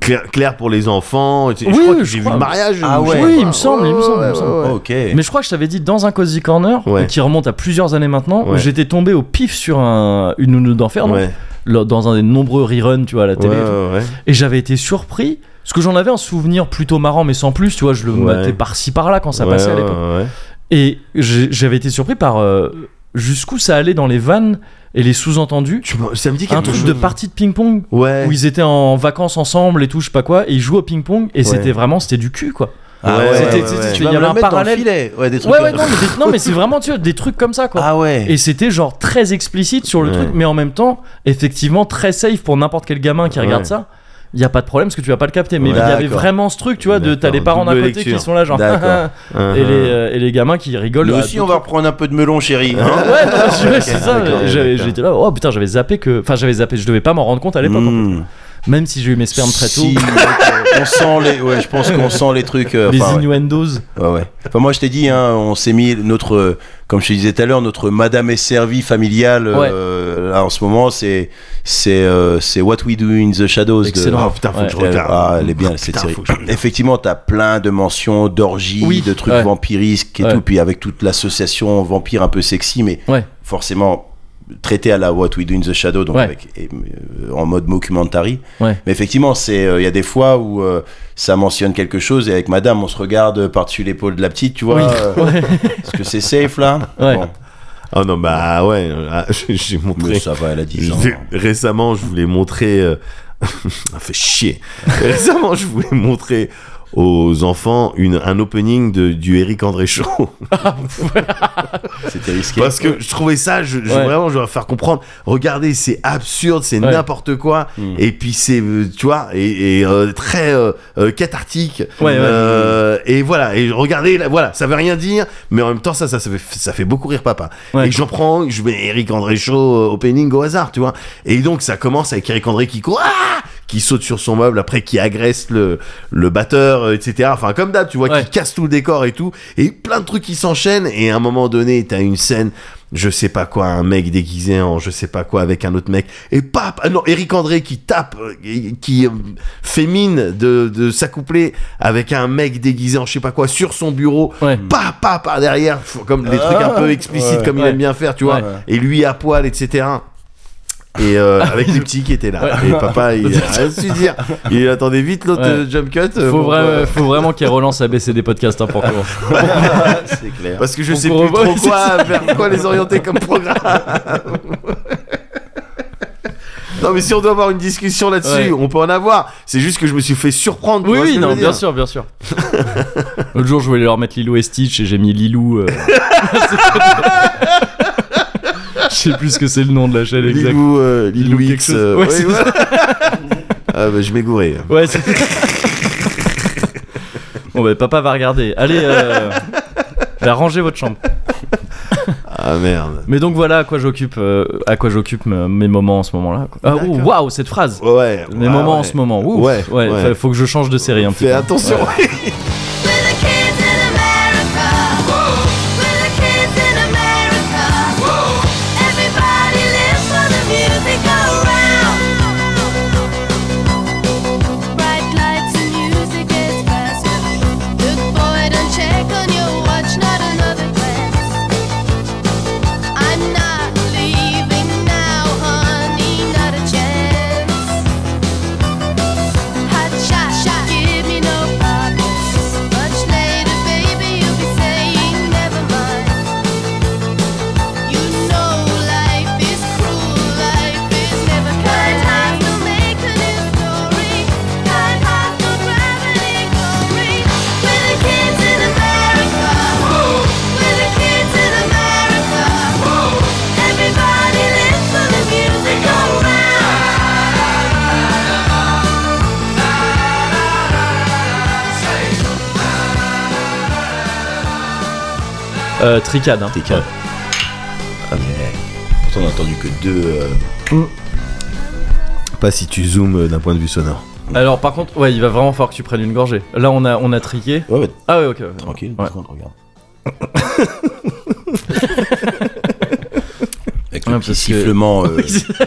Speaker 3: clair, clair pour les enfants. et- et je
Speaker 1: Oui,
Speaker 3: crois que
Speaker 1: je
Speaker 3: j'ai vu
Speaker 1: crois.
Speaker 3: le mariage.
Speaker 2: Ah
Speaker 3: ou je
Speaker 2: ouais.
Speaker 3: sais
Speaker 1: Oui,
Speaker 3: pas.
Speaker 1: il me semble, il me semble, il me semble.
Speaker 3: ouais, ouais.
Speaker 2: euh. Ok.
Speaker 1: Mais je crois que je t'avais dit dans un Cozy Corner,
Speaker 3: Ouais.
Speaker 1: qui remonte à plusieurs années maintenant,
Speaker 3: Ouais.
Speaker 1: où j'étais tombé au pif sur un, une nounou d'enfer, donc,
Speaker 3: Ouais,
Speaker 1: le- dans un des nombreux reruns, tu vois, à la télé.
Speaker 3: ouais,
Speaker 1: et tout.
Speaker 3: ouais.
Speaker 1: Et j'avais été surpris, parce que j'en avais un souvenir plutôt marrant, mais sans plus, tu vois, je le
Speaker 3: Ouais.
Speaker 1: matais par-ci par-là quand ça
Speaker 3: Ouais,
Speaker 1: passait à
Speaker 3: ouais,
Speaker 1: l'époque.
Speaker 3: ouais.
Speaker 1: Et j'ai- j'avais été surpris par euh, jusqu'où ça allait dans les vannes et les sous-entendus.
Speaker 3: Tu m'en- Ça me dit
Speaker 1: Un
Speaker 3: quelque
Speaker 1: truc
Speaker 3: chose.
Speaker 1: de partie de ping-pong
Speaker 3: Ouais.
Speaker 1: où ils étaient en vacances ensemble et tout, je sais pas quoi, et ils jouent au ping-pong et
Speaker 3: Ouais.
Speaker 1: c'était vraiment, c'était du cul quoi.
Speaker 2: Ah
Speaker 3: Ouais,
Speaker 2: ouais,
Speaker 3: c'était-
Speaker 2: ouais,
Speaker 3: c'était-
Speaker 2: ouais.
Speaker 1: tu
Speaker 2: Tu
Speaker 1: vas me le
Speaker 2: vas me le
Speaker 1: mettre
Speaker 2: mettre
Speaker 1: dans le
Speaker 2: dans le filet. Ouais, des trucs
Speaker 1: Ouais, ouais, non, mais, des- non, mais c'est vraiment tu vois, des trucs comme ça quoi.
Speaker 2: Ah ouais.
Speaker 1: Et c'était genre très explicite sur le
Speaker 3: Ouais.
Speaker 1: truc, mais en même temps, effectivement, très safe pour n'importe quel gamin qui regarde
Speaker 3: Ouais.
Speaker 1: ça. Il y a pas de problème parce que tu vas pas le capter, mais il
Speaker 3: Ouais.
Speaker 1: y avait
Speaker 2: D'accord.
Speaker 1: vraiment ce truc, tu vois, de t'as
Speaker 3: D'accord,
Speaker 1: les parents d'un
Speaker 3: double
Speaker 1: côté
Speaker 3: lecture.
Speaker 1: qui sont là genre
Speaker 2: D'accord.
Speaker 3: Ah,
Speaker 1: et les
Speaker 3: ah.
Speaker 1: euh, et les gamins qui rigolent.
Speaker 2: Nous
Speaker 1: à
Speaker 2: aussi,
Speaker 1: d'autres
Speaker 2: on va reprendre un peu de melon, chérie. hein.
Speaker 1: Ouais, non, je- ouais, c'est ça.
Speaker 3: d'accord,
Speaker 1: j'avais-
Speaker 3: d'accord.
Speaker 1: J'étais là, oh putain, j'avais zappé que. Enfin, j'avais zappé, je devais pas m'en rendre compte à l'époque. en
Speaker 2: Mmh.
Speaker 1: fait. Même si j'ai eu mes spermes très tôt,
Speaker 2: Si, donc, euh, on sent les, ouais, je pense qu'on sent les trucs. euh,
Speaker 1: les
Speaker 2: enfin, ouais.
Speaker 1: innuendos.
Speaker 2: Ouais, ouais. Enfin, moi, je t'ai dit, hein, on s'est mis notre, euh, comme je te disais tout à l'heure, notre Madame est servie familiale. euh, là, en ce moment, c'est, c'est, euh, c'est What We Do in the Shadows. de-
Speaker 1: Excellent.
Speaker 3: Oh putain, faut
Speaker 1: Ouais.
Speaker 3: que je regarde.
Speaker 2: Ah, elle est bien cette
Speaker 3: Putain,
Speaker 2: série.
Speaker 3: faut que je regarde.
Speaker 2: Effectivement, t'as plein de mentions d'orgies,
Speaker 1: Oui,
Speaker 2: de trucs
Speaker 1: ouais.
Speaker 2: vampirisques et
Speaker 1: Ouais.
Speaker 2: tout, puis avec toute l'association vampire un peu sexy, mais
Speaker 1: Ouais.
Speaker 2: forcément traité à la What We Do in the Shadow, donc
Speaker 1: Ouais.
Speaker 2: avec, et, euh, en mode mockumentary.
Speaker 1: Ouais.
Speaker 2: Mais effectivement, c'est il y a des fois où euh, ça mentionne quelque chose et avec Madame, on se regarde par-dessus l'épaule de la petite, tu vois,
Speaker 1: Oui.
Speaker 2: euh,
Speaker 1: Ouais.
Speaker 2: parce que c'est safe là.
Speaker 1: Ouais.
Speaker 2: Oh,
Speaker 3: Ah non, bah ouais,
Speaker 2: euh,
Speaker 3: ah, j'ai j'ai montré.
Speaker 2: mais ça va, elle a 10
Speaker 3: Je
Speaker 2: ans. hein.
Speaker 3: sais, récemment, je voulais montrer. euh, Ça fait chier. récemment, je voulais montrer aux enfants une, un opening de, du Eric André Shaw.
Speaker 2: C'était risqué.
Speaker 3: Parce que je trouvais ça, je, je-
Speaker 1: Ouais.
Speaker 3: vraiment, je dois faire comprendre. Regardez, c'est absurde, c'est
Speaker 1: Ouais.
Speaker 3: n'importe quoi. Et puis c'est, euh, tu vois, et, et, euh, très euh, euh, cathartique.
Speaker 1: Ouais, ouais.
Speaker 3: Euh, Et voilà, et regardez, là, voilà, ça veut rien dire, mais en même temps, ça, ça, ça, fait, ça fait beaucoup rire papa.
Speaker 1: Ouais.
Speaker 3: Et j'en prends, je mets Eric André Shaw euh, opening au hasard, tu vois. Et donc ça commence avec Eric André qui court, ah qui saute sur son meuble, après qui agresse le, le batteur, euh, etc. Enfin, comme d'hab, tu vois,
Speaker 1: Ouais.
Speaker 3: qui casse tout le décor et tout. Et plein de trucs qui s'enchaînent. Et à un moment donné, t'as une scène, je sais pas quoi, un mec déguisé en je sais pas quoi avec un autre mec. Et pap ah Non, Eric André qui tape, euh, et- qui euh, fait mine de, de s'accoupler avec un mec déguisé en je sais pas quoi sur son bureau.
Speaker 1: Ouais.
Speaker 3: Pa, pa, par derrière. Comme les trucs un peu explicites
Speaker 2: ouais.
Speaker 3: comme il
Speaker 1: Ouais.
Speaker 3: aime bien faire, tu vois.
Speaker 1: Ouais.
Speaker 3: Et lui à poil, etc. Et euh, avec les petits qui étaient là. Et papa, il ah, a rien su dire. Il attendait vite l'autre
Speaker 1: Ouais.
Speaker 3: euh, jump cut. euh,
Speaker 1: Faut,
Speaker 3: pour,
Speaker 1: vra-
Speaker 3: euh,
Speaker 1: faut vraiment qu'elle relance ABCD Podcast hein, pour commencer.
Speaker 2: Ah, c'est clair.
Speaker 3: Parce que je
Speaker 1: Pour
Speaker 3: sais
Speaker 1: qu'on
Speaker 3: plus
Speaker 1: revoie,
Speaker 3: trop
Speaker 1: c'est
Speaker 3: quoi, vers quoi les orienter comme programme. Non, mais si on doit avoir une discussion là-dessus,
Speaker 1: Ouais.
Speaker 3: on peut en avoir. C'est juste que je me suis fait surprendre. tu
Speaker 1: Oui,
Speaker 3: vois ce
Speaker 1: oui,
Speaker 3: que je
Speaker 1: non,
Speaker 3: veux
Speaker 1: bien
Speaker 3: dire
Speaker 1: sûr, bien sûr. L'autre jour, je voulais leur mettre Lilou et Stitch et j'ai mis Lilou. euh. Je sais plus ce que c'est le nom de la chaîne exact.
Speaker 3: Lilou, euh, Lilou
Speaker 1: Lilou quelque
Speaker 3: X.
Speaker 1: chose.
Speaker 3: euh,
Speaker 1: Ouais,
Speaker 3: ouais,
Speaker 1: c'est
Speaker 3: ouais. Ah, bah, je m'égourais.
Speaker 1: Ouais, c'est. bon, bah, papa va regarder. Allez, euh... bah, rangez votre chambre.
Speaker 3: Ah merde.
Speaker 1: Mais donc voilà à quoi j'occupe, euh, à quoi j'occupe me- mes moments en ce moment-là. quoi. Ah, ouh,
Speaker 3: D'accord.
Speaker 1: waouh, cette phrase.
Speaker 3: Ouais.
Speaker 1: Mes
Speaker 3: ouais,
Speaker 1: moments
Speaker 3: ouais.
Speaker 1: en ce moment. Ouh,
Speaker 3: Ouais,
Speaker 1: ouais,
Speaker 3: ouais.
Speaker 1: fa- Faut que je change de série hein, un petit
Speaker 3: Fais
Speaker 1: peu.
Speaker 3: attention.
Speaker 5: We're the kids in America. We're the kids in America. Everybody lives for the music around. Bright lights and music is passing. Good boy, don't check on your watch, not another glance. I'm not leaving now, honey, not a chance. Hot shot, shot, give me no problems. Much later, baby, you'll be saying never mind. You know life is cruel, life is never kind. Kind will make a new story. Kind heart will grab any glory. We're the kids in America. We're the kids in America. Everybody lives for the music around.
Speaker 1: Euh, tricade. hein.
Speaker 2: T4. Ah, Pourtant, on a entendu que deux. euh,
Speaker 3: Pas si tu zoomes euh, d'un point de vue sonore.
Speaker 1: Alors par contre, ouais, il va vraiment falloir que tu prennes une gorgée. Là, on a, on a triqué.
Speaker 2: Ouais, ouais,
Speaker 1: Ah ouais, ok. ouais.
Speaker 2: tranquille, deux
Speaker 1: Ouais.
Speaker 2: secondes, regarde. Avec
Speaker 1: Ouais,
Speaker 2: le
Speaker 1: parce que-
Speaker 2: petit sifflement euh,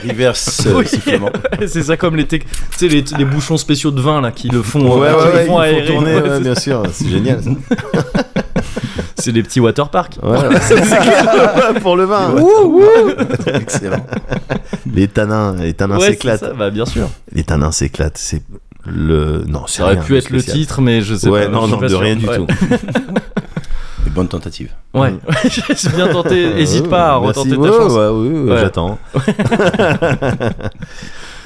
Speaker 2: reverse euh,
Speaker 1: Oui.
Speaker 2: sifflement.
Speaker 1: c'est ça comme les, tec- tu sais, les, les bouchons spéciaux de vin là qui le font, euh, qui le
Speaker 3: il
Speaker 1: font
Speaker 3: faut
Speaker 1: aérer.
Speaker 3: tourner,
Speaker 1: Ouais,
Speaker 3: Ah. ouais,
Speaker 1: c'est-
Speaker 3: bien sûr, c'est génial ça.
Speaker 1: c'est des petits waterparks.
Speaker 3: Ouais, ouais. Ouais, pour le vin. ouais.
Speaker 2: Excellent.
Speaker 3: Les tanins, les tanins
Speaker 1: ouais, c'est
Speaker 3: s'éclatent.
Speaker 1: ça, bah bien sûr.
Speaker 3: Les tanins s'éclatent, c'est le non, c'est
Speaker 1: Ça aurait
Speaker 3: rien
Speaker 1: pu
Speaker 3: de
Speaker 1: être le
Speaker 3: spécial.
Speaker 1: titre, mais je sais
Speaker 3: Ouais,
Speaker 1: pas.
Speaker 3: non,
Speaker 1: je suis
Speaker 3: non,
Speaker 1: pas
Speaker 3: de
Speaker 1: sûr.
Speaker 3: rien du
Speaker 1: Ouais.
Speaker 3: tout. Mm.
Speaker 2: Et bonne tentative.
Speaker 1: Ouais, j'ai bien tenté. Hésite
Speaker 3: Ouais,
Speaker 1: pas à
Speaker 3: merci.
Speaker 1: retenter
Speaker 3: Ouais,
Speaker 1: ta chance.
Speaker 3: ouais, ouais, ouais,
Speaker 1: Ouais.
Speaker 3: j'attends.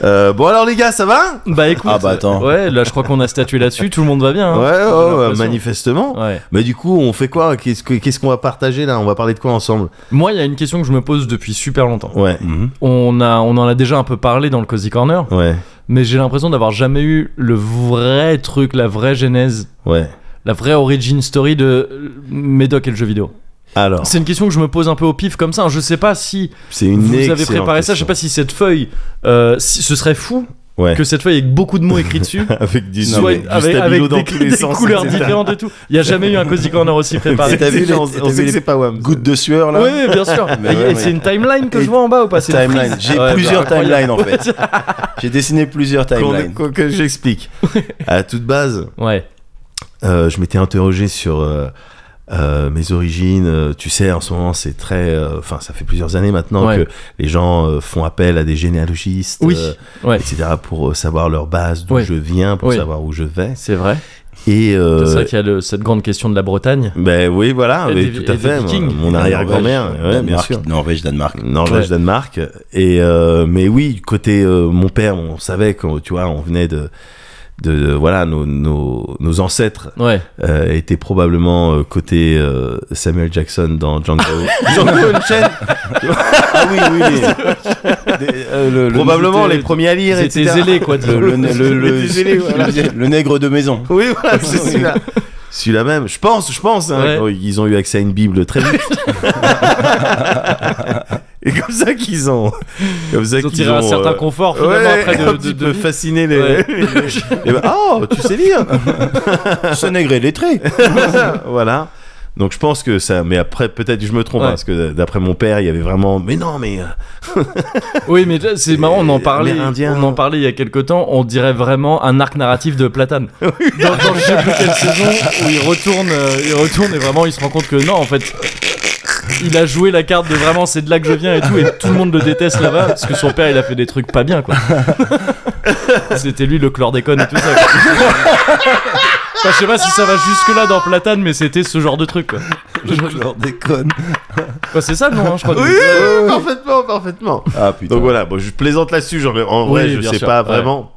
Speaker 3: Euh, bon alors les gars, ça va
Speaker 1: Bah écoute,
Speaker 2: Ah, bah, attends.
Speaker 1: ouais, là je crois qu'on a statué là-dessus, tout le monde va bien. hein.
Speaker 3: Ouais, ouais,
Speaker 1: J'ai
Speaker 3: ouais,
Speaker 1: l'impression.
Speaker 3: manifestement.
Speaker 1: Ouais.
Speaker 3: Mais du coup, on fait quoi Qu'est-ce que- qu'est-ce qu'on va partager là On va parler de quoi ensemble
Speaker 1: Moi, il y a une question que je me pose depuis super longtemps.
Speaker 3: Ouais.
Speaker 1: On, a, on en a déjà un peu parlé dans le Cozy Corner,
Speaker 3: Ouais.
Speaker 1: mais j'ai l'impression d'avoir jamais eu le vrai truc, la vraie genèse,
Speaker 3: Ouais.
Speaker 1: la vraie origin story de euh, Médoc et le jeu vidéo.
Speaker 3: Alors,
Speaker 1: C'est une question que je me pose un peu au pif comme ça. hein. Je sais pas si
Speaker 3: c'est une
Speaker 1: vous avez
Speaker 3: excellente
Speaker 1: préparé ça, je sais
Speaker 3: question.
Speaker 1: pas si cette feuille, euh, si- ce serait fou
Speaker 3: Ouais.
Speaker 1: que cette feuille avec beaucoup de mots écrits dessus.
Speaker 3: avec du,
Speaker 1: soit
Speaker 3: avec, du
Speaker 1: avec,
Speaker 3: stabilo
Speaker 1: avec
Speaker 3: dans
Speaker 1: des,
Speaker 3: tous les
Speaker 1: des
Speaker 3: sens,
Speaker 1: couleurs
Speaker 3: etc.
Speaker 1: différentes et tout. Il y a jamais eu un Cozy Corner aussi préparé.
Speaker 2: Mais t'as
Speaker 3: C'est-
Speaker 2: vu les-
Speaker 3: on,
Speaker 2: t'as
Speaker 3: on
Speaker 2: vu
Speaker 3: sait que
Speaker 2: les
Speaker 3: c'est pas Wham.
Speaker 2: Goutte de sueur là.
Speaker 1: Oui, oui, bien sûr.
Speaker 2: Mais
Speaker 1: Et
Speaker 2: ouais,
Speaker 1: et
Speaker 2: ouais.
Speaker 1: C'est une timeline que
Speaker 2: Et
Speaker 1: je vois en bas ou pas C'est une
Speaker 2: Timeline.
Speaker 1: frise.
Speaker 2: J'ai
Speaker 1: Ouais,
Speaker 2: plusieurs
Speaker 1: bah, incroyable.
Speaker 2: timelines en fait. J'ai dessiné plusieurs
Speaker 3: Qu'on-
Speaker 2: timelines.
Speaker 3: qu'on- que j'explique. à toute base,
Speaker 1: Ouais.
Speaker 3: euh, je m'étais interrogé sur euh, euh, mes origines. Euh, Tu sais, en ce moment, c'est très. euh, Enfin, ça fait plusieurs années maintenant
Speaker 1: Ouais.
Speaker 3: que les gens euh, font appel à des généalogistes,
Speaker 1: Oui.
Speaker 3: euh,
Speaker 1: Ouais.
Speaker 3: etc., pour euh, savoir leur base, d'où
Speaker 1: Ouais.
Speaker 3: je viens, pour
Speaker 1: Oui.
Speaker 3: savoir où je vais.
Speaker 1: C'est vrai.
Speaker 3: Et euh,
Speaker 1: C'est ça qu'il y a le- cette grande question de la Bretagne.
Speaker 3: ben oui, voilà,
Speaker 1: Et
Speaker 3: mais
Speaker 1: des-
Speaker 3: tout à
Speaker 1: et des
Speaker 3: fait.
Speaker 1: Vikings.
Speaker 3: Mon arrière-grand-mère,
Speaker 2: Norvège,
Speaker 3: ouais, bien
Speaker 2: Danemark,
Speaker 3: sûr.
Speaker 2: Norvège, Danemark.
Speaker 3: Norvège,
Speaker 1: Ouais.
Speaker 3: Danemark. Et euh, mais oui, côté euh, mon père, on savait que tu vois, on venait de de, de- voilà nos, nos, nos ancêtres
Speaker 1: Ouais.
Speaker 3: euh, étaient probablement euh, côté euh, Samuel Jackson dans Django Django Unchained
Speaker 2: Ah oui, oui. oui. Des- euh, le- le-
Speaker 3: probablement
Speaker 1: Ils
Speaker 3: les
Speaker 1: étaient-
Speaker 3: premiers à lire
Speaker 1: Ils étaient
Speaker 3: etc
Speaker 1: zélés, quoi.
Speaker 2: Le,
Speaker 1: disons.
Speaker 2: le, le, le-
Speaker 3: Les désolés, voilà.
Speaker 2: le nègre de maison.
Speaker 3: oui voilà c'est celui-là celui-là même je pense je pense hein,
Speaker 1: Ouais.
Speaker 3: ils ont eu accès à une bible très vite et comme ça qu'ils ont comme ça
Speaker 1: Ils ont
Speaker 3: qu'ils
Speaker 1: tiré un
Speaker 3: ont
Speaker 1: certain
Speaker 3: euh,
Speaker 1: confort finalement
Speaker 3: ouais,
Speaker 1: après de,
Speaker 3: un
Speaker 1: de-
Speaker 3: petit
Speaker 1: de-
Speaker 3: peu fasciner les,
Speaker 1: Ouais.
Speaker 3: Et ben, oh tu sais lire
Speaker 2: Ce nègre est lettré.
Speaker 3: voilà. Donc je pense que ça, mais après peut-être que je me trompe
Speaker 1: Ouais.
Speaker 3: hein, parce que d'après mon père il y avait vraiment, mais non mais euh,
Speaker 1: Oui, mais là, c'est marrant. On en parlait.
Speaker 3: Amérindien.
Speaker 1: On en parlait il y a quelques temps. On dirait vraiment un arc narratif de Platane. dans, dans je sais plus quelle saison où il retourne, euh, il retourne et vraiment il se rend compte que non, en fait. Il a joué la carte de vraiment c'est de là que je viens et tout et tout le monde le déteste là-bas parce que son père il a fait des trucs pas bien quoi. C'était lui le chlordécone et tout ça. quoi. Enfin, je sais pas si ça va jusque-là dans Platane, mais c'était ce genre de truc, quoi.
Speaker 2: Je leur déconne.
Speaker 1: Enfin, c'est ça, non, je crois. euh,
Speaker 3: Oui, oui, parfaitement, parfaitement.
Speaker 2: Ah putain.
Speaker 3: Donc voilà, bon, je plaisante là-dessus, j'en ai- en
Speaker 1: Oui,
Speaker 3: vrai, je
Speaker 1: bien
Speaker 3: sais
Speaker 1: sûr,
Speaker 3: pas
Speaker 1: ouais.
Speaker 3: vraiment.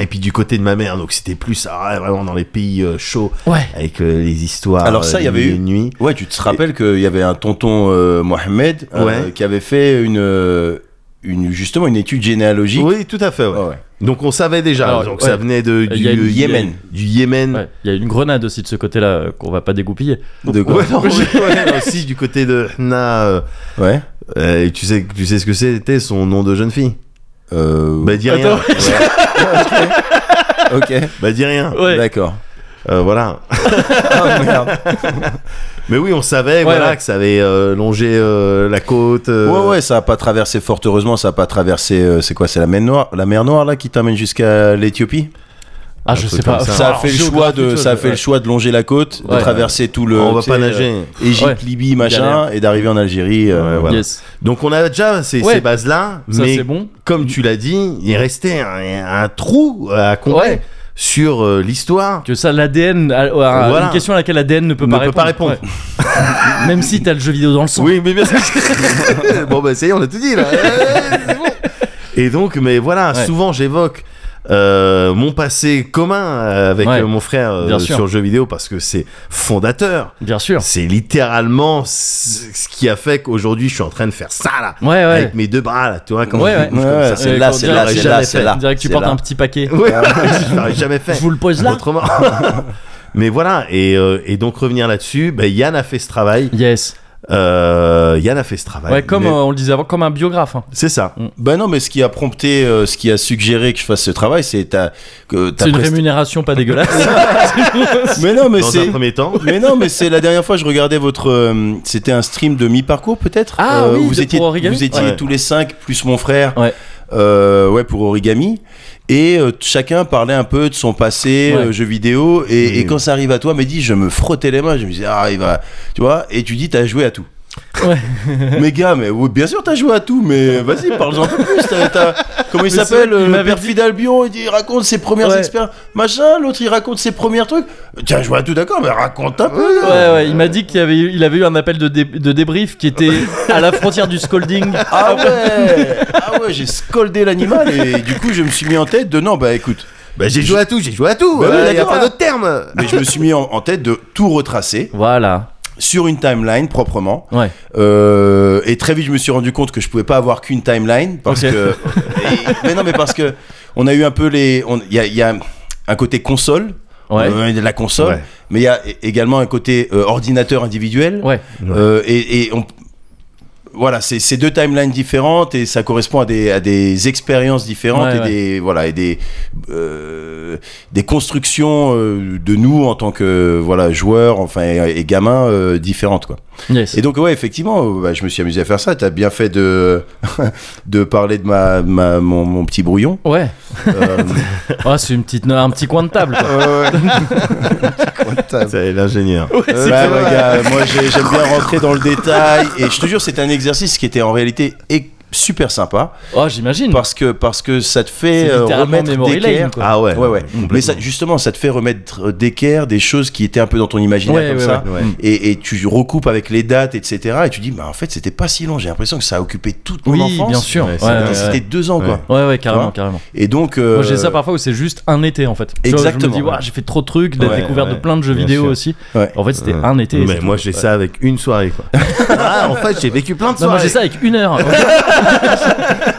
Speaker 3: Et puis du côté de ma mère, donc c'était plus ah, ouais, vraiment dans les pays euh, chauds,
Speaker 1: Ouais.
Speaker 3: avec euh, les histoires.
Speaker 2: Alors ça,
Speaker 3: euh,
Speaker 2: il y avait
Speaker 3: des
Speaker 2: eu-
Speaker 3: nuits.
Speaker 2: Ouais, tu te rappelles qu'il y avait un tonton euh, Mohamed euh,
Speaker 3: Ouais.
Speaker 2: qui avait fait une, euh, une justement une étude généalogique.
Speaker 3: Oui, tout à fait. ouais.
Speaker 2: Ah ouais.
Speaker 3: Donc on savait déjà.
Speaker 1: Oh. Alors,
Speaker 3: donc
Speaker 1: ouais. Euh,
Speaker 3: ça venait de,
Speaker 1: Il
Speaker 3: du
Speaker 1: y a une-
Speaker 2: Yémen.
Speaker 3: Du Yémen.
Speaker 1: Ouais, Il y a une grenade aussi de ce côté-là euh, qu'on va pas dégoupiller.
Speaker 2: De quoi
Speaker 3: Ouais, non, ouais, aussi du côté de Hna. euh,
Speaker 2: Ouais.
Speaker 3: euh, tu sais, tu sais ce que c'était son nom de jeune fille.
Speaker 2: Euh,
Speaker 3: Bah dis rien.
Speaker 1: Attends.
Speaker 2: ok.
Speaker 3: Bah dis rien.
Speaker 1: Ouais.
Speaker 2: D'accord.
Speaker 3: Euh, voilà.
Speaker 2: Ah, merde.
Speaker 3: Mais oui, on savait voilà
Speaker 1: ouais.
Speaker 3: que ça avait euh, longé euh, la côte. euh,
Speaker 2: Ouais ouais, ça a pas traversé. Fort heureusement, ça a pas traversé. euh, c'est quoi C'est la mer Noire, la mer Noire là qui t'amène jusqu'à l'Éthiopie.
Speaker 1: Ah, je
Speaker 3: truc
Speaker 1: sais pas.
Speaker 3: comme ça.
Speaker 2: Ça a
Speaker 1: Alors,
Speaker 2: fait le choix
Speaker 1: géographe
Speaker 2: de,
Speaker 1: plutôt,
Speaker 2: ça a
Speaker 1: je-
Speaker 2: fait le choix de longer la côte, de
Speaker 1: Ouais.
Speaker 2: traverser tout le.
Speaker 3: on va
Speaker 2: tu sais,
Speaker 3: pas
Speaker 2: euh,
Speaker 3: nager.
Speaker 2: Égypte,
Speaker 1: Ouais.
Speaker 2: Libye, machin, et d'arriver en Algérie. euh,
Speaker 3: Ouais, voilà.
Speaker 1: Yes.
Speaker 3: Donc on a déjà ces,
Speaker 1: Ouais.
Speaker 3: ces bases-là,
Speaker 1: Ça,
Speaker 3: mais
Speaker 1: c'est bon.
Speaker 3: comme tu l'as dit, il restait un, un trou à combler
Speaker 1: Ouais.
Speaker 3: sur euh, l'histoire.
Speaker 1: Que ça, l'ADN, a- a-
Speaker 3: Voilà.
Speaker 1: euh, une question à laquelle l'ADN ne peut
Speaker 3: Ne
Speaker 1: pas
Speaker 3: peut
Speaker 1: répondre.
Speaker 3: pas répondre.
Speaker 1: Ouais. Même si t'as le jeu vidéo dans le sang.
Speaker 3: Oui, mais bien sûr. bon, bah, ça y est, on a tout dit, là. Euh, c'est bon. Et donc, mais voilà,
Speaker 1: Ouais.
Speaker 3: souvent j'évoque euh, mon passé commun avec
Speaker 1: Ouais.
Speaker 3: euh, mon frère euh,
Speaker 1: Bien sûr.
Speaker 3: sur jeux vidéo parce que c'est fondateur.
Speaker 1: Bien sûr.
Speaker 3: C'est littéralement ce ce qui a fait qu'aujourd'hui je suis en train de faire ça, là.
Speaker 1: Ouais, ouais.
Speaker 3: Avec mes deux bras, là, tu vois, quand
Speaker 1: Ouais,
Speaker 3: je
Speaker 1: ouais.
Speaker 3: bouge comme
Speaker 2: Ouais,
Speaker 3: ça.
Speaker 2: c'est
Speaker 1: Ouais,
Speaker 2: là,
Speaker 1: quand
Speaker 2: c'est
Speaker 1: on
Speaker 2: là,
Speaker 1: dirait-
Speaker 3: c'est
Speaker 2: là,
Speaker 1: ouais,
Speaker 2: c'est là.
Speaker 1: Direct, tu
Speaker 2: C'est
Speaker 1: portes
Speaker 2: là.
Speaker 1: un petit paquet.
Speaker 3: Ouais, je l'aurais jamais fait.
Speaker 1: Je vous le pose là.
Speaker 3: Autrement. Mais voilà, et, euh, et donc revenir là-dessus, bah, Yann a fait ce travail.
Speaker 1: Yes.
Speaker 3: Euh, Yann a fait ce travail.
Speaker 1: Ouais, comme
Speaker 3: Mais-
Speaker 1: euh, on le disait avant, comme un biographe. hein.
Speaker 3: C'est ça.
Speaker 2: Ben non, mais ce qui a prompté, euh, ce qui a suggéré que je fasse ce travail, c'est ta. que ta
Speaker 1: C'est une
Speaker 2: presta-
Speaker 1: rémunération pas dégueulasse.
Speaker 2: Mais non, mais
Speaker 3: Dans un
Speaker 2: c'est.
Speaker 3: premier temps.
Speaker 2: Mais non, mais c'est la dernière fois je regardais votre. euh, C'était un stream de mi-parcours peut-être.
Speaker 1: Ah oui,
Speaker 2: où vous
Speaker 1: de-
Speaker 2: étiez,
Speaker 1: pour Origami
Speaker 2: vous étiez
Speaker 3: Ouais.
Speaker 2: tous les cinq plus mon frère.
Speaker 1: Ouais.
Speaker 2: Euh, ouais, pour origami. Et euh, chacun parlait un peu de son passé
Speaker 1: Ouais.
Speaker 2: euh, jeu vidéo. Et,
Speaker 3: Oui.
Speaker 2: et quand ça arrive à toi, mais dis, je me frottais les mains. Je me disais, ah, il va. Tu vois. Et tu dis, t'as joué à tout.
Speaker 1: Ouais.
Speaker 2: mais gars, mais oui, bien sûr, t'as joué à tout. Mais vas-y, parle-en un peu plus. T'as- t'as- comment il
Speaker 1: Mais c'est
Speaker 2: s'appelle
Speaker 1: vrai qu'il
Speaker 2: Le
Speaker 1: m'avait
Speaker 2: père Fidalbion, il, dit- il raconte ses premières
Speaker 1: Ouais.
Speaker 2: expériences. Machin. L'autre, il raconte ses premiers trucs. Tiens, je vois à tout, d'accord, mais raconte un peu.
Speaker 1: Ouais, ouais, il m'a dit qu'il avait, eu- il avait eu un appel de, dé- de débrief qui était à la frontière du scolding.
Speaker 2: Ah ouais Ah ouais, j'ai scoldé l'animal et du coup je me suis mis en tête de non bah écoute,
Speaker 3: Bah, j'ai joué à tout, j'ai joué à tout.
Speaker 2: Bah oui,
Speaker 3: Euh, y a
Speaker 2: d'accord.
Speaker 3: pas d'autre terme.
Speaker 2: mais je me suis mis en, en tête de tout retracer
Speaker 1: Voilà.
Speaker 2: sur une timeline proprement
Speaker 1: Ouais.
Speaker 2: Euh, et très vite je me suis rendu compte que je pouvais pas avoir qu'une timeline parce
Speaker 1: Ok.
Speaker 2: que et- mais non mais parce que on a eu un peu les on- il y a, il y a un côté console
Speaker 1: Ouais.
Speaker 2: euh, de la console
Speaker 3: Ouais.
Speaker 2: mais il y a é- également un côté euh, ordinateur individuel
Speaker 1: Ouais.
Speaker 2: Euh, et, et on- voilà, c'est c'est deux timelines différentes et ça correspond à des, à des expériences différentes
Speaker 1: Ouais,
Speaker 2: et
Speaker 1: ouais.
Speaker 2: des voilà et des euh, des constructions euh, de nous en tant que voilà joueurs enfin et, et gamins euh, différentes quoi.
Speaker 1: Yes.
Speaker 2: Et donc ouais effectivement, euh, bah, je me suis amusé à faire ça. T'as bien fait de de parler de ma, ma- mon, mon petit brouillon.
Speaker 1: Ouais.
Speaker 2: Euh,
Speaker 1: Ah, c'est une petite, un petit coin de table. quoi.
Speaker 3: C'est l'ingénieur.
Speaker 2: Ouais, ouais, gars, moi j'ai- j'aime bien rentrer dans le détail et je te jure c'est un exercice qui était en réalité é- super sympa.
Speaker 1: Oh, j'imagine.
Speaker 2: parce que parce que ça te fait
Speaker 1: C'est
Speaker 2: euh,
Speaker 1: littéralement
Speaker 2: remettre
Speaker 1: memory
Speaker 2: d'équerre
Speaker 1: lane, quoi.
Speaker 3: Ah ouais.
Speaker 2: ouais ouais mais ça,
Speaker 3: complètement.
Speaker 2: justement ça te fait remettre d'équerre des choses qui étaient un peu dans ton imaginaire
Speaker 1: Ouais,
Speaker 2: comme
Speaker 1: ouais,
Speaker 2: ça
Speaker 3: ouais. Ouais.
Speaker 2: Et, et tu recoupes avec les dates etc et tu dis bah en fait c'était pas si long j'ai l'impression que ça a occupé toute mon
Speaker 1: Oui,
Speaker 2: enfance
Speaker 1: bien sûr.
Speaker 3: Ouais,
Speaker 1: Ouais,
Speaker 3: c'est-
Speaker 1: ouais,
Speaker 2: Et
Speaker 1: ouais.
Speaker 2: c'était deux ans quoi
Speaker 1: Ouais, ouais,
Speaker 2: Tu
Speaker 1: carrément,
Speaker 2: vois
Speaker 1: carrément.
Speaker 2: et donc euh,
Speaker 1: Moi, j'ai ça parfois où c'est juste un été en fait. Tu vois,
Speaker 2: Exactement,
Speaker 1: Je me dis,
Speaker 2: ouais.
Speaker 1: Ouah, j'ai fait trop de trucs, la
Speaker 2: Ouais, Euh,
Speaker 1: découverte
Speaker 3: ouais,
Speaker 1: de plein de jeux
Speaker 3: bien
Speaker 1: vidéo
Speaker 3: sûr.
Speaker 1: aussi.
Speaker 2: Ouais.
Speaker 1: En fait, c'était un été. et
Speaker 3: Mais
Speaker 1: c'est
Speaker 3: moi
Speaker 1: tout.
Speaker 3: j'ai
Speaker 1: Ouais.
Speaker 3: ça avec une soirée quoi. ah, en fait j'ai vécu plein de
Speaker 1: Non, moi j'ai
Speaker 3: soirées.
Speaker 1: ça avec une heure.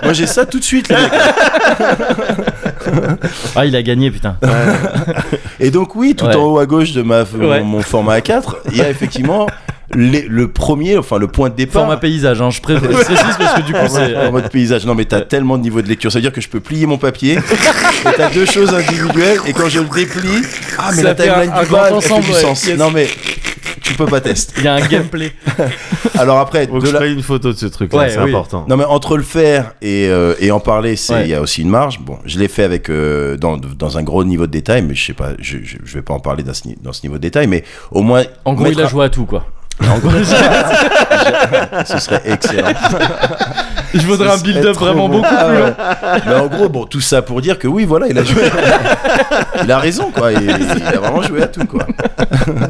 Speaker 2: moi j'ai ça tout de suite là, les gars.
Speaker 1: ah, il a gagné, putain.
Speaker 2: et donc oui tout
Speaker 1: Ouais.
Speaker 2: en haut à gauche de ma mon-
Speaker 1: Ouais.
Speaker 2: mon, format A4 il y a effectivement les- le premier enfin le point de départ
Speaker 1: Format paysage, hein, je pré- je précise parce que du coup, c'est.
Speaker 2: en mode paysage. Non, mais t'as tellement de niveaux de lecture. Ça veut dire que je peux plier mon papier. et t'as deux choses individuelles. Et quand je le déplie, ah, mais
Speaker 1: Ça
Speaker 2: la
Speaker 1: fait
Speaker 2: timeline
Speaker 1: un- un
Speaker 2: du
Speaker 1: grand
Speaker 2: bas, elle fait
Speaker 1: ensemble,
Speaker 2: du
Speaker 1: ouais.
Speaker 2: sens.
Speaker 1: Yes.
Speaker 2: Non, mais tu peux pas tester.
Speaker 1: Il y a un gameplay.
Speaker 2: Alors après,
Speaker 3: Faut que
Speaker 2: de
Speaker 3: je
Speaker 2: la-
Speaker 3: prenne une photo de ce truc là,
Speaker 1: Ouais,
Speaker 3: c'est
Speaker 1: oui.
Speaker 3: important.
Speaker 2: non, mais entre le faire et, euh, et en parler, c'est il
Speaker 1: Ouais.
Speaker 2: y a aussi une marge. Bon, je l'ai fait avec euh, dans, dans un gros niveau de détail, mais je sais pas, je, je, je vais pas en parler dans ce, ni- dans ce niveau de détail, mais au moins
Speaker 1: En gros,
Speaker 2: mettre
Speaker 1: il a
Speaker 2: un-
Speaker 1: joué à tout, quoi.
Speaker 2: ce serait excellent.
Speaker 1: Il faudrait un build-up vraiment beaucoup
Speaker 2: Ah
Speaker 1: plus long.
Speaker 2: Mais en gros, bon, tout ça pour dire que oui, voilà, il a joué. il a raison, quoi. Il, il a vraiment joué à tout, quoi.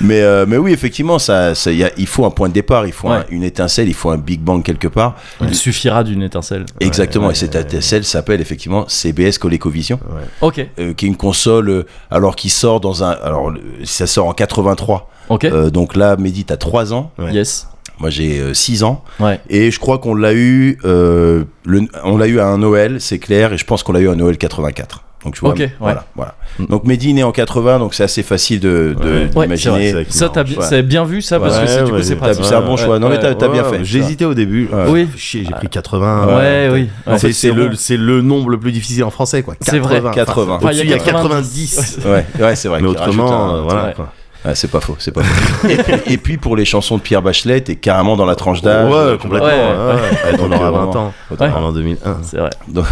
Speaker 2: mais, euh, mais oui, effectivement, ça, ça, il y a- il faut un point de départ, il faut un-
Speaker 1: Ouais.
Speaker 2: une étincelle, il faut un Big Bang quelque part.
Speaker 1: Il suffira d'une étincelle.
Speaker 2: Exactement,
Speaker 1: Ouais,
Speaker 2: et cette
Speaker 1: ouais.
Speaker 2: étincelle s'appelle effectivement CBS ColecoVision,
Speaker 1: Ok,
Speaker 2: euh, qui est une console, euh, alors qui sort dans un. Alors, le- ça sort en 83.
Speaker 1: ok.
Speaker 2: Euh, donc là, Mehdi, t'as 3 ans.
Speaker 3: ouais.
Speaker 1: Yes.
Speaker 2: Moi, j'ai euh, 6 ans.
Speaker 1: Ouais.
Speaker 2: Et je crois qu'on l'a eu, euh, le- on l'a eu à un Noël, c'est clair, et je pense qu'on l'a eu à un Noël 84. Donc tu vois,
Speaker 1: Ok, ouais.
Speaker 2: voilà, voilà.
Speaker 1: Mm.
Speaker 2: Donc Mehdi est né en 80, donc c'est assez facile de, de-
Speaker 3: Ouais.
Speaker 1: Ouais, c'est
Speaker 2: d'imaginer.
Speaker 1: vrai.
Speaker 3: c'est vrai que
Speaker 1: Ça,
Speaker 3: c'est
Speaker 1: t'as
Speaker 2: marrant.
Speaker 1: bien, c'est bien vu ça parce que
Speaker 3: Ouais,
Speaker 1: c'est- du coup
Speaker 3: ouais,
Speaker 1: c'est
Speaker 3: ouais.
Speaker 2: T'as-
Speaker 1: pratique.
Speaker 2: c'est un bon
Speaker 1: Ouais,
Speaker 2: choix. Non,
Speaker 1: ouais,
Speaker 2: mais t'as t'as bien fait.
Speaker 3: J'hésitais au début.
Speaker 2: Ouais.
Speaker 1: Oui.
Speaker 3: Chier, j'ai pris 80.
Speaker 1: Ouais, oui. ouais.
Speaker 3: C'est c'est
Speaker 2: c'est
Speaker 3: le,
Speaker 2: bon.
Speaker 3: c'est le nombre le plus difficile en français, quoi.
Speaker 1: C'est vrai.
Speaker 3: 80.
Speaker 2: 80.
Speaker 3: Enfin, au-dessus, il y a 90.
Speaker 1: 90.
Speaker 2: Ouais, ouais, c'est vrai.
Speaker 3: Mais
Speaker 2: qu'il rajoute
Speaker 3: autrement,
Speaker 2: un-
Speaker 3: euh,
Speaker 1: ouais.
Speaker 3: voilà. quoi.
Speaker 2: Ouais, c'est pas faux, c'est pas faux. et, puis, et puis pour les chansons de Pierre Bachelet, t'es carrément dans la tranche d'âge.
Speaker 3: Ouais, complètement.
Speaker 1: Ouais,
Speaker 3: ouais.
Speaker 2: ouais.
Speaker 3: On
Speaker 2: Donc, euh,
Speaker 3: aura
Speaker 2: vraiment.
Speaker 3: 20 ans.
Speaker 1: Ouais.
Speaker 3: En 2001.
Speaker 1: C'est vrai.
Speaker 2: Donc-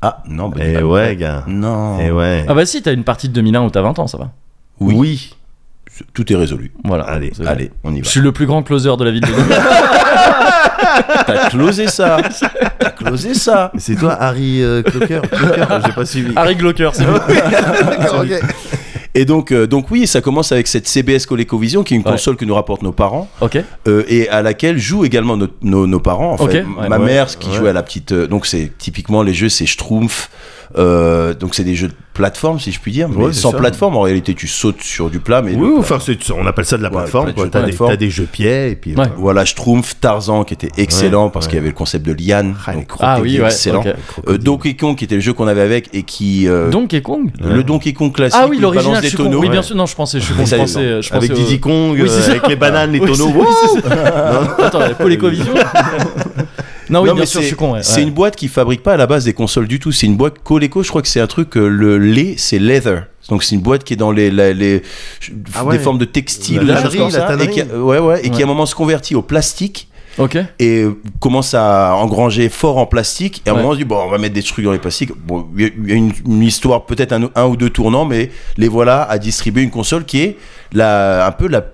Speaker 2: ah non, bah,
Speaker 3: Et
Speaker 2: bah,
Speaker 3: Eh ouais, gars.
Speaker 2: non.
Speaker 3: Et ouais.
Speaker 1: Ah bah si, t'as une partie de 2001 où t'as 20 ans, ça va.
Speaker 2: oui.
Speaker 3: Oui.
Speaker 2: Tout est résolu.
Speaker 1: Voilà.
Speaker 3: Allez,
Speaker 1: C'est-
Speaker 2: Allez, on y
Speaker 1: Je
Speaker 2: va.
Speaker 1: suis le plus grand closer de la ville de
Speaker 2: T'as closé ça. T'as closé ça.
Speaker 3: Mais C'est toi, Harry euh, Clocker Clocker, J'ai pas suivi.
Speaker 2: Ah,
Speaker 1: Harry Glocker, c'est bon.
Speaker 3: D'accord, ok.
Speaker 2: Et donc, euh, donc oui, ça commence avec cette CBS ColecoVision, qui est une
Speaker 1: Ouais.
Speaker 2: console que nous rapportent nos parents
Speaker 1: Ok.
Speaker 2: euh, et à laquelle jouent également nos, nos- nos parents. En
Speaker 1: Ok,
Speaker 2: fait,
Speaker 1: ouais.
Speaker 2: ma
Speaker 1: Ouais,
Speaker 2: mère, ce qui
Speaker 3: ouais.
Speaker 2: jouait à la petite. euh, donc, c'est typiquement les jeux, c'est Schtroumpf. euh, donc, c'est des jeux de plateforme, si je puis dire, mais
Speaker 3: Ouais, c'est
Speaker 2: sans
Speaker 3: ça.
Speaker 2: plateforme. En réalité, tu sautes sur du plat, mais
Speaker 3: Oui,
Speaker 2: le-
Speaker 3: enfin, c'est- on appelle ça de la
Speaker 2: Ouais,
Speaker 3: plateforme. quoi.
Speaker 2: de
Speaker 3: T'as des,
Speaker 2: plateforme.
Speaker 3: t'as des jeux pieds et puis.
Speaker 1: Ouais.
Speaker 2: voilà Schtroumpf, Tarzan, qui était excellent parce
Speaker 3: ouais.
Speaker 2: qu'il y avait le concept de liane.
Speaker 3: Ah, les
Speaker 2: donc,
Speaker 3: crocs.
Speaker 1: Ah oui, ouais.
Speaker 2: excellent.
Speaker 1: ok.
Speaker 2: euh, Donkey Kong, qui était le jeu qu'on avait avec et qui euh,
Speaker 1: Donkey Kong.
Speaker 2: le Donkey Kong classique,
Speaker 1: Ah oui,
Speaker 2: où il
Speaker 1: l'original.
Speaker 2: balance
Speaker 1: Je
Speaker 2: des
Speaker 1: suis con.
Speaker 2: tonneaux.
Speaker 1: Oui, bien
Speaker 3: ouais.
Speaker 1: sûr. Non, je pensais. Je suis con,
Speaker 2: Mais
Speaker 1: je
Speaker 2: ça,
Speaker 1: pensais. euh, Je
Speaker 3: Avec
Speaker 1: pensais au-
Speaker 3: Diddy Kong,
Speaker 1: Oui, c'est
Speaker 3: euh,
Speaker 1: ça.
Speaker 3: avec les bananes, les
Speaker 1: Oui,
Speaker 3: tonneaux.
Speaker 1: c'est-
Speaker 3: Wouh
Speaker 1: oui, c'est ça. Attends, la Polécovision. Non, Ah oui,
Speaker 2: Non,
Speaker 1: bien
Speaker 2: mais
Speaker 1: sûr,
Speaker 2: c'est-
Speaker 1: je suis con. ouais,
Speaker 2: C'est
Speaker 1: ouais.
Speaker 2: une boîte qui fabrique pas à la base des consoles du tout. C'est une boîte Coleco. Je crois que c'est un truc. euh, le lait, c'est leather. Donc c'est une boîte qui est dans les, la- les
Speaker 3: Ah ouais.
Speaker 2: des formes de textile,
Speaker 3: La
Speaker 2: ou des
Speaker 3: tannerie,
Speaker 2: choses comme
Speaker 3: la
Speaker 2: ça, et qui, a-
Speaker 3: tannerie.
Speaker 2: ouais, ouais, et qui
Speaker 1: Ouais.
Speaker 2: à un moment se convertit au plastique
Speaker 1: Ok.
Speaker 2: et euh, commence à engranger fort en plastique. Et à un
Speaker 1: Ouais.
Speaker 2: moment on se dit bon, on va mettre des trucs dans les plastiques. Bon, il y a- il y a une, une histoire peut-être un, un ou deux tournants, mais les voilà à distribuer une console qui est la, un peu la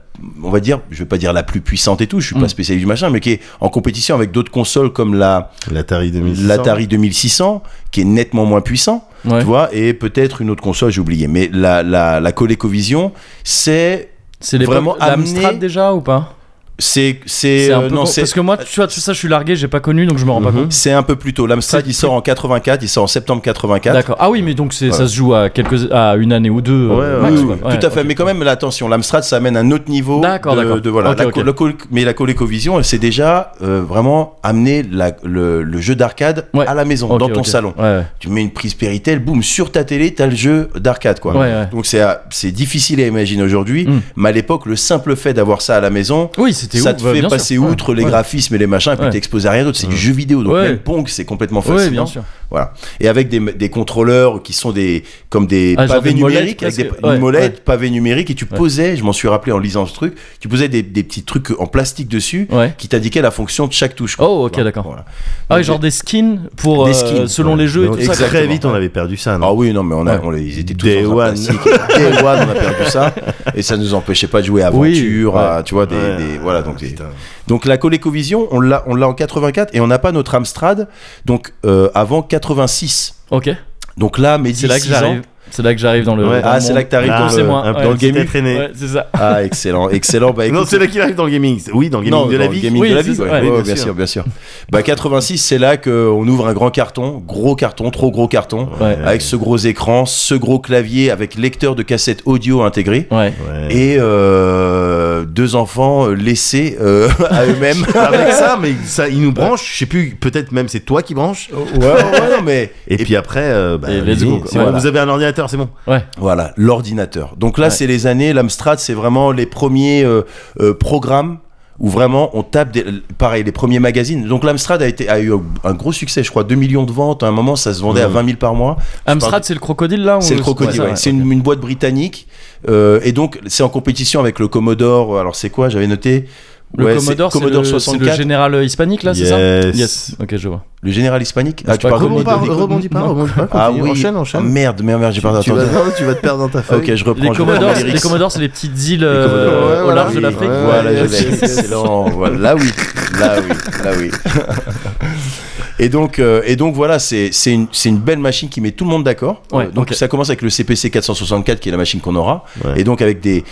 Speaker 2: on va dire, je vais pas dire la plus puissante et tout, je suis
Speaker 1: Mm.
Speaker 2: pas spécialiste du machin, mais qui est en compétition avec d'autres consoles comme la,
Speaker 3: L'Atari 2600.
Speaker 2: l'Atari 2600 qui est nettement moins puissant
Speaker 1: Ouais.
Speaker 2: tu vois et peut-être une autre console j'ai oublié mais la, la, la ColecoVision c'est
Speaker 1: C'est les
Speaker 2: vraiment
Speaker 1: Amstrad
Speaker 2: amené-
Speaker 1: déjà ou pas
Speaker 2: c'est c'est
Speaker 1: C'est un
Speaker 2: euh,
Speaker 1: peu
Speaker 2: non
Speaker 1: con-
Speaker 2: c'est
Speaker 1: parce que moi, tu vois, tout ça, je suis largué, j'ai pas connu, donc je me rends pas
Speaker 3: Mhm.
Speaker 1: compte.
Speaker 2: c'est un peu plus tôt l'Amstrad
Speaker 1: C'est
Speaker 2: il sort en 84 il sort en septembre 84
Speaker 1: D'accord. Ah oui, mais donc c'est
Speaker 2: Voilà.
Speaker 1: ça se joue à quelques à une année ou deux euh,
Speaker 3: Ouais, ouais,
Speaker 1: max.
Speaker 2: Oui,
Speaker 1: quoi.
Speaker 2: oui,
Speaker 1: Ouais,
Speaker 2: tout à fait,
Speaker 1: ok.
Speaker 2: mais quand même, là, attention, l'Amstrad, ça amène un autre niveau
Speaker 1: D'accord,
Speaker 2: de,
Speaker 1: d'accord.
Speaker 2: de- voilà.
Speaker 1: Ok,
Speaker 2: la,
Speaker 1: ok.
Speaker 2: co- la Col- mais la ColecoVision, elle s'est déjà euh, vraiment amené la- le, le jeu d'arcade
Speaker 1: Ouais.
Speaker 2: à la maison,
Speaker 1: Ok,
Speaker 2: dans ton
Speaker 1: ok.
Speaker 2: salon.
Speaker 1: Ouais.
Speaker 2: Tu mets une prise Péritel, boum, sur ta télé, t'as le jeu d'arcade, quoi.
Speaker 1: Ouais, ouais.
Speaker 2: Donc c'est à- c'est difficile à imaginer aujourd'hui,
Speaker 1: Mm.
Speaker 2: mais à l'époque, le simple fait d'avoir ça à la maison,
Speaker 1: Oui, c'était
Speaker 2: ça
Speaker 1: ouf,
Speaker 2: te
Speaker 1: ouais,
Speaker 2: fait
Speaker 1: bien sûr.
Speaker 2: passer outre les
Speaker 1: Ouais.
Speaker 2: graphismes et les machins, et puis
Speaker 1: Ouais. Hmm.
Speaker 2: t'exposes à rien d'autre, c'est du jeu vidéo, donc
Speaker 1: Ouais.
Speaker 2: même Pong, c'est complètement
Speaker 1: Ouais,
Speaker 2: fascinant.
Speaker 1: bien sûr.
Speaker 2: Voilà. Et avec des, des contrôleurs qui sont des comme des
Speaker 1: Ah, genre
Speaker 2: pavés
Speaker 1: des molettes
Speaker 2: numériques, avec des,
Speaker 1: presque.
Speaker 2: une
Speaker 1: Ouais,
Speaker 2: molette,
Speaker 1: ouais.
Speaker 2: pavé numérique, et tu
Speaker 1: Ouais.
Speaker 2: posais, je m'en suis rappelé en lisant ce truc, tu posais des, des petits trucs en plastique dessus,
Speaker 1: Ouais.
Speaker 2: qui t'indiquaient la fonction de chaque touche. quoi.
Speaker 1: Oh, ok,
Speaker 2: Voilà.
Speaker 1: d'accord.
Speaker 2: Voilà.
Speaker 1: Ah,
Speaker 2: Donc,
Speaker 1: oui, genre des skins pour
Speaker 2: Des
Speaker 1: euh,
Speaker 2: skins,
Speaker 1: selon
Speaker 3: Ouais.
Speaker 1: les jeux et tout
Speaker 3: Mais
Speaker 1: ça.
Speaker 3: Très
Speaker 2: Exactement.
Speaker 3: vite, on avait perdu ça. non
Speaker 2: Ah oui, non, mais on a,
Speaker 1: Ouais.
Speaker 2: on les, ils étaient tous
Speaker 3: Day
Speaker 2: dans un
Speaker 3: one.
Speaker 2: plastique. Day one, on a perdu ça. Et ça nous empêchait pas de jouer à
Speaker 1: Oui,
Speaker 2: Aventure,
Speaker 1: ouais.
Speaker 2: à, tu vois, des,
Speaker 3: Ouais.
Speaker 2: des- voilà, donc,
Speaker 3: Ah,
Speaker 2: des-
Speaker 3: putain.
Speaker 2: donc la ColecoVision, on l'a, on l'a en 84 et on n'a pas notre Amstrad, donc, euh, avant 86.
Speaker 1: Ok.
Speaker 2: Donc là, mais
Speaker 1: C'est là que j'arrive. C'est là que j'arrive dans le.
Speaker 3: Ouais.
Speaker 1: dans
Speaker 2: Ah,
Speaker 1: le
Speaker 2: c'est
Speaker 1: monde.
Speaker 2: là que t'arrives
Speaker 3: Ah,
Speaker 2: dans,
Speaker 1: c'est
Speaker 2: le-
Speaker 1: moi.
Speaker 2: dans
Speaker 1: Ouais.
Speaker 2: le gaming.
Speaker 3: traîné.
Speaker 1: Ouais, c'est ça.
Speaker 2: Ah, excellent, excellent. Bah,
Speaker 3: Non,
Speaker 2: écoute,
Speaker 3: c'est là qu'il arrive dans le gaming. Oui, dans le gaming
Speaker 2: non,
Speaker 3: de la
Speaker 2: dans le
Speaker 3: vie.
Speaker 2: gaming
Speaker 1: Oui,
Speaker 2: de la
Speaker 1: c'est
Speaker 2: vie,
Speaker 1: ça,
Speaker 2: ouais.
Speaker 1: ouais,
Speaker 2: Ouais,
Speaker 3: bien
Speaker 2: bien
Speaker 3: sûr.
Speaker 2: sûr, bien sûr. Bah, 86, c'est là qu'on ouvre un grand carton, gros carton, trop gros carton,
Speaker 1: Ouais.
Speaker 2: avec ce gros écran, ce gros clavier, avec lecteur de cassette audio intégré.
Speaker 1: Ouais.
Speaker 3: Ouais.
Speaker 2: et euh, deux enfants euh, laissés euh, à eux-mêmes.
Speaker 3: Avec ça, mais ça, il nous branche. Je sais plus, peut-être même c'est toi qui branches.
Speaker 2: ouais, ouais, non, mais
Speaker 3: Et, puis après, euh, bah,
Speaker 1: Et let's
Speaker 3: vas-y,
Speaker 1: go, quoi.
Speaker 3: c'est bon,
Speaker 1: Voilà.
Speaker 3: vous avez un ordinateur, c'est bon.
Speaker 1: Ouais.
Speaker 2: voilà, l'ordinateur. Donc là,
Speaker 1: Ouais.
Speaker 2: c'est les années, l'Amstrad, c'est vraiment les premiers euh, euh, programmes où vraiment on tape, des, pareil, les premiers magazines. Donc l'Amstrad a, été, a eu un gros succès, je crois, 2 millions de ventes. À un moment, ça se vendait à
Speaker 3: Mhm.
Speaker 2: 20 000 par mois.
Speaker 1: Amstrad, Mmh. Ah, c'est le crocodile là. ou-
Speaker 2: C'est le crocodile,
Speaker 1: ça,
Speaker 2: ouais. c'est une, une boîte britannique. euh, et donc, c'est en compétition avec le Commodore. Alors, c'est quoi J'avais noté.
Speaker 1: Le
Speaker 2: Ouais, c'est
Speaker 1: Commodore, c'est
Speaker 2: Commodore
Speaker 1: le- c'est le,
Speaker 2: 64.
Speaker 1: général euh, hispanique là, c'est ça
Speaker 3: Yes.
Speaker 1: Yes. Ok, je vois.
Speaker 2: Le général hispanique Ah,
Speaker 1: C'est
Speaker 2: tu
Speaker 1: pas
Speaker 2: parles
Speaker 1: Rebondis
Speaker 2: de
Speaker 3: Rebondis pas,
Speaker 1: Nico-
Speaker 3: rebondis pas,
Speaker 1: Non.
Speaker 3: rebondis pas.
Speaker 2: Ah
Speaker 3: continue.
Speaker 2: oui.
Speaker 3: Enchaîne,
Speaker 2: Ah,
Speaker 3: enchaîne.
Speaker 2: merde, merde, merde, j'ai
Speaker 3: Tu,
Speaker 2: pas
Speaker 3: tu
Speaker 2: attendu.
Speaker 3: vas, tu vas te perdre dans ta feuille.
Speaker 2: Ok, je reprends.
Speaker 1: Les
Speaker 2: je reprends
Speaker 1: Commodores,
Speaker 2: les
Speaker 1: les
Speaker 2: lyrics.
Speaker 1: Commodores, c'est les petites îles
Speaker 2: Les
Speaker 1: euh,
Speaker 2: Commodores,
Speaker 3: ouais,
Speaker 1: au
Speaker 3: voilà.
Speaker 1: large de l'Afrique.
Speaker 3: Ouais,
Speaker 2: Voilà,
Speaker 3: ouais,
Speaker 2: je
Speaker 3: yes,
Speaker 2: l'ai.
Speaker 3: yes, yes.
Speaker 2: Excellent. Voilà, là oui, là oui, là oui. Et donc, euh, et donc voilà, c'est c'est une, c'est une belle machine qui met tout le monde d'accord.
Speaker 1: Ouais,
Speaker 2: Euh, donc
Speaker 1: ok.
Speaker 2: ça commence avec le CPC 464 qui est la machine qu'on aura.
Speaker 3: Ouais.
Speaker 2: Et donc avec des,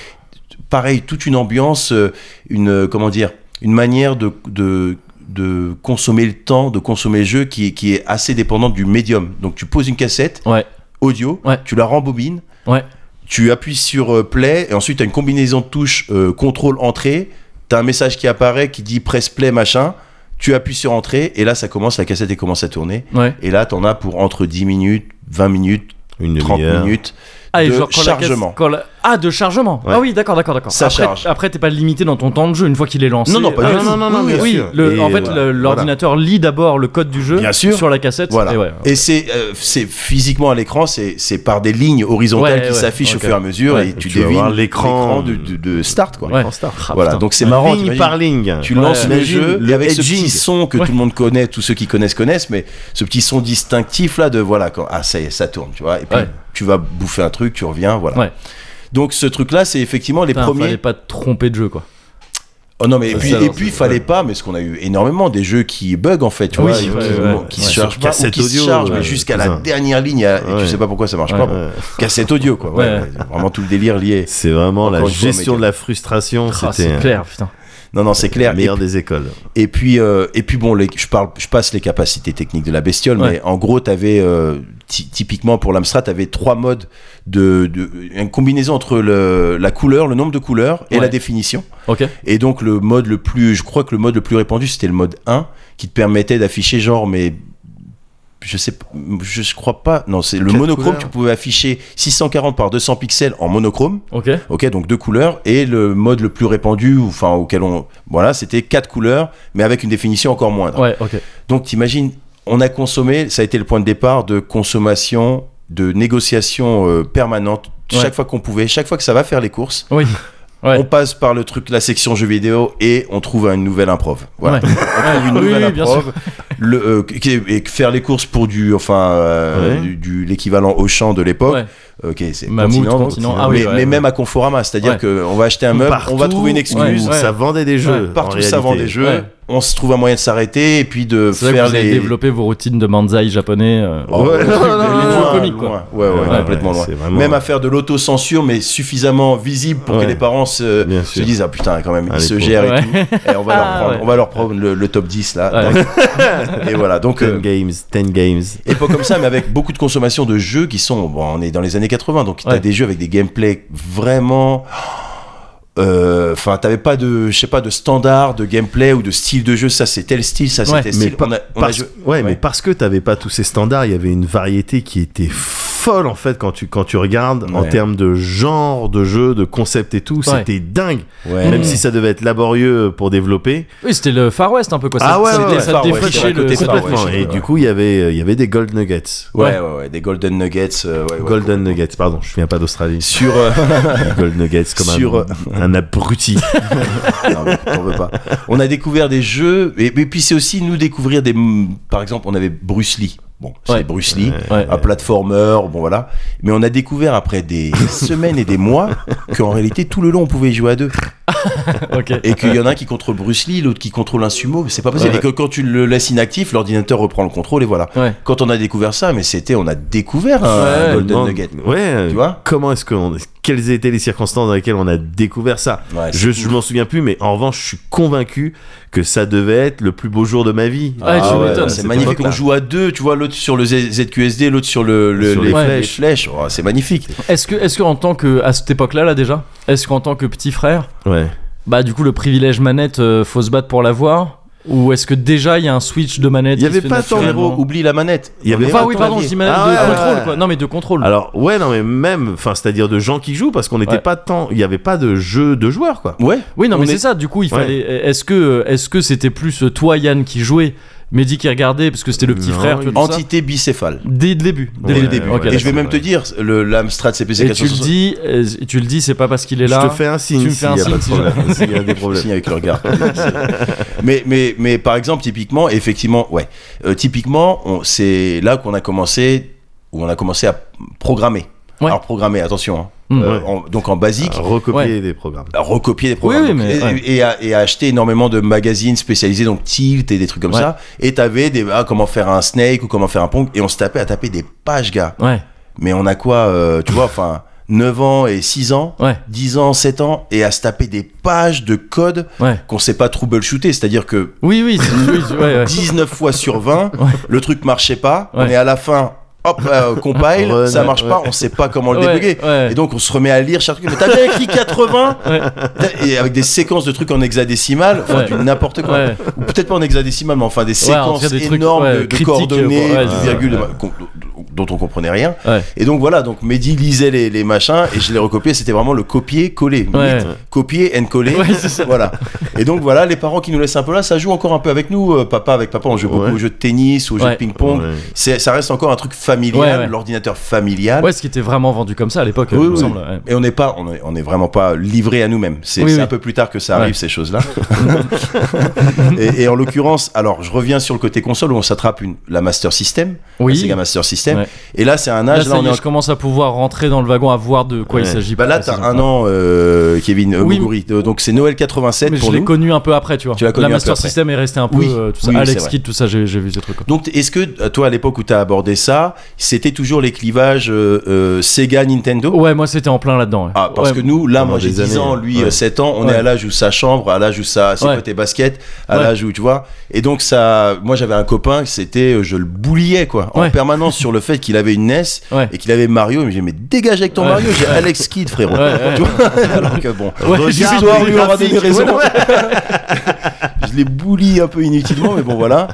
Speaker 2: pareil, toute une ambiance, euh, une euh, comment dire, une manière de, de de consommer le temps, de consommer le jeu qui, est- qui est assez dépendante du médium. Donc tu poses une cassette
Speaker 1: Ouais.
Speaker 2: audio,
Speaker 1: Ouais.
Speaker 2: tu la rembobines,
Speaker 1: Ouais.
Speaker 2: tu appuies sur euh, play et ensuite tu as une combinaison de touches euh, contrôle entrée, tu as un message qui apparaît qui dit press play machin, tu appuies sur entrée et là ça commence la cassette et commence à tourner
Speaker 1: Ouais.
Speaker 2: et là tu en as pour entre 10 minutes, 20 minutes,
Speaker 3: Une
Speaker 2: 30
Speaker 3: demi-heure.
Speaker 2: minutes.
Speaker 1: Ah, et
Speaker 2: de
Speaker 1: genre quand la caisse-
Speaker 2: chargement.
Speaker 1: quand la- Ah, de chargement.
Speaker 3: Ouais.
Speaker 1: Ah oui, d'accord, d'accord, d'accord.
Speaker 2: Ça
Speaker 1: après,
Speaker 2: charge.
Speaker 1: Après, t'es pas limité dans ton temps de jeu une fois qu'il est lancé.
Speaker 2: Non, non, pas
Speaker 1: Ah,
Speaker 2: du
Speaker 3: non,
Speaker 2: tout.
Speaker 3: non, non, non,
Speaker 2: Oui,
Speaker 3: bien
Speaker 1: oui,
Speaker 3: sûr.
Speaker 1: le-
Speaker 3: Et
Speaker 1: en fait,
Speaker 3: voilà.
Speaker 1: le- l'ordinateur lit d'abord le code du jeu
Speaker 2: Bien sûr.
Speaker 1: sur la cassette.
Speaker 2: Voilà.
Speaker 1: Et,
Speaker 2: Et,
Speaker 1: ouais.
Speaker 2: c'est euh, c'est physiquement à l'écran, c'est c'est par des lignes horizontales
Speaker 1: Ouais,
Speaker 2: qui
Speaker 1: ouais, ok.
Speaker 2: s'affichent au fur et à mesure
Speaker 1: Ouais.
Speaker 2: et tu,
Speaker 3: Tu vas
Speaker 2: devines
Speaker 3: voir l'écran.
Speaker 2: de, de- de start quoi.
Speaker 1: Ouais.
Speaker 3: En star.
Speaker 1: Ah,
Speaker 2: Voilà,
Speaker 1: putain.
Speaker 2: donc c'est marrant.
Speaker 3: ligne
Speaker 2: t'imagines
Speaker 3: par ligne.
Speaker 2: Tu lances
Speaker 1: Ouais,
Speaker 2: le
Speaker 3: imagine
Speaker 2: jeu
Speaker 3: le
Speaker 2: et avec ce
Speaker 3: edging.
Speaker 2: petit son que
Speaker 1: Ouais.
Speaker 2: tout le monde connaît, tous ceux qui connaissent connaissent, mais ce petit son distinctif là de voilà quand ah ça y est ça tourne, tu vois. Et puis
Speaker 1: Ouais.
Speaker 2: tu vas bouffer un truc, tu reviens, voilà.
Speaker 1: Ouais.
Speaker 2: Donc ce truc là, c'est effectivement les
Speaker 1: Putain,
Speaker 2: premiers.
Speaker 1: fallait pas te tromper de jeu quoi.
Speaker 2: Oh non mais et puis
Speaker 1: ça,
Speaker 2: et
Speaker 1: non,
Speaker 2: puis
Speaker 1: c'est-
Speaker 2: fallait pas, mais ce qu'on a eu énormément des jeux qui bug en fait, tu
Speaker 1: Oui,
Speaker 2: vois,
Speaker 1: ouais,
Speaker 2: qui,
Speaker 1: ouais,
Speaker 2: qui
Speaker 1: ouais.
Speaker 2: se
Speaker 1: Sur
Speaker 2: chargent pas ou
Speaker 3: cassette
Speaker 2: qui se
Speaker 3: audio,
Speaker 2: chargent,
Speaker 3: ouais,
Speaker 2: mais jusqu'à la
Speaker 3: putain.
Speaker 2: dernière ligne et
Speaker 3: Ouais.
Speaker 2: tu sais pas pourquoi ça marche
Speaker 1: Ouais.
Speaker 2: pas.
Speaker 3: Ouais.
Speaker 2: Cassette audio quoi, ouais,
Speaker 1: Ouais.
Speaker 2: ouais, vraiment tout le délire lié.
Speaker 3: C'est vraiment
Speaker 2: Encore
Speaker 3: la
Speaker 2: une fois,
Speaker 3: gestion
Speaker 2: mec.
Speaker 3: de la frustration.
Speaker 1: Ah,
Speaker 3: C'était
Speaker 2: euh,
Speaker 1: c'est clair, putain.
Speaker 2: Non non c'est
Speaker 3: la
Speaker 2: clair. Et
Speaker 3: meilleure des écoles.
Speaker 2: Et puis, euh, et puis bon, les- je, parle, je passe les capacités techniques de la bestiole,
Speaker 1: Ouais.
Speaker 2: mais en gros, tu avais, typiquement pour l'Amstrad, tu avais trois modes de, de- une combinaison entre le, la couleur, le nombre de couleurs et
Speaker 1: Ouais.
Speaker 2: la définition.
Speaker 1: Ok.
Speaker 2: Et donc, le mode le plus, je crois que le mode le plus répandu, c'était le mode 1, qui te permettait d'afficher genre, mais je sais, p- je, je crois pas, non, c'est le
Speaker 3: Quatre
Speaker 2: monochrome,
Speaker 3: couleurs.
Speaker 2: tu pouvais afficher 640 par 200 pixels en monochrome.
Speaker 1: Ok.
Speaker 2: Ok, donc deux couleurs et le mode le plus répandu, ou- enfin auquel on, voilà, c'était quatre couleurs, mais avec une définition encore moindre.
Speaker 1: Ouais. Ok.
Speaker 2: Donc t'imagines, on a consommé, ça a été le point de départ de consommation, de négociation euh, permanente.
Speaker 1: Ouais.
Speaker 2: Chaque fois qu'on pouvait, chaque fois que ça va faire les courses,
Speaker 1: Oui. Ouais.
Speaker 2: on passe par le truc, la section jeux vidéo et on trouve une nouvelle improv. Voilà.
Speaker 1: Ouais. Ouais.
Speaker 2: Une
Speaker 1: Oui,
Speaker 2: nouvelle
Speaker 1: oui, bien sûr.
Speaker 2: improv. Le, euh, qui est- et faire les courses pour du, enfin, euh,
Speaker 3: Ouais.
Speaker 2: du, du- l'équivalent au champ de l'époque.
Speaker 1: Ouais.
Speaker 2: Ok, c'est
Speaker 1: Mammouth,
Speaker 2: continent, donc.
Speaker 1: continent. Ah oui,
Speaker 2: mais,
Speaker 1: ouais,
Speaker 2: mais
Speaker 1: ouais.
Speaker 2: même à Conforama, c'est-à-dire
Speaker 1: Ouais.
Speaker 2: qu'on va acheter un meuble, on va
Speaker 3: Partout
Speaker 2: trouver une excuse.
Speaker 3: où
Speaker 1: ouais.
Speaker 3: Ça vendait des jeux. en
Speaker 2: Partout
Speaker 3: réalité.
Speaker 2: ça vend des jeux,
Speaker 1: Ouais.
Speaker 2: on se trouve un moyen de s'arrêter et puis de
Speaker 1: C'est là
Speaker 2: faire
Speaker 1: que vous avez
Speaker 2: les.
Speaker 1: développé vos routines de manzai japonais. euh,
Speaker 2: Oh,
Speaker 3: Ouais,
Speaker 2: ouais, truc
Speaker 3: non,
Speaker 2: de-
Speaker 3: non, non,
Speaker 2: les
Speaker 1: non,
Speaker 2: loin,
Speaker 1: comique, quoi.
Speaker 2: loin. Ouais, ouais,
Speaker 3: Ouais,
Speaker 2: complètement
Speaker 3: ouais,
Speaker 2: loin.
Speaker 3: c'est vraiment-
Speaker 2: Même à faire de l'autocensure, mais suffisamment visible pour
Speaker 3: Ouais.
Speaker 2: que les parents se,
Speaker 3: Bien
Speaker 2: se
Speaker 3: sûr.
Speaker 2: disent Ah putain, quand même,
Speaker 3: Ah,
Speaker 2: ils
Speaker 3: les
Speaker 2: se
Speaker 3: pauvres.
Speaker 2: gèrent et
Speaker 1: Ouais.
Speaker 2: tout. Et on va leur
Speaker 1: Ah,
Speaker 2: prendre,
Speaker 1: ouais.
Speaker 2: on va leur prendre le, le top 10 là.
Speaker 1: Ouais.
Speaker 2: Et voilà, donc.
Speaker 3: 10
Speaker 2: euh,
Speaker 3: games, 10 games.
Speaker 2: et pas comme ça, mais avec beaucoup de consommation de jeux qui sont. Bon, on est dans les années 80, donc
Speaker 1: Ouais.
Speaker 2: t'as des jeux avec des gameplays vraiment. euh, Enfin, t'avais pas de, je sais pas, de standard de gameplay ou de style de jeu. Ça, c'est tel style, ça, c'est
Speaker 1: Ouais,
Speaker 2: tel
Speaker 3: mais
Speaker 2: style.
Speaker 3: pas-
Speaker 2: On a- on a
Speaker 3: Parce-
Speaker 2: joué-
Speaker 3: ouais, mais parce que t'avais pas tous ces standards, il y avait une variété qui était folle en fait quand tu quand tu regardes en
Speaker 2: Ouais.
Speaker 3: termes de genre de jeu, de concept et tout, c'était dingue.
Speaker 2: Ouais.
Speaker 3: Même
Speaker 1: Mm.
Speaker 3: si ça devait être laborieux pour développer.
Speaker 1: Oui, c'était le Far West un peu quoi.
Speaker 3: Ah
Speaker 1: ça,
Speaker 3: ouais,
Speaker 1: ça,
Speaker 3: ouais,
Speaker 1: dé-
Speaker 3: ouais.
Speaker 1: ça
Speaker 2: Far West,
Speaker 1: défrichait
Speaker 2: ouais,
Speaker 1: le
Speaker 2: côté Far West.
Speaker 1: complètement.
Speaker 2: ouais,
Speaker 3: Complètement. et
Speaker 2: ouais.
Speaker 3: du coup, il y avait il y avait des gold nuggets.
Speaker 2: Ouais, ouais, ouais, des Golden Nuggets. euh, ouais, ouais.
Speaker 3: Golden Nuggets, pardon, je viens pas d'Australie.
Speaker 2: Sur. euh,
Speaker 3: Golden Nuggets, comme
Speaker 2: Sur- euh,
Speaker 3: un, un abruti.
Speaker 2: non, mais on veut pas. On a découvert des jeux, et, et puis c'est aussi nous découvrir des. Par exemple, on avait Bruce Lee. Bon, c'est
Speaker 1: Ouais.
Speaker 2: Bruce Lee,
Speaker 1: Ouais.
Speaker 2: un platformer, bon voilà. Mais on a découvert après des semaines et des mois qu'en réalité, tout le long, on pouvait y jouer à deux.
Speaker 1: Ok.
Speaker 2: Et qu'il y en a un qui contrôle Bruce Lee, l'autre qui contrôle un sumo. C'est pas possible.
Speaker 1: Ouais.
Speaker 2: Et que quand tu le laisses inactif, l'ordinateur reprend le contrôle, et voilà.
Speaker 1: Ouais.
Speaker 2: Quand on a découvert ça, mais c'était, on a découvert un
Speaker 1: Ouais,
Speaker 2: Golden
Speaker 3: Demande-
Speaker 2: Nugget.
Speaker 3: Ouais.
Speaker 2: Tu vois
Speaker 3: Comment est-ce que on- quelles étaient les circonstances dans lesquelles on a découvert ça
Speaker 2: Ouais,
Speaker 3: Je, je m'en souviens plus, mais en revanche, je suis convaincu que ça devait être le plus beau jour de ma vie.
Speaker 1: Ah, tu
Speaker 2: ouais,
Speaker 1: m'étonnes,
Speaker 2: c'est magnifique. On joue à deux, tu vois, l'autre sur le Z- ZQSD, l'autre sur, le, le-
Speaker 3: Sur
Speaker 2: les,
Speaker 3: les
Speaker 2: les
Speaker 1: flèches.
Speaker 2: flèches. Oh, c'est magnifique.
Speaker 1: Est-ce que, est-ce que en tant que à cette époque-là là déjà, est-ce qu'en tant que petit frère,
Speaker 3: Ouais.
Speaker 1: bah du coup le privilège manette, euh, faut se battre pour l'avoir, ou est-ce que déjà il y a un switch de manette
Speaker 3: Il y
Speaker 1: qui se
Speaker 3: avait
Speaker 1: fait
Speaker 3: pas tant de
Speaker 1: naturellement
Speaker 2: Frérot, oublie la manette.
Speaker 3: Il y
Speaker 2: On
Speaker 3: avait
Speaker 2: est
Speaker 3: pas-
Speaker 1: Enfin
Speaker 2: à
Speaker 1: oui,
Speaker 2: ton
Speaker 1: pardon,
Speaker 2: avis.
Speaker 1: je dis manette
Speaker 3: Ah ouais,
Speaker 1: de
Speaker 3: ouais,
Speaker 1: contrôle
Speaker 3: ouais.
Speaker 1: quoi. Non mais de contrôle.
Speaker 3: Alors ouais, non mais même, enfin, c'est-à-dire de gens qui jouent parce qu'on n'était
Speaker 1: Ouais.
Speaker 3: pas tant, il y avait pas de jeu de joueurs quoi.
Speaker 2: Ouais.
Speaker 1: oui non mais
Speaker 2: on
Speaker 1: c'est
Speaker 2: est-
Speaker 1: ça. Du coup il
Speaker 3: Ouais.
Speaker 1: fallait. Est-ce que est-ce que c'était plus toi euh, Yann qui jouais Mehdi qui regardait parce que c'était le petit
Speaker 3: Non,
Speaker 1: frère, tu vois, tout ça.
Speaker 2: Entité bicéphale.
Speaker 1: Dès le début. Dès le
Speaker 2: Dès
Speaker 3: Ouais,
Speaker 2: le
Speaker 3: ouais,
Speaker 1: début.
Speaker 2: début.
Speaker 1: Ok,
Speaker 2: et je
Speaker 1: d'accord.
Speaker 2: vais même
Speaker 3: ouais.
Speaker 2: te dire, le- l'Amstrad CPC
Speaker 1: Et tu le
Speaker 2: 460.
Speaker 1: dis, euh, tu le dis, c'est pas parce qu'il est là.
Speaker 3: Je te fais un signe.
Speaker 1: tu me fais
Speaker 3: s'il
Speaker 1: un
Speaker 3: y a
Speaker 1: signe
Speaker 3: pas de
Speaker 1: si
Speaker 3: problème, s'il y a des
Speaker 2: Je
Speaker 3: problèmes.
Speaker 2: signe avec le regard. mais, mais, mais par exemple, typiquement, effectivement, ouais. Euh, typiquement, on- c'est là qu'on a commencé, où on a commencé à programmer.
Speaker 1: Ouais.
Speaker 2: Alors programmer, attention. hein.
Speaker 1: Mm.
Speaker 2: Euh, en- donc en basique,
Speaker 3: Recopier
Speaker 1: Ouais.
Speaker 3: des programmes.
Speaker 2: à recopier des programmes
Speaker 1: Oui, oui,
Speaker 2: Donc,
Speaker 1: mais- ouais.
Speaker 2: et, et à, et à acheter énormément de magazines spécialisés donc Tilt et des trucs comme
Speaker 1: Ouais.
Speaker 2: ça et t'avais des ah, comment faire un snake ou comment faire un pong et on se tapait à taper des pages gars
Speaker 1: Ouais,
Speaker 2: mais on a quoi euh, tu vois enfin 9 ans et 6 ans
Speaker 1: ouais,
Speaker 2: 10 ans 7 ans et à se taper des pages de code
Speaker 1: ouais.
Speaker 2: qu'on sait pas troubleshooter c'est-à-dire que
Speaker 1: Oui, oui, c'est- oui, oui, ouais, ouais.
Speaker 2: 19 fois sur 20
Speaker 1: Ouais.
Speaker 2: le truc marchait pas on
Speaker 1: Ouais.
Speaker 2: est à la fin hop euh, compile
Speaker 3: Run,
Speaker 2: ça marche
Speaker 3: ouais.
Speaker 2: pas on sait pas comment le
Speaker 1: Ouais,
Speaker 2: débugger
Speaker 1: ouais.
Speaker 2: et donc on se remet à lire chaque truc mais t'as bien écrit 80
Speaker 1: Ouais,
Speaker 2: et avec des séquences de trucs en hexadécimal, enfin
Speaker 1: Ouais.
Speaker 2: du n'importe quoi.
Speaker 1: ouais.
Speaker 2: Ou peut-être pas en hexadécimal, mais enfin des
Speaker 1: en
Speaker 2: séquences
Speaker 1: fait, des trucs,
Speaker 2: énormes
Speaker 1: ouais,
Speaker 2: de- de,
Speaker 1: critiques,
Speaker 2: coordonnées,
Speaker 1: ouais,
Speaker 2: de
Speaker 1: ouais,
Speaker 2: virgules, de- qu'on- dont on comprenait rien.
Speaker 1: Ouais.
Speaker 2: Et donc voilà, donc Mehdi lisait les, les machins et je les recopiais, c'était vraiment le copier-coller.
Speaker 1: Ouais.
Speaker 2: limite. Copier and coller.
Speaker 1: Ouais, c'est ça.
Speaker 2: Voilà. Et donc voilà, les parents qui nous laissent un peu là, ça joue encore un peu avec nous, euh, papa avec papa, on joue beaucoup
Speaker 3: Ouais.
Speaker 2: aux jeux de tennis, aux jeux
Speaker 1: Ouais.
Speaker 2: de ping-pong.
Speaker 3: Ouais.
Speaker 2: C'est- Ça reste encore un truc familial,
Speaker 1: Ouais, ouais.
Speaker 2: l'ordinateur familial.
Speaker 1: Ouais, ce qui était vraiment vendu comme ça à l'époque,
Speaker 2: Oui,
Speaker 1: il me
Speaker 2: oui.
Speaker 1: semble. ouais.
Speaker 2: Et on n'est pas, on est, on est vraiment pas livré à nous-mêmes. C'est
Speaker 1: Oui,
Speaker 2: c'est
Speaker 1: oui.
Speaker 2: un peu plus tard que ça arrive
Speaker 1: Ouais.
Speaker 2: ces choses-là. et, et en l'occurrence, alors je reviens sur le côté console où on s'attrape une, la Master System,
Speaker 1: Oui.
Speaker 2: la Sega Master System.
Speaker 1: Ouais.
Speaker 2: Et là, c'est un
Speaker 1: Là,
Speaker 2: âge.
Speaker 1: ça
Speaker 2: Là,
Speaker 1: y
Speaker 2: on
Speaker 1: est,
Speaker 2: est
Speaker 1: je commence à pouvoir rentrer dans le wagon à voir de quoi il
Speaker 3: Ouais.
Speaker 1: s'agit.
Speaker 2: en- bah là,
Speaker 1: Ouais,
Speaker 2: t'as
Speaker 1: Ah, c'est
Speaker 2: un
Speaker 1: sympa.
Speaker 2: an, euh, Kevin euh,
Speaker 1: Oui,
Speaker 2: Mougouri. Euh, Donc c'est Noël 87
Speaker 1: Mais je
Speaker 2: pour
Speaker 1: l'ai
Speaker 2: nous.
Speaker 1: connu un peu après, tu vois.
Speaker 2: Tu l'as connu
Speaker 1: la
Speaker 2: un peu
Speaker 1: Master
Speaker 2: après.
Speaker 1: System est resté un peu
Speaker 2: Oui.
Speaker 1: euh, tout ça.
Speaker 2: Oui, oui,
Speaker 1: Alex
Speaker 2: c'est
Speaker 1: Kidd, tout ça, j'ai j'ai vu ces trucs. quoi.
Speaker 2: Donc, est-ce que euh, toi, à l'époque où t'as abordé ça, c'était toujours les clivages euh, euh, Sega Nintendo
Speaker 1: Ouais, moi c'était en plein là-dedans. ouais.
Speaker 2: Ah, parce
Speaker 1: Ouais,
Speaker 2: que nous, là,
Speaker 3: pendant
Speaker 2: moi j'ai
Speaker 3: des
Speaker 2: 10
Speaker 3: années,
Speaker 2: ans, lui
Speaker 3: ouais.
Speaker 2: euh, 7 ans, on
Speaker 1: Ouais.
Speaker 2: est à l'âge où sa chambre, à l'âge où sa, ses
Speaker 1: Ouais.
Speaker 2: côtés basket, à
Speaker 1: Ouais.
Speaker 2: l'âge où tu vois. Et donc, ça, moi j'avais un copain, c'était, euh, je le bouliais quoi, en
Speaker 1: Ouais.
Speaker 2: permanence sur le fait qu'il avait une NES
Speaker 1: Ouais.
Speaker 2: et qu'il avait Mario. Et me disait, mais dégage avec ton
Speaker 1: Ouais.
Speaker 2: Mario, j'ai Alex Kidd, frérot.
Speaker 1: Ouais, ouais.
Speaker 2: Tu vois Alors que bon,
Speaker 1: Ouais,
Speaker 2: regarde,
Speaker 1: j'ai vu
Speaker 2: on lui aura
Speaker 1: les
Speaker 2: donné raison.
Speaker 1: graphiques.
Speaker 2: je les boulis un peu inutilement, mais bon, voilà,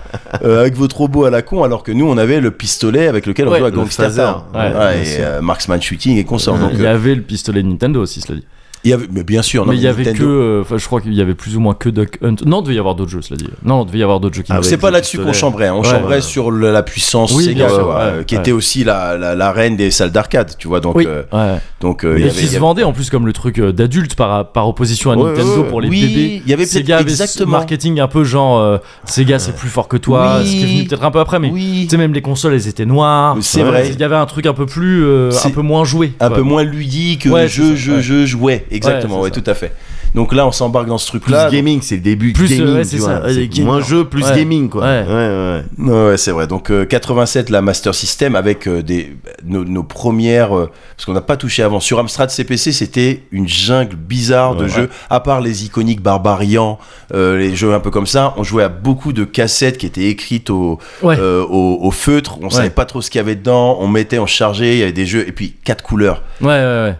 Speaker 2: Euh, avec votre robot à la con, alors que nous, on avait le pistolet avec lequel on
Speaker 1: Ouais,
Speaker 2: jouait à
Speaker 1: le
Speaker 2: Gangster
Speaker 3: phaser.
Speaker 2: Town.
Speaker 1: Ouais,
Speaker 2: Ouais,
Speaker 1: bien
Speaker 2: et,
Speaker 1: sûr.
Speaker 2: euh, Marksman Shooting et consorts. Donc,
Speaker 1: Il y
Speaker 2: euh,
Speaker 1: avait le pistolet Nintendo aussi, cela dit.
Speaker 2: il y avait, mais bien sûr, non,
Speaker 1: mais il y avait
Speaker 2: Nintendo.
Speaker 1: que. euh, Enfin, je crois qu'il y avait plus ou moins que Duck Hunt. Non, il devait y avoir d'autres jeux, cela dit. Non, il devait y avoir d'autres jeux qui.
Speaker 3: Ah
Speaker 2: Donc,
Speaker 3: ouais.
Speaker 2: c'est
Speaker 3: avec
Speaker 2: pas
Speaker 3: le
Speaker 2: là-dessus qu'on
Speaker 3: pistolet.
Speaker 2: chambrait, hein. on
Speaker 1: Ouais.
Speaker 2: chambrait sur le- la puissance
Speaker 1: Oui,
Speaker 2: Sega,
Speaker 1: bien sûr,
Speaker 2: euh,
Speaker 1: ouais,
Speaker 2: qui
Speaker 1: ouais.
Speaker 2: était aussi la, la, la reine des salles d'arcade, tu vois. Donc,
Speaker 1: Oui.
Speaker 2: euh,
Speaker 1: Ouais.
Speaker 2: donc euh, il
Speaker 1: Et
Speaker 2: y avait-
Speaker 1: qui
Speaker 2: il y
Speaker 1: se
Speaker 2: avait-
Speaker 1: vendait en plus comme le truc euh, d'adulte par, par opposition à
Speaker 3: Ouais,
Speaker 1: Nintendo
Speaker 3: ouais, ouais.
Speaker 1: pour les
Speaker 2: Oui,
Speaker 1: bébés.
Speaker 2: il y avait peut-être-
Speaker 1: Sega avait ce
Speaker 2: exactement.
Speaker 1: marketing un peu genre euh, Sega c'est plus fort que toi,
Speaker 2: Oui.
Speaker 1: ce qui est venu peut-être un peu après, mais
Speaker 2: Oui,
Speaker 1: tu sais même les consoles elles étaient noires.
Speaker 2: c'est
Speaker 3: Ouais.
Speaker 2: vrai.
Speaker 1: Il y avait un truc un peu plus, euh, un
Speaker 2: C'est-
Speaker 1: peu moins joué.
Speaker 2: Un
Speaker 1: quoi.
Speaker 2: peu moins ludique,
Speaker 1: Ouais, c'est
Speaker 2: jeu,
Speaker 1: ça,
Speaker 2: jeu,
Speaker 1: ouais.
Speaker 2: jeu, jouet. Exactement,
Speaker 1: c'est
Speaker 2: ouais,
Speaker 1: ça.
Speaker 2: tout à fait. Donc là, on s'embarque dans ce
Speaker 3: Plus
Speaker 2: truc-là.
Speaker 3: gaming, c'est le début.
Speaker 1: Plus,
Speaker 3: gaming,
Speaker 1: euh, ouais,
Speaker 3: tu
Speaker 1: c'est
Speaker 3: vois.
Speaker 1: ça. Ouais,
Speaker 3: C'est
Speaker 1: gaming.
Speaker 3: moins jeu, plus
Speaker 1: Ouais.
Speaker 3: gaming, quoi.
Speaker 1: Ouais.
Speaker 3: Ouais, ouais.
Speaker 2: Ouais, ouais, c'est vrai. Donc euh, 87, la Master System avec euh, des nos, nos premières euh, parce qu'on n'a pas touché avant. Sur Amstrad CPC, c'était une jungle bizarre de
Speaker 3: Ouais.
Speaker 2: jeux. À part les iconiques Barbarian, euh, les jeux un peu comme ça, on jouait à beaucoup de cassettes qui étaient écrites au
Speaker 1: Ouais.
Speaker 2: euh, au, au feutre. On savait
Speaker 1: Ouais.
Speaker 2: pas trop ce qu'il y avait dedans. On mettait, on chargeait. Il y avait des jeux et puis quatre couleurs.
Speaker 1: Ouais, ouais, ouais.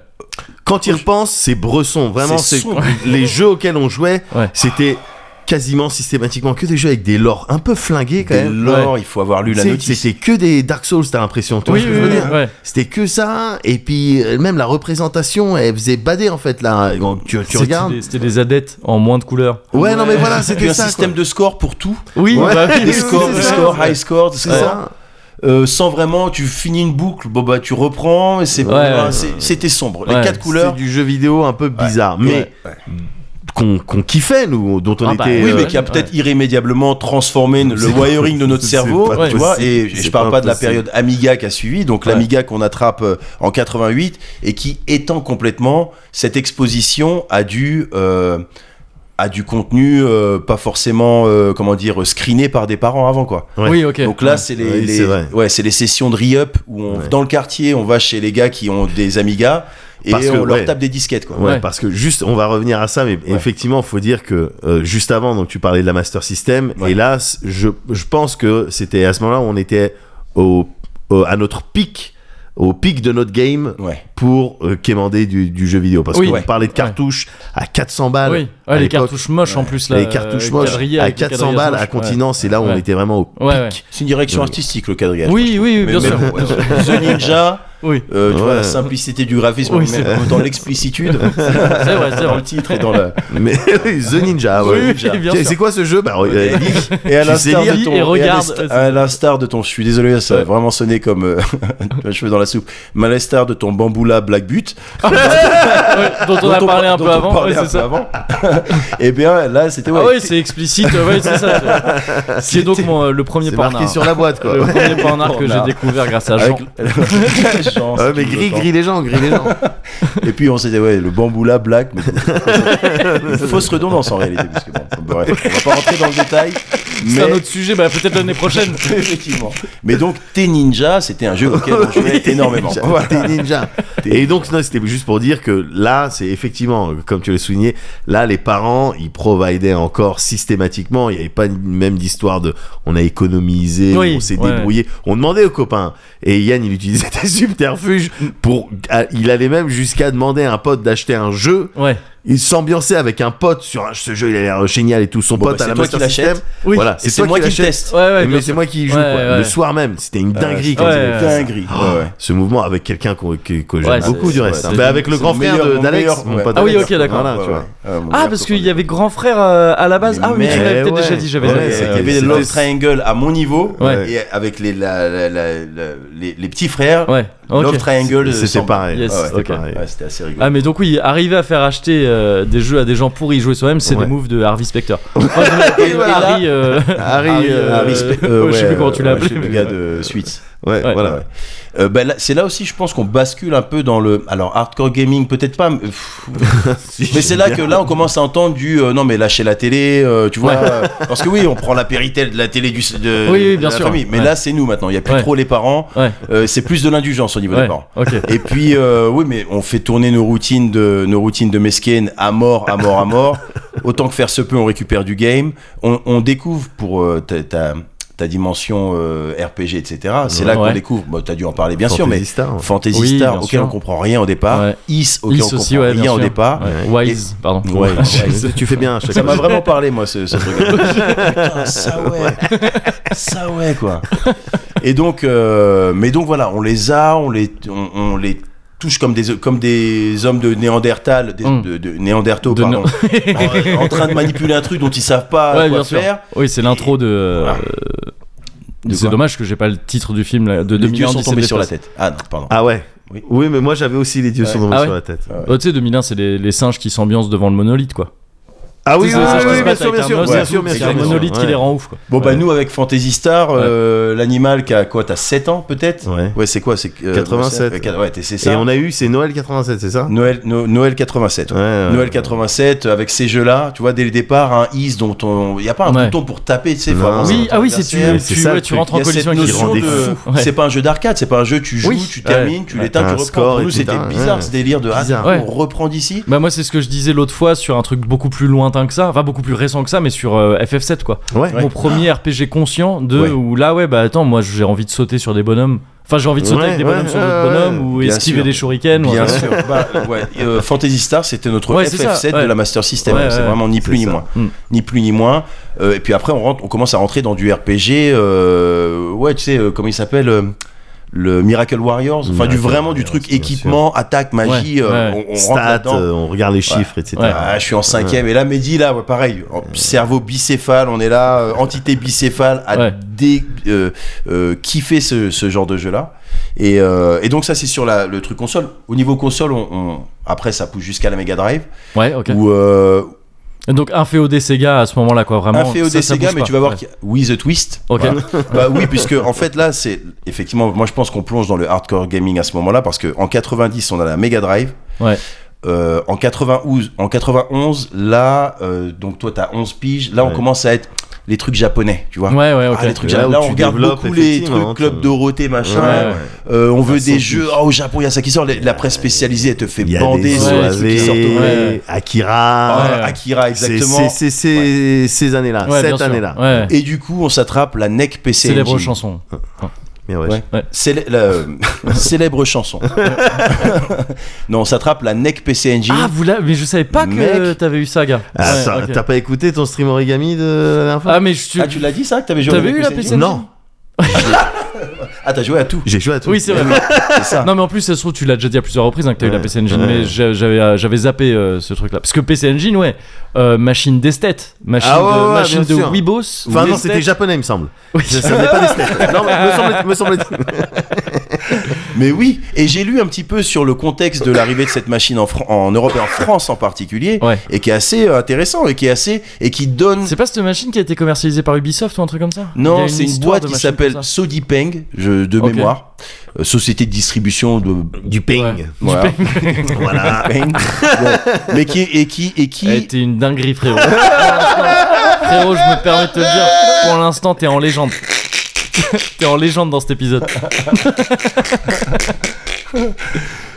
Speaker 3: Quand il repense, c'est bresson. Vraiment,
Speaker 2: C'est
Speaker 3: c'est
Speaker 2: sombre.
Speaker 3: les jeux auxquels on jouait,
Speaker 1: Ouais.
Speaker 3: c'était quasiment systématiquement que des jeux avec des lores un peu flingués quand
Speaker 2: Dès
Speaker 3: même.
Speaker 2: lors, il faut avoir lu la
Speaker 3: C'est-
Speaker 2: notice.
Speaker 3: C'était que des Dark Souls, t'as l'impression. Tu
Speaker 1: Oui,
Speaker 3: vois ce que
Speaker 1: oui,
Speaker 3: je veux
Speaker 1: oui,
Speaker 3: dire
Speaker 1: ouais.
Speaker 3: C'était que ça, et puis euh, même la représentation, elle faisait bader en fait là. Quand Tu, tu
Speaker 1: C'était
Speaker 3: regardes.
Speaker 1: des- C'était des adeptes en moins de couleurs.
Speaker 3: Ouais, non mais voilà,
Speaker 2: Et puis
Speaker 3: c'était
Speaker 2: un
Speaker 3: ça.
Speaker 2: système
Speaker 3: quoi.
Speaker 2: de score pour tout.
Speaker 1: Oui,
Speaker 3: Ouais.
Speaker 1: bah oui,
Speaker 2: Des
Speaker 1: oui,
Speaker 2: scores,
Speaker 1: c'est
Speaker 2: des
Speaker 1: ça.
Speaker 2: scores, high score, des
Speaker 3: C'est
Speaker 2: scores.
Speaker 3: ça.
Speaker 2: Euh, sans vraiment, tu finis une boucle, bon bah tu reprends, et c'est
Speaker 1: Ouais,
Speaker 2: voilà,
Speaker 1: ouais.
Speaker 2: c'est- c'était sombre.
Speaker 1: Ouais,
Speaker 2: Les quatre
Speaker 3: C'est
Speaker 2: couleurs.
Speaker 3: du jeu vidéo un peu bizarre, mais
Speaker 2: Ouais, ouais.
Speaker 3: qu'on qu'on kiffait nous, dont on
Speaker 1: Ah bah,
Speaker 3: était.
Speaker 2: oui,
Speaker 1: euh,
Speaker 2: mais qui a
Speaker 1: ouais.
Speaker 2: peut-être irrémédiablement transformé le
Speaker 3: C'est-
Speaker 2: wiring de notre
Speaker 3: c'est
Speaker 2: cerveau,
Speaker 3: pas
Speaker 2: tu
Speaker 3: possible.
Speaker 2: vois. Et je
Speaker 3: C'est
Speaker 2: parle
Speaker 3: pas
Speaker 2: pas de la
Speaker 3: possible.
Speaker 2: période Amiga qui a suivi, donc
Speaker 1: Ouais.
Speaker 2: l'Amiga qu'on attrape euh, en 88 et qui étend complètement cette exposition à du euh, à du contenu euh, pas forcément euh, comment dire screené par des parents avant quoi.
Speaker 3: Ouais.
Speaker 1: Oui, ok.
Speaker 2: Donc là,
Speaker 1: Ouais.
Speaker 2: c'est les,
Speaker 3: Oui,
Speaker 2: les-
Speaker 3: c'est vrai.
Speaker 2: ouais, c'est les sessions de re-up où on,
Speaker 3: Ouais.
Speaker 2: dans le quartier, on va chez les gars qui ont des Amiga et
Speaker 3: Parce que,
Speaker 2: on leur
Speaker 3: ouais.
Speaker 2: tape des disquettes, quoi.
Speaker 3: Ouais,
Speaker 1: Ouais.
Speaker 3: parce que juste, on va revenir à ça, mais effectivement, faut dire que euh, juste avant, donc tu parlais de la Master System,
Speaker 2: Ouais.
Speaker 3: et là, c- je, je pense que c'était à ce moment-là où on était au, au- à notre pic, au pic de notre game
Speaker 2: Ouais.
Speaker 3: pour euh, quémander du, du jeu vidéo. Parce
Speaker 1: Oui,
Speaker 3: qu'on
Speaker 1: ouais.
Speaker 3: parlait de cartouches à 400 balles.
Speaker 1: Oui,
Speaker 3: à
Speaker 1: ouais, les
Speaker 3: l'époque.
Speaker 1: cartouches moches en plus là.
Speaker 3: les cartouches
Speaker 1: euh,
Speaker 3: moches
Speaker 1: quadrillées
Speaker 3: à
Speaker 1: avec des
Speaker 3: 400
Speaker 1: quadrillages
Speaker 3: balles
Speaker 1: moches,
Speaker 3: à continent, c'est là où on
Speaker 1: Ouais.
Speaker 3: était vraiment au
Speaker 1: Ouais, ouais.
Speaker 3: pic.
Speaker 2: C'est une direction
Speaker 3: Ouais.
Speaker 2: artistique, le quadrillage.
Speaker 1: Oui, oui,
Speaker 2: Mais-
Speaker 1: bien
Speaker 2: mais
Speaker 1: sûr.
Speaker 2: bon, ouais. The Ninja,
Speaker 1: Oui.
Speaker 2: Euh, tu
Speaker 3: Ouais.
Speaker 2: vois, la simplicité du graphisme,
Speaker 1: Oui,
Speaker 2: mais
Speaker 1: c'est
Speaker 2: en même temps l'explicitude
Speaker 1: C'est vrai, c'est
Speaker 2: dans
Speaker 1: vrai.
Speaker 2: le titre et dans la.
Speaker 3: Mais oui, The Ninja,
Speaker 1: Oui,
Speaker 3: ouais.
Speaker 1: oui, bien
Speaker 3: Tiens,
Speaker 1: sûr.
Speaker 3: C'est quoi ce jeu Bah, euh, lis.
Speaker 2: Et à
Speaker 3: Tu
Speaker 2: l'instar
Speaker 3: sais
Speaker 2: de
Speaker 1: lire
Speaker 2: ton.
Speaker 1: et
Speaker 2: à
Speaker 1: regarde,
Speaker 2: l'inst-
Speaker 1: ouais, c'est
Speaker 2: À l'instar de ton. Je suis désolé, ça
Speaker 1: Ouais.
Speaker 2: a vraiment sonné comme euh, un cheveu dans la soupe. Mais à l'instar de ton Bamboula Black But.
Speaker 1: Ouais, dont on a parlé un peu avant. ouais, c'est ça.
Speaker 2: et eh bien là, c'était. ouais,
Speaker 1: Ah ouais, c'est explicite. Ouais, c'est ça. C'est donc mon, euh, le premier
Speaker 3: C'est
Speaker 1: porno.
Speaker 3: marqué sur la boîte,
Speaker 1: Le
Speaker 3: quoi.
Speaker 1: premier porno que j'ai
Speaker 2: Pornard.
Speaker 1: découvert grâce à Jean.
Speaker 2: Avec- Jean,
Speaker 3: Ouais,
Speaker 2: c'est
Speaker 3: mais
Speaker 2: tout
Speaker 3: gris,
Speaker 2: autant.
Speaker 3: gris les gens, gris les gens.
Speaker 2: Et puis on s'était, ouais, le bamboula black. Mais... Une fausse redondance en réalité. Parce que bon, bref, on va pas rentrer dans le détail.
Speaker 1: C'est un
Speaker 2: Mais
Speaker 1: autre sujet, bah, peut-être l'année prochaine.
Speaker 2: effectivement. Mais donc, T'es Ninja, c'était un jeu auquel on jouait énormément.
Speaker 3: Ninja.
Speaker 2: Voilà.
Speaker 3: T'es ninja. Et donc, non, c'était juste pour dire que là, c'est effectivement, comme tu l'as souligné, là, les parents, ils providaient encore systématiquement. Il n'y avait pas une- même d'histoire de on a économisé,
Speaker 1: Oui,
Speaker 3: on s'est
Speaker 1: ouais.
Speaker 3: débrouillé. On demandait aux copains. Et Yann, il utilisait des subterfuges pour. ah, Il allait même jusqu'à demander à un pote d'acheter un jeu.
Speaker 1: Ouais.
Speaker 3: Il s'ambiançait avec un pote sur un- ce jeu, il a l'air génial et tout. Son
Speaker 2: Bon,
Speaker 3: pote
Speaker 2: bah,
Speaker 3: à
Speaker 2: c'est
Speaker 3: la
Speaker 2: toi
Speaker 3: Master
Speaker 2: qui l'achètes.
Speaker 3: System.
Speaker 1: Oui.
Speaker 3: Voilà,
Speaker 2: Et c'est moi qui le
Speaker 3: l'achète.
Speaker 2: teste.
Speaker 1: Ouais, ouais, bien
Speaker 3: mais c'est
Speaker 1: sûr.
Speaker 3: moi qui y joue
Speaker 1: Ouais,
Speaker 3: quoi.
Speaker 1: ouais, ouais.
Speaker 3: le soir même. C'était une dinguerie quand
Speaker 1: ouais,
Speaker 3: ils avaient
Speaker 1: ouais,
Speaker 3: fait ça.
Speaker 2: Dinguerie. Ouais, ouais.
Speaker 3: Ce mouvement avec quelqu'un qu'on- que, que j'aime
Speaker 1: Ouais, c'est-
Speaker 3: beaucoup du
Speaker 1: c'est-
Speaker 3: reste. hein.
Speaker 1: c'est-
Speaker 3: Bah, avec le
Speaker 2: C'est
Speaker 3: grand
Speaker 2: mon
Speaker 3: frère
Speaker 2: meilleur-
Speaker 3: de
Speaker 2: mon
Speaker 3: d'Alex.
Speaker 2: meilleur-
Speaker 3: mon
Speaker 2: ouais.
Speaker 3: pote
Speaker 1: Ah oui,
Speaker 3: Alex.
Speaker 1: ok, d'accord.
Speaker 3: Voilà, tu vois.
Speaker 2: Ah, mon
Speaker 1: Ah,
Speaker 2: meilleur
Speaker 1: parce qu'il
Speaker 2: copain.
Speaker 1: y avait grand frère euh, à la base.
Speaker 2: Mais
Speaker 1: Ah oui, tu
Speaker 2: merde.
Speaker 1: l'avais peut-être
Speaker 3: Ouais.
Speaker 1: déjà dit, euh, j'avais
Speaker 3: Ouais,
Speaker 1: jamais-
Speaker 2: Il
Speaker 3: c'est-
Speaker 2: y avait
Speaker 3: c'était-
Speaker 2: des Love Triangle à mon niveau
Speaker 1: Ouais.
Speaker 2: et avec les, la- la- la- la- les, les petits frères.
Speaker 1: Ouais,
Speaker 2: Love
Speaker 1: ok.
Speaker 2: Triangle,
Speaker 3: C'était
Speaker 2: semble.
Speaker 3: pareil.
Speaker 1: Yes,
Speaker 3: ouais,
Speaker 1: ok.
Speaker 3: c'était pareil.
Speaker 2: Ouais, c'était assez rigolo.
Speaker 1: Ah mais donc oui, arriver à faire acheter euh, des jeux à des gens pour y jouer soi-même, c'est
Speaker 3: Ouais.
Speaker 1: des moves de Harvey Specter. Moi, je me-
Speaker 3: Et voilà.
Speaker 1: Ah, Harry, euh,
Speaker 3: Harry,
Speaker 1: Harry,
Speaker 3: euh,
Speaker 1: euh,
Speaker 2: Harry Spe- euh,
Speaker 1: je sais
Speaker 2: ouais,
Speaker 1: plus comment tu
Speaker 2: euh,
Speaker 1: l'as
Speaker 2: ouais,
Speaker 1: appelé.
Speaker 2: je sais plus,
Speaker 1: mais-
Speaker 2: Le gars de Suite.
Speaker 3: Ouais,
Speaker 1: Ouais.
Speaker 3: voilà.
Speaker 2: Ouais. Euh, bah, là- c'est là aussi, je pense qu'on bascule un peu dans le. Alors, hardcore gaming, peut-être pas. Mais, pff, mais c'est là que là, on commence à entendre du. euh, non, mais lâchez la télé, euh, tu vois. euh, parce que oui, on prend la péritel de la télé du, de,
Speaker 1: Oui, oui,
Speaker 2: de
Speaker 1: bien
Speaker 2: la
Speaker 1: sûr.
Speaker 2: famille. Mais
Speaker 1: Ouais.
Speaker 2: là, c'est nous maintenant. Il n'y a plus
Speaker 1: Ouais.
Speaker 2: trop les parents.
Speaker 1: Ouais,
Speaker 2: Euh, c'est plus de l'indulgence au niveau des
Speaker 1: ouais,
Speaker 2: parents.
Speaker 1: ok.
Speaker 2: Et puis, euh, oui, mais on fait tourner nos routines de, nos routines de mesquines à mort, à mort, à mort. Autant que faire se peut, on récupère du game. On, on découvre pour euh, ta, ta- ta dimension euh, RPG, etc. C'est là
Speaker 1: Ouais.
Speaker 2: qu'on découvre. Bah, T'as dû en parler, bien sûr, mais
Speaker 3: Fantasy Star, ouais.
Speaker 2: Fantasy
Speaker 1: Oui,
Speaker 2: Star,
Speaker 1: bien
Speaker 2: auquel
Speaker 1: sûr.
Speaker 2: on comprend rien au départ.
Speaker 1: Ouais.
Speaker 2: Is, auquel
Speaker 1: Is
Speaker 2: on comprend
Speaker 1: aussi, ouais, bien
Speaker 2: rien au
Speaker 1: sûr.
Speaker 2: départ.
Speaker 1: Ouais. Wise, pardon.
Speaker 2: Ouais, ouais.
Speaker 3: Tu fais bien à chaque
Speaker 2: Ça m'a
Speaker 3: fois.
Speaker 2: vraiment parlé, moi, ce, ce truc. Putain, ça ouais, ça ouais, quoi. Et donc, euh, mais donc voilà, on les a, on les, on, on les touche comme des, comme des hommes de Néandertal, des-
Speaker 1: Mm.
Speaker 2: de, de Néandertaux,
Speaker 1: De
Speaker 2: pardon, en, en train de manipuler un truc dont ils savent pas
Speaker 1: Ouais,
Speaker 2: quoi
Speaker 1: bien sûr.
Speaker 2: faire.
Speaker 1: Oui, c'est l'intro de. euh,
Speaker 2: De
Speaker 1: c'est
Speaker 2: quoi
Speaker 1: dommage que j'ai pas le titre du film là, de
Speaker 2: Les dieux
Speaker 1: 2001.
Speaker 2: sont
Speaker 1: Odyssée de
Speaker 2: tombés sur la
Speaker 1: l'espace.
Speaker 2: tête. Ah non, pardon.
Speaker 3: Ah ouais.
Speaker 2: Oui.
Speaker 3: Oui, mais moi j'avais aussi les dieux sont tombés
Speaker 1: Ah
Speaker 3: sur
Speaker 1: ouais.
Speaker 3: la tête.
Speaker 1: Oh, tu sais, 2001, c'est les, les singes qui s'ambiancent devant le monolithe, quoi.
Speaker 3: Ah oui,
Speaker 1: Tu sais,
Speaker 3: oui,
Speaker 1: les singes
Speaker 3: oui,
Speaker 1: qui
Speaker 3: oui,
Speaker 1: se
Speaker 3: bien
Speaker 1: battent
Speaker 3: sûr,
Speaker 1: avec
Speaker 3: bien
Speaker 1: un
Speaker 3: sûr,
Speaker 1: os et
Speaker 3: bien
Speaker 1: tout,
Speaker 3: sûr, bien
Speaker 1: C'est
Speaker 3: sûr.
Speaker 1: un
Speaker 3: bien sûr.
Speaker 1: monolithe qui
Speaker 3: Ouais.
Speaker 1: les rend ouf, quoi.
Speaker 2: Bon bah
Speaker 1: Ouais.
Speaker 2: nous avec Fantasy Star, euh, l'animal qui a quoi, t'as 7 ans peut-être.
Speaker 3: Ouais.
Speaker 2: c'est quoi, c'est euh,
Speaker 3: 87.
Speaker 2: ouais, c'est- Ouais, t'es- c'est ça.
Speaker 3: Et on a eu, c'est Noël 87, c'est ça
Speaker 2: Noël, No- Noël 87. ouais.
Speaker 3: Ouais, ouais.
Speaker 2: Noël 87 euh, avec ces jeux-là, tu vois dès le départ un is dont on, il y a pas un
Speaker 1: Ouais.
Speaker 2: bouton pour taper, tu sais. faut
Speaker 3: Non.
Speaker 2: avancer
Speaker 1: Oui,
Speaker 2: dans
Speaker 1: ah oui, c'est
Speaker 2: l'adversaire.
Speaker 1: tu,
Speaker 3: c'est
Speaker 1: tu,
Speaker 3: ça,
Speaker 1: ouais,
Speaker 3: le
Speaker 1: tu
Speaker 3: truc.
Speaker 1: rentres
Speaker 2: Il y
Speaker 1: en
Speaker 2: a cette
Speaker 1: collision avec
Speaker 2: notion
Speaker 3: rendait
Speaker 2: de,
Speaker 1: fou. Ouais.
Speaker 2: c'est pas un jeu d'arcade, c'est pas un jeu tu joues,
Speaker 1: Oui.
Speaker 2: tu termines, tu
Speaker 3: Ouais,
Speaker 2: l'éteins, tu
Speaker 3: t'as un
Speaker 2: reprends.
Speaker 3: score
Speaker 2: Pour
Speaker 3: et
Speaker 2: nous c'était
Speaker 3: tout, hein.
Speaker 2: bizarre ce délire de ah,
Speaker 3: Bizarre.
Speaker 1: Ouais.
Speaker 2: on reprend d'ici.
Speaker 1: Bah moi c'est ce que je disais l'autre fois sur un truc beaucoup plus lointain que ça, enfin beaucoup plus récent que ça, mais sur euh, FF7 quoi.
Speaker 3: Ouais.
Speaker 1: Mon premier RPG conscient de
Speaker 2: Ah. Ouais.
Speaker 1: où là ouais bah attends moi j'ai envie de sauter sur des bonhommes. Enfin j'ai envie de sauter
Speaker 3: Ouais,
Speaker 1: avec des
Speaker 3: ouais,
Speaker 1: bonhommes sur
Speaker 3: ouais,
Speaker 1: d'autres
Speaker 3: ouais.
Speaker 1: bonhommes ou
Speaker 2: Bien
Speaker 1: esquiver
Speaker 2: sûr.
Speaker 1: des shurikens. ou un
Speaker 2: Bien
Speaker 1: truc.
Speaker 2: sûr. Bah, ouais. euh, Fantasy Star, c'était notre
Speaker 1: Ouais, c'est ça,
Speaker 2: FF7
Speaker 1: ouais.
Speaker 2: de la Master System.
Speaker 1: Ouais,
Speaker 2: c'est
Speaker 1: ouais,
Speaker 2: vraiment ni plus
Speaker 3: c'est
Speaker 2: ni
Speaker 3: ça.
Speaker 2: moins.
Speaker 1: Mm.
Speaker 2: Ni plus ni moins. Euh, et puis après, on, rentre, on commence à rentrer dans du RPG. euh, ouais, tu sais, euh, comment il s'appelle euh, le Miracle Warriors, enfin
Speaker 3: Mm. Miracle
Speaker 2: du vraiment du
Speaker 3: Warriors,
Speaker 2: truc
Speaker 3: bien
Speaker 2: équipement, attaque, magie,
Speaker 1: Ouais,
Speaker 2: euh,
Speaker 1: ouais.
Speaker 2: on, on rentre
Speaker 3: Stats,
Speaker 2: là-dedans.
Speaker 3: euh, on regarde les chiffres, etc.
Speaker 1: Ouais.
Speaker 2: Ah, je suis en cinquième et là Mehdi là ouais, pareil en- cerveau bicéphale on est là euh, entité bicéphale à
Speaker 1: Ouais.
Speaker 2: dé- euh, euh, kiffer ce, ce genre de jeu là et, euh, et donc ça c'est sur la, le truc console au niveau console on, on- après ça pousse jusqu'à la Mega Drive
Speaker 1: Ouais ok.
Speaker 2: où euh,
Speaker 1: Et Donc un féodé Sega à ce moment là quoi vraiment.
Speaker 2: un fait au
Speaker 1: Ah ça, ça
Speaker 2: Sega
Speaker 1: bouge
Speaker 2: mais
Speaker 1: pas.
Speaker 2: tu vas voir
Speaker 1: Ouais.
Speaker 2: qu'il y a- with a twist
Speaker 1: Ok.
Speaker 2: Voilà. bah oui puisque en fait là c'est effectivement moi je pense qu'on plonge dans le hardcore gaming à ce moment là parce que en 90 on a la Mega Drive
Speaker 1: Ouais.
Speaker 2: Euh, en 92, en 91, là, euh, donc toi t'as 11 piges, là on
Speaker 3: Ouais. commence
Speaker 2: commence à être les trucs japonais, tu vois.
Speaker 1: Ouais ouais ok.
Speaker 2: Ah, les trucs
Speaker 3: Là
Speaker 2: japonais. Là,
Speaker 3: où tu
Speaker 2: on regarde
Speaker 3: développes,
Speaker 2: beaucoup les
Speaker 3: effectivement,
Speaker 2: trucs
Speaker 3: hein,
Speaker 2: Club
Speaker 3: tu-
Speaker 2: Dorothée, machin.
Speaker 1: Ouais, ouais.
Speaker 2: Euh, on veut
Speaker 3: Façon
Speaker 2: des
Speaker 3: de-
Speaker 2: jeux. Oh, au Japon, il y a ça qui sort. Les- La presse spécialisée, elle te fait
Speaker 3: Il y a
Speaker 2: bander
Speaker 3: des
Speaker 2: sur les trucs qui sortent.
Speaker 1: ouais.
Speaker 3: Zoazé, Akira.
Speaker 2: Ah,
Speaker 1: ouais.
Speaker 2: Akira,
Speaker 3: C'est-
Speaker 2: exactement.
Speaker 3: C'est c'est- c'est- ces années-là,
Speaker 1: Ouais, bien
Speaker 3: cette
Speaker 1: sûr.
Speaker 3: année-là.
Speaker 1: Ouais.
Speaker 2: Et Mmh. du coup, on s'attrape la NEC PC.
Speaker 1: Célèbre
Speaker 2: Engine.
Speaker 1: chanson.
Speaker 3: Mais ouais.
Speaker 2: Ouais. Célé- la- euh, Célèbre chanson. non, on s'attrape la NEC PC Engine.
Speaker 1: Ah vous là mais je savais pas que
Speaker 2: Mec.
Speaker 1: t'avais eu Saga.
Speaker 3: Ah,
Speaker 1: Ouais,
Speaker 3: ça-
Speaker 1: ok.
Speaker 3: T'as pas écouté ton stream origami de la dernière fois
Speaker 1: Ah mais je suis.
Speaker 2: Ah, tu l'as dit ça que t'avais joué au
Speaker 1: T'avais
Speaker 2: NEC
Speaker 1: eu la
Speaker 2: Engine
Speaker 1: PC
Speaker 3: Non.
Speaker 2: Ah, t'as joué à tout.
Speaker 3: J'ai joué à tout.
Speaker 1: Oui, c'est vrai.
Speaker 2: C'est ça.
Speaker 1: Non mais en plus ça se trouve tu l'as déjà dit à plusieurs reprises hein, que t'as eu
Speaker 3: Ah. Ouais,
Speaker 1: la PC Engine
Speaker 3: ouais.
Speaker 1: mais j'a- j'avais euh, j'avais zappé euh, ce truc là parce que PC Engine ouais euh, machine d'esthète machine
Speaker 3: Ah ouais, ouais,
Speaker 1: de
Speaker 3: ouais,
Speaker 1: machine
Speaker 3: bien
Speaker 1: de
Speaker 3: sûr.
Speaker 1: Weebos
Speaker 3: Enfin, non,
Speaker 1: d'esthète.
Speaker 3: c'était japonais, il me semble.
Speaker 1: Oui.
Speaker 3: Ça ça venait pas des States. Non, mais me semble- me semble-t-il.
Speaker 2: Mais oui, et j'ai lu un petit peu sur le contexte de l'arrivée de cette machine en, Fran- en Europe et en France en particulier,
Speaker 1: Ouais.
Speaker 2: et qui est assez euh, intéressant et qui est assez et qui donne.
Speaker 1: C'est pas cette machine qui a été commercialisée par Ubisoft ou un truc comme ça Il y a
Speaker 2: Non, c'est une
Speaker 1: histoire
Speaker 2: boîte
Speaker 1: de
Speaker 2: qui
Speaker 1: machine
Speaker 2: s'appelle
Speaker 1: comme ça.
Speaker 2: Sodipeng, je, de
Speaker 1: Ok.
Speaker 2: mémoire, euh, société de distribution de.
Speaker 3: Du ping.
Speaker 1: Ouais.
Speaker 2: Voilà.
Speaker 3: Voilà.
Speaker 2: Peng. Bon. Mais qui et qui et qui.
Speaker 1: Eh, T'es une dinguerie frérot. Pour l'instant, frérot, je me permets de te le dire, pour l'instant t'es en légende. t'es en légende dans cet épisode.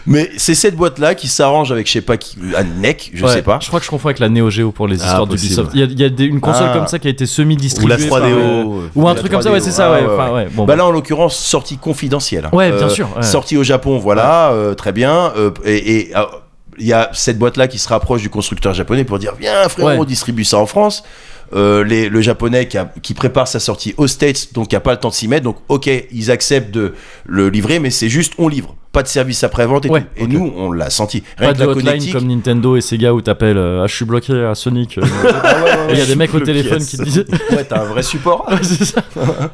Speaker 2: Mais c'est cette boîte-là qui s'arrange avec je sais pas qui, à NEC, je
Speaker 1: Ouais,
Speaker 2: sais pas.
Speaker 1: Je crois que je confonds avec la Neo Geo pour les
Speaker 3: Ah,
Speaker 1: histoires
Speaker 3: possible.
Speaker 1: d'Ubisoft. Il y a, il y a des- une console
Speaker 2: Ah.
Speaker 1: comme ça qui a été
Speaker 3: Ou
Speaker 1: semi-distribuée.
Speaker 3: la 3DO.
Speaker 1: par, euh, ou un truc comme ça, ouais, c'est ça, ouais. Enfin, ouais, bon,
Speaker 2: bah
Speaker 1: bon.
Speaker 2: là, en l'occurrence, sortie confidentielle. Euh,
Speaker 1: Ouais, bien sûr, ouais.
Speaker 2: Sortie au Japon, voilà, euh, très bien. euh, et et, euh, il y a cette boîte-là qui se rapproche du constructeur japonais pour dire Viens, frérot,
Speaker 1: Ouais.
Speaker 2: on distribue ça en France. Euh, les- le japonais qui, a- qui prépare sa sortie aux States, donc qui a pas le temps de s'y mettre. Donc, ok, ils acceptent de le livrer, mais c'est juste on livre. Pas de service après-vente et
Speaker 1: Ouais,
Speaker 2: tout. Et nous, on l'a senti. Rien
Speaker 1: Pas
Speaker 2: que
Speaker 1: de
Speaker 2: la
Speaker 1: hotline
Speaker 2: connectique-
Speaker 1: comme Nintendo et Sega où t'appelles euh, Ah, je suis bloqué à Sonic. euh,
Speaker 2: Ah ouais, ouais, ouais,
Speaker 1: et Il y a des
Speaker 2: je
Speaker 1: mecs au
Speaker 2: suis bloqué
Speaker 1: téléphone
Speaker 2: à
Speaker 1: qui te
Speaker 2: ça.
Speaker 1: disent.
Speaker 2: Ouais, t'as un vrai support.
Speaker 1: Ouais, c'est ça.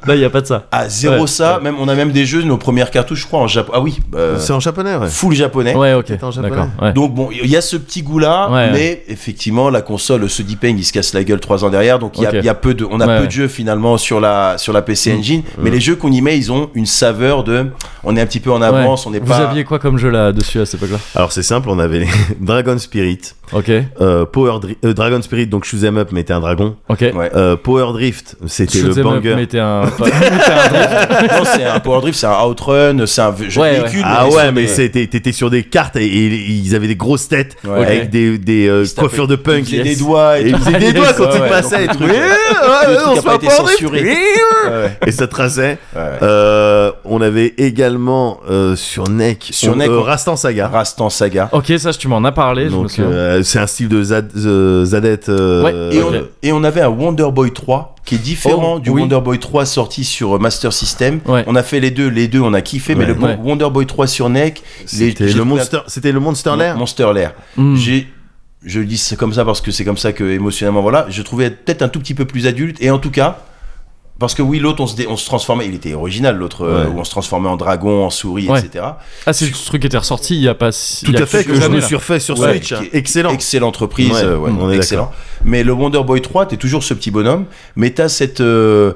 Speaker 1: Là, il n'y a pas de ça.
Speaker 2: À zéro
Speaker 1: Ouais.
Speaker 2: ça, même on a même des jeux, nos premières cartouches, je crois, en Japon. Ah oui, euh,
Speaker 3: C'est en japonais, ouais.
Speaker 2: full japonais.
Speaker 1: Ouais, ok.
Speaker 3: C'était en japonais.
Speaker 1: D'accord. ouais.
Speaker 2: Donc bon, il y a ce petit goût-là,
Speaker 1: Ouais,
Speaker 2: mais effectivement, la console se dit il se casse la gueule trois ans derrière, donc il y a-
Speaker 1: Ok.
Speaker 2: il y, a peu de, on a
Speaker 1: Ouais, Mm.
Speaker 2: peu
Speaker 1: ouais.
Speaker 2: de jeux finalement sur la sur la PC Engine, mais les jeux qu'on y met, ils ont une saveur de, on est un petit peu en
Speaker 1: Ouais.
Speaker 2: avance, on n'est
Speaker 1: Vous
Speaker 2: pas.
Speaker 1: aviez quoi comme jeu là-dessus à cette époque-là
Speaker 3: Alors, c'est simple, on avait les Dragon Spirit,
Speaker 1: Ok.
Speaker 3: euh, Power Dri- euh, Dragon Spirit, donc shoot 'em up, mais t'es un dragon.
Speaker 1: Ok.
Speaker 2: Ouais.
Speaker 3: Euh, Power Drift, c'était le
Speaker 1: Shoot'em up,
Speaker 3: banger.
Speaker 1: mettez un. mettez un drift.
Speaker 2: non, c'est un Power Drift, c'est un Outrun, c'est un jeu
Speaker 1: Ouais,
Speaker 2: de véhicule.
Speaker 3: Ah
Speaker 2: mais
Speaker 3: ouais,
Speaker 2: c'est-
Speaker 3: mais c'était- t'étais sur des cartes et, et ils avaient des grosses têtes
Speaker 2: Ouais.
Speaker 3: avec des, des euh,
Speaker 2: Ils se tapaient-
Speaker 3: coiffures de
Speaker 2: ils
Speaker 3: punk.
Speaker 2: faisaient des
Speaker 3: Et
Speaker 2: doigts et
Speaker 3: ils
Speaker 2: tout.
Speaker 3: faisaient des
Speaker 1: Yes,
Speaker 3: doigts quand
Speaker 2: ouais,
Speaker 3: ils
Speaker 2: ouais,
Speaker 3: passaient et
Speaker 2: donc
Speaker 3: tout.
Speaker 2: le
Speaker 3: Eh,
Speaker 2: truc-
Speaker 3: ouais,
Speaker 2: le truc
Speaker 3: on
Speaker 2: a
Speaker 3: se
Speaker 2: pas
Speaker 3: met
Speaker 2: été
Speaker 3: pas en drift.
Speaker 2: censuré.
Speaker 3: Eh,
Speaker 2: Ouais, ouais.
Speaker 3: Et ça traçait.
Speaker 2: Ouais.
Speaker 3: Euh, on avait également euh, sur Neck,
Speaker 2: Sur
Speaker 3: on-
Speaker 2: Neck,
Speaker 3: euh,
Speaker 2: on-
Speaker 3: Rastan Saga.
Speaker 2: Rastan Saga.
Speaker 1: Ok, ça, je- tu m'en as parlé. je me
Speaker 3: Donc
Speaker 1: souviens.
Speaker 3: euh, c'est un style de Zad, euh, Zadette. euh,
Speaker 1: Ouais.
Speaker 2: Et,
Speaker 1: Ok.
Speaker 2: on, et on avait un Wonder Boy 3 qui est différent
Speaker 1: Oh,
Speaker 2: du
Speaker 1: oui.
Speaker 2: Wonder Boy 3 sorti sur euh, Master System.
Speaker 1: Ouais.
Speaker 2: On a fait les deux, les deux on a kiffé, mais
Speaker 3: Ouais.
Speaker 2: le bon-
Speaker 1: Ouais.
Speaker 2: Wonder Boy 3 sur NEC, les-
Speaker 3: C'était
Speaker 2: j'ai
Speaker 3: le
Speaker 2: trouvé-
Speaker 3: Monster, c'était le Monster
Speaker 2: Mon-
Speaker 3: Lair.
Speaker 2: Monster Lair.
Speaker 1: Hmm.
Speaker 2: J'ai, je le dis c'est comme ça parce que c'est comme ça que émotionnellement voilà, je trouvais être peut-être un tout petit peu plus adulte et en tout cas. Parce que oui, l'autre, on se, dé- on se transformait, il était original, l'autre, euh,
Speaker 3: Ouais.
Speaker 2: où on se transformait en dragon, en souris,
Speaker 1: Ouais.
Speaker 2: etc.
Speaker 1: Ah, c'est ce truc qui était ressorti il y a pas si.
Speaker 3: Tout
Speaker 1: il y a
Speaker 3: à fait que
Speaker 1: quelques
Speaker 3: je
Speaker 1: années,
Speaker 3: me
Speaker 1: là.
Speaker 3: suis refait sur
Speaker 2: Ouais,
Speaker 3: Switch.
Speaker 2: qui est
Speaker 3: Excellent.
Speaker 2: Excellente reprise,
Speaker 3: Ouais,
Speaker 2: euh, ouais,
Speaker 3: on est
Speaker 2: excellent. Mais le Wonder Boy 3, t'es toujours ce petit bonhomme, mais t'as cette. euh,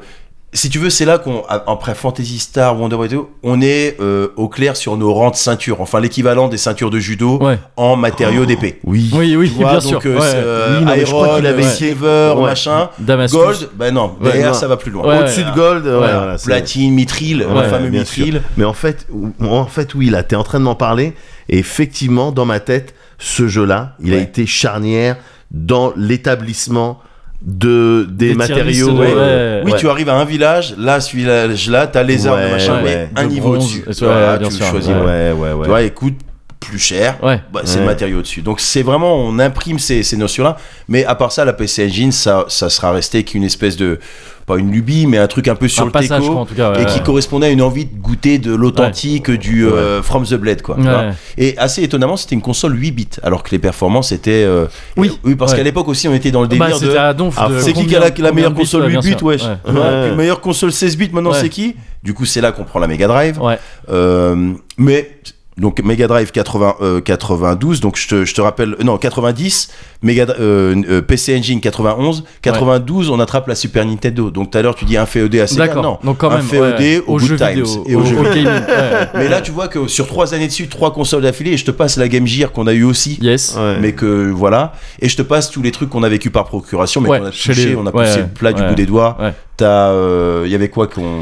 Speaker 2: si tu veux, c'est là qu'on, a- après Fantasy Star, Wonder Boy 2, on est euh, au clair sur nos rangs de ceinture, enfin l'équivalent des ceintures de judo
Speaker 1: Ouais.
Speaker 2: en
Speaker 3: Oh.
Speaker 2: matériaux d'épée.
Speaker 3: Oui.
Speaker 1: Oui, oui,
Speaker 2: Tu vois,
Speaker 1: bien sûr.
Speaker 2: donc, euh, c'est,
Speaker 1: ouais.
Speaker 2: euh,
Speaker 3: Oui, non, mais je
Speaker 2: Iron,
Speaker 3: crois qu'il avait
Speaker 2: euh,
Speaker 3: essayé.
Speaker 2: Silver,
Speaker 3: Ouais.
Speaker 2: machin,
Speaker 1: Damascus.
Speaker 2: Gold, ben non,
Speaker 3: Ouais,
Speaker 2: derrière
Speaker 3: non.
Speaker 2: ça va plus loin.
Speaker 1: Ouais,
Speaker 3: Au-dessus de Gold, ouais,
Speaker 1: Ouais.
Speaker 3: voilà, c'est-
Speaker 2: Platine, Mithril,
Speaker 1: Ouais,
Speaker 2: le fameux
Speaker 3: bien sûr.
Speaker 2: Mithril.
Speaker 3: Mais en fait, ou- en fait, oui, là, t'es en train de m'en parler. Et effectivement, dans ma tête, ce jeu-là, il a
Speaker 2: Ouais.
Speaker 3: été charnière dans l'établissement de des,
Speaker 1: Des tier listes
Speaker 3: matériaux.
Speaker 1: de-
Speaker 3: ouais.
Speaker 1: ouais.
Speaker 2: Oui, tu arrives à un village, là, ce village-là, t'as les armes,
Speaker 3: Ouais,
Speaker 2: machin,
Speaker 3: ouais.
Speaker 2: mais un
Speaker 1: De
Speaker 2: niveau
Speaker 1: bronze,
Speaker 2: au-dessus.
Speaker 1: et ça,
Speaker 2: Voilà,
Speaker 1: ouais, bien
Speaker 2: tu
Speaker 1: sûr,
Speaker 2: choisis.
Speaker 1: ouais.
Speaker 3: Ouais, ouais, ouais.
Speaker 2: Tu vois, il coûte plus cher.
Speaker 1: Ouais.
Speaker 2: Bah, c'est
Speaker 3: Ouais.
Speaker 2: le matériau au-dessus. Donc, c'est vraiment, on imprime ces, ces notions-là. Mais à part ça, la PC Engine, ça, ça sera resté qu'une espèce de, pas une lubie, mais un truc un peu sur
Speaker 1: Un
Speaker 2: le
Speaker 1: passage,
Speaker 2: teco,
Speaker 1: quoi, en tout cas. ouais,
Speaker 2: et qui
Speaker 1: ouais.
Speaker 2: correspondait à une envie de goûter de l'authentique du euh, From the Blade, quoi. tu
Speaker 1: Ouais.
Speaker 2: vois. Et assez étonnamment, c'était une console 8 bits, alors que les performances étaient. euh,
Speaker 1: Oui.
Speaker 2: et- oui, parce
Speaker 1: Ouais.
Speaker 2: qu'à l'époque aussi, on était dans le délire
Speaker 1: Bah, c'était
Speaker 2: de.
Speaker 1: à Donf.
Speaker 3: Ah,
Speaker 1: de
Speaker 2: C'est qui qui
Speaker 1: combien-
Speaker 2: a la, la
Speaker 1: combien
Speaker 2: meilleure
Speaker 1: de bits,
Speaker 2: console
Speaker 1: ouais,
Speaker 2: 8
Speaker 1: bien
Speaker 2: bits,
Speaker 1: sûr,
Speaker 2: wesh
Speaker 1: ouais.
Speaker 2: Ouais,
Speaker 3: Ouais.
Speaker 2: Puis meilleure console 16 bits, maintenant
Speaker 1: Ouais.
Speaker 2: c'est qui Du coup, c'est là qu'on prend la Mega Drive.
Speaker 1: Ouais.
Speaker 2: Euh, mais donc Mega Drive 80, euh, 92, donc je te, je te rappelle, euh, non 90, Mega, Dri- euh, euh, PC Engine 91, 92, on attrape la Super Nintendo. Donc tout à l'heure tu dis un FED à Sega, non,
Speaker 1: D'accord. Donc quand
Speaker 2: un
Speaker 1: même.
Speaker 2: FED
Speaker 1: ouais,
Speaker 2: au
Speaker 1: aux
Speaker 2: Good
Speaker 1: jeux
Speaker 2: Times
Speaker 1: vidéo,
Speaker 2: et aux
Speaker 1: au-
Speaker 2: jeux
Speaker 1: au gaming. ouais.
Speaker 2: Mais là tu vois que sur trois années dessus, trois consoles d'affilée, et je te passe la Game Gear qu'on a eu aussi.
Speaker 1: Yes.
Speaker 3: Ouais.
Speaker 2: Mais que voilà, et je te passe tous les trucs qu'on a vécu par procuration, mais
Speaker 1: Ouais,
Speaker 2: qu'on a
Speaker 1: chez
Speaker 2: touché,
Speaker 1: les-
Speaker 2: on a
Speaker 1: ouais,
Speaker 2: poussé le plat du
Speaker 1: ouais.
Speaker 2: bout des doigts.
Speaker 1: Ouais.
Speaker 2: T'as, euh, il y avait quoi qu'on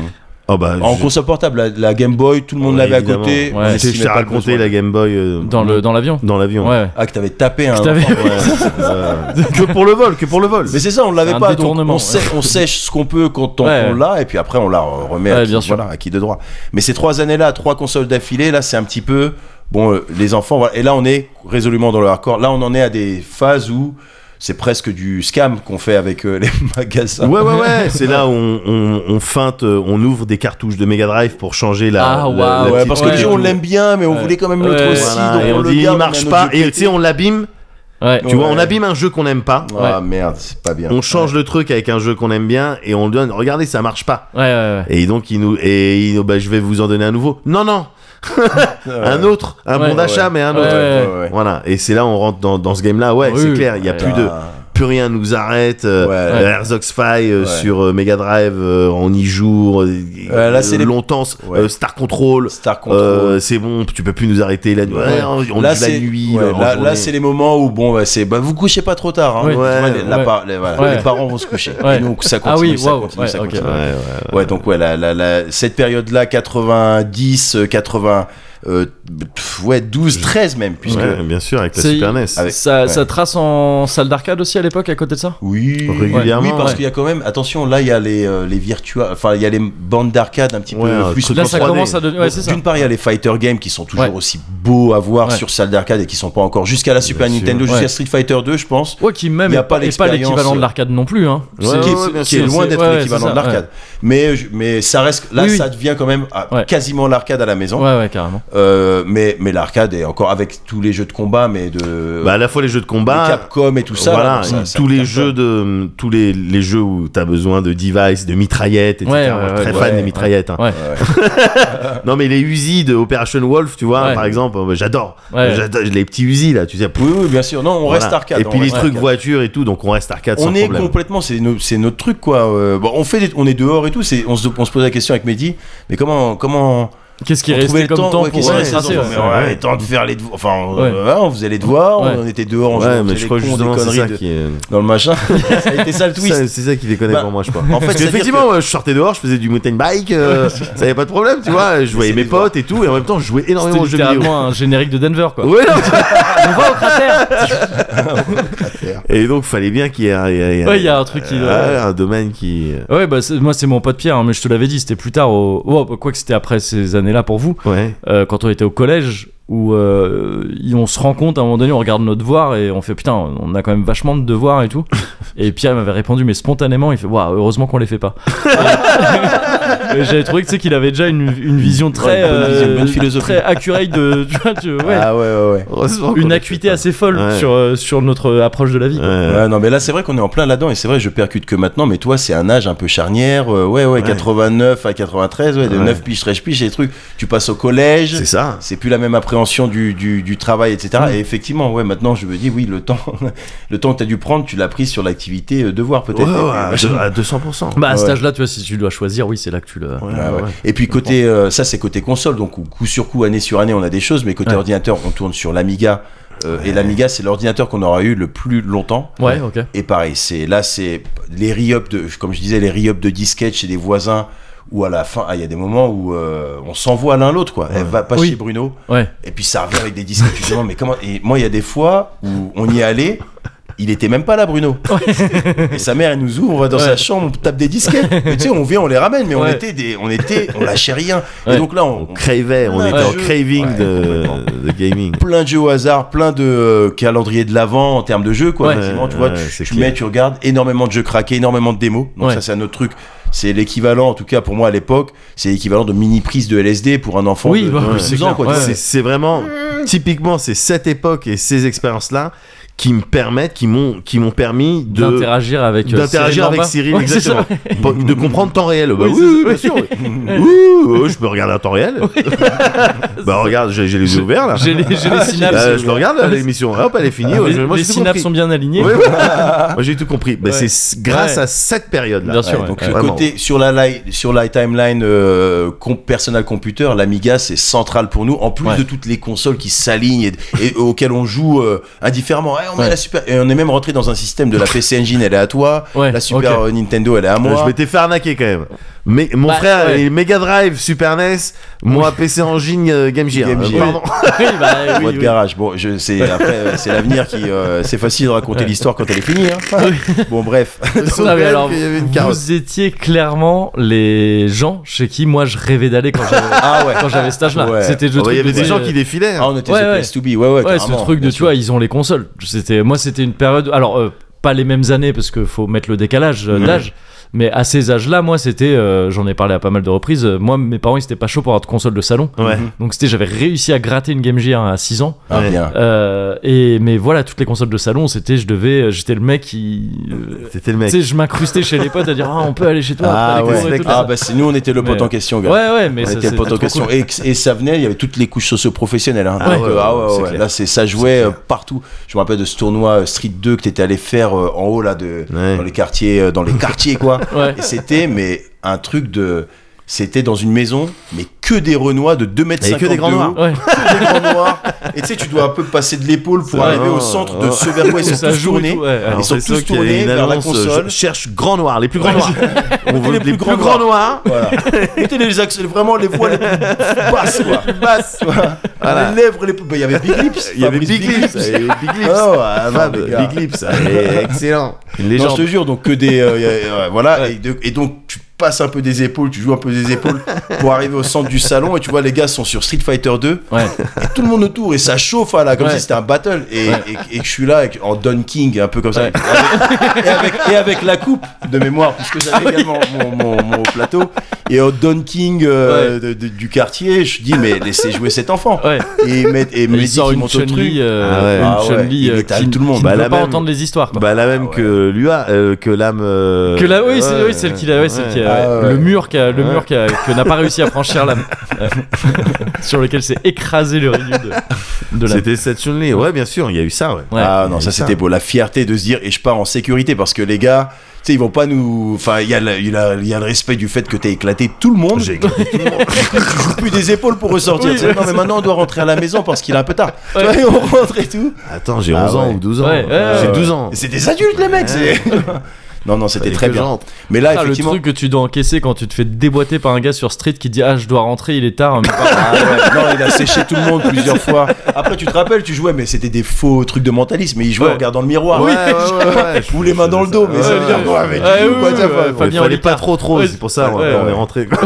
Speaker 3: Oh, bah,
Speaker 2: en
Speaker 3: je-
Speaker 2: console portable, la, la Game Boy, tout le monde
Speaker 3: Ouais,
Speaker 2: l'avait à
Speaker 3: évidemment.
Speaker 1: Ouais.
Speaker 2: côté. on
Speaker 3: je t'ai-
Speaker 2: estimait
Speaker 3: je t'ai
Speaker 2: pas le
Speaker 3: raconté
Speaker 2: besoin.
Speaker 3: la Game Boy euh,
Speaker 1: Dans le dans l'avion.
Speaker 3: dans l'avion.
Speaker 1: Ouais.
Speaker 2: Ah, que t'avais tapé un.
Speaker 1: Que t'avais-
Speaker 2: enfant.
Speaker 3: Ouais, euh, que pour le vol, que pour le vol.
Speaker 2: Mais c'est ça, on l'avait
Speaker 1: un
Speaker 2: pas. donc
Speaker 1: détournement,
Speaker 2: on, sait- on sèche ce qu'on peut quand on,
Speaker 1: Ouais.
Speaker 2: on l'a, et puis après on la remet
Speaker 1: Ouais,
Speaker 2: à, qui,
Speaker 1: bien sûr.
Speaker 2: voilà, à qui de droit. Mais ces trois années-là, trois consoles d'affilée, là c'est un petit peu. Bon, euh, les enfants, voilà. Et là on est résolument dans le hardcore. Là on en est à des phases où c'est presque du scam qu'on fait avec euh, les magasins.
Speaker 3: Ouais, ouais, ouais. C'est là où on, on, on feinte, euh, on ouvre des cartouches de Mega Drive pour changer la.
Speaker 1: Ah,
Speaker 3: la-
Speaker 1: waouh,
Speaker 3: la
Speaker 2: Ouais,
Speaker 3: petite-
Speaker 2: parce que les
Speaker 1: ouais.
Speaker 2: gens on l'aime bien, mais on
Speaker 1: Ouais.
Speaker 2: voulait quand même l'autre
Speaker 1: Ouais.
Speaker 2: aussi.
Speaker 3: Voilà,
Speaker 2: donc
Speaker 3: et on
Speaker 2: Euh, le
Speaker 3: dit
Speaker 2: garde,
Speaker 3: il
Speaker 2: a
Speaker 3: marche
Speaker 2: nos
Speaker 3: pas.
Speaker 2: yeux
Speaker 3: Et tu sais, on l'abîme.
Speaker 1: Ouais.
Speaker 3: Tu vois,
Speaker 2: Ouais.
Speaker 3: on abîme un jeu qu'on n'aime pas.
Speaker 2: Ah merde, c'est pas bien.
Speaker 3: On change le truc avec un jeu qu'on aime bien et on le donne. Regardez, ça marche pas.
Speaker 1: Ouais, ouais,
Speaker 3: Et donc, il nous. Et il- bah, je vais vous en donner un nouveau. Non, non. un autre. Un
Speaker 1: Ouais.
Speaker 3: bon d'achat, mais un
Speaker 1: Ouais,
Speaker 3: autre.
Speaker 1: ouais, ouais.
Speaker 3: Voilà. Et c'est là, on rentre dans, dans ce game-là. Ouais,
Speaker 1: Oui,
Speaker 3: c'est clair. Il y a
Speaker 1: ouais.
Speaker 3: plus de. Plus rien nous arrête. euh,
Speaker 2: Ouais.
Speaker 3: euh, Herzog's Fire euh,
Speaker 2: Ouais.
Speaker 3: sur euh, Mega Drive, euh, on y joue. euh,
Speaker 2: Ouais, là, c'est les-
Speaker 3: longtemps.
Speaker 2: Ouais.
Speaker 3: euh, Star Control.
Speaker 2: Star Control.
Speaker 3: euh, c'est bon, tu peux plus nous arrêter la nuit. Ouais,
Speaker 2: Ouais.
Speaker 3: on- on
Speaker 2: là,
Speaker 3: joue la
Speaker 2: c'est
Speaker 3: nuit.
Speaker 2: ouais,
Speaker 3: euh, en
Speaker 2: là, là,
Speaker 3: journée.
Speaker 2: c'est les moments où bon, bah, c'est bah, vous couchez pas trop tard. hein.
Speaker 1: Ouais.
Speaker 2: Tu vois, les, la
Speaker 1: Ouais.
Speaker 2: par- les- voilà,
Speaker 1: Ouais.
Speaker 2: les parents vont se coucher.
Speaker 1: Ouais.
Speaker 2: Et donc ça
Speaker 1: Ah
Speaker 2: continue,
Speaker 1: oui,
Speaker 2: ça
Speaker 1: wow,
Speaker 2: continue,
Speaker 1: ouais,
Speaker 2: ça
Speaker 1: ok.
Speaker 2: continue.
Speaker 3: Ouais, ouais.
Speaker 2: Ouais, donc ouais, la, la, la- cette période-là, 90, euh, 80, euh, pff, ouais, 12, 13 même, puisque.
Speaker 3: Ouais, bien sûr, avec la
Speaker 1: C'est-
Speaker 3: Super E NES.
Speaker 1: ouais.
Speaker 2: Avec- euh,
Speaker 1: Ça,
Speaker 2: ouais.
Speaker 1: ça trace en salle d'arcade aussi à l'époque à côté de ça
Speaker 2: Oui,
Speaker 3: Régulièrement,
Speaker 2: oui, parce
Speaker 1: ouais.
Speaker 2: qu'il y a quand même, attention, là il y a les, euh, les virtua, enfin il y a les bandes d'arcade un petit
Speaker 3: Ouais, euh,
Speaker 2: peu
Speaker 3: un
Speaker 2: plus
Speaker 3: truc
Speaker 1: Là,
Speaker 3: en
Speaker 1: ça
Speaker 3: 3D.
Speaker 1: commence à devenir. Ouais, c'est ça.
Speaker 2: D'une part, il y a les fighter games qui sont toujours
Speaker 1: Ouais.
Speaker 2: aussi beaux à voir
Speaker 1: Ouais.
Speaker 2: sur salle d'arcade et qui sont pas encore jusqu'à la Super
Speaker 3: sûr.
Speaker 2: Nintendo,
Speaker 1: Ouais.
Speaker 2: jusqu'à Street Fighter 2, je pense.
Speaker 1: Ouais, qui même
Speaker 2: Il y a
Speaker 1: est
Speaker 2: pas
Speaker 1: pas, est pas
Speaker 2: l'expérience,
Speaker 1: l'équivalent de
Speaker 2: euh,
Speaker 1: l'arcade non plus. Hein.
Speaker 3: Ouais,
Speaker 2: C'est-
Speaker 3: ouais,
Speaker 2: qui est,
Speaker 3: ouais, bien
Speaker 2: qui est
Speaker 1: sûr,
Speaker 2: loin
Speaker 1: c'est-
Speaker 2: d'être
Speaker 1: ouais, ouais,
Speaker 2: l'équivalent
Speaker 1: c'est
Speaker 2: de
Speaker 1: ça,
Speaker 2: l'arcade. Mais, je- mais ça reste, là
Speaker 1: Oui, oui.
Speaker 2: ça devient quand même à-
Speaker 1: Ouais.
Speaker 2: quasiment l'arcade à la maison.
Speaker 1: Ouais, ouais, carrément.
Speaker 2: Euh, mais mais l'arcade est encore avec tous les jeux de combat, mais de
Speaker 3: Bah, à la fois les jeux de
Speaker 2: de
Speaker 3: combat,
Speaker 2: Capcom et tout ça.
Speaker 3: voilà,
Speaker 2: là, ça- ça euh,
Speaker 3: tous les
Speaker 2: cartonne.
Speaker 3: jeux de tous les, les jeux où t'as besoin de device, de mitraillettes, etc.
Speaker 1: Ouais, ouais,
Speaker 3: Moi,
Speaker 1: ouais,
Speaker 3: très
Speaker 1: ouais,
Speaker 3: fan
Speaker 2: ouais.
Speaker 3: des mitraillettes. hein.
Speaker 1: Ouais.
Speaker 3: Non mais les Uzi de Operation Wolf, tu vois,
Speaker 1: Ouais.
Speaker 3: par exemple, euh, j'adore.
Speaker 1: Ouais.
Speaker 3: J'adore les petits Uzi là, tu sais. pouf,
Speaker 2: Oui, oui, bien sûr. Non, on
Speaker 3: voilà.
Speaker 2: reste arcade.
Speaker 3: Et puis
Speaker 2: on
Speaker 3: les
Speaker 2: reste
Speaker 3: trucs
Speaker 2: arcade.
Speaker 3: voiture et tout, donc on reste arcade sans
Speaker 2: On est
Speaker 3: problème.
Speaker 2: complètement, c'est no- c'est notre truc quoi. Euh, bon, on fait, des- on est dehors et tout. C'est, on se, on se pose la question avec Mehdi, mais comment, comment
Speaker 1: Qu'est-ce qui
Speaker 2: on
Speaker 1: restait comme temps,
Speaker 2: ouais,
Speaker 1: pour
Speaker 2: qu'est-ce
Speaker 1: ouais,
Speaker 2: qu'il restait
Speaker 1: tracer
Speaker 2: dans-
Speaker 1: ouais.
Speaker 2: mais on avait le temps de faire les, devoirs. enfin, on-
Speaker 1: Ouais.
Speaker 2: voilà, on faisait les devoirs,
Speaker 1: Ouais.
Speaker 2: on était dehors, on
Speaker 3: Ouais,
Speaker 2: jouait
Speaker 3: mais je crois
Speaker 2: les cons, des
Speaker 3: justement c'est ça
Speaker 2: conneries de-
Speaker 3: qui est.
Speaker 2: dans le machin. ça a été ça le
Speaker 3: Ça, C'est
Speaker 2: twist.
Speaker 3: ça qui déconne
Speaker 2: Bah,
Speaker 3: pour moi, je crois.
Speaker 2: en fait,
Speaker 3: Parce
Speaker 2: c'est-à-dire
Speaker 3: qu'effectivement, ouais, je sortais dehors, je faisais du mountain bike, euh, ça avait pas de problème, tu vois. Je voyais
Speaker 2: c'est
Speaker 3: mes
Speaker 2: bizarre.
Speaker 3: potes et tout, et en même temps, je jouais énormément
Speaker 1: C'était
Speaker 3: aux jeux vidéo.
Speaker 1: littéralement un générique de Denver, quoi.
Speaker 3: Ouais, non,
Speaker 1: On va au cratère
Speaker 3: Et donc, fallait bien qu'il y ait un, il y Ah, ait un-
Speaker 1: Ouais, il y a un euh, truc qui.
Speaker 3: Ouais, un domaine qui.
Speaker 1: Ouais, bah c'est- moi c'est mon pote Pierre, hein, mais je te l'avais dit, c'était plus tard, au... oh, bah, quoi que c'était après ces années-là pour vous,
Speaker 3: Ouais.
Speaker 1: euh, quand on était au collège, où euh, y- on se rend compte à un moment donné, on regarde nos devoirs et on fait putain, on a quand même vachement de devoirs et tout. Et Pierre il m'avait répondu, mais spontanément, il fait waouh, heureusement qu'on les fait pas. Et J'avais trouvé que tu sais qu'il avait déjà une, une vision très,
Speaker 2: Ouais, une bonne vision, une bonne
Speaker 1: philosophie. très accurate de. tu vois, tu- ouais,
Speaker 2: Ah ouais, ouais, ouais.
Speaker 3: Heureusement qu'on
Speaker 1: une
Speaker 3: a
Speaker 1: acuité
Speaker 3: fait
Speaker 1: assez folle
Speaker 3: Ouais.
Speaker 1: sur, euh, sur notre approche de la vie.
Speaker 3: ça.
Speaker 1: quoi.
Speaker 3: Ouais.
Speaker 2: Ouais, non, mais là, c'est vrai qu'on est en plein là-dedans, et c'est vrai, je percute que maintenant, mais toi, c'est un âge un peu charnière, euh, ouais, ouais, 89 à 93, ouais, de
Speaker 3: Ouais.
Speaker 2: 9 piges, 13 piges, et des trucs, tu passes au collège,
Speaker 3: C'est ça. Mm.
Speaker 2: c'est plus la même appréhension du, du, du travail, etc. Et effectivement, ouais, maintenant, je me dis, oui, le temps, le temps que t'as dû prendre, tu l'as pris sur l'activité euh, devoir,
Speaker 3: Ouais,
Speaker 2: peut-être.
Speaker 3: ouais,
Speaker 2: Et-
Speaker 3: à deux- à 200%.
Speaker 1: Bah à cet
Speaker 2: Ouais.
Speaker 1: âge-là, tu vois, si tu dois choisir, oui, c'est là que tu le.
Speaker 3: Ouais,
Speaker 2: Ah ouais.
Speaker 3: ouais.
Speaker 2: Et puis côté euh, ça c'est côté console donc coup- coup sur coup année sur année on a des choses mais côté
Speaker 1: Ouais.
Speaker 2: ordinateur on tourne sur l'Amiga euh, et l'Amiga c'est l'ordinateur qu'on aura eu le plus longtemps
Speaker 1: Ouais, ok.
Speaker 2: et pareil c'est là c'est les re-up de comme je disais les re-up de disquettes chez des voisins où à la fin ah, il y a des moments où euh, on s'envoie l'un l'autre quoi elle va pas
Speaker 1: Oui.
Speaker 2: chez Bruno
Speaker 1: Ouais.
Speaker 2: et puis ça revient avec des disques. tu te demandes, mais comment Et moi, il y a des fois où on y est allé. Il était même pas là, Bruno. Et sa mère, elle nous ouvre dans
Speaker 1: Ouais.
Speaker 2: sa chambre, on tape des disquettes. Mais tu sais, on vient, on les ramène, mais on
Speaker 1: Ouais.
Speaker 2: était des, on était, on lâchait rien.
Speaker 1: Ouais.
Speaker 2: Et donc là, on,
Speaker 3: On cravait, on
Speaker 2: Ouais.
Speaker 3: était en
Speaker 2: Ouais.
Speaker 3: craving
Speaker 2: Ouais,
Speaker 3: de, de gaming.
Speaker 2: plein de jeux au hasard, plein de euh, calendrier de l'avant en termes de jeux, quoi.
Speaker 1: Ouais.
Speaker 2: Effectivement, tu vois,
Speaker 3: Ouais, ouais,
Speaker 2: tu,
Speaker 3: c'est
Speaker 2: tu
Speaker 3: clair.
Speaker 2: mets, tu regardes énormément de jeux craqués, énormément de démos. Donc
Speaker 1: Ouais.
Speaker 2: ça, c'est un autre truc. C'est l'équivalent, en tout cas pour moi à l'époque, c'est l'équivalent de mini prise de LSD pour un enfant
Speaker 1: Oui,
Speaker 2: de,
Speaker 1: bah,
Speaker 2: de
Speaker 1: c'est
Speaker 2: 12 ans,
Speaker 1: clair,
Speaker 2: quoi.
Speaker 1: ouais.
Speaker 2: Tu vois,
Speaker 3: C'est- C'est vraiment, typiquement, c'est cette époque et ces expériences-là qui me permettent, qui m'ont, qui m'ont permis de
Speaker 1: D'interagir avec. euh,
Speaker 3: d'interagir avec
Speaker 1: Lamba.
Speaker 3: Cyril,
Speaker 1: Ouais, c'est ça.
Speaker 3: exactement, Po- de comprendre temps réel. Bah
Speaker 1: Oui,
Speaker 3: oui,
Speaker 1: c'est
Speaker 3: oui, bien
Speaker 1: ça,
Speaker 3: sûr.
Speaker 1: oui.
Speaker 3: Ouh, je peux regarder en temps réel. bah regarde, j'ai j'ai les yeux ouverts là.
Speaker 1: J'ai les, j'ai les synapses. Ah,
Speaker 3: Euh, je le regarde là, l'émission. Hop, elle est finie.
Speaker 1: les
Speaker 3: Je- moi,
Speaker 1: les
Speaker 3: j'ai tout
Speaker 1: synapses
Speaker 3: compris.
Speaker 1: sont bien alignées.
Speaker 3: Ouais, ouais. Moi j'ai tout compris. Bah,
Speaker 1: Ouais.
Speaker 3: C'est s- grâce
Speaker 1: Ouais.
Speaker 3: à cette période-là.
Speaker 1: Bien sûr,
Speaker 3: Ouais,
Speaker 1: ouais.
Speaker 2: Donc
Speaker 3: Ouais,
Speaker 2: le
Speaker 3: vraiment.
Speaker 2: côté sur la li- sur la timeline euh, com- personal computer, l'Amiga c'est central pour nous. En plus
Speaker 1: Ouais.
Speaker 2: de toutes les consoles qui s'alignent et, et auxquelles on joue euh, indifféremment. Eh, on met
Speaker 1: Ouais.
Speaker 2: la super et on est même rentré dans un système de la PC Engine, elle est à toi.
Speaker 1: Ouais,
Speaker 2: La Super euh, Nintendo, elle est à
Speaker 3: Euh, Je
Speaker 2: moi.
Speaker 3: m'étais fait arnaquer quand même. Mais mon
Speaker 1: Bah,
Speaker 3: frère,
Speaker 1: ouais.
Speaker 3: est Mega Drive, Super NES, moi PC Engine, euh, Game Gear.
Speaker 2: Game
Speaker 3: Euh,
Speaker 2: Gear.
Speaker 3: pardon.
Speaker 1: Ah, Oui, bah, oui,
Speaker 2: Boîte
Speaker 1: oui.
Speaker 2: garage. Bon, je c'est après euh, c'est l'avenir qui euh, c'est facile de raconter l'histoire quand elle est finie. hein. bon bref.
Speaker 3: Sauf
Speaker 1: Non, mais
Speaker 3: quand même
Speaker 1: alors,
Speaker 3: qu'il Ah, y avait une carotte.
Speaker 1: vous étiez clairement les gens chez qui moi je rêvais d'aller quand j'avais
Speaker 2: Ah ouais.
Speaker 1: quand j'avais cet âge-là.
Speaker 2: Ouais.
Speaker 1: C'était
Speaker 3: Oh,
Speaker 1: le
Speaker 3: bah, Il y
Speaker 1: truc
Speaker 3: avait
Speaker 1: de-
Speaker 3: des gens qui défilaient. hein.
Speaker 2: Ah, on était
Speaker 1: Ouais,
Speaker 2: sur
Speaker 1: ouais.
Speaker 2: PS2B. Ouais ouais.
Speaker 1: Ouais, ce
Speaker 2: carrément,
Speaker 1: truc de
Speaker 2: bien
Speaker 1: tu vois, ils ont les consoles. C'était moi c'était une période alors euh, pas les mêmes années parce que faut mettre le décalage euh,
Speaker 2: Ouais.
Speaker 1: d'âge. Mais à ces âges-là, moi, c'était, euh, j'en ai parlé à pas mal de reprises. euh, moi, mes parents, ils étaient pas chauds pour avoir de console de salon.
Speaker 3: Ouais.
Speaker 1: Donc c'était, j'avais réussi à gratter une Game Gear à 6 ans.
Speaker 2: Ah,
Speaker 3: Ouais.
Speaker 2: bien.
Speaker 1: Euh, et mais voilà, toutes les consoles de salon, c'était, je devais, euh, j'étais le mec qui, euh,
Speaker 3: C'était le
Speaker 1: tu
Speaker 3: mec.
Speaker 1: sais, je m'incrustais chez les potes à dire, ah, on peut aller chez toi.
Speaker 2: Ah,
Speaker 1: après les cours et
Speaker 2: ouais.
Speaker 1: tout,
Speaker 2: ah
Speaker 1: là.
Speaker 2: bah c'est nous on était le pote
Speaker 1: Mais-
Speaker 2: en question gars.
Speaker 1: ouais, ouais, mais
Speaker 2: on
Speaker 1: ça,
Speaker 2: était le
Speaker 1: c'est
Speaker 2: pote en
Speaker 1: trop
Speaker 2: question
Speaker 1: cool.
Speaker 2: et, et ça venait, il y avait toutes les couches socio-professionnelles. Hein.
Speaker 3: Ah
Speaker 2: Donc,
Speaker 3: ouais,
Speaker 2: euh, ah ouais,
Speaker 3: c'est
Speaker 2: ouais,
Speaker 3: clair.
Speaker 2: là c'est ça jouait euh, partout. Je me rappelle de ce tournoi euh, Street 2 que t'étais allé faire euh, en haut là de
Speaker 3: Ouais.
Speaker 2: dans les quartiers, euh, dans les quartiers quoi.
Speaker 1: Ouais.
Speaker 2: Et c'était mais un truc de, c'était dans une maison mais que des renois de 2 mètres
Speaker 3: Et que des grands
Speaker 2: de haut,
Speaker 3: noirs.
Speaker 1: Ouais.
Speaker 2: que des grands noirs. Et tu sais tu dois un peu passer de l'épaule pour
Speaker 3: C'est
Speaker 2: arriver
Speaker 3: vrai.
Speaker 2: au centre de ce vers quoi ils
Speaker 1: Et
Speaker 2: sont
Speaker 1: ça
Speaker 2: tous
Speaker 1: joue et
Speaker 2: tournés.
Speaker 1: tout, ouais.
Speaker 2: Ils sont
Speaker 3: Alors, c'est
Speaker 2: tous
Speaker 3: sûr qu'il y a
Speaker 2: tournés
Speaker 3: une
Speaker 2: vers la
Speaker 3: annonce, euh,
Speaker 2: console.
Speaker 3: je cherche grand noir, les plus grands noirs. On veut
Speaker 2: les
Speaker 3: les
Speaker 2: plus grands
Speaker 3: plus grands noirs.
Speaker 2: Voilà. Mettez les axes, vraiment les voix les plus basses, quoi. Basses, quoi.
Speaker 3: Voilà.
Speaker 2: Les lèvres les plus. Bah, Il y avait Big Lips.
Speaker 3: Il y avait
Speaker 2: Fabrice
Speaker 3: Big Lips. Il y avait Big Lips.
Speaker 2: Oh, ah,
Speaker 3: Fab,
Speaker 2: les gars.
Speaker 3: Big Lips. allez, Excellent. Une
Speaker 2: Non, je
Speaker 3: légende.
Speaker 2: te jure, donc que des. euh, y a- ouais, voilà, et, de- et donc tu passes un peu des épaules, tu joues un peu des épaules pour arriver au centre du salon et tu vois les gars sont sur Street Fighter 2
Speaker 1: Ouais.
Speaker 2: et tout le monde autour et ça chauffe ah, là comme
Speaker 1: Ouais.
Speaker 2: si c'était un battle et, et- et que je suis là avec- en Don King un peu comme ça
Speaker 1: Ouais.
Speaker 2: et, avec, et avec la coupe de mémoire puisque
Speaker 1: Ah
Speaker 2: j'avais également mon, mon- mon plateau et au Don King euh, de- de- du quartier je dis mais laissez jouer cet enfant
Speaker 1: Ouais.
Speaker 2: et, met, et
Speaker 1: Mais
Speaker 2: Mehdi
Speaker 1: il sort
Speaker 2: qui
Speaker 1: une
Speaker 2: monte au truc
Speaker 1: Chun-Li, euh,
Speaker 3: Ah ouais.
Speaker 1: une
Speaker 2: Ah ouais,
Speaker 1: Chun-Li,
Speaker 2: il
Speaker 1: euh,
Speaker 2: étale
Speaker 1: qui,
Speaker 2: tout le monde.
Speaker 1: qui
Speaker 3: Bah,
Speaker 1: ne
Speaker 3: la
Speaker 1: veut pas
Speaker 3: même-
Speaker 1: entendre les histoires. quoi.
Speaker 3: Bah, la même que Lua, euh, que l'âme. euh,
Speaker 1: que là, oui, c'est
Speaker 3: ouais,
Speaker 1: oui, celle qu'il a, ouais, celle qui a-
Speaker 2: Ah ouais.
Speaker 1: le mur, qui a- le
Speaker 3: Ouais.
Speaker 1: mur qui a- que n'a pas réussi à franchir la, euh, sur lequel s'est écrasé le rayon de, de la.
Speaker 3: C'était cette Chun-Li. Ouais, bien sûr, il y a eu ça, ouais.
Speaker 1: Ouais.
Speaker 2: Ah non, ça c'était beau, la fierté de se dire et je pars en sécurité parce que les gars, tu sais, ils vont pas nous. Enfin, il y, a le- il y a le- il y a le respect du fait que t'as éclaté tout le monde.
Speaker 3: J'ai éclaté
Speaker 2: tout le monde. tu joues plus des épaules pour ressortir.
Speaker 1: Oui,
Speaker 2: tu sais,
Speaker 1: ouais,
Speaker 2: non, mais
Speaker 1: c'est-
Speaker 2: maintenant on doit rentrer à la maison parce qu'il est un peu tard. Tu vois,
Speaker 1: Ouais.
Speaker 2: et on rentre et tout.
Speaker 3: Attends, j'ai
Speaker 2: Ah
Speaker 3: 11 ans
Speaker 2: ouais.
Speaker 3: ou 12 ans.
Speaker 1: Ouais, ouais,
Speaker 3: J'ai
Speaker 2: ouais.
Speaker 3: 12 ans.
Speaker 2: Et C'est des adultes les mecs. c'est- non, non, c'était
Speaker 3: Fallait
Speaker 2: très
Speaker 3: que
Speaker 2: bien.
Speaker 3: j'entre.
Speaker 2: Mais là,
Speaker 1: Ah, le
Speaker 2: effectivement.
Speaker 1: truc que tu dois encaisser quand tu te fais déboîter par un gars sur street qui dit ah je dois rentrer il est tard mais pas-
Speaker 2: Ah ouais, non, il a séché tout le monde plusieurs fois. Après, tu te rappelles, tu jouais, mais c'était des faux trucs de mentalisme. Et il jouait
Speaker 1: Ouais.
Speaker 2: en regardant le miroir.
Speaker 3: Ouais, ouais, ouais, ouais, je-
Speaker 2: Ou les mains
Speaker 3: je-
Speaker 2: dans le dos, mais
Speaker 3: ouais,
Speaker 2: ça veut
Speaker 3: ouais,
Speaker 2: dire
Speaker 3: ouais.
Speaker 2: quoi, mec
Speaker 1: Ouais,
Speaker 2: Ou
Speaker 1: oui,
Speaker 2: quoi,
Speaker 1: oui,
Speaker 2: t'as
Speaker 1: ouais,
Speaker 2: fait-
Speaker 1: Fabien
Speaker 3: Il fallait
Speaker 1: Olicard.
Speaker 3: pas trop trop,
Speaker 1: Ouais,
Speaker 3: c'est pour ça on,
Speaker 1: ouais,
Speaker 3: on est
Speaker 1: ouais.
Speaker 3: rentré. quoi.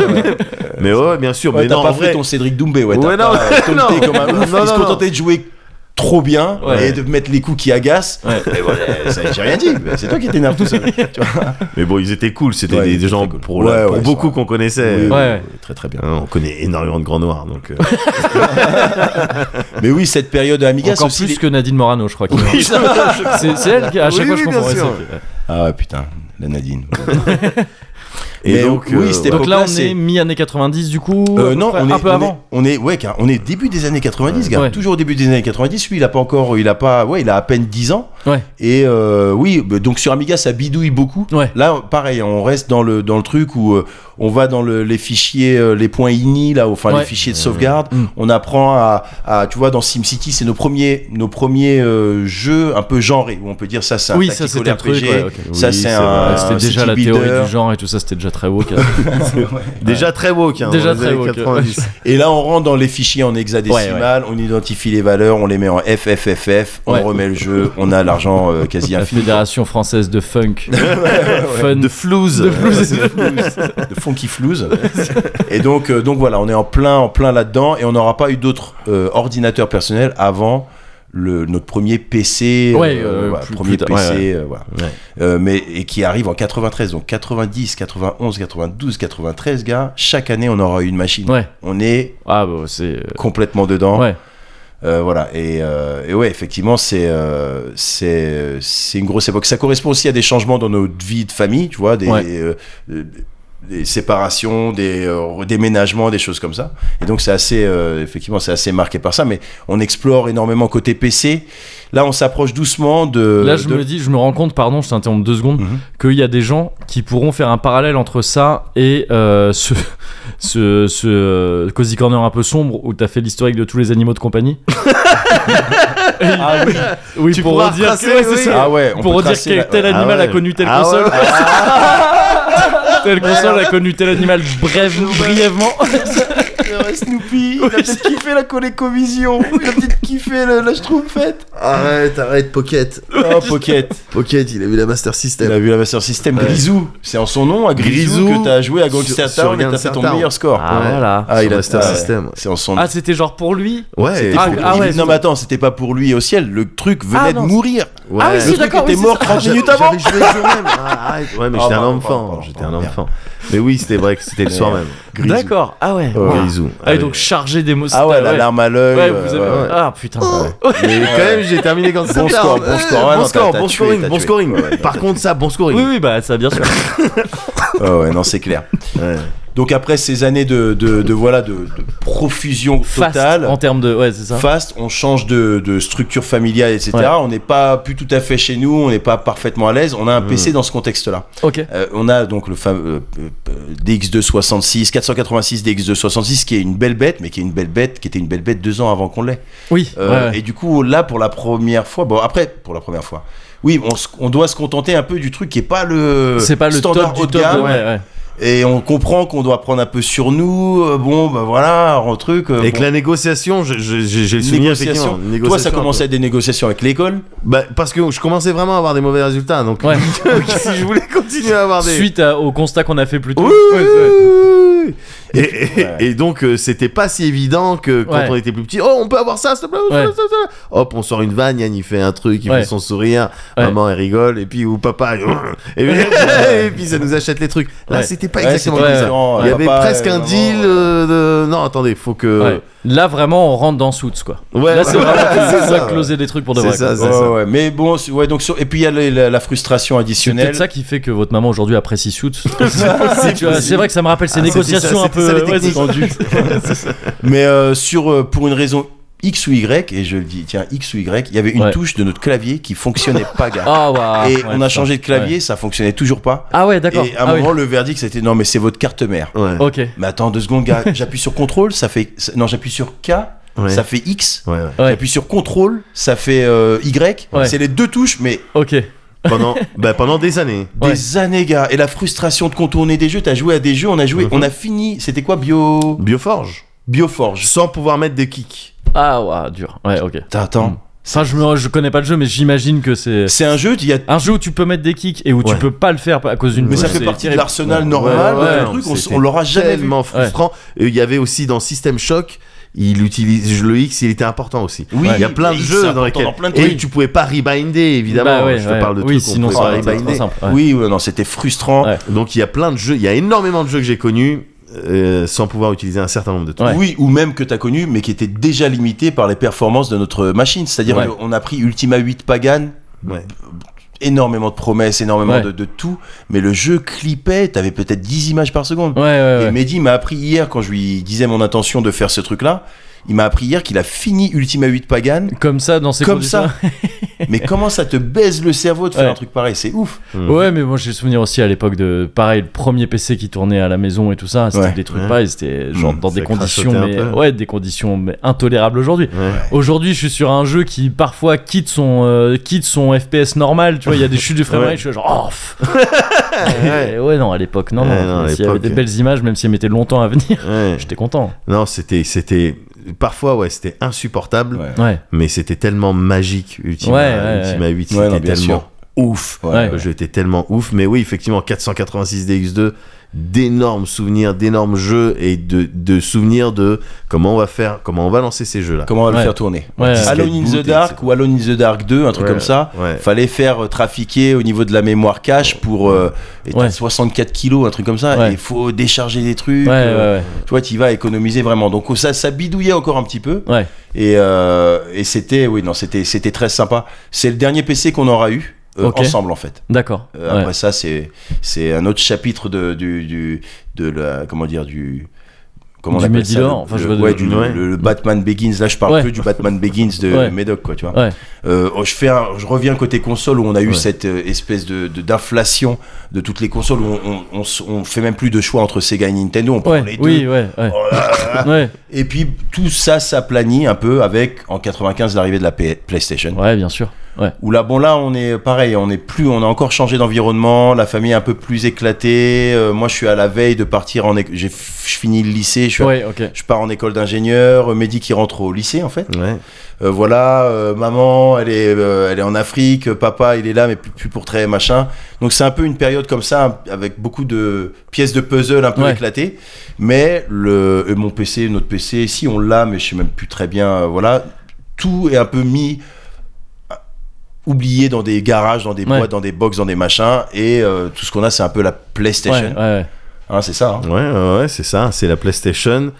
Speaker 3: mais ouais, bien sûr,
Speaker 2: Ouais,
Speaker 3: mais
Speaker 2: t'as
Speaker 3: non,
Speaker 2: pas
Speaker 3: en
Speaker 2: fait
Speaker 3: vrai.
Speaker 2: ton Cédric Doumbé, ouais. t'as
Speaker 3: Ouais,
Speaker 2: pas
Speaker 3: non,
Speaker 2: euh, taunté
Speaker 3: non.
Speaker 2: comme un ouf.
Speaker 3: Non,
Speaker 2: il se
Speaker 3: non,
Speaker 2: contentait de jouer trop bien
Speaker 1: Ouais.
Speaker 2: et de mettre les coups qui agacent.
Speaker 1: Ouais.
Speaker 2: Mais bon, euh, ça, j'ai rien dit. mais C'est toi qui t'énerve tout seul. Tu vois
Speaker 3: Mais bon, ils étaient cool, c'était
Speaker 2: Ouais, ils
Speaker 3: des,
Speaker 2: étaient
Speaker 3: des gens
Speaker 2: très cool.
Speaker 3: pour, la-
Speaker 2: Ouais,
Speaker 3: pour
Speaker 2: ouais,
Speaker 3: beaucoup
Speaker 2: ça-
Speaker 3: qu'on connaissait.
Speaker 2: Oui, oui,
Speaker 1: ouais.
Speaker 2: oui, Très très bien.
Speaker 3: Hein, on connaît énormément de grands noirs, donc. euh,
Speaker 2: Mais oui, cette période Amiga, c'est
Speaker 1: encore
Speaker 2: aussi.
Speaker 1: plus
Speaker 2: les-
Speaker 1: que Nadine Morano je crois qu'il- c'est c'est elle qui à chaque fois
Speaker 3: Oui,
Speaker 1: je
Speaker 3: oui, bien
Speaker 1: comprends ouais,
Speaker 3: sûr.
Speaker 1: c'est-
Speaker 2: Ah ouais, putain, la Nadine.
Speaker 3: et
Speaker 2: Mais
Speaker 3: donc,
Speaker 2: oui,
Speaker 3: euh,
Speaker 2: c'était
Speaker 3: ouais.
Speaker 1: donc
Speaker 2: Donc
Speaker 1: là
Speaker 2: là,
Speaker 1: on
Speaker 2: c'est-
Speaker 1: est mi années 90 du coup à
Speaker 2: Euh,
Speaker 1: peu
Speaker 2: non,
Speaker 1: près,
Speaker 2: on est,
Speaker 1: un peu
Speaker 2: on est-
Speaker 1: avant
Speaker 2: on est, ouais, car- on est début des années 90, gars.
Speaker 1: Ouais.
Speaker 2: Toujours début des années 90. Lui, il a pas encore, il a pas, ouais, il a à peine 10 ans.
Speaker 1: ouais
Speaker 2: Et euh, oui, bah, donc sur Amiga, ça bidouille beaucoup.
Speaker 1: Ouais.
Speaker 2: Là, pareil, on reste dans le, dans le truc où euh, on va dans le- les fichiers, euh, les points INI, là, enfin
Speaker 1: Ouais.
Speaker 2: les fichiers de sauvegarde.
Speaker 1: Mm.
Speaker 2: On apprend à, à- tu vois, dans SimCity, c'est nos premiers, nos premiers euh, jeux un peu genrés, où on peut dire ça, c'est un
Speaker 1: oui ça c'était
Speaker 2: tactical
Speaker 1: un truc
Speaker 2: RPG,
Speaker 1: ouais, ok.
Speaker 2: Ça,
Speaker 3: Oui,
Speaker 2: c'est
Speaker 3: c'est
Speaker 2: un.
Speaker 3: vrai.
Speaker 1: Ouais, c'était
Speaker 2: un
Speaker 1: déjà
Speaker 2: Ah, city
Speaker 1: la théorie
Speaker 2: builder.
Speaker 1: du genre et tout ça c'était déjà très woke
Speaker 3: déjà très woke. hein,
Speaker 1: Déjà
Speaker 3: dans les
Speaker 1: très
Speaker 3: années
Speaker 1: woke, ouais.
Speaker 3: 90.
Speaker 2: Et là, on rentre dans les fichiers en hexadécimal, on identifie les valeurs, on les met en FFFF, on
Speaker 1: Ouais.
Speaker 2: remet le jeu, on a l'argent euh, quasi
Speaker 1: la
Speaker 2: infini.
Speaker 1: fédération française de funk fun
Speaker 3: De flouze.
Speaker 1: de blues.
Speaker 2: de Funky Flouze. et donc, euh, donc voilà, on est en plein, en plein là-dedans et on n'aura pas eu d'autres euh, ordinateurs personnels avant le, notre premier PC,
Speaker 1: Ouais, euh,
Speaker 2: voilà,
Speaker 1: plus- plus
Speaker 2: premier
Speaker 1: tard,
Speaker 2: PC,
Speaker 1: ouais,
Speaker 2: euh, voilà.
Speaker 3: Ouais.
Speaker 2: Euh, mais et qui arrive en 93, donc 90, 91, 92, 93, gars. Chaque année, on aura une machine.
Speaker 1: ouais
Speaker 2: On est
Speaker 1: ah bah c'est euh,
Speaker 2: complètement dedans.
Speaker 1: ouais
Speaker 2: Euh, voilà, et, euh, et ouais, effectivement, c'est euh, c'est c'est une grosse époque. Ça correspond aussi à des changements dans nos vies de famille, tu vois, des,
Speaker 1: Ouais.
Speaker 2: euh, euh, des séparations, des euh, déménagements, des choses comme ça. Et donc, c'est assez, euh, effectivement, c'est assez marqué par ça. Mais on explore énormément côté PC. Là, on s'approche doucement euh, de.
Speaker 1: Là, je
Speaker 2: de-
Speaker 1: me dis, je me rends compte, pardon, je t'interromps deux secondes,
Speaker 2: Mhm.
Speaker 1: qu'il y a des gens qui pourront faire un parallèle entre ça et euh, ce, ce, ce euh, Cozy Corner un peu sombre où t'as fait l'historique de tous les animaux de compagnie.
Speaker 2: Ah oui,
Speaker 1: Oui,
Speaker 3: Tu
Speaker 1: pour
Speaker 3: pourras
Speaker 1: redire
Speaker 3: retracer,
Speaker 1: que- ouais, c'est
Speaker 3: oui.
Speaker 1: ça.
Speaker 2: ah ouais on
Speaker 1: pour
Speaker 2: peut
Speaker 1: redire
Speaker 2: tracer
Speaker 1: quel
Speaker 2: la-
Speaker 1: tel
Speaker 3: Ah
Speaker 1: animal
Speaker 3: ouais.
Speaker 1: a connu telle
Speaker 3: Ah ouais,
Speaker 1: console,
Speaker 3: ouais.
Speaker 1: telle console a connu tel animal brève- brièvement.
Speaker 2: Snoopy, il a peut-être kiffé la Colecovision, il a peut-être kiffé le- la Schtroumpfette.
Speaker 3: Arrête, arrête, Pocket.
Speaker 2: Oh, Pocket.
Speaker 3: Pocket, il a vu la Master
Speaker 2: Il
Speaker 3: System.
Speaker 2: a vu la Master System
Speaker 3: Ouais.
Speaker 2: Grisou. C'est en son nom, à Grisou,
Speaker 3: Grisou,
Speaker 2: que t'as joué à Gangsta
Speaker 3: sur- sur
Speaker 2: Town et t'as fait
Speaker 3: Gangsta
Speaker 2: ton
Speaker 3: Town.
Speaker 2: meilleur score.
Speaker 1: Ah, voilà.
Speaker 3: Ah, il a
Speaker 2: Ouais.
Speaker 3: Master
Speaker 2: Ouais.
Speaker 3: System.
Speaker 2: C'est en son nom.
Speaker 1: Ah, c'était genre pour lui
Speaker 3: Ouais,
Speaker 1: Ah,
Speaker 2: Il-
Speaker 1: ah ouais,
Speaker 2: non mais attends, c'était pas pour lui aussi, elle- le truc venait
Speaker 1: Ah,
Speaker 2: de
Speaker 1: non.
Speaker 2: mourir.
Speaker 3: ouais.
Speaker 1: Ah oui,
Speaker 2: Le
Speaker 1: Si,
Speaker 2: truc
Speaker 1: d'accord,
Speaker 2: était
Speaker 1: oui,
Speaker 2: mort
Speaker 1: c'est ça.
Speaker 2: 30
Speaker 3: Ah, J'avais-
Speaker 2: minutes avant.
Speaker 3: J'avais joué le jour même. Ah, arrête. Ouais, mais
Speaker 2: Ah,
Speaker 3: j'étais un
Speaker 2: pardon,
Speaker 3: enfant.
Speaker 2: pardon,
Speaker 3: j'étais un
Speaker 2: pardon,
Speaker 3: enfant. Mais oui, c'était vrai que c'était le soir même.
Speaker 2: Grisou.
Speaker 1: D'accord, ah ouais.
Speaker 2: Ouais.
Speaker 1: Wow.
Speaker 3: Grisou.
Speaker 1: Ah, et donc chargé d'émotions.
Speaker 2: Ah ouais, la larme à l'œil.
Speaker 1: Ouais,
Speaker 2: euh,
Speaker 1: vous avez-
Speaker 2: ouais, ouais.
Speaker 1: Ah putain.
Speaker 3: Mais quand même, j'ai terminé quand
Speaker 2: Bon score, bon score, ouais,
Speaker 3: bon
Speaker 2: non, t'as-
Speaker 3: score, bon
Speaker 2: t'as tué,
Speaker 3: scoring,
Speaker 2: t'as
Speaker 3: bon
Speaker 2: tué.
Speaker 3: scoring.
Speaker 2: Ouais, ouais,
Speaker 3: Par contre, ça, bon scoring.
Speaker 1: Oui, oui, bah ça, bien sûr.
Speaker 2: Ah ouais, non, c'est clair.
Speaker 3: Ouais.
Speaker 2: Donc après ces années de, de, de, voilà de, de profusion
Speaker 1: Fast
Speaker 2: totale,
Speaker 1: en termes de. Ouais, c'est ça.
Speaker 2: fast, on change de, de structure familiale, etc.
Speaker 1: Ouais.
Speaker 2: On n'est pas plus tout à fait chez nous, on n'est pas parfaitement à l'aise. On a un
Speaker 1: Mmh.
Speaker 2: PC dans ce contexte-là.
Speaker 1: Ok.
Speaker 2: Euh, on a donc le fameux euh, euh, DX266, 486 DX266, qui est une belle bête, mais qui est une belle bête, qui était une belle bête deux ans avant qu'on l'ait.
Speaker 1: Oui.
Speaker 2: Euh,
Speaker 1: ouais, ouais.
Speaker 2: Et du coup, là, pour la première fois, bon, après, pour la première fois, oui, on, se- on doit se contenter un peu du truc qui est pas le
Speaker 1: C'est pas le
Speaker 2: euh, standard
Speaker 1: top du
Speaker 2: haut de
Speaker 1: top.
Speaker 2: gamme,
Speaker 1: ouais, ouais.
Speaker 2: et on comprend qu'on doit prendre un peu sur nous. euh, bon, ben voilà, un truc. euh,
Speaker 3: Et
Speaker 2: bon.
Speaker 3: que la négociation, je- je- j'ai j'ai le souvenir
Speaker 2: négociation.
Speaker 3: effectivement.
Speaker 2: Toi, ça
Speaker 3: Négociation,
Speaker 2: commençait à des négociations avec l'école.
Speaker 3: Bah, parce que je commençais vraiment à avoir des mauvais résultats, donc
Speaker 1: Ouais.
Speaker 3: si je voulais continuer à avoir des.
Speaker 1: Suite à- au constat qu'on a fait plus tôt.
Speaker 3: Oui,
Speaker 1: Ouais,
Speaker 3: oui,
Speaker 1: ouais.
Speaker 3: oui, oui. Et, et-
Speaker 2: Ouais.
Speaker 3: et donc euh, c'était pas si évident que quand
Speaker 1: Ouais.
Speaker 3: on était plus petit, oh on peut avoir ça s'il te plaît,
Speaker 1: Ouais.
Speaker 3: ça, ça, ça. hop on sort une vanne, Yann il fait un truc, il
Speaker 1: Ouais.
Speaker 3: fait son sourire,
Speaker 1: Ouais.
Speaker 3: maman elle rigole et puis ou papa et, et puis ça nous achète les trucs. Là
Speaker 1: Ouais.
Speaker 3: c'était pas
Speaker 2: Ouais,
Speaker 3: exactement
Speaker 2: c'était
Speaker 3: comme ça.
Speaker 2: différent,
Speaker 3: Il y
Speaker 2: euh,
Speaker 3: avait
Speaker 2: papa,
Speaker 3: presque un
Speaker 2: euh,
Speaker 3: deal
Speaker 2: maman,
Speaker 3: euh, de non attendez faut que
Speaker 1: Ouais. Là, vraiment, on rentre dans Suits, quoi.
Speaker 3: Ouais,
Speaker 1: Là, c'est
Speaker 3: ouais,
Speaker 1: vraiment.
Speaker 3: c'est
Speaker 1: On va
Speaker 3: ça. Ah,
Speaker 1: closer des trucs pour de
Speaker 3: euh, C'est
Speaker 1: vrai. quoi.
Speaker 3: ça, c'est
Speaker 2: Ouais, ouais, mais bon, c'est- ouais, donc sur- et puis il y a la, la- la frustration
Speaker 1: C'est
Speaker 2: additionnelle.
Speaker 1: peut-être ça qui fait que votre maman aujourd'hui apprécie Suits. Tu vois, C'est vrai que ça me rappelle ces
Speaker 3: Ah, c'était
Speaker 1: négociations un
Speaker 3: ça, c'était ça,
Speaker 1: peu.
Speaker 3: les
Speaker 1: ouais,
Speaker 3: techniques.
Speaker 1: tendues.
Speaker 2: Mais euh, sur euh, pour une raison X ou Y, et je le dis, tiens X ou Y, il y avait une
Speaker 1: Ouais.
Speaker 2: touche de notre clavier qui fonctionnait pas, gars.
Speaker 1: Ah, waouh.
Speaker 2: et
Speaker 1: Ouais,
Speaker 2: on
Speaker 1: putain.
Speaker 2: a changé de clavier, ça fonctionnait toujours pas.
Speaker 1: Ouais. Ah ouais, d'accord.
Speaker 2: Et à un
Speaker 1: Ah oui.
Speaker 2: moment, le verdict c'était non, mais c'est votre carte mère.
Speaker 3: Ouais.
Speaker 1: Ok.
Speaker 2: Mais attends deux secondes, gars. J'appuie sur contrôle, ça fait ça- non, j'appuie sur K,
Speaker 3: Ouais.
Speaker 2: ça fait X.
Speaker 3: Ouais, ouais.
Speaker 1: Ouais.
Speaker 2: J'appuie sur contrôle, ça fait euh, Y.
Speaker 1: Ouais.
Speaker 2: C'est les deux touches, mais
Speaker 1: Ok.
Speaker 3: Pendant, bah, pendant des années.
Speaker 2: des années, gars. Et la frustration de contourner des jeux. T'as joué à des jeux, on a joué,
Speaker 3: Mhm.
Speaker 2: on a fini. C'était quoi, Bio
Speaker 3: Bioforge.
Speaker 2: Bioforge.
Speaker 3: Sans pouvoir mettre de kicks.
Speaker 1: Ah ouais, dur. Ouais, ok.
Speaker 2: T'as- Attends.
Speaker 1: Mm. Ça, je, me, je connais pas le jeu, mais j'imagine que c'est
Speaker 2: C'est un jeu, il y a
Speaker 1: un jeu où tu peux mettre des kicks et où tu
Speaker 3: Ouais.
Speaker 1: peux pas le faire à cause d'une.
Speaker 2: Mais ça
Speaker 1: boule,
Speaker 2: fait
Speaker 1: Ah, c'est
Speaker 2: partie de
Speaker 1: terrible.
Speaker 2: l'arsenal
Speaker 3: Ouais.
Speaker 2: normal,
Speaker 1: Ouais, ouais,
Speaker 2: le
Speaker 1: ouais,
Speaker 2: truc, on, s-
Speaker 3: c'était
Speaker 2: on l'aura jamais vu. Ah,
Speaker 3: Tellement frustrant. Et il y avait aussi dans System Shock, il utilise le X, il était important aussi.
Speaker 2: Oui,
Speaker 3: il y a plein de
Speaker 2: et
Speaker 3: jeux
Speaker 2: c'est
Speaker 3: dans lesquels
Speaker 2: important dans plein de
Speaker 3: et
Speaker 2: trucs.
Speaker 3: tu pouvais pas rebinder évidemment.
Speaker 1: Bah ouais,
Speaker 3: Je te
Speaker 1: ouais.
Speaker 3: parle de
Speaker 1: oui,
Speaker 3: trucs
Speaker 1: sinon
Speaker 3: on
Speaker 1: ça
Speaker 3: pouvait
Speaker 1: aurait
Speaker 3: pas
Speaker 1: été trop
Speaker 3: rebinder.
Speaker 1: simple. ouais.
Speaker 2: Oui, ouais, non, c'était frustrant.
Speaker 1: Ouais.
Speaker 3: Donc il y a plein de jeux, il y a énormément de jeux que j'ai connus euh, sans pouvoir utiliser un certain nombre de trucs.
Speaker 1: Ouais.
Speaker 2: Oui, ou même que t'as connu, mais qui était déjà limité par les performances de notre machine. C'est-à-dire,
Speaker 1: Ouais.
Speaker 2: le- on a pris Ultima 8 Pagan,
Speaker 3: Ouais.
Speaker 2: énormément de promesses, énormément
Speaker 1: Ouais.
Speaker 2: de, de tout, mais le jeu clippait, t'avais peut-être 10 images par seconde.
Speaker 1: Ouais, ouais,
Speaker 2: Et
Speaker 1: ouais.
Speaker 2: Mehdi m'a appris hier, quand je lui disais mon intention de faire ce truc-là, il m'a appris hier qu'il a fini Ultima 8 Pagan.
Speaker 1: Comme ça, dans ces
Speaker 2: Comme
Speaker 1: conditions.
Speaker 2: ça. mais comment ça te baise le cerveau de faire
Speaker 1: Ouais.
Speaker 2: un truc pareil C'est ouf.
Speaker 1: Ouais, mais moi j'ai le souvenir aussi à l'époque de pareil, le premier PC qui tournait à la maison et tout ça, c'était
Speaker 2: Ouais.
Speaker 1: des trucs
Speaker 3: Ouais.
Speaker 1: pareils, c'était genre
Speaker 2: Mmh,
Speaker 1: dans
Speaker 3: ça
Speaker 1: des conditions
Speaker 3: crachotait
Speaker 1: mais
Speaker 3: un peu.
Speaker 1: ouais, des conditions mais intolérables aujourd'hui.
Speaker 3: Ouais.
Speaker 1: Aujourd'hui, je suis sur un jeu qui parfois quitte son euh, quitte son FPS normal, tu vois, il y a des chutes de framerate,
Speaker 3: Ouais.
Speaker 1: je suis là, genre oh. pff.
Speaker 2: Ah,
Speaker 3: Ouais.
Speaker 1: Et ouais, non, à l'époque, non
Speaker 3: Ouais, non,
Speaker 1: non,
Speaker 3: à
Speaker 1: s'il y avait
Speaker 3: l'époque.
Speaker 1: des belles images même si elles mettaient longtemps à venir,
Speaker 3: Ouais.
Speaker 1: j'étais content.
Speaker 3: Non, c'était c'était parfois ouais, c'était insupportable.
Speaker 2: Ouais.
Speaker 1: Ouais.
Speaker 3: mais c'était tellement magique Ultima,
Speaker 1: Ouais, ouais,
Speaker 3: Ultima 8
Speaker 2: Ouais, non,
Speaker 3: c'était
Speaker 2: bien
Speaker 3: tellement
Speaker 2: sûr.
Speaker 3: ouf
Speaker 1: Ouais.
Speaker 3: le jeu était tellement ouf mais oui effectivement 486 DX2 d'énormes souvenirs d'énormes jeux et de, de souvenirs de comment on va faire comment on va lancer ces jeux là
Speaker 2: Comment on va
Speaker 1: Ouais.
Speaker 2: le faire tourner
Speaker 1: Ouais.
Speaker 2: Alone in
Speaker 3: Disquette
Speaker 2: the
Speaker 3: boot,
Speaker 2: Dark ou Alone in the Dark 2, un truc
Speaker 3: Ouais,
Speaker 2: comme ça.
Speaker 3: ouais.
Speaker 2: Fallait faire euh, trafiquer au niveau de la mémoire cache pour euh, et t'as
Speaker 1: Ouais.
Speaker 2: 64 kilos, un truc comme ça.
Speaker 1: Ouais.
Speaker 2: Il faut décharger des trucs.
Speaker 1: Ouais, ouais,
Speaker 2: euh,
Speaker 1: ouais.
Speaker 2: Tu vois, tu vas économiser vraiment. Donc oh, ça, ça bidouillait encore un petit peu.
Speaker 1: Ouais.
Speaker 2: Et, euh, et c'était, oui, non, c'était, c'était très sympa. C'est le dernier PC qu'on aura eu euh,
Speaker 1: Ok.
Speaker 2: ensemble en fait.
Speaker 1: D'accord.
Speaker 2: Euh,
Speaker 1: Ouais.
Speaker 2: Après ça, c'est, c'est un autre chapitre de, du, du- de la, comment dire, du. Comment
Speaker 1: Du
Speaker 2: on appelle ça
Speaker 1: Médilor,
Speaker 2: le-
Speaker 1: enfin, je
Speaker 2: le-
Speaker 1: vois de-
Speaker 2: ouais, du-
Speaker 3: ouais.
Speaker 2: le, le Batman Begins. Là, je parle
Speaker 1: Ouais.
Speaker 2: plus du Batman Begins de
Speaker 1: Ouais.
Speaker 2: Médoc, quoi, tu vois.
Speaker 1: Ouais.
Speaker 2: Euh, oh, je, fais un- je reviens côté console où on a eu
Speaker 3: Ouais.
Speaker 2: cette euh, espèce de, de- d'inflation de toutes les consoles où on, on, on s- on fait même plus de choix entre Sega et Nintendo. On prend
Speaker 1: Ouais,
Speaker 2: les deux.
Speaker 1: oui, ouais, ouais.
Speaker 2: Oh là là.
Speaker 1: Ouais,
Speaker 2: Et puis tout ça s'aplanit un peu avec en 95 l'arrivée de la P- PlayStation.
Speaker 1: ouais, bien sûr. Ouais.
Speaker 2: Où là, bon, là, on est pareil, on est plus, on a encore changé d'environnement, la famille est un peu plus éclatée. euh, moi, je suis à la veille de partir en, éc- j'ai, je finis le lycée, je suis à-
Speaker 1: Ouais, ok.
Speaker 2: je pars en école d'ingénieur, euh, Mehdi qui rentre au lycée en fait.
Speaker 3: Ouais.
Speaker 2: Euh, voilà, euh, maman, elle est, euh, elle est en Afrique, euh, papa, il est là, mais plus, plus pour très machin. Donc c'est un peu une période comme ça, un- avec beaucoup de pièces de puzzle un peu
Speaker 1: Ouais.
Speaker 2: éclatées. Mais le, euh, mon PC, notre PC, si on l'a, mais je sais même plus très bien, euh, voilà, tout est un peu mis euh, oublié dans des garages, dans des
Speaker 1: Ouais.
Speaker 2: boîtes, dans des box, dans des machins, et euh, tout ce qu'on a, c'est un peu la PlayStation,
Speaker 1: Ouais, ouais, ouais.
Speaker 2: Hein, c'est ça. hein.
Speaker 3: Ouais, ouais, ouais, c'est ça, c'est la PlayStation.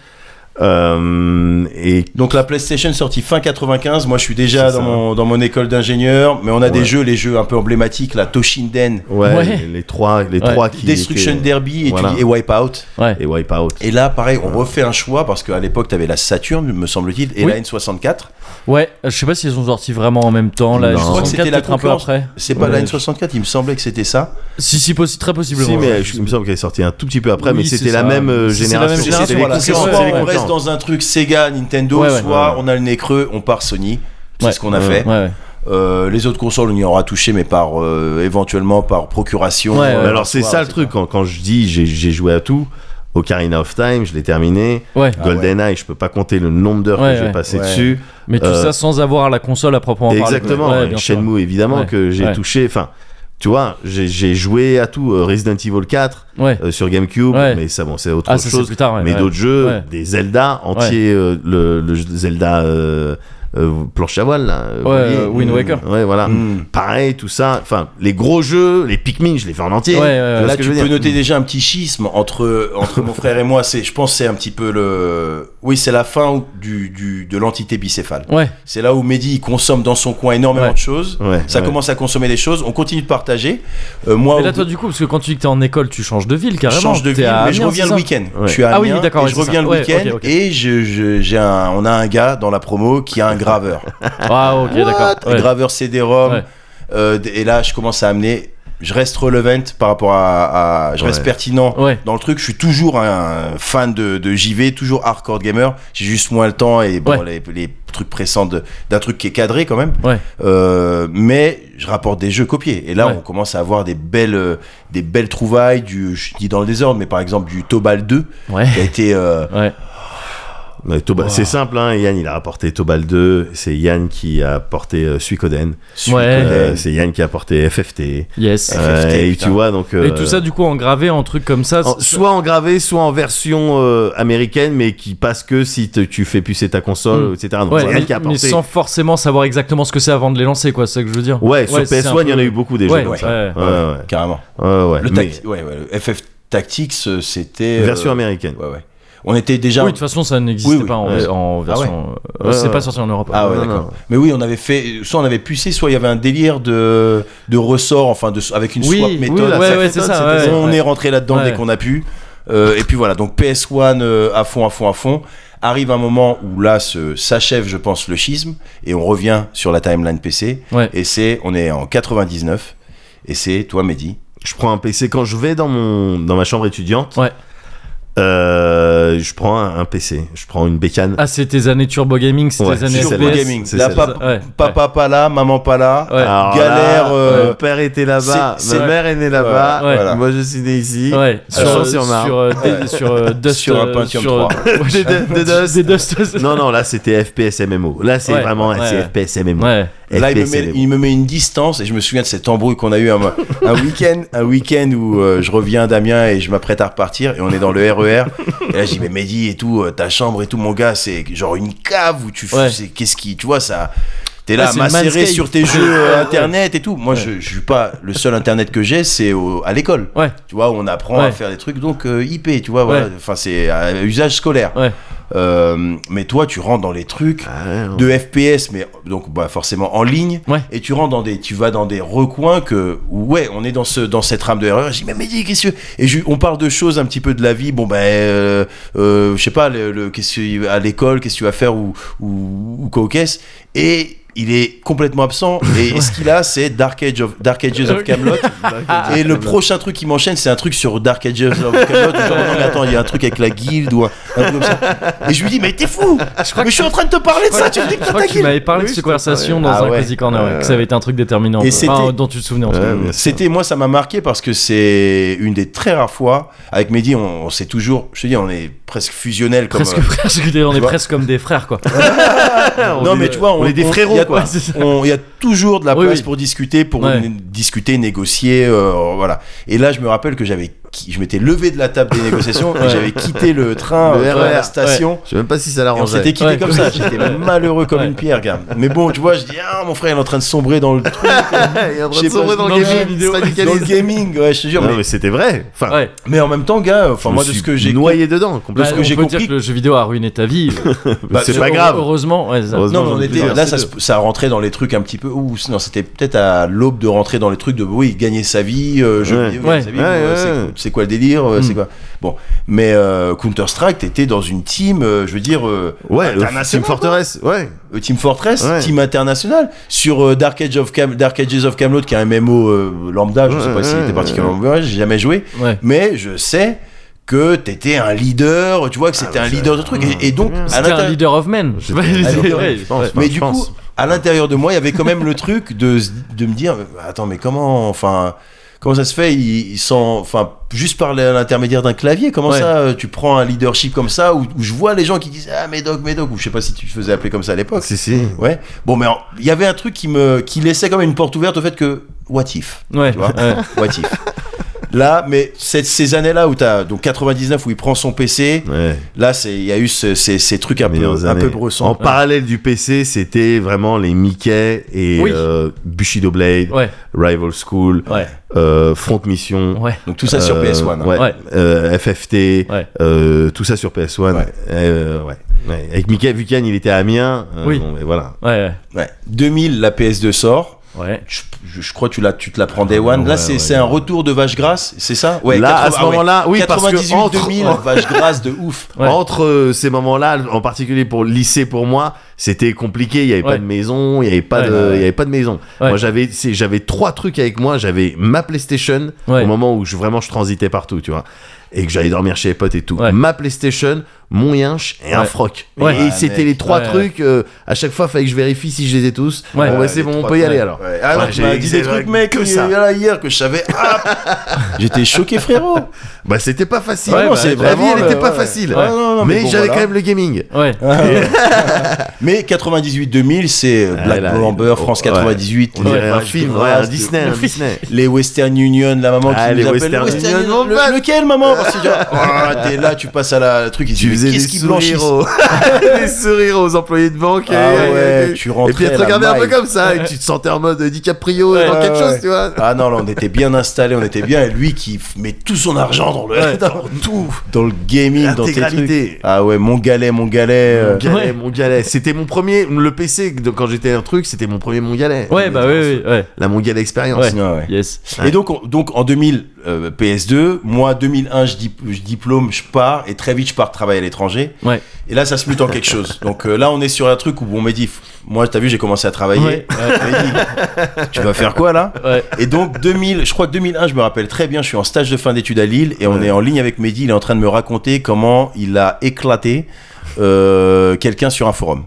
Speaker 3: Euh, et
Speaker 2: Donc la PlayStation sortie fin 95, moi je suis déjà
Speaker 3: C'est
Speaker 2: dans
Speaker 3: ça.
Speaker 2: mon, dans mon école d'ingénieur, mais on a des
Speaker 3: Ouais.
Speaker 2: jeux, les jeux un peu emblématiques, la Toshinden,
Speaker 3: ouais,
Speaker 1: Ouais.
Speaker 3: Les, les trois, les
Speaker 1: Ouais.
Speaker 3: trois qui
Speaker 2: Destruction
Speaker 3: étaient-
Speaker 2: Derby et,
Speaker 3: voilà.
Speaker 2: tu dis- et Wipeout.
Speaker 1: ouais.
Speaker 3: et Wipeout.
Speaker 2: Et là pareil, on refait un choix parce qu'à l'époque t'avais la Saturn, me semble-t-il, et
Speaker 1: Oui.
Speaker 2: la N64.
Speaker 1: Ouais, je sais pas s'ils sont sortis vraiment en même temps. Là,
Speaker 3: Non. Je crois
Speaker 2: que
Speaker 1: 64,
Speaker 2: c'était la
Speaker 1: peut-être un peu
Speaker 2: concurrence.
Speaker 1: après.
Speaker 2: C'est pas
Speaker 1: Ouais.
Speaker 2: la N64, il me semblait que c'était ça.
Speaker 1: Si, si, possi- très possiblement.
Speaker 3: Si, mais
Speaker 1: ouais.
Speaker 3: je- il me semble qu'elle est sortie un tout petit peu après,
Speaker 1: Oui,
Speaker 3: mais
Speaker 1: c'est
Speaker 3: c'était
Speaker 1: ça.
Speaker 3: la même euh,
Speaker 1: C'est la même
Speaker 3: génération.
Speaker 1: génération,
Speaker 3: C'était les
Speaker 1: voilà,
Speaker 2: Voilà, c'est
Speaker 1: concurrents,
Speaker 2: soit
Speaker 3: concurrents,
Speaker 1: les
Speaker 2: on reste
Speaker 3: concurrents.
Speaker 2: dans un truc Sega, Nintendo,
Speaker 1: Ouais, ouais.
Speaker 2: soit
Speaker 3: Ouais.
Speaker 2: on a le nez creux, on part Sony. C'est
Speaker 1: Ouais.
Speaker 2: ce qu'on a
Speaker 3: Ouais.
Speaker 2: fait.
Speaker 1: Ouais, ouais.
Speaker 2: Euh, les autres consoles, on y aura touché, mais par euh, éventuellement par procuration.
Speaker 1: Ouais, ouais.
Speaker 2: euh, par
Speaker 3: Alors c'est
Speaker 2: soir,
Speaker 3: ça le
Speaker 2: etc.
Speaker 3: truc quand, quand je dis j'ai- j'ai joué à tout. Ocarina of Time, je l'ai terminé.
Speaker 1: Ouais.
Speaker 2: Ah ouais.
Speaker 3: GoldenEye, je peux pas compter le nombre d'heures
Speaker 1: Ouais,
Speaker 3: que
Speaker 1: ouais.
Speaker 3: j'ai passé
Speaker 2: Ouais.
Speaker 3: dessus.
Speaker 1: Mais tout
Speaker 3: Euh,
Speaker 1: ça sans avoir la console à proprement parler.
Speaker 3: Exactement.
Speaker 1: Ouais,
Speaker 3: ouais.
Speaker 1: bien sûr.
Speaker 3: Shenmue évidemment
Speaker 1: Ouais.
Speaker 3: que j'ai
Speaker 1: Ouais.
Speaker 3: touché. Enfin, tu vois, j'ai- j'ai joué à tout. Euh, Resident Evil 4
Speaker 1: Ouais.
Speaker 3: euh, sur GameCube,
Speaker 1: Ouais.
Speaker 3: mais ça bon c'est autre
Speaker 1: Ah, ça, c'est
Speaker 3: chose.
Speaker 1: plus tard. ouais,
Speaker 3: mais
Speaker 1: ouais.
Speaker 3: d'autres jeux,
Speaker 1: Ouais.
Speaker 3: des Zelda entiers, euh, le, le jeu de Zelda euh, euh, planche à voile là.
Speaker 1: Ouais, euh, Wind Waker. Mm.
Speaker 3: Ouais voilà.
Speaker 2: Hmm.
Speaker 3: Pareil tout ça. Enfin les gros jeux, les Pikmin, je les fais en entier.
Speaker 1: Ouais, ouais,
Speaker 3: Tu vois
Speaker 1: ouais.
Speaker 3: ce
Speaker 2: Euh, Là,
Speaker 3: que
Speaker 2: tu
Speaker 3: je
Speaker 2: peux
Speaker 3: veux dire
Speaker 2: noter déjà un petit schisme entre, entre mon frère et moi. C'est, je pense, que c'est un petit peu le. Oui, c'est la fin où- du, du- de l'entité bicéphale.
Speaker 1: Ouais.
Speaker 2: C'est là où Mehdi il consomme dans son coin énormément
Speaker 1: Ouais.
Speaker 2: de choses.
Speaker 3: Ouais,
Speaker 2: Ça
Speaker 3: ouais.
Speaker 2: commence à consommer des choses. On continue de partager. Euh, moi,
Speaker 1: Mais là,
Speaker 2: au-
Speaker 1: toi, du coup, parce que quand tu dis que t'es en école, tu changes de ville carrément.
Speaker 2: je change de
Speaker 1: T'es
Speaker 2: ville,
Speaker 1: à
Speaker 2: mais je
Speaker 1: Amiens,
Speaker 2: reviens
Speaker 1: c'est
Speaker 2: le
Speaker 1: ça
Speaker 2: week-end.
Speaker 3: Ouais.
Speaker 2: Je suis à
Speaker 1: Ah oui,
Speaker 2: Amiens
Speaker 1: d'accord,
Speaker 2: et
Speaker 1: ouais,
Speaker 2: je
Speaker 1: c'est
Speaker 2: reviens
Speaker 1: ça.
Speaker 2: le
Speaker 1: Ouais,
Speaker 2: week-end
Speaker 1: ok, ok.
Speaker 2: et je, je- j'ai un, on a un gars dans la promo qui a un graveur.
Speaker 1: Ah, ok, d'accord.
Speaker 2: Un
Speaker 1: Ouais.
Speaker 2: graveur CD-ROM.
Speaker 1: Ouais.
Speaker 2: Euh, d- et là, je commence à amener. Je reste relevant par rapport à. à- je reste
Speaker 3: Ouais.
Speaker 2: pertinent
Speaker 1: Ouais.
Speaker 2: dans le truc. Je suis toujours un fan de, de JV, toujours hardcore gamer. J'ai juste moins le temps et bon,
Speaker 1: Ouais.
Speaker 2: les, les trucs pressants de- d'un truc qui est cadré quand même.
Speaker 1: Ouais.
Speaker 2: Euh, mais je rapporte des jeux copiés. Et là,
Speaker 1: Ouais.
Speaker 2: on commence à avoir des belles, euh, des belles trouvailles. Du, je dis dans le désordre, mais par exemple du Tobal 2 qui a
Speaker 1: Ouais.
Speaker 2: été. euh,
Speaker 1: Ouais.
Speaker 3: Ouais, Toba- C'est simple, hein, Yann il a apporté Tobal 2, c'est Yann qui a apporté euh, Suikoden,
Speaker 2: Suikoden.
Speaker 3: euh, c'est Yann qui a apporté FFT.
Speaker 1: Yes.
Speaker 3: Euh, et
Speaker 2: putain.
Speaker 3: tu vois donc.
Speaker 1: Et
Speaker 3: euh,
Speaker 1: tout ça, du coup, en gravé, en truc comme ça.
Speaker 3: en-
Speaker 1: c'est-
Speaker 3: soit en gravé, soit en version euh, américaine, mais qui passe que si te- tu fais pucer ta console,
Speaker 1: Mm.
Speaker 3: etc. Donc
Speaker 1: Ouais,
Speaker 3: c'est Yann
Speaker 1: mais,
Speaker 3: qui a
Speaker 1: mais
Speaker 3: apporté.
Speaker 1: sans forcément savoir exactement ce que c'est avant de les lancer, quoi. C'est ça que je veux dire.
Speaker 3: Ouais, sur
Speaker 1: c'est un
Speaker 3: PS1, il y en
Speaker 1: peu-
Speaker 3: a eu beaucoup des
Speaker 1: Ouais,
Speaker 3: jeux comme
Speaker 1: ouais,
Speaker 3: ça.
Speaker 1: ouais.
Speaker 3: Ouais, ouais.
Speaker 2: Carrément.
Speaker 3: Ouais, ouais.
Speaker 2: Le,
Speaker 3: Mais
Speaker 2: tacti- ouais, ouais, le FF Tactics, euh, c'était. euh,
Speaker 3: version américaine.
Speaker 2: Ouais, ouais. On était déjà.
Speaker 1: Oui, de toute façon, ça n'existait
Speaker 2: Oui, oui.
Speaker 1: pas en,
Speaker 3: Ouais.
Speaker 1: en version. euh,
Speaker 3: Ouais,
Speaker 1: c'est
Speaker 3: ouais.
Speaker 1: pas sorti en Europe.
Speaker 2: Ah ouais,
Speaker 3: Non,
Speaker 2: d'accord.
Speaker 3: non.
Speaker 2: Mais oui, on avait fait, soit on avait pucé, soit il y avait un délire de, de ressort, enfin, de, avec une
Speaker 1: Oui,
Speaker 2: swap méthode.
Speaker 1: oui,
Speaker 3: la
Speaker 1: ouais,
Speaker 3: swap
Speaker 1: ouais, c'est
Speaker 3: méthode,
Speaker 1: ça. ouais,
Speaker 3: c'était-
Speaker 2: on
Speaker 1: ouais.
Speaker 2: est rentré là-dedans
Speaker 1: Ouais.
Speaker 2: dès qu'on a pu. Euh, et puis voilà, donc PS1 euh, à fond, à fond, à fond. Arrive un moment où là se- s'achève, je pense, le schisme, et on revient sur la timeline PC.
Speaker 1: Ouais.
Speaker 2: Et c'est, on est en 99, et c'est toi, Mehdi.
Speaker 3: Je prends un PC quand je vais dans mon dans ma chambre étudiante.
Speaker 1: Ouais.
Speaker 3: euh, je prends un, un PC, je prends une bécane.
Speaker 1: Ah, c'est tes années Turbo Gaming, c'est
Speaker 3: Ouais,
Speaker 1: tes années
Speaker 3: c'est
Speaker 2: Turbo
Speaker 3: celle-là.
Speaker 1: FPS.
Speaker 2: Gaming.
Speaker 3: c'est
Speaker 2: Là,
Speaker 3: celle-là.
Speaker 2: papa,
Speaker 1: Ouais,
Speaker 2: papa pas là, maman pas là.
Speaker 1: Ouais.
Speaker 3: Alors
Speaker 2: Galère,
Speaker 3: là,
Speaker 2: euh,
Speaker 3: mon père était là-bas,
Speaker 2: c'est-
Speaker 3: ma
Speaker 2: c'est-
Speaker 3: mère est née là-bas,
Speaker 1: Ouais.
Speaker 2: Voilà.
Speaker 3: moi je suis né ici.
Speaker 1: Ouais, sur,
Speaker 3: Alors,
Speaker 1: euh,
Speaker 3: sur Mar-
Speaker 1: sur, euh, des- sur, euh, Dust.
Speaker 2: Sur un
Speaker 1: euh,
Speaker 2: Pentium
Speaker 1: sur,
Speaker 2: 3.
Speaker 3: Des- des- des Dust.
Speaker 1: Des Dust.
Speaker 3: Non, non, là c'était FPS MMO. Là c'est
Speaker 1: Ouais,
Speaker 3: vraiment
Speaker 1: ouais.
Speaker 3: c'est FPS MMO.
Speaker 1: Ouais.
Speaker 2: Là, il me,
Speaker 3: FPS
Speaker 2: met, il me met une distance et je me souviens de cet embrouille qu'on a eu un, un week-end, un week-end où euh, je reviens d'Amiens et je m'apprête à repartir et on est dans le RER. Et là, je dis mais Mehdi et tout, euh, ta chambre et tout, mon gars, c'est genre une cave où tu, f-
Speaker 1: Ouais.
Speaker 2: c'est- qu'est-ce qui, tu vois ça. T'es là
Speaker 1: Ah,
Speaker 2: à
Speaker 1: c'est
Speaker 2: macérer
Speaker 1: Manscaped.
Speaker 2: sur tes jeux euh, internet et tout. Moi, je, je suis pas le seul internet que j'ai, c'est au- à l'école.
Speaker 1: Ouais.
Speaker 2: Tu vois, on apprend à
Speaker 1: Ouais.
Speaker 2: faire des trucs donc euh, IP, tu vois. Voilà.
Speaker 1: Ouais.
Speaker 2: Enfin, c'est à usage scolaire.
Speaker 1: Ouais.
Speaker 2: Euh, mais toi, tu rentres dans les trucs
Speaker 3: Ah, ouais.
Speaker 2: de FPS, mais donc bah, forcément en ligne.
Speaker 1: Ouais.
Speaker 2: Et tu rentres dans des, tu vas dans des recoins que ouais, on est dans ce, dans cette rame de erreur. Je dis mais Mehdi, qu'est-ce que et je- on parle de choses un petit peu de la vie. Bon ben, euh, euh, je sais pas, le, le- qu'est-ce que à l'école, qu'est-ce que tu vas faire ou ou, ou quoi, qu'est-ce et il est complètement absent. Et ce qu'il a, c'est Dark, Age of, Dark Ages
Speaker 1: Euh,
Speaker 2: of Camelot.
Speaker 3: Ah,
Speaker 2: et le prochain truc qui m'enchaîne, c'est un truc sur Dark Ages of Camelot. Genre, non, mais attends, il y a un truc avec la guilde ou un, un truc comme ça. Et je lui dis, mais t'es fou Mais je suis en train de te parler de ça, tu me dis que
Speaker 1: Je
Speaker 2: t'as
Speaker 1: crois
Speaker 2: ta
Speaker 1: que tu
Speaker 2: guilde
Speaker 1: m'avais parlé de
Speaker 3: Oui, je
Speaker 1: cette
Speaker 3: t'en
Speaker 1: conversation
Speaker 3: parlais.
Speaker 1: dans
Speaker 2: Ah
Speaker 1: un
Speaker 2: ouais.
Speaker 1: Cozy Corner, ouais, que ça avait été un truc déterminant.
Speaker 2: Et
Speaker 1: Enfin,
Speaker 2: c'était-
Speaker 1: dont tu te souvenais en tout cas.
Speaker 3: bien sûr.
Speaker 2: C'était moi, ça m'a marqué parce que c'est une des très rares fois. Avec Mehdi, on, on s'est toujours, je te dis, on est presque fusionnel comme. euh,
Speaker 1: Presque frère, je veux dire, on
Speaker 2: tu
Speaker 1: est
Speaker 2: vois.
Speaker 1: presque comme des frères quoi.
Speaker 2: euh, non mais tu vois, on,
Speaker 3: est des
Speaker 2: on-
Speaker 3: frérots,
Speaker 2: y a-
Speaker 3: quoi.
Speaker 1: Ouais, c'est ça.
Speaker 2: on- Il y a toujours de la
Speaker 1: Oui,
Speaker 2: place
Speaker 1: oui.
Speaker 2: pour discuter, pour
Speaker 1: Ouais.
Speaker 2: né- discuter, négocier, euh, voilà. Et là, je me rappelle que j'avais, qui- je m'étais levé de la table des négociations et
Speaker 1: Ouais. E
Speaker 2: j'avais quitté le train,
Speaker 3: Le
Speaker 2: euh, à
Speaker 3: RER,
Speaker 2: la station.
Speaker 3: Je sais même pas si ça
Speaker 2: Et on
Speaker 3: l'arrangeait.
Speaker 2: s'était quitté
Speaker 1: Ouais.
Speaker 2: comme ça, j'étais malheureux comme
Speaker 1: Ouais.
Speaker 2: une pierre, gars. Mais bon, tu vois, je dis, ah, mon frère, il est en train de sombrer dans le, truc,
Speaker 3: Il est en train
Speaker 2: J'ai
Speaker 3: de sombrer
Speaker 2: pas-
Speaker 3: dans
Speaker 1: dans
Speaker 3: le
Speaker 1: le
Speaker 3: gaming,
Speaker 1: jeu vidéo.
Speaker 3: il se
Speaker 2: dans le
Speaker 3: radicalise.
Speaker 2: gaming, ouais, je te jure.
Speaker 3: Non,
Speaker 2: mais,
Speaker 3: mais c'était vrai. Enfin,
Speaker 1: Ouais.
Speaker 2: mais en même temps, gars, enfin,
Speaker 3: je
Speaker 2: moi,
Speaker 3: me
Speaker 2: de ce
Speaker 3: suis
Speaker 2: que j'ai
Speaker 3: noyé dedans complètement.
Speaker 2: ce
Speaker 1: Bah,
Speaker 2: que
Speaker 1: on
Speaker 2: j'ai
Speaker 1: peut
Speaker 2: compris-
Speaker 1: dire que le jeu vidéo a ruiné ta vie. Euh,
Speaker 2: bah,
Speaker 3: c'est
Speaker 2: sur-
Speaker 3: pas grave.
Speaker 1: Heureusement, ouais, c'est ça.
Speaker 3: Heureusement,
Speaker 2: Non, mais on
Speaker 3: j'en ai
Speaker 2: était-
Speaker 3: plus
Speaker 2: là,
Speaker 3: tard.
Speaker 2: ça, se- ça rentrait dans les trucs un petit peu. Ouh, non, c'était peut-être à l'aube de rentrer dans les trucs de oui, gagner sa vie, euh, jeu
Speaker 3: Ouais.
Speaker 2: vidéo, gagner sa vie,
Speaker 3: Ouais,
Speaker 2: euh,
Speaker 3: ouais,
Speaker 2: c'est-
Speaker 3: ouais.
Speaker 2: c'est quoi le délire, euh,
Speaker 1: Mm.
Speaker 2: c'est quoi. Bon, mais Counter Strike, t'étais dans une team, euh, je veux dire, euh,
Speaker 3: Ouais, euh,
Speaker 2: internationale,
Speaker 3: Team Fortress, ouais.
Speaker 2: euh, Team Fortress,
Speaker 3: Ouais.
Speaker 2: team internationale, sur euh, Dark Age of Cam Dark Ages of Camelot, qui est un MMO euh, lambda, je sais
Speaker 3: Ouais,
Speaker 2: pas s'il
Speaker 3: ouais,
Speaker 2: était particulièrement mauvais, j'ai jamais joué,
Speaker 1: Ouais.
Speaker 2: mais je sais que t'étais un leader, tu vois,
Speaker 3: Ah
Speaker 2: que c'était un leader de truc, et, et donc
Speaker 3: bien.
Speaker 2: à
Speaker 1: C'était un
Speaker 2: l'intérieur
Speaker 1: leader of men.
Speaker 3: J'étais-
Speaker 1: Ouais,
Speaker 3: Ah,
Speaker 1: c'est
Speaker 2: ouais,
Speaker 1: vrai.
Speaker 3: je pense.
Speaker 2: mais
Speaker 3: Enfin, Mm. je
Speaker 2: du
Speaker 3: pense.
Speaker 2: coup, à l'intérieur de moi, il y avait quand même le truc de, se- de me dire, euh, attends, mais comment, enfin, comment ça se fait Ils, ils sont, enfin, juste par l'intermédiaire d'un clavier, comment
Speaker 1: Ouais.
Speaker 2: ça euh, Tu prends un leadership comme ça, où, où je vois les gens qui disent, ah, Médoc, Médoc, ou je sais pas si tu te faisais appeler comme ça à l'époque.
Speaker 3: Si, si.
Speaker 2: Ouais. Bon, mais alors, il y avait un truc qui me, qui laissait quand même une porte ouverte au fait que, what if
Speaker 1: Ouais.
Speaker 2: Tu vois
Speaker 1: ouais.
Speaker 2: What if Là, mais cette- ces années-là où t'as donc 99 où il prend son PC,
Speaker 3: Ouais.
Speaker 2: là c'est il y a eu ce- ces, ces trucs un
Speaker 3: Meilleures
Speaker 2: peu un
Speaker 3: années.
Speaker 2: peu
Speaker 3: En
Speaker 2: bressants.
Speaker 3: parallèle du PC, c'était vraiment les Mickey et
Speaker 1: Oui.
Speaker 3: euh, Bushido Blade,
Speaker 1: Ouais.
Speaker 3: Rival School,
Speaker 1: Ouais.
Speaker 3: euh, Front Mission.
Speaker 1: Ouais.
Speaker 2: Donc tout ça sur
Speaker 3: euh,
Speaker 2: PS1. hein.
Speaker 3: ouais,
Speaker 1: Ouais.
Speaker 3: euh, FFT,
Speaker 1: Ouais.
Speaker 3: euh, tout ça sur PS1.
Speaker 2: Ouais.
Speaker 3: euh, ouais. Ouais. Avec Mickey Vukan, il était à Amiens. euh,
Speaker 1: Oui.
Speaker 3: bon, mais voilà.
Speaker 1: Ouais.
Speaker 2: Ouais. 2000, la PS2 sort.
Speaker 1: Ouais.
Speaker 2: Je, je- je crois que tu, la- tu te la prends Day One.
Speaker 3: Ah, Ouais,
Speaker 2: Là, c'est
Speaker 3: ouais.
Speaker 2: c'est un retour de vache grasse, c'est ça Ouais,
Speaker 3: Là,
Speaker 2: 80
Speaker 3: à ce
Speaker 2: ah ouais.
Speaker 3: moment-là, oui, parce que
Speaker 2: 98,
Speaker 3: entre-
Speaker 2: 2000, vache grasse de ouf.
Speaker 1: Ouais.
Speaker 3: Entre euh, ces moments-là, en particulier pour le lycée pour moi, c'était compliqué. Il n'y avait pas
Speaker 1: Ouais.
Speaker 3: de maison, il n'y avait pas
Speaker 1: Ouais.
Speaker 3: de, il y avait pas de maison.
Speaker 1: Ouais.
Speaker 3: Moi, j'avais, c'est- j'avais trois trucs avec moi. J'avais ma PlayStation
Speaker 1: Ouais.
Speaker 3: au moment où je vraiment je transitais partout, tu vois, et que j'allais dormir chez les potes et tout.
Speaker 1: Ouais.
Speaker 3: Ma PlayStation, mon yinche et un
Speaker 1: Ouais.
Speaker 3: froc.
Speaker 1: Ouais.
Speaker 3: Et
Speaker 2: Ouais,
Speaker 3: c'était
Speaker 2: Ah, mec.
Speaker 3: les trois
Speaker 1: Ouais.
Speaker 3: trucs. euh, à chaque fois, fallait que je vérifie si je les ai tous.
Speaker 1: Ouais.
Speaker 3: Bon, bah,
Speaker 1: Ouais,
Speaker 3: c'est
Speaker 2: les
Speaker 3: bon, on
Speaker 2: trois
Speaker 3: peut y
Speaker 2: trucs,
Speaker 3: aller alors.
Speaker 2: Ouais. Ah,
Speaker 3: Ouais,
Speaker 2: non, tu
Speaker 3: j'ai-
Speaker 2: m'as dit
Speaker 3: c'est
Speaker 2: des
Speaker 3: vrai
Speaker 2: trucs, mec,
Speaker 3: que
Speaker 2: que
Speaker 3: ça.
Speaker 2: là hier que je savais. Ah, J'étais choqué, frérot.
Speaker 3: Bah, c'était pas facile.
Speaker 1: Ouais,
Speaker 3: Non,
Speaker 1: bah,
Speaker 3: c'est- la vie,
Speaker 2: vraiment
Speaker 3: elle
Speaker 2: le-
Speaker 3: n'était pas
Speaker 2: ouais.
Speaker 3: facile.
Speaker 2: Ouais, non, non,
Speaker 3: mais
Speaker 2: bon,
Speaker 3: j'avais
Speaker 2: voilà.
Speaker 3: quand même le gaming.
Speaker 1: Ouais.
Speaker 2: Ah, Mais 98-2000, c'est euh,
Speaker 3: Ah,
Speaker 2: Black
Speaker 3: là,
Speaker 2: Bomber,
Speaker 3: il-
Speaker 2: France
Speaker 3: ouais.
Speaker 2: 98.
Speaker 3: On dirait
Speaker 2: les
Speaker 3: un
Speaker 2: vaches
Speaker 3: film, ouais,
Speaker 2: grasses
Speaker 3: un
Speaker 2: de
Speaker 3: Disney, un Disney.
Speaker 2: les Western Union, la maman
Speaker 3: Ah,
Speaker 2: qui
Speaker 3: les
Speaker 2: nous appelle
Speaker 3: Western Union,
Speaker 2: Union, le- lequel maman Parce que tu vois, ah, t'es là, tu passes à la le truc, il dit,
Speaker 3: Tu
Speaker 2: mais
Speaker 3: faisais des
Speaker 2: qu'est-ce qui blanchit
Speaker 3: sourires, aux... des sourires aux employés de banque. et-
Speaker 2: Ah ouais,
Speaker 3: et-
Speaker 2: tu
Speaker 3: et
Speaker 2: rentrais
Speaker 3: puis elle
Speaker 2: à
Speaker 3: te
Speaker 2: la
Speaker 3: regardait un peu
Speaker 2: maille.
Speaker 3: comme ça et tu te sentais en mode DiCaprio dans
Speaker 2: Ouais,
Speaker 3: quelque
Speaker 2: ouais,
Speaker 3: chose,
Speaker 2: ouais.
Speaker 3: tu vois.
Speaker 2: Ah non, là, on était bien installé, on était bien. Et lui qui f- met tout son argent dans le,
Speaker 1: Ouais.
Speaker 2: dans tout, dans le gaming, dans tes trucs.
Speaker 3: L'intégralité.
Speaker 2: Ah ouais, mon galet, mon galet. euh,
Speaker 3: Mon galet,
Speaker 1: Ouais.
Speaker 3: mon galet. C'était mon premier, le PC de- quand j'étais un truc, c'était mon premier mon galet.
Speaker 1: Ouais, bah oui, oui, ouais.
Speaker 3: La mon galet expérience.
Speaker 1: Ouais.
Speaker 2: ouais, ouais.
Speaker 1: Yes.
Speaker 2: Et donc, on- donc en 2000, euh, PS2, moi 2001, je, dip- je diplôme, je pars, et très vite, je pars travailler à l'étranger.
Speaker 1: Ouais.
Speaker 2: Et là, ça se mute en quelque chose. Donc euh, là, on est sur un truc où on m'a dit, f- moi, t'as vu, j'ai commencé à travailler.
Speaker 1: Ouais.
Speaker 2: On m'a dit, tu vas faire quoi là
Speaker 1: Ouais.
Speaker 2: Et donc 2000, je crois que 2001, je me rappelle très bien, je suis en stage de fin d'études à Lille et on
Speaker 3: Ouais.
Speaker 2: est en ligne avec Mehdi, il est en train de me raconter comment il a éclaté euh, quelqu'un sur un forum.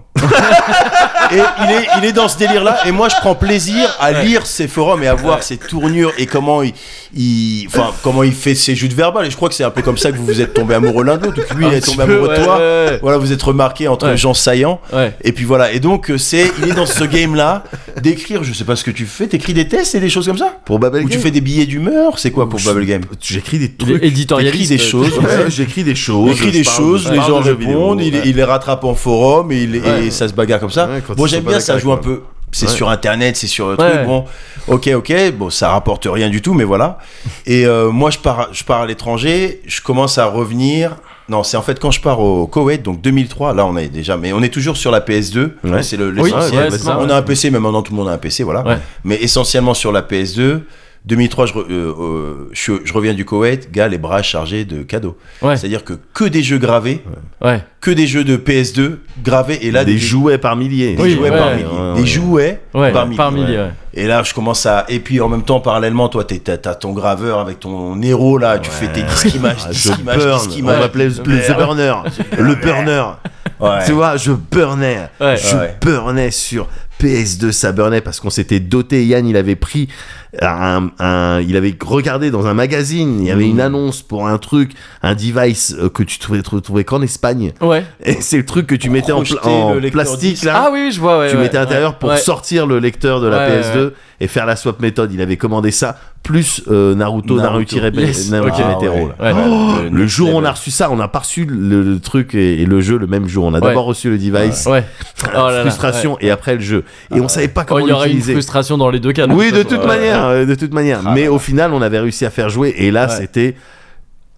Speaker 2: et il est, il est dans ce délire-là et moi je prends plaisir à lire ses forums et à voir ses tournures et comment il, il- enfin comment il fait ses jutes verbales et je crois que c'est un peu comme ça que vous vous êtes tombé amoureux l'un de l'autre, ou que lui
Speaker 1: Un
Speaker 2: il est
Speaker 1: petit
Speaker 2: tombé
Speaker 1: peu,
Speaker 2: amoureux de
Speaker 1: ouais,
Speaker 2: toi.
Speaker 1: ouais,
Speaker 2: Voilà, vous êtes remarqué entre
Speaker 1: Ouais.
Speaker 2: gens saillants.
Speaker 1: ouais. Ouais.
Speaker 2: Et puis voilà. Et donc, euh, c'est, il est dans ce game-là d'écrire, je sais pas ce que tu fais, t'écris des tests et des choses comme ça
Speaker 3: Pour Babel
Speaker 2: Ou tu
Speaker 3: Game.
Speaker 2: fais des billets d'humeur C'est quoi pour
Speaker 3: Je-
Speaker 2: Bubble Game
Speaker 3: J'écris des
Speaker 1: Il est
Speaker 3: trucs.
Speaker 1: éditorialiste. euh,
Speaker 2: T'écris des choses.
Speaker 3: Ouais, J'écris des choses.
Speaker 2: J'écris des
Speaker 3: je parle-
Speaker 2: choses,
Speaker 3: je
Speaker 2: les
Speaker 3: parle
Speaker 2: gens
Speaker 3: de jeux vidéo,
Speaker 2: répondent, il,
Speaker 3: ouais.
Speaker 2: il les rattrape en forum et, il, et
Speaker 3: Ouais.
Speaker 2: ça se bagarre comme ça.
Speaker 3: Ouais, quand
Speaker 2: bon,
Speaker 3: ils
Speaker 2: j'aime
Speaker 3: sont pas
Speaker 2: bien, ça
Speaker 3: d'accord
Speaker 2: joue un
Speaker 3: avec toi.
Speaker 2: peu. C'est
Speaker 3: Ouais.
Speaker 2: sur internet, c'est sur le
Speaker 1: Ouais.
Speaker 2: truc. Bon, ok, ok, bon, ça rapporte rien du tout, mais voilà. Et euh, moi, je pars, je pars à l'étranger, je commence à revenir. Non, c'est en fait quand je pars au Koweït, donc 2003, là on est déjà, mais on est toujours sur la PS2.
Speaker 3: Ouais.
Speaker 2: C'est le,
Speaker 1: Oui,
Speaker 2: l'essentiel.
Speaker 1: ouais, c'est ça,
Speaker 2: on
Speaker 1: ouais.
Speaker 2: a un PC, mais maintenant tout le monde a un PC, voilà.
Speaker 1: Ouais.
Speaker 2: Mais essentiellement sur la PS2. 2003, je, re- euh, euh, je, je reviens du Koweït, gars, les bras chargés de cadeaux.
Speaker 1: Ouais.
Speaker 2: C'est-à-dire que que des jeux gravés,
Speaker 1: Ouais.
Speaker 2: que des jeux de PS2 gravés, et là,
Speaker 3: des jouets par milliers.
Speaker 2: des
Speaker 1: Oui,
Speaker 2: jouets
Speaker 1: ouais,
Speaker 2: par
Speaker 1: ouais,
Speaker 2: milliers.
Speaker 3: ouais,
Speaker 2: des
Speaker 3: ouais.
Speaker 2: jouets
Speaker 1: Ouais,
Speaker 2: par milliers.
Speaker 1: par milliers, ouais.
Speaker 2: Et là, je commence à. Et puis en même temps, parallèlement, toi, t'es- t'as t'as ton graveur avec ton héros là, tu fais tes disques images,
Speaker 3: Ah,
Speaker 2: disques
Speaker 3: je
Speaker 2: images,
Speaker 3: burn.
Speaker 2: disques
Speaker 3: On
Speaker 2: images.
Speaker 3: m'appelait le, le- The Burner. Le Burner.
Speaker 2: Ouais.
Speaker 3: Tu vois, je burnais.
Speaker 1: Ouais.
Speaker 3: Je
Speaker 2: Ouais.
Speaker 3: burnais sur PS2, ça burnait parce qu'on s'était doté. Yann, il avait pris un, un- Il avait regardé dans un magazine, il y avait une annonce pour un truc, un device euh, que tu trouvais, trou- trouvais qu'en Espagne.
Speaker 1: Ouais.
Speaker 3: Et c'est le truc que tu mettais en, pla-
Speaker 2: Projeter
Speaker 3: en
Speaker 2: le lecteur
Speaker 3: plastique
Speaker 2: disque.
Speaker 3: là.
Speaker 1: Ah oui, oui, je vois. Ouais,
Speaker 3: Hein tu
Speaker 1: ouais,
Speaker 3: mettais à l'intérieur pour
Speaker 1: ouais.
Speaker 3: sortir le lecteur de la
Speaker 1: Ouais,
Speaker 3: PS2
Speaker 1: ouais.
Speaker 3: et faire la swap méthode. Il avait commandé ça, plus euh, Naruto,
Speaker 2: Naruto.
Speaker 3: Naruto, Naruto,
Speaker 1: Yes.
Speaker 2: Ah,
Speaker 1: Ok.
Speaker 3: Netero, là.
Speaker 1: Ouais.
Speaker 3: Oh, Le, jour où on a reçu ça, on n'a pas reçu le, le truc et, et le jeu le même jour. On
Speaker 1: Ouais.
Speaker 3: a d'abord reçu le device,
Speaker 1: Ouais. Oh là là,
Speaker 3: frustration et après le jeu. Et on savait pas
Speaker 1: Oh,
Speaker 3: comment
Speaker 1: il y aurait une
Speaker 3: l'utiliser.
Speaker 1: frustration dans les deux cas.
Speaker 3: Oui, de
Speaker 1: façon.
Speaker 3: toute
Speaker 1: Ouais.
Speaker 3: manière, euh, de toute manière.
Speaker 2: Ah,
Speaker 3: Mais au final, on avait réussi à faire jouer et là,
Speaker 1: Ouais.
Speaker 3: c'était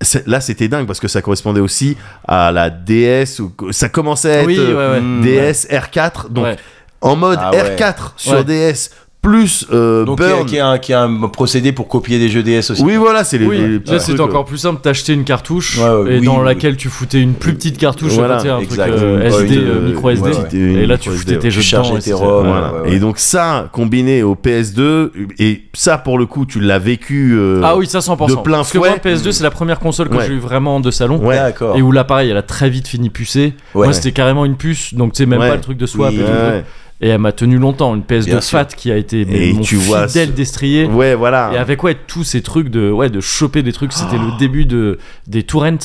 Speaker 3: c'est- là c'était dingue parce que ça correspondait aussi à la DS ou ça commençait à être
Speaker 1: Oui, ouais,
Speaker 3: euh,
Speaker 1: ouais.
Speaker 2: Mm,
Speaker 3: DS R4 donc
Speaker 1: Ouais.
Speaker 3: en mode
Speaker 2: Ah ouais.
Speaker 3: R4 sur
Speaker 1: Ouais.
Speaker 3: DS plus euh,
Speaker 2: Donc,
Speaker 3: Burn.
Speaker 2: qui, est un, qui est un procédé pour copier des jeux DS aussi.
Speaker 3: Oui, voilà, c'est les, les
Speaker 1: Oui,
Speaker 3: petits
Speaker 1: là c'était
Speaker 3: trucs, euh.
Speaker 1: encore plus simple, t'achetais une cartouche
Speaker 2: Ouais, ouais,
Speaker 1: et
Speaker 2: oui,
Speaker 1: dans
Speaker 2: oui.
Speaker 1: laquelle tu foutais une plus petite cartouche,
Speaker 3: Voilà,
Speaker 1: tu sais, un
Speaker 2: exact.
Speaker 1: truc euh, SD,
Speaker 2: Ouais,
Speaker 1: euh,
Speaker 2: une-
Speaker 1: micro SD,
Speaker 2: ouais, ouais.
Speaker 1: et là tu
Speaker 3: Micro
Speaker 1: foutais
Speaker 3: SD,
Speaker 1: tes
Speaker 2: Tu
Speaker 1: jeux
Speaker 2: chargeais
Speaker 1: dedans. et
Speaker 2: tes
Speaker 1: c'était-
Speaker 2: ROM,
Speaker 1: ouais.
Speaker 3: Voilà.
Speaker 2: ouais, ouais.
Speaker 3: Et donc ça, combiné au PS2, et ça pour le coup, tu l'as vécu. euh,
Speaker 1: Ah oui, ça 100%.
Speaker 3: de plein
Speaker 1: Parce que moi,
Speaker 3: fouet.
Speaker 1: PS2, c'est la première console que
Speaker 3: Ouais.
Speaker 1: j'ai eu vraiment de salon.
Speaker 3: Ouais.
Speaker 2: d'accord.
Speaker 1: Et où l'appareil, elle a très vite fini pucer.
Speaker 2: Ouais.
Speaker 1: Moi, c'était carrément une puce, donc tu sais, même
Speaker 3: Ouais.
Speaker 1: pas le truc de swap.
Speaker 2: Oui.
Speaker 1: et, tout.
Speaker 3: ouais.
Speaker 1: Et elle m'a tenu longtemps, une
Speaker 2: Bien
Speaker 1: PS2
Speaker 2: sûr.
Speaker 1: fat qui a été mais
Speaker 3: Et
Speaker 1: mon
Speaker 3: tu vois
Speaker 1: fidèle
Speaker 3: ce-
Speaker 1: destrier.
Speaker 3: Ouais, voilà.
Speaker 1: Et avec ouais tous ces trucs de ouais de choper des trucs, c'était le début de des torrents.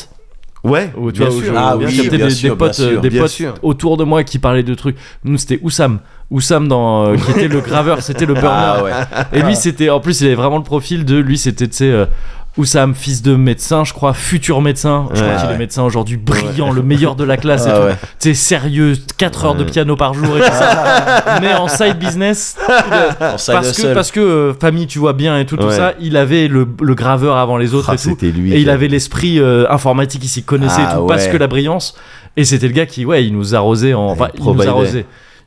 Speaker 3: Ouais,
Speaker 1: Où, tu
Speaker 3: bien
Speaker 1: vois, où
Speaker 3: sûr.
Speaker 1: je-
Speaker 2: Ah
Speaker 1: où
Speaker 2: oui,
Speaker 1: j'étais
Speaker 2: Ah. bien
Speaker 1: des,
Speaker 2: sûr,
Speaker 1: des potes,
Speaker 2: bien sûr,
Speaker 1: euh, des
Speaker 3: bien
Speaker 1: potes
Speaker 3: sûr.
Speaker 1: autour de moi qui parlaient de trucs. Nous, c'était Oussam. Oussam dans, euh, qui était le graveur, c'était le burner.
Speaker 2: Ah ouais.
Speaker 1: Et lui, c'était. En plus, il avait vraiment le profil de. Lui, c'était, tu sais. euh, Oussam, fils de médecin, je crois, futur médecin. Je crois
Speaker 3: Ouais,
Speaker 1: qu'il est
Speaker 2: ouais.
Speaker 1: médecin aujourd'hui, brillant, le meilleur de la classe et
Speaker 2: Ah
Speaker 1: tout.
Speaker 2: ouais.
Speaker 1: Tu sais, sérieux, 4 heures de
Speaker 3: Ouais.
Speaker 1: piano par jour et tout ça. Mais en side business,
Speaker 2: En side
Speaker 1: parce que,
Speaker 2: hustle.
Speaker 1: parce que euh, famille, tu vois bien et tout, tout
Speaker 3: Ouais.
Speaker 1: ça, il avait le, le graveur avant les autres
Speaker 3: Ah,
Speaker 1: et tout.
Speaker 3: c'était lui.
Speaker 1: Et il avait l'esprit euh, informatique, il s'y connaissait
Speaker 2: Ah
Speaker 1: et tout,
Speaker 2: ouais.
Speaker 1: parce que la brillance. Et c'était le gars qui, ouais, il nous arrosait en. Enfin,
Speaker 3: il
Speaker 1: il nous
Speaker 3: providait.
Speaker 1: arrosait.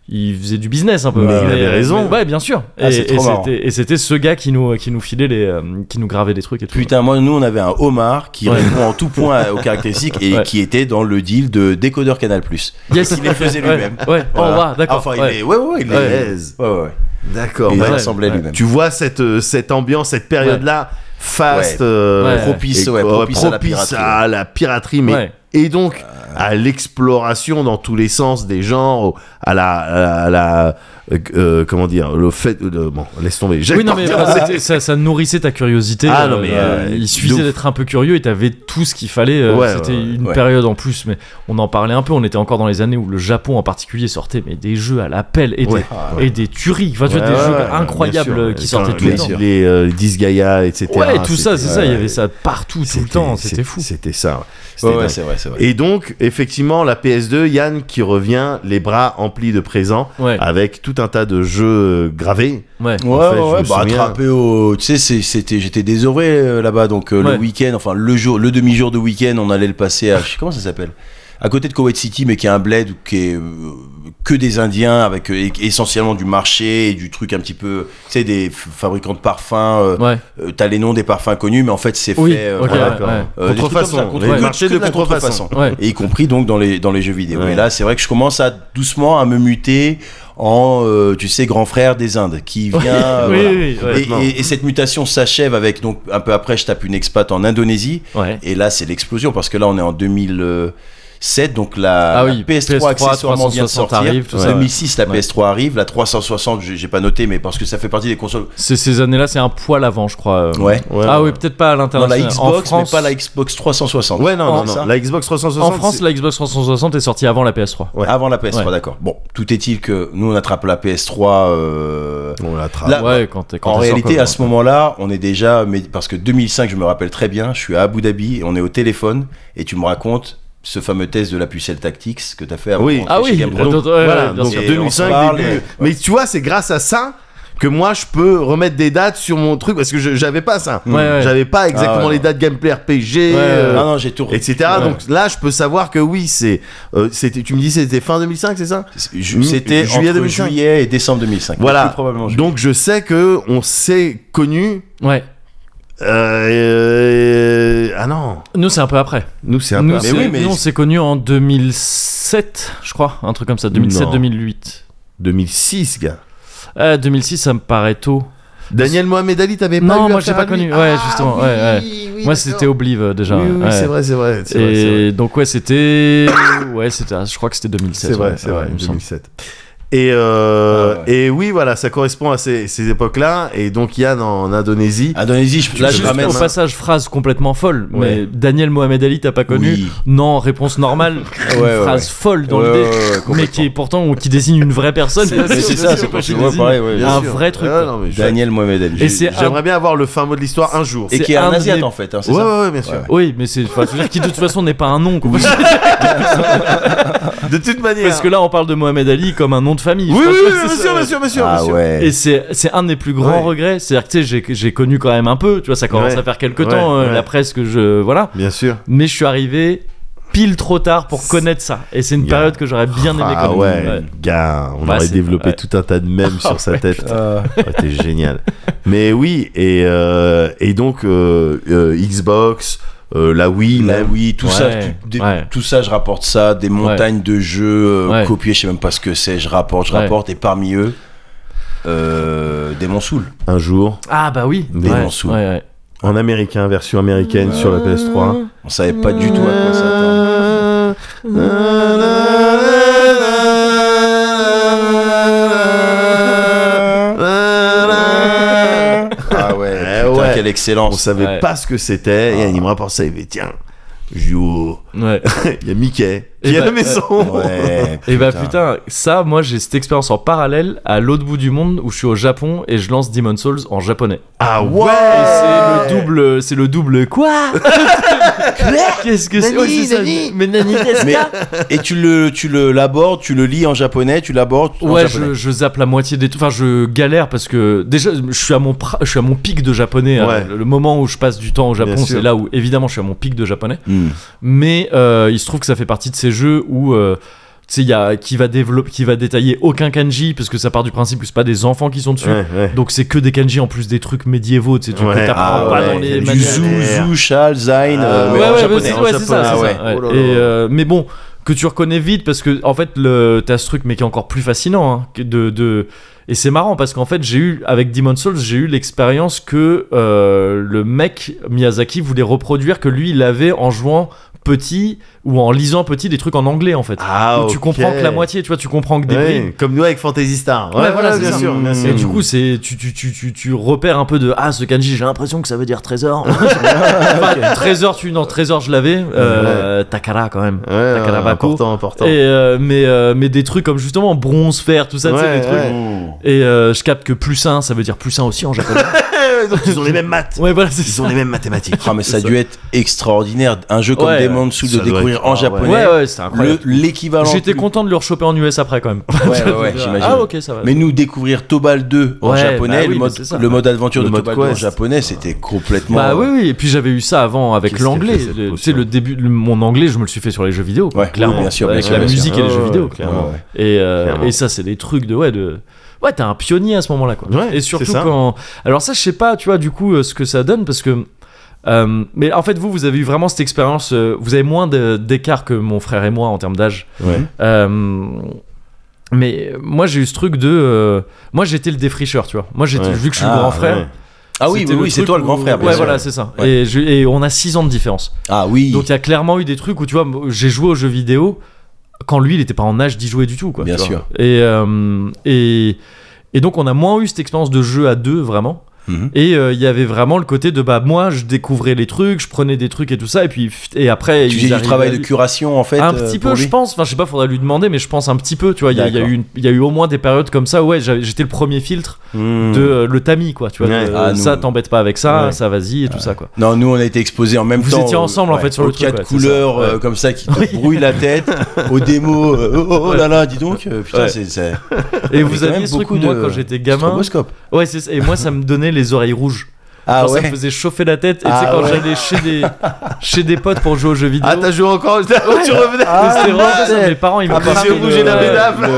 Speaker 1: Il faisait du business un peu.
Speaker 2: Mais il
Speaker 3: avait raison.
Speaker 1: mais- ouais, bien sûr.
Speaker 2: Ah,
Speaker 1: et
Speaker 2: c'est trop
Speaker 1: et
Speaker 2: marrant.
Speaker 1: c'était- et c'était ce gars qui nous, qui nous filait les. euh, qui nous gravait des trucs et tout.
Speaker 2: Putain, moi, nous, on avait un homard qui
Speaker 1: Ouais.
Speaker 2: répond en tout point à- aux caractéristiques et
Speaker 1: Ouais.
Speaker 2: qui était dans le deal de décodeur Canal+.
Speaker 1: Yes.
Speaker 2: Il les faisait
Speaker 1: Ouais,
Speaker 2: lui-même.
Speaker 1: Ouais, Oh,
Speaker 2: Voilà.
Speaker 1: waouh, d'accord.
Speaker 2: Enfin, il
Speaker 1: ouais.
Speaker 2: est. Ouais, ouais, il est.
Speaker 1: Ouais.
Speaker 2: Ouais, ouais, ouais.
Speaker 3: D'accord.
Speaker 2: Il
Speaker 3: ouais.
Speaker 2: rassemblait
Speaker 1: ouais.
Speaker 2: lui-même.
Speaker 3: Tu vois cette, euh, cette ambiance, cette période-là, fast,
Speaker 2: Ouais.
Speaker 3: euh,
Speaker 1: Ouais.
Speaker 2: Propice,
Speaker 3: et-
Speaker 2: ouais, propice à la piraterie.
Speaker 3: à la piraterie, mais
Speaker 1: Ouais.
Speaker 3: et donc à l'exploration dans tous les sens des genres, au- à la, à la euh, euh, comment dire, le fait, euh, bon, laisse tomber. J'ai
Speaker 1: Oui, non,
Speaker 3: pas
Speaker 1: mais
Speaker 3: envie de
Speaker 1: bah,
Speaker 3: parler.
Speaker 1: c'était- ça, ça nourrissait ta curiosité.
Speaker 3: Ah, non, mais, euh,
Speaker 1: il
Speaker 3: de
Speaker 1: suffisait
Speaker 3: ouf.
Speaker 1: d'être un peu curieux et t'avais tout ce qu'il fallait. euh,
Speaker 3: Ouais,
Speaker 1: C'était
Speaker 3: ouais,
Speaker 1: une
Speaker 2: ouais.
Speaker 1: période en plus, mais on en parlait un peu. On était encore dans les années où le Japon en particulier sortait mais des jeux à l'appel et, des-
Speaker 3: Ouais.
Speaker 2: Ah,
Speaker 1: et des tueries. Enfin, tu vois,
Speaker 3: Ouais,
Speaker 1: des
Speaker 3: ouais,
Speaker 1: jeux
Speaker 3: ouais,
Speaker 1: incroyables
Speaker 3: bien sûr.
Speaker 1: qui sortaient
Speaker 3: Quand
Speaker 1: tout le
Speaker 3: les-
Speaker 1: temps.
Speaker 3: Les euh, Disgaea, etc.
Speaker 1: Ouais, tout ça, c'est
Speaker 3: c'était-
Speaker 1: ça. Il y avait
Speaker 3: ouais,
Speaker 1: ça partout, tout le
Speaker 3: c'était-
Speaker 1: temps. C'était fou.
Speaker 3: C'était ça. ouais. C'était
Speaker 2: Ouais, ouais,
Speaker 3: dingue.
Speaker 2: c'est vrai, c'est vrai.
Speaker 3: Et donc, effectivement, la PS2, Yann qui revient, les bras emplis de présents,
Speaker 1: Ouais,
Speaker 3: avec tout un tas de jeux gravés.
Speaker 1: ouais.
Speaker 2: Ouais,
Speaker 3: En
Speaker 2: ouais,
Speaker 3: fait, je
Speaker 2: ouais,
Speaker 3: me
Speaker 2: bah,
Speaker 3: souviens.
Speaker 2: attrapé au. Tu sais, c'est- c'était, j'étais désœuvré euh, là-bas, donc euh,
Speaker 1: Ouais.
Speaker 2: le week-end, enfin le jour, le demi-jour de week-end, on allait le passer à. je sais- Comment ça s'appelle À côté de Kuwait City, mais qui est un bled où- qui est euh, que des Indiens, avec euh, é- essentiellement du marché et du truc un petit peu. Tu sais, des f- fabricants de parfums. euh,
Speaker 1: Ouais.
Speaker 2: euh, T'as les noms des parfums connus, mais en fait, c'est
Speaker 1: Oui,
Speaker 2: fait. euh,
Speaker 1: ok, ouais,
Speaker 2: voilà,
Speaker 1: ouais.
Speaker 2: Euh, des trucs comme ça,
Speaker 3: Contrefaçon,
Speaker 2: contre-
Speaker 3: les
Speaker 2: que-
Speaker 3: marchés
Speaker 2: que
Speaker 3: de
Speaker 2: la
Speaker 3: contrefaçon.
Speaker 1: Ouais.
Speaker 2: et y compris donc dans les dans les jeux vidéo.
Speaker 3: Ouais.
Speaker 2: Et là, c'est vrai que je commence à doucement à me muter en euh, tu sais grand frère des Indes qui vient. euh,
Speaker 1: Oui,
Speaker 2: voilà.
Speaker 1: oui, oui, ouais.
Speaker 2: Et- et, et cette mutation s'achève avec donc un peu après je tape une expat en Indonésie
Speaker 1: Ouais.
Speaker 2: et là c'est l'explosion parce que là on est en 2007 donc la,
Speaker 1: Ah
Speaker 2: la
Speaker 1: oui,
Speaker 2: PS3,
Speaker 1: PS3,
Speaker 2: accessoirement vient
Speaker 1: 360
Speaker 2: de sortir.
Speaker 1: arrive, tout ça.
Speaker 2: 2006 la
Speaker 1: Ouais.
Speaker 2: PS3 arrive, la 360 j'ai j'ai pas noté mais parce que ça fait partie des consoles.
Speaker 1: C'est- Ces années-là, c'est un poil avant, je crois. euh.
Speaker 2: Ouais.
Speaker 1: Ah oui, peut-être pas à
Speaker 2: Dans la
Speaker 1: l'international. En
Speaker 2: Xbox
Speaker 1: France-
Speaker 2: mais pas la Xbox 360.
Speaker 3: Ouais, non,
Speaker 2: En-
Speaker 3: non, non.
Speaker 2: ça
Speaker 3: La Xbox 360.
Speaker 1: En France,
Speaker 3: c'est-
Speaker 1: la Xbox 360 est sortie avant la PS3.
Speaker 3: Ouais.
Speaker 2: Avant la PS3,
Speaker 1: Ouais.
Speaker 2: d'accord. Bon, tout est-il que nous on attrape la PS3. euh,
Speaker 3: on l'attrape.
Speaker 2: Là- Ah,
Speaker 1: ouais, quand, t'es- quand
Speaker 2: en
Speaker 1: t'es
Speaker 2: réalité,
Speaker 1: sorti,
Speaker 2: à ce moment-là, on est déjà. Mais, parce que 2005, je me rappelle très bien, je suis à Abu Dhabi, et on est au téléphone, et tu me racontes ce fameux test de la pucelle Tactics que tu as fait avant
Speaker 3: Oui.
Speaker 2: de rentrer
Speaker 1: Ah
Speaker 2: chez
Speaker 1: oui,
Speaker 2: Game Pro.
Speaker 1: donc, ouais,
Speaker 3: voilà,
Speaker 1: ouais, bien
Speaker 3: donc
Speaker 1: sûr.
Speaker 2: Et on se
Speaker 3: 2005,
Speaker 2: parle,
Speaker 3: début.
Speaker 2: et- ouais.
Speaker 3: Mais tu vois, c'est grâce à ça que moi je peux remettre des dates sur mon truc parce que je- j'avais pas ça.
Speaker 1: Ouais, ouais.
Speaker 3: J'avais pas exactement
Speaker 2: ouais.
Speaker 3: les dates gameplay RPG.
Speaker 1: ouais. Ah
Speaker 3: euh,
Speaker 2: non, non, j'ai tout. re-
Speaker 3: Etc. Donc là, je peux savoir que oui, c'est. euh, c'était. tu me dis, c'était fin 2005, c'est ça
Speaker 2: ju- C'était
Speaker 3: Juillet
Speaker 2: juillet,
Speaker 3: 2005.
Speaker 2: juillet et décembre 2005.
Speaker 3: Voilà.
Speaker 2: Plus probablement juillet.
Speaker 3: Donc je sais que on s'est connus.
Speaker 1: Ouais.
Speaker 3: euh, Ah non,
Speaker 1: Nous, c'est un peu après.
Speaker 3: nous c'est un peu.
Speaker 1: Nous,
Speaker 3: après.
Speaker 1: c'est-
Speaker 2: oui, mais-
Speaker 1: nous, on s'est connus en 2007, je crois. Un truc comme ça, 2007-2008.
Speaker 3: 2006, gars.
Speaker 1: Euh, 2006, ça me paraît tôt.
Speaker 3: Daniel Mohamed Ali, t'avais pas
Speaker 1: Non,
Speaker 3: eu
Speaker 1: moi,
Speaker 3: affaire
Speaker 1: j'ai pas
Speaker 3: à lui
Speaker 1: connu. Ouais,
Speaker 3: Ah,
Speaker 1: justement,
Speaker 3: oui,
Speaker 1: ouais,
Speaker 3: oui,
Speaker 1: Moi,
Speaker 3: d'accord.
Speaker 1: c'était Oblive euh, déjà.
Speaker 3: Oui, oui, oui,
Speaker 1: ouais.
Speaker 3: c'est vrai, c'est vrai. c'est vrai, c'est vrai.
Speaker 1: Et donc, ouais, c'était. Ouais, c'était. Je crois que c'était 2007.
Speaker 3: C'est vrai,
Speaker 1: ouais,
Speaker 3: c'est
Speaker 1: ouais,
Speaker 3: vrai,
Speaker 1: il me semble.
Speaker 3: 2007. Et, euh,
Speaker 2: Ouais, ouais.
Speaker 3: et oui, voilà, ça correspond à ces, ces époques-là. Et donc, Yann en Indonésie.
Speaker 2: Indonésie, je, là, je
Speaker 1: Juste
Speaker 2: ramène.
Speaker 1: au passage, phrase complètement folle, mais
Speaker 3: Ouais.
Speaker 1: Daniel Mohamed Ali, t'as pas connu
Speaker 2: Oui.
Speaker 1: Non, réponse normale. Une
Speaker 2: ouais,
Speaker 1: phrase
Speaker 2: ouais.
Speaker 1: folle dans
Speaker 2: Ouais,
Speaker 1: l'idée,
Speaker 2: ouais, ouais,
Speaker 1: mais
Speaker 2: complètement.
Speaker 1: qui est pourtant ou qui désigne une vraie personne.
Speaker 3: C'est-
Speaker 2: Mais
Speaker 3: sûr,
Speaker 2: c'est
Speaker 3: bien
Speaker 2: ça,
Speaker 3: sûr,
Speaker 2: c'est pas
Speaker 3: je
Speaker 2: chez
Speaker 1: désigne.
Speaker 2: moi, pareil, ouais.
Speaker 1: Bien Un sûr. vrai truc,
Speaker 3: Ah,
Speaker 1: quoi.
Speaker 3: non, mais je-
Speaker 2: Daniel Mohamed Ali.
Speaker 1: Et c'est un-
Speaker 3: J'aimerais bien avoir le fin mot de l'histoire un jour.
Speaker 2: Et qui est
Speaker 1: c'est un
Speaker 2: un
Speaker 1: des-
Speaker 2: Asiate en fait, hein, c'est
Speaker 3: Ouais, ouais,
Speaker 2: ça
Speaker 3: ouais, bien sûr.
Speaker 2: Ouais.
Speaker 1: Oui, mais c'est. Enfin, je veux dire, qui de toute façon n'est pas un nom. quoi.
Speaker 3: De toute manière.
Speaker 1: Parce que là, on parle de Mohamed Ali comme un nom de famille.
Speaker 3: Oui,
Speaker 1: Je
Speaker 3: oui,
Speaker 1: pense
Speaker 3: oui,
Speaker 1: que
Speaker 3: bien
Speaker 1: c'est ça,
Speaker 3: sûr,
Speaker 1: ouais.
Speaker 3: bien sûr, bien sûr.
Speaker 2: Ah
Speaker 3: bien sûr.
Speaker 2: ouais.
Speaker 1: Et c'est c'est un des plus grands
Speaker 3: Ouais.
Speaker 1: regrets. C'est-à-dire que tu sais, j'ai- j'ai connu quand même un peu, tu vois, ça commence
Speaker 3: Ouais.
Speaker 1: à faire quelques
Speaker 3: Ouais,
Speaker 1: temps, euh,
Speaker 3: ouais.
Speaker 1: la presse que je. Voilà.
Speaker 3: Bien sûr.
Speaker 1: Mais je suis arrivé pile trop tard pour connaître ça. Et c'est une
Speaker 3: Yeah.
Speaker 1: période que j'aurais bien aimé
Speaker 3: Ah
Speaker 1: connaître.
Speaker 3: ouais,
Speaker 1: Ouais.
Speaker 3: gars, on
Speaker 1: Bah,
Speaker 3: aurait
Speaker 1: c'est-
Speaker 3: développé
Speaker 1: ouais.
Speaker 3: tout un tas de mèmes sur sa
Speaker 1: ouais,
Speaker 3: tête. Ça aurait été génial. Mais oui, et, euh, et donc euh, euh, Xbox, euh, la Wii,
Speaker 2: Là,
Speaker 3: même.
Speaker 2: bah oui, tout
Speaker 1: Ouais.
Speaker 2: ça, tu- des-
Speaker 1: Ouais.
Speaker 2: tout ça, je rapporte ça, des montagnes de jeux euh,
Speaker 1: Ouais.
Speaker 2: copiés, je sais même pas ce que c'est, je rapporte, je
Speaker 1: Ouais.
Speaker 2: rapporte, et parmi eux, euh, Demon Soul.
Speaker 3: Un jour,
Speaker 1: Ah bah oui.
Speaker 3: Des
Speaker 1: ouais.
Speaker 2: mensonges.
Speaker 1: Ouais, ouais.
Speaker 3: en américain, version américaine sur la PS3.
Speaker 2: On savait pas du tout à quoi s'attendre. Ah ouais,
Speaker 3: Eh
Speaker 2: putain,
Speaker 3: ouais.
Speaker 2: quelle
Speaker 3: On
Speaker 2: excellence.
Speaker 3: savait
Speaker 1: Ouais.
Speaker 3: pas ce que c'était et
Speaker 2: Ah.
Speaker 3: Yann il me rapporte ça il me dit tiens je dis, oh,
Speaker 1: Ouais.
Speaker 3: il y a Mickey
Speaker 1: Et
Speaker 3: qui est à
Speaker 1: bah,
Speaker 3: la maison
Speaker 2: Ouais,
Speaker 1: Et bah putain, ça, moi j'ai cette expérience en parallèle à l'autre bout du monde où je suis au Japon et je lance Demon Souls en japonais.
Speaker 3: ah ouais,
Speaker 1: Et c'est le double, c'est le double quoi Qu'est-ce que c'est
Speaker 3: Nani,
Speaker 1: Ouais, c'est ça,
Speaker 3: nani.
Speaker 1: Mais Nani qu'est-ce
Speaker 2: Mais-
Speaker 1: que-
Speaker 2: Et tu le, tu le l'abordes, tu le lis en japonais, tu l'abordes en
Speaker 1: Ouais,
Speaker 2: japonais.
Speaker 1: je, je zappe la moitié des. Enfin, je galère parce que déjà, je suis à mon, pra- je suis à mon pic de japonais. hein.
Speaker 3: Ouais.
Speaker 1: Le, le moment où je passe du temps au Japon,
Speaker 3: Bien sûr.
Speaker 1: c'est là où évidemment je suis à mon pic de japonais.
Speaker 2: Hmm.
Speaker 1: Mais euh, il se trouve que ça fait partie de ces jeux où. euh, tu sais, il y a qui va développer, qui va détailler aucun kanji parce que ça part du principe que c'est pas des enfants qui sont dessus.
Speaker 3: Ouais, ouais.
Speaker 1: Donc c'est que des kanji en plus des trucs médiévaux, tu sais, trucs
Speaker 3: Ouais,
Speaker 1: que t'apprends
Speaker 2: ah
Speaker 1: pas
Speaker 2: ouais,
Speaker 1: dans les
Speaker 2: Du
Speaker 1: manuels.
Speaker 2: zou,
Speaker 3: manières.
Speaker 2: zou, shal, zain,
Speaker 3: Ah,
Speaker 2: euh, mais
Speaker 1: ouais,
Speaker 2: en
Speaker 1: ouais,
Speaker 2: japonais.
Speaker 1: ouais, c'est ça,
Speaker 2: Ah
Speaker 1: c'est
Speaker 2: ouais.
Speaker 1: ça, ouais.
Speaker 3: Oh là là.
Speaker 1: Et, euh, mais bon, que tu reconnais vite parce que en fait, le, t'as ce truc, mais qui est encore plus fascinant. hein, que de, de- Et c'est marrant parce qu'en fait, j'ai eu avec Demon Souls, j'ai eu l'expérience que euh, le mec Miyazaki voulait reproduire que lui, il avait en jouant petit ou en lisant petit des trucs en anglais en fait.
Speaker 3: ah
Speaker 1: Où tu
Speaker 3: ok.
Speaker 1: comprends que la moitié, tu vois, tu comprends que des
Speaker 3: Ouais,
Speaker 1: bribes.
Speaker 3: comme nous avec Fantasy Star
Speaker 1: Ouais, voilà, c'est
Speaker 3: bien
Speaker 1: ça.
Speaker 3: sûr bien sûr.
Speaker 1: Et du coup, c'est tu, tu, tu, tu, tu repères un peu de ah ce kanji, j'ai l'impression que ça veut dire trésor. Enfin, trésor, tu non trésor, je l'avais. Euh, Takara quand même.
Speaker 3: Ouais, ouais,
Speaker 1: Takanabako.
Speaker 3: important important
Speaker 1: Et euh, mais euh, mais des trucs comme justement bronze, fer, tout ça, tu sais,
Speaker 3: Ouais,
Speaker 1: des trucs.
Speaker 3: ouais.
Speaker 1: Et euh, je capte que plus 1, ça veut dire plus 1 aussi en japonais.
Speaker 3: Eh, Donc, ils ont les mêmes maths
Speaker 1: ouais, voilà, c'est ça.
Speaker 3: ils ont les mêmes mathématiques
Speaker 2: Ah mais ça a dû être extraordinaire, un jeu comme
Speaker 1: Ouais,
Speaker 2: Demon Soul
Speaker 3: Ça
Speaker 2: de
Speaker 3: doit
Speaker 2: découvrir
Speaker 3: être-
Speaker 2: en
Speaker 3: ah,
Speaker 2: japonais.
Speaker 1: Ouais, ouais, c'était
Speaker 2: Le-
Speaker 1: incroyable.
Speaker 2: L'équivalent.
Speaker 1: J'étais
Speaker 2: plus-
Speaker 1: content de le rechoper en US après quand même.
Speaker 2: Ouais, ouais, ouais, j'imagine.
Speaker 1: Ah ok, ça va.
Speaker 2: Mais nous découvrir Tobal 2 en
Speaker 1: Ouais,
Speaker 2: japonais,
Speaker 1: bah oui,
Speaker 2: le,
Speaker 1: mais
Speaker 2: mode,
Speaker 1: c'est ça.
Speaker 2: le mode aventure
Speaker 3: Le
Speaker 2: de
Speaker 3: mode
Speaker 2: Tobal 2 en
Speaker 3: quest.
Speaker 2: japonais, c'était complètement.
Speaker 1: Bah oui, oui, et puis j'avais eu ça avant avec
Speaker 3: Qu'est-ce que
Speaker 1: l'anglais.
Speaker 3: c'est cette
Speaker 1: Le- Tu sais,
Speaker 3: potion
Speaker 1: le début, le- mon anglais, je me le suis fait sur les jeux vidéo. quoi,
Speaker 2: Ouais, oui,
Speaker 1: clairement.
Speaker 2: bien sûr, bien
Speaker 1: avec
Speaker 2: sûr,
Speaker 1: la
Speaker 2: bien sûr.
Speaker 1: musique et les
Speaker 3: Ouais,
Speaker 1: jeux
Speaker 3: ouais,
Speaker 1: vidéo.
Speaker 3: clairement.
Speaker 2: Ouais.
Speaker 1: Et, euh,
Speaker 3: Clairement.
Speaker 1: et ça, c'est des trucs de ouais de ouais t'es un pionnier à ce moment-là quoi.
Speaker 3: Ouais,
Speaker 1: et
Speaker 3: c'est
Speaker 1: surtout
Speaker 3: ça.
Speaker 1: quand alors ça je sais pas tu vois du coup euh, ce que ça donne parce que euh, mais en fait vous vous avez eu vraiment cette expérience euh, vous avez moins de- d'écart que mon frère et moi en termes d'âge.
Speaker 3: Ouais.
Speaker 1: Euh, mais moi j'ai eu ce truc de euh, moi j'étais le défricheur tu vois moi j'étais
Speaker 3: Ouais.
Speaker 1: vu que je suis
Speaker 2: Ah,
Speaker 1: le grand frère.
Speaker 3: ouais.
Speaker 2: Ah oui,
Speaker 1: c'était
Speaker 2: oui, oui, c'est
Speaker 1: truc
Speaker 2: toi le grand
Speaker 1: où-
Speaker 2: frère. bien
Speaker 1: Ouais,
Speaker 2: sûr.
Speaker 1: voilà, c'est ça.
Speaker 2: Ouais.
Speaker 1: Et, je- et on a 6 ans de différence.
Speaker 2: Ah oui,
Speaker 1: Donc il y a clairement eu des trucs où tu vois, j'ai joué aux jeux vidéo quand lui il était pas en âge d'y jouer du tout quoi.
Speaker 2: bien
Speaker 1: tu vois.
Speaker 2: sûr.
Speaker 1: Et, euh, et et donc on a moins eu cette expérience de jeu à deux vraiment.
Speaker 2: Mhm.
Speaker 1: Et euh, il y avait vraiment le côté de bah moi je découvrais les trucs, je prenais des trucs et tout ça et puis pff, et après
Speaker 2: Tu
Speaker 1: ils
Speaker 2: fais du
Speaker 1: arrivaient à
Speaker 2: travail de
Speaker 1: lui-
Speaker 2: curation en fait.
Speaker 1: un
Speaker 2: euh,
Speaker 1: petit
Speaker 2: pour
Speaker 1: peu
Speaker 2: lui
Speaker 1: je pense enfin je sais pas faudrait lui demander mais je pense un petit peu tu vois il y, a- il y a
Speaker 2: D'accord.
Speaker 1: eu une- il y a eu au moins des périodes comme ça ouais j'avais- j'étais le premier filtre
Speaker 2: Hmm.
Speaker 1: de euh, le tamis quoi tu vois
Speaker 3: Ouais.
Speaker 1: de, euh,
Speaker 2: Ah, nous-
Speaker 1: ça t'embête pas avec ça
Speaker 2: Ouais.
Speaker 1: ça vas-y et tout ça quoi
Speaker 2: Non, nous on a été exposés en même
Speaker 1: Vous
Speaker 2: temps.
Speaker 1: étiez
Speaker 2: au-
Speaker 1: ensemble, en fait, sur
Speaker 2: aux
Speaker 1: le truc,
Speaker 2: quatre
Speaker 1: ouais, c'est
Speaker 2: couleurs
Speaker 1: ça, ouais.
Speaker 2: euh, comme ça qui te brouillent la tête, aux démos. euh, oh, oh, oh là là, dis donc, euh, putain,
Speaker 1: Ouais.
Speaker 2: c'est c'est.
Speaker 1: et
Speaker 2: Il y a
Speaker 1: vous
Speaker 2: quand
Speaker 1: aviez
Speaker 2: même
Speaker 1: ce truc
Speaker 2: beaucoup
Speaker 1: moi
Speaker 2: de
Speaker 1: quand j'étais gamin
Speaker 2: stroboscope.
Speaker 1: ouais c'est ça. et moi ça me donnait les oreilles rouges
Speaker 2: Ah
Speaker 1: Genre, ça me
Speaker 2: ouais.
Speaker 1: faisait chauffer la tête et tu sais
Speaker 2: Ah
Speaker 1: quand
Speaker 2: ouais.
Speaker 1: j'allais chez des chez des potes pour jouer aux jeux vidéo
Speaker 3: Ah, t'as joué encore Tu revenais
Speaker 1: Mais
Speaker 2: Ah,
Speaker 1: c'était vraiment ça,
Speaker 2: ouais.
Speaker 1: mes parents ils
Speaker 2: Ah,
Speaker 1: me
Speaker 2: parce
Speaker 1: craquaient
Speaker 2: que
Speaker 1: de-
Speaker 2: vous, j'ai la
Speaker 1: ouais.
Speaker 3: bédave.
Speaker 2: Le-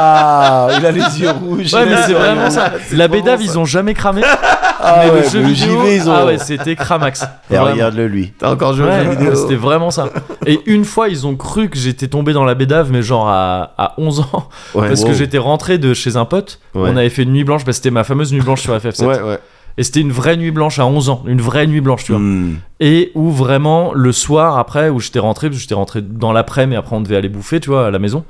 Speaker 2: Waouh, il a les yeux rouges.
Speaker 1: Ouais,
Speaker 2: il a
Speaker 1: mais
Speaker 2: les
Speaker 1: c'est
Speaker 2: oreilles
Speaker 1: vraiment
Speaker 2: rouges.
Speaker 1: ça. La
Speaker 3: vraiment
Speaker 1: bédave,
Speaker 3: ça.
Speaker 1: ils ont jamais cramé.
Speaker 2: Ah
Speaker 1: mais
Speaker 2: ouais,
Speaker 1: le jeu
Speaker 2: mais
Speaker 1: vidéo,
Speaker 2: j'y vais, ils ont-
Speaker 1: ah ouais, c'était cramax.
Speaker 2: Et
Speaker 1: Vraiment.
Speaker 2: regarde-le lui.
Speaker 3: T'as encore joué
Speaker 1: Ouais,
Speaker 3: aux jeux vidéo
Speaker 1: c'était vraiment ça. Et une fois, ils ont cru que j'étais tombé dans la bédave, mais genre à, à 11 ans,
Speaker 3: Ouais,
Speaker 1: parce
Speaker 3: wow.
Speaker 1: que j'étais rentré de chez un pote.
Speaker 3: Ouais.
Speaker 1: On avait fait une nuit blanche, parce que c'était ma fameuse nuit blanche sur FF7.
Speaker 3: Ouais, ouais.
Speaker 1: Et c'était une vraie nuit blanche à 11 ans, une vraie nuit blanche, tu vois.
Speaker 2: Hmm.
Speaker 1: Et où vraiment, le soir après, où j'étais rentré, parce que j'étais rentré dans l'après, mais après on devait aller bouffer, tu vois, à la maison.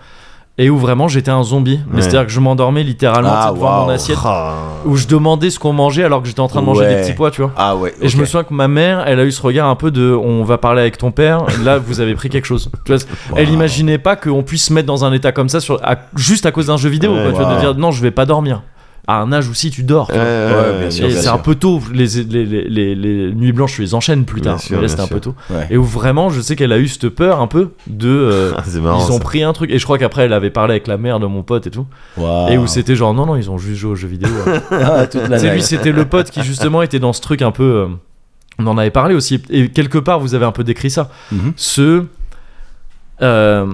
Speaker 1: Et où vraiment j'étais un zombie. Mais
Speaker 3: Ouais.
Speaker 1: c'est-à-dire que je m'endormais littéralement
Speaker 2: Ah,
Speaker 1: tu sais, devant mon
Speaker 2: waouh.
Speaker 1: assiette.
Speaker 3: Ah.
Speaker 1: où je demandais ce qu'on mangeait alors que j'étais en train de manger
Speaker 2: Ouais.
Speaker 1: des petits pois, tu vois.
Speaker 2: Ah ouais.
Speaker 1: Et je me souviens que ma mère, elle a eu ce regard un peu de on va parler avec ton père, là vous avez pris quelque chose. Tu vois, Elle imaginait pas qu'on puisse se mettre dans un état comme ça sur, à- juste à cause d'un jeu vidéo,
Speaker 3: Ouais,
Speaker 1: quoi, tu vois, de
Speaker 2: wow.
Speaker 1: dire non, je vais pas dormir. À un âge aussi, tu dors. tu
Speaker 3: Ouais,
Speaker 1: vois.
Speaker 3: ouais,
Speaker 2: bien
Speaker 3: ouais,
Speaker 2: sûr.
Speaker 1: Et c'est un peu tôt, les, les, les, les- les nuits blanches, je les enchaîne plus
Speaker 3: Bien
Speaker 1: tard.
Speaker 3: sûr,
Speaker 1: mais là,
Speaker 3: bien
Speaker 1: c'était un
Speaker 3: sûr.
Speaker 1: peu tôt.
Speaker 2: Ouais.
Speaker 1: Et où vraiment, je sais qu'elle a eu cette peur un peu de. euh,
Speaker 3: Ah, C'est marrant.
Speaker 1: ils ont
Speaker 3: ça.
Speaker 1: pris un truc. Et je crois qu'après, elle avait parlé avec la mère de mon pote et tout.
Speaker 2: Waouh.
Speaker 1: Et où c'était genre, non, non, ils ont juste joué aux jeux vidéo. hein.
Speaker 2: Ah, toute la
Speaker 1: C'est lui,
Speaker 2: night.
Speaker 1: c'était le pote qui justement était dans ce truc un peu. euh, on en avait parlé aussi. Et quelque part, vous avez un peu décrit ça.
Speaker 2: Mhm.
Speaker 1: Ce. euh,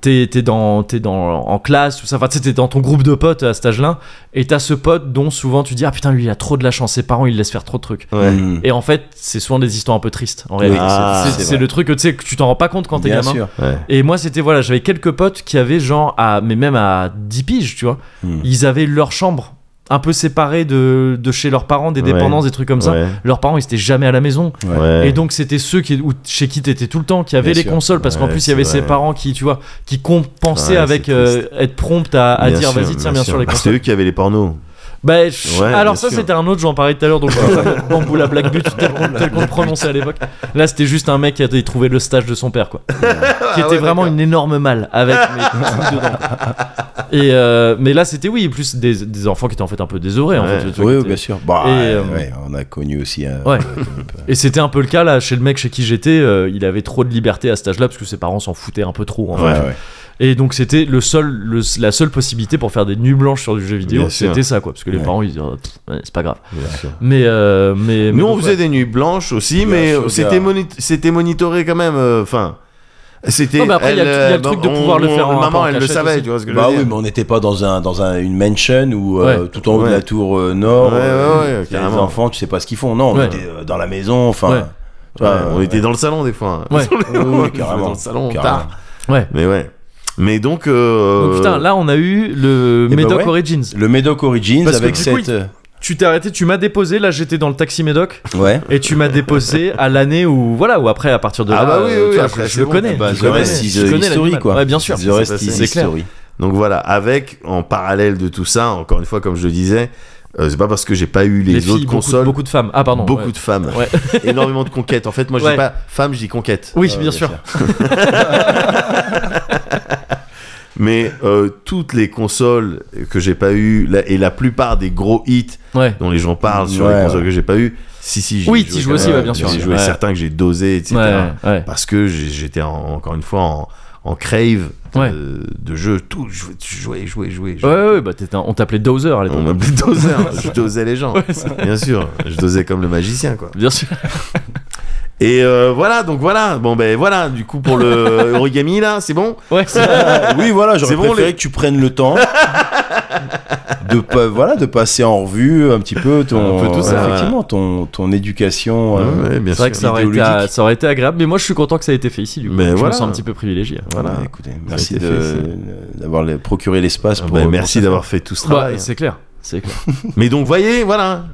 Speaker 1: t'es t'es dans, t'es dans en classe ou ça, enfin tu sais, t'es dans ton groupe de potes à cet âge-là, et t'as ce pote dont souvent tu dis ah putain lui il a trop de la chance, ses parents ils le laissent faire trop de trucs.
Speaker 3: Ouais.
Speaker 2: Hmm.
Speaker 1: Et en fait c'est souvent des histoires un peu tristes en réalité.
Speaker 3: Ah,
Speaker 1: C'est-
Speaker 2: c'est
Speaker 1: c'est
Speaker 2: vrai.
Speaker 1: le truc que tu sais que tu t'en rends pas compte quand t'es
Speaker 2: Bien
Speaker 1: gamin.
Speaker 2: sûr.
Speaker 3: Ouais.
Speaker 1: Et moi, c'était voilà, j'avais quelques potes qui avaient genre à, mais même à 10 piges, tu vois,
Speaker 2: Hmm.
Speaker 1: ils avaient leur chambre un peu séparée de, de chez leurs parents, des
Speaker 3: Ouais.
Speaker 1: dépendances, des trucs comme ça.
Speaker 3: Ouais.
Speaker 1: Leurs parents, ils étaient jamais à la maison.
Speaker 3: Ouais.
Speaker 1: Et donc, c'était ceux qui, ou chez qui t'étais tout le temps, qui avaient
Speaker 2: Bien
Speaker 1: les
Speaker 2: sûr.
Speaker 1: consoles, parce qu'en
Speaker 3: Ouais,
Speaker 1: plus, il
Speaker 3: c'est
Speaker 1: y avait
Speaker 3: vrai.
Speaker 1: ses parents qui, tu vois, qui compensaient
Speaker 3: Ouais,
Speaker 1: avec
Speaker 3: c'est
Speaker 1: euh,
Speaker 3: triste.
Speaker 1: être prompt à, à
Speaker 3: Bien
Speaker 1: dire,
Speaker 3: sûr,
Speaker 1: vas-y, tiens, bien sûr, les
Speaker 3: Ah, C'est
Speaker 1: consoles.
Speaker 3: eux qui avaient les pornos.
Speaker 1: Bah, je-
Speaker 3: Ouais,
Speaker 1: alors
Speaker 3: bien
Speaker 1: ça
Speaker 3: sûr.
Speaker 1: c'était un autre, j'en parlais tout à l'heure, donc euh, bambou la black but tel qu'on tel qu'on le prononçait à l'époque. Là c'était juste un mec qui avait trouvé le stage de son père quoi, qui était
Speaker 3: ouais,
Speaker 1: vraiment
Speaker 3: d'accord.
Speaker 1: une énorme malle avec mais tout dedans. Et euh, mais là c'était oui plus des, des enfants qui étaient en fait un peu désorés en
Speaker 3: Ouais.
Speaker 1: fait. tu vois, qui
Speaker 2: Oui, oui,
Speaker 1: étaient-
Speaker 2: bien sûr. Bah,
Speaker 1: Et, euh,
Speaker 2: ouais, on a connu aussi. euh,
Speaker 1: Ouais. Et c'était un peu le cas là chez le mec chez qui j'étais, euh, il avait trop de liberté à cet âge-là parce que ses parents s'en foutaient un peu trop. En fait.
Speaker 2: Ouais, ouais.
Speaker 1: Et donc c'était le seul, le- la seule possibilité pour faire des nuits blanches sur du jeu vidéo,
Speaker 3: Bien sûr.
Speaker 1: c'était ça quoi, parce que les
Speaker 2: Ouais.
Speaker 1: parents ils disaient Ah, pff, ouais, c'est pas grave. Mais, euh, mais mais
Speaker 3: Nous, on
Speaker 1: donc,
Speaker 3: faisait des nuits blanches
Speaker 2: Bien
Speaker 3: aussi, mais
Speaker 2: sûr,
Speaker 3: c'était
Speaker 2: gars.
Speaker 3: moni- c'était monitoré quand même. euh, Enfin, c'était.
Speaker 1: Non, mais après, il y a le-
Speaker 3: elle, euh,
Speaker 1: il y a le truc de pouvoir le faire en- en
Speaker 3: Maman, elle le
Speaker 1: cachette
Speaker 3: savait,
Speaker 1: aussi.
Speaker 3: tu vois ce que
Speaker 2: Bah
Speaker 3: je veux
Speaker 2: oui, mais
Speaker 3: dire.
Speaker 2: on n'était pas dans un dans un, une mansion ou euh,
Speaker 1: Ouais.
Speaker 2: tout en haut
Speaker 3: Ouais.
Speaker 2: de la tour euh, nord.
Speaker 3: Ouais,
Speaker 2: euh,
Speaker 3: ouais, ouais,
Speaker 2: il y a les
Speaker 3: carrément.
Speaker 2: enfants, tu sais pas ce qu'ils font. Non, on
Speaker 1: Ouais.
Speaker 2: était euh, dans la maison. Enfin,
Speaker 1: Ouais.
Speaker 2: tu vois,
Speaker 3: Ouais,
Speaker 1: bah,
Speaker 3: on
Speaker 2: euh,
Speaker 3: était dans le salon des fois. hein.
Speaker 1: Ouais.
Speaker 2: Oui, oui,
Speaker 3: On était
Speaker 2: carrément.
Speaker 3: Dans le salon,
Speaker 2: Carrément.
Speaker 3: tard.
Speaker 1: Ouais.
Speaker 3: Mais ouais. Mais donc. euh,
Speaker 1: Donc, putain, là on a eu le
Speaker 2: Eh ben
Speaker 1: Médoc
Speaker 2: ouais.
Speaker 1: Origins.
Speaker 2: Le Médoc Origins
Speaker 1: Parce que
Speaker 2: avec
Speaker 1: du coup,
Speaker 2: cette euh,
Speaker 1: Tu t'es arrêté, tu m'as déposé. Là j'étais dans le taxi Médoc
Speaker 2: ouais.
Speaker 1: et tu m'as déposé à l'année où voilà ou après à partir de
Speaker 3: Ah
Speaker 1: là.
Speaker 3: bah oui,
Speaker 1: euh,
Speaker 3: oui,
Speaker 1: tu vois,
Speaker 3: après,
Speaker 1: je- je,
Speaker 3: c'est
Speaker 1: le
Speaker 3: bon.
Speaker 1: connais.
Speaker 3: Bah,
Speaker 1: je
Speaker 2: The
Speaker 1: connais,
Speaker 2: Rest is
Speaker 1: je
Speaker 2: euh,
Speaker 1: connais
Speaker 2: History
Speaker 1: l'animal.
Speaker 2: quoi.
Speaker 1: Ouais, bien sûr.
Speaker 2: The Rest is
Speaker 1: C'est clair.
Speaker 2: History.
Speaker 3: Donc voilà, avec en parallèle de tout ça, encore une fois, comme je le disais, euh, c'est pas parce que j'ai pas eu les,
Speaker 1: Les
Speaker 3: autres
Speaker 1: filles, beaucoup,
Speaker 3: consoles,
Speaker 1: beaucoup de femmes. Ah pardon.
Speaker 3: beaucoup
Speaker 1: ouais.
Speaker 3: de femmes,
Speaker 1: Ouais.
Speaker 3: énormément de conquêtes. En fait, moi, je
Speaker 1: Ouais.
Speaker 3: dis pas femme, je dis conquête.
Speaker 1: Oui,
Speaker 2: Ouais,
Speaker 1: bien
Speaker 2: bien
Speaker 1: sûr.
Speaker 3: Mais euh, toutes les consoles que j'ai pas eu la- et la plupart des gros hits
Speaker 1: Ouais.
Speaker 3: dont les gens parlent sur
Speaker 2: Ouais.
Speaker 3: les consoles que j'ai pas eu, si si, j'y ai
Speaker 1: Oui,
Speaker 3: joué
Speaker 1: t'y joues
Speaker 3: quand
Speaker 1: aussi,
Speaker 3: même.
Speaker 1: ouais, bien sûr.
Speaker 3: J'y ai joué
Speaker 1: Ouais.
Speaker 3: certains que j'ai dosé, etc.
Speaker 1: Ouais. ouais.
Speaker 3: Parce que j'ai- j'étais en- encore une fois en, en crave
Speaker 1: Ouais.
Speaker 3: euh, de jeux, tout, je jouais, jouais, jouais.
Speaker 1: Ouais,
Speaker 3: jouais.
Speaker 1: ouais, bah t'étais un- on t'appelait Dozer à
Speaker 3: On
Speaker 1: l'époque.
Speaker 3: m'appelait doseur, je dosais les gens.
Speaker 1: Ouais, c'est-
Speaker 3: hein. Bien sûr, je dosais comme le magicien quoi.
Speaker 1: Bien sûr.
Speaker 3: Et euh, voilà, donc voilà, bon ben voilà, du coup pour le origami là, c'est bon
Speaker 1: Ouais. c'est-
Speaker 2: Oui, voilà, j'aurais
Speaker 3: C'est bon,
Speaker 2: préféré
Speaker 3: les-
Speaker 2: que tu prennes le temps de pa- voilà de passer en revue un petit peu ton
Speaker 3: Un peu tout ça, voilà.
Speaker 2: effectivement ton ton éducation. euh,
Speaker 3: Ouais, bien
Speaker 1: C'est vrai que ça aurait, été,
Speaker 2: Vidéoludique.
Speaker 1: ça aurait été agréable, mais moi je suis content que ça ait été fait ici. Du coup,
Speaker 3: Mais
Speaker 1: je
Speaker 3: voilà.
Speaker 1: me sens un petit peu privilégié. hein. Bah,
Speaker 3: Voilà.
Speaker 2: Ouais, écoutez, merci
Speaker 3: été
Speaker 2: de-
Speaker 3: fait, ça.
Speaker 2: d'avoir les- procuré l'espace pour.
Speaker 3: Ben,
Speaker 2: pour
Speaker 3: merci
Speaker 2: ça.
Speaker 3: d'avoir fait tout ce
Speaker 1: Bah,
Speaker 3: travail.
Speaker 1: c'est clair, c'est clair.
Speaker 3: Mais donc voyez, voilà.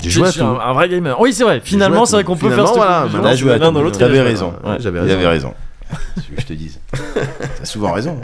Speaker 3: J'ai
Speaker 1: Je
Speaker 3: joué à
Speaker 1: suis
Speaker 3: tout.
Speaker 1: un, un vrai gamer. Oui, c'est vrai.
Speaker 3: joué
Speaker 1: Finalement,
Speaker 3: à
Speaker 1: c'est vrai
Speaker 3: tout.
Speaker 1: qu'on peut faire
Speaker 3: Finalement,
Speaker 1: ce
Speaker 3: voilà,
Speaker 1: truc.
Speaker 3: maintenant,
Speaker 2: Là, je vais
Speaker 1: l'un dans
Speaker 2: attendre.
Speaker 1: l'autre.
Speaker 2: T'avais
Speaker 1: il y a-
Speaker 2: raison.
Speaker 1: Ouais,
Speaker 3: J'avais
Speaker 2: Il avait
Speaker 3: raison.
Speaker 2: raison. C'est ce que je te dise. T'as souvent raison.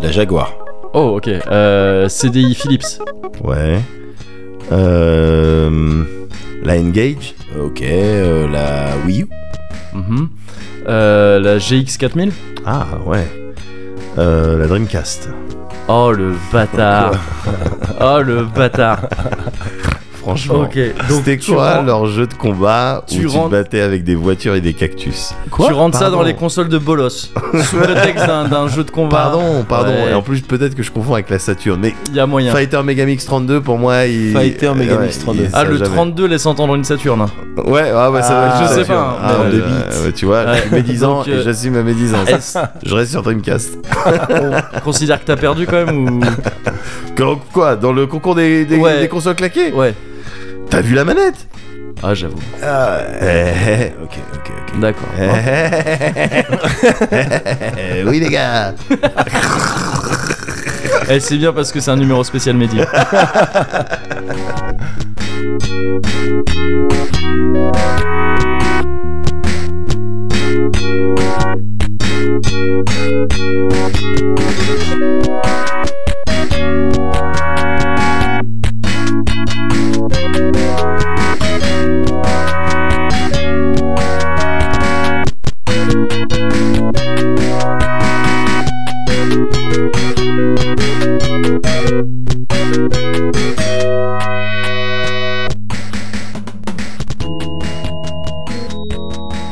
Speaker 3: Euh,
Speaker 2: Jaguar.
Speaker 1: Oh, ok. Euh, CDI Philips.
Speaker 3: Ouais. Euh, la Engage.
Speaker 2: Ok, euh, la Wii U.
Speaker 1: Mhm. Euh, la GX4000.
Speaker 3: Ah ouais. Euh, la Dreamcast.
Speaker 1: Oh le bâtard. oh le bâtard.
Speaker 3: Franchement.
Speaker 1: Ok. Donc
Speaker 3: C'était
Speaker 1: tu
Speaker 3: quoi
Speaker 1: rends-
Speaker 3: leur jeu de combat où
Speaker 1: tu
Speaker 3: tu
Speaker 1: rentres-
Speaker 3: te battais avec des voitures et des cactus
Speaker 1: tu rentres ça dans
Speaker 3: Pardon.
Speaker 1: les consoles de bolos sous prétexte d'un d'un jeu de combat.
Speaker 3: Pardon, pardon.
Speaker 1: Ouais.
Speaker 3: Et en plus, peut-être que je confonds avec la Saturn. Mais
Speaker 1: Il y a moyen.
Speaker 3: Fighter Megamix 32, pour moi, il.
Speaker 2: Fighter Megamix
Speaker 3: il-
Speaker 2: 32.
Speaker 1: ah
Speaker 3: ça
Speaker 1: le
Speaker 3: jamais.
Speaker 1: 32 laisse entendre une Saturne.
Speaker 3: Ouais, ah, ouais, ça doit être
Speaker 1: Ah,
Speaker 3: une
Speaker 1: je sais
Speaker 3: Saturn.
Speaker 1: pas,
Speaker 3: Ah,
Speaker 1: mais-
Speaker 3: ouais,
Speaker 1: de
Speaker 3: ouais, ouais, tu vois,
Speaker 1: Ouais.
Speaker 3: je suis médisant
Speaker 1: Donc, euh,
Speaker 3: et j'assume ma médisance.
Speaker 1: Est-ce
Speaker 3: Je reste sur Dreamcast.
Speaker 1: qu'on considère que t'as perdu quand même
Speaker 3: Quand- quoi Dans le concours des, des-
Speaker 1: Ouais.
Speaker 3: des consoles claquées
Speaker 1: ou Ouais.
Speaker 3: T'as vu la manette
Speaker 1: Ah j'avoue.
Speaker 3: Eh,
Speaker 2: Ok, ok, ok.
Speaker 1: D'accord.
Speaker 3: eh, eh, Oui les gars
Speaker 1: Eh, c'est bien parce que c'est un numéro spécial média.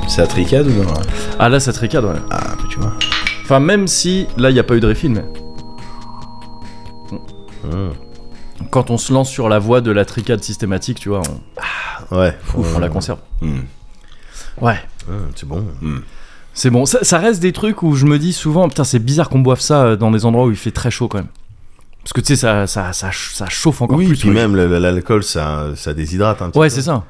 Speaker 2: C'est à tricade ou non
Speaker 1: Ah là ça tricade ouais.
Speaker 2: Ah, mais tu vois.
Speaker 1: Enfin même si là il n'y a pas eu de refill mais...
Speaker 3: Ah.
Speaker 1: Quand on se lance sur la voie de la tricade systématique, tu vois, on,
Speaker 3: Ah, Ouais,
Speaker 1: on la conserve.
Speaker 2: Hmm.
Speaker 1: Ouais.
Speaker 3: Hum, C'est bon.
Speaker 1: C'est bon, ça, ça reste des trucs où je me dis souvent, putain, c'est bizarre qu'on boive ça euh, dans des endroits où il fait très chaud quand même. Parce que tu sais, ça, ça, ça, ch- ça chauffe encore
Speaker 3: oui,
Speaker 1: plus.
Speaker 3: puis
Speaker 1: ouais.
Speaker 3: même le- le- l'alcool, ça, ça déshydrate un petit
Speaker 1: Ouais,
Speaker 3: peu.
Speaker 1: c'est ça.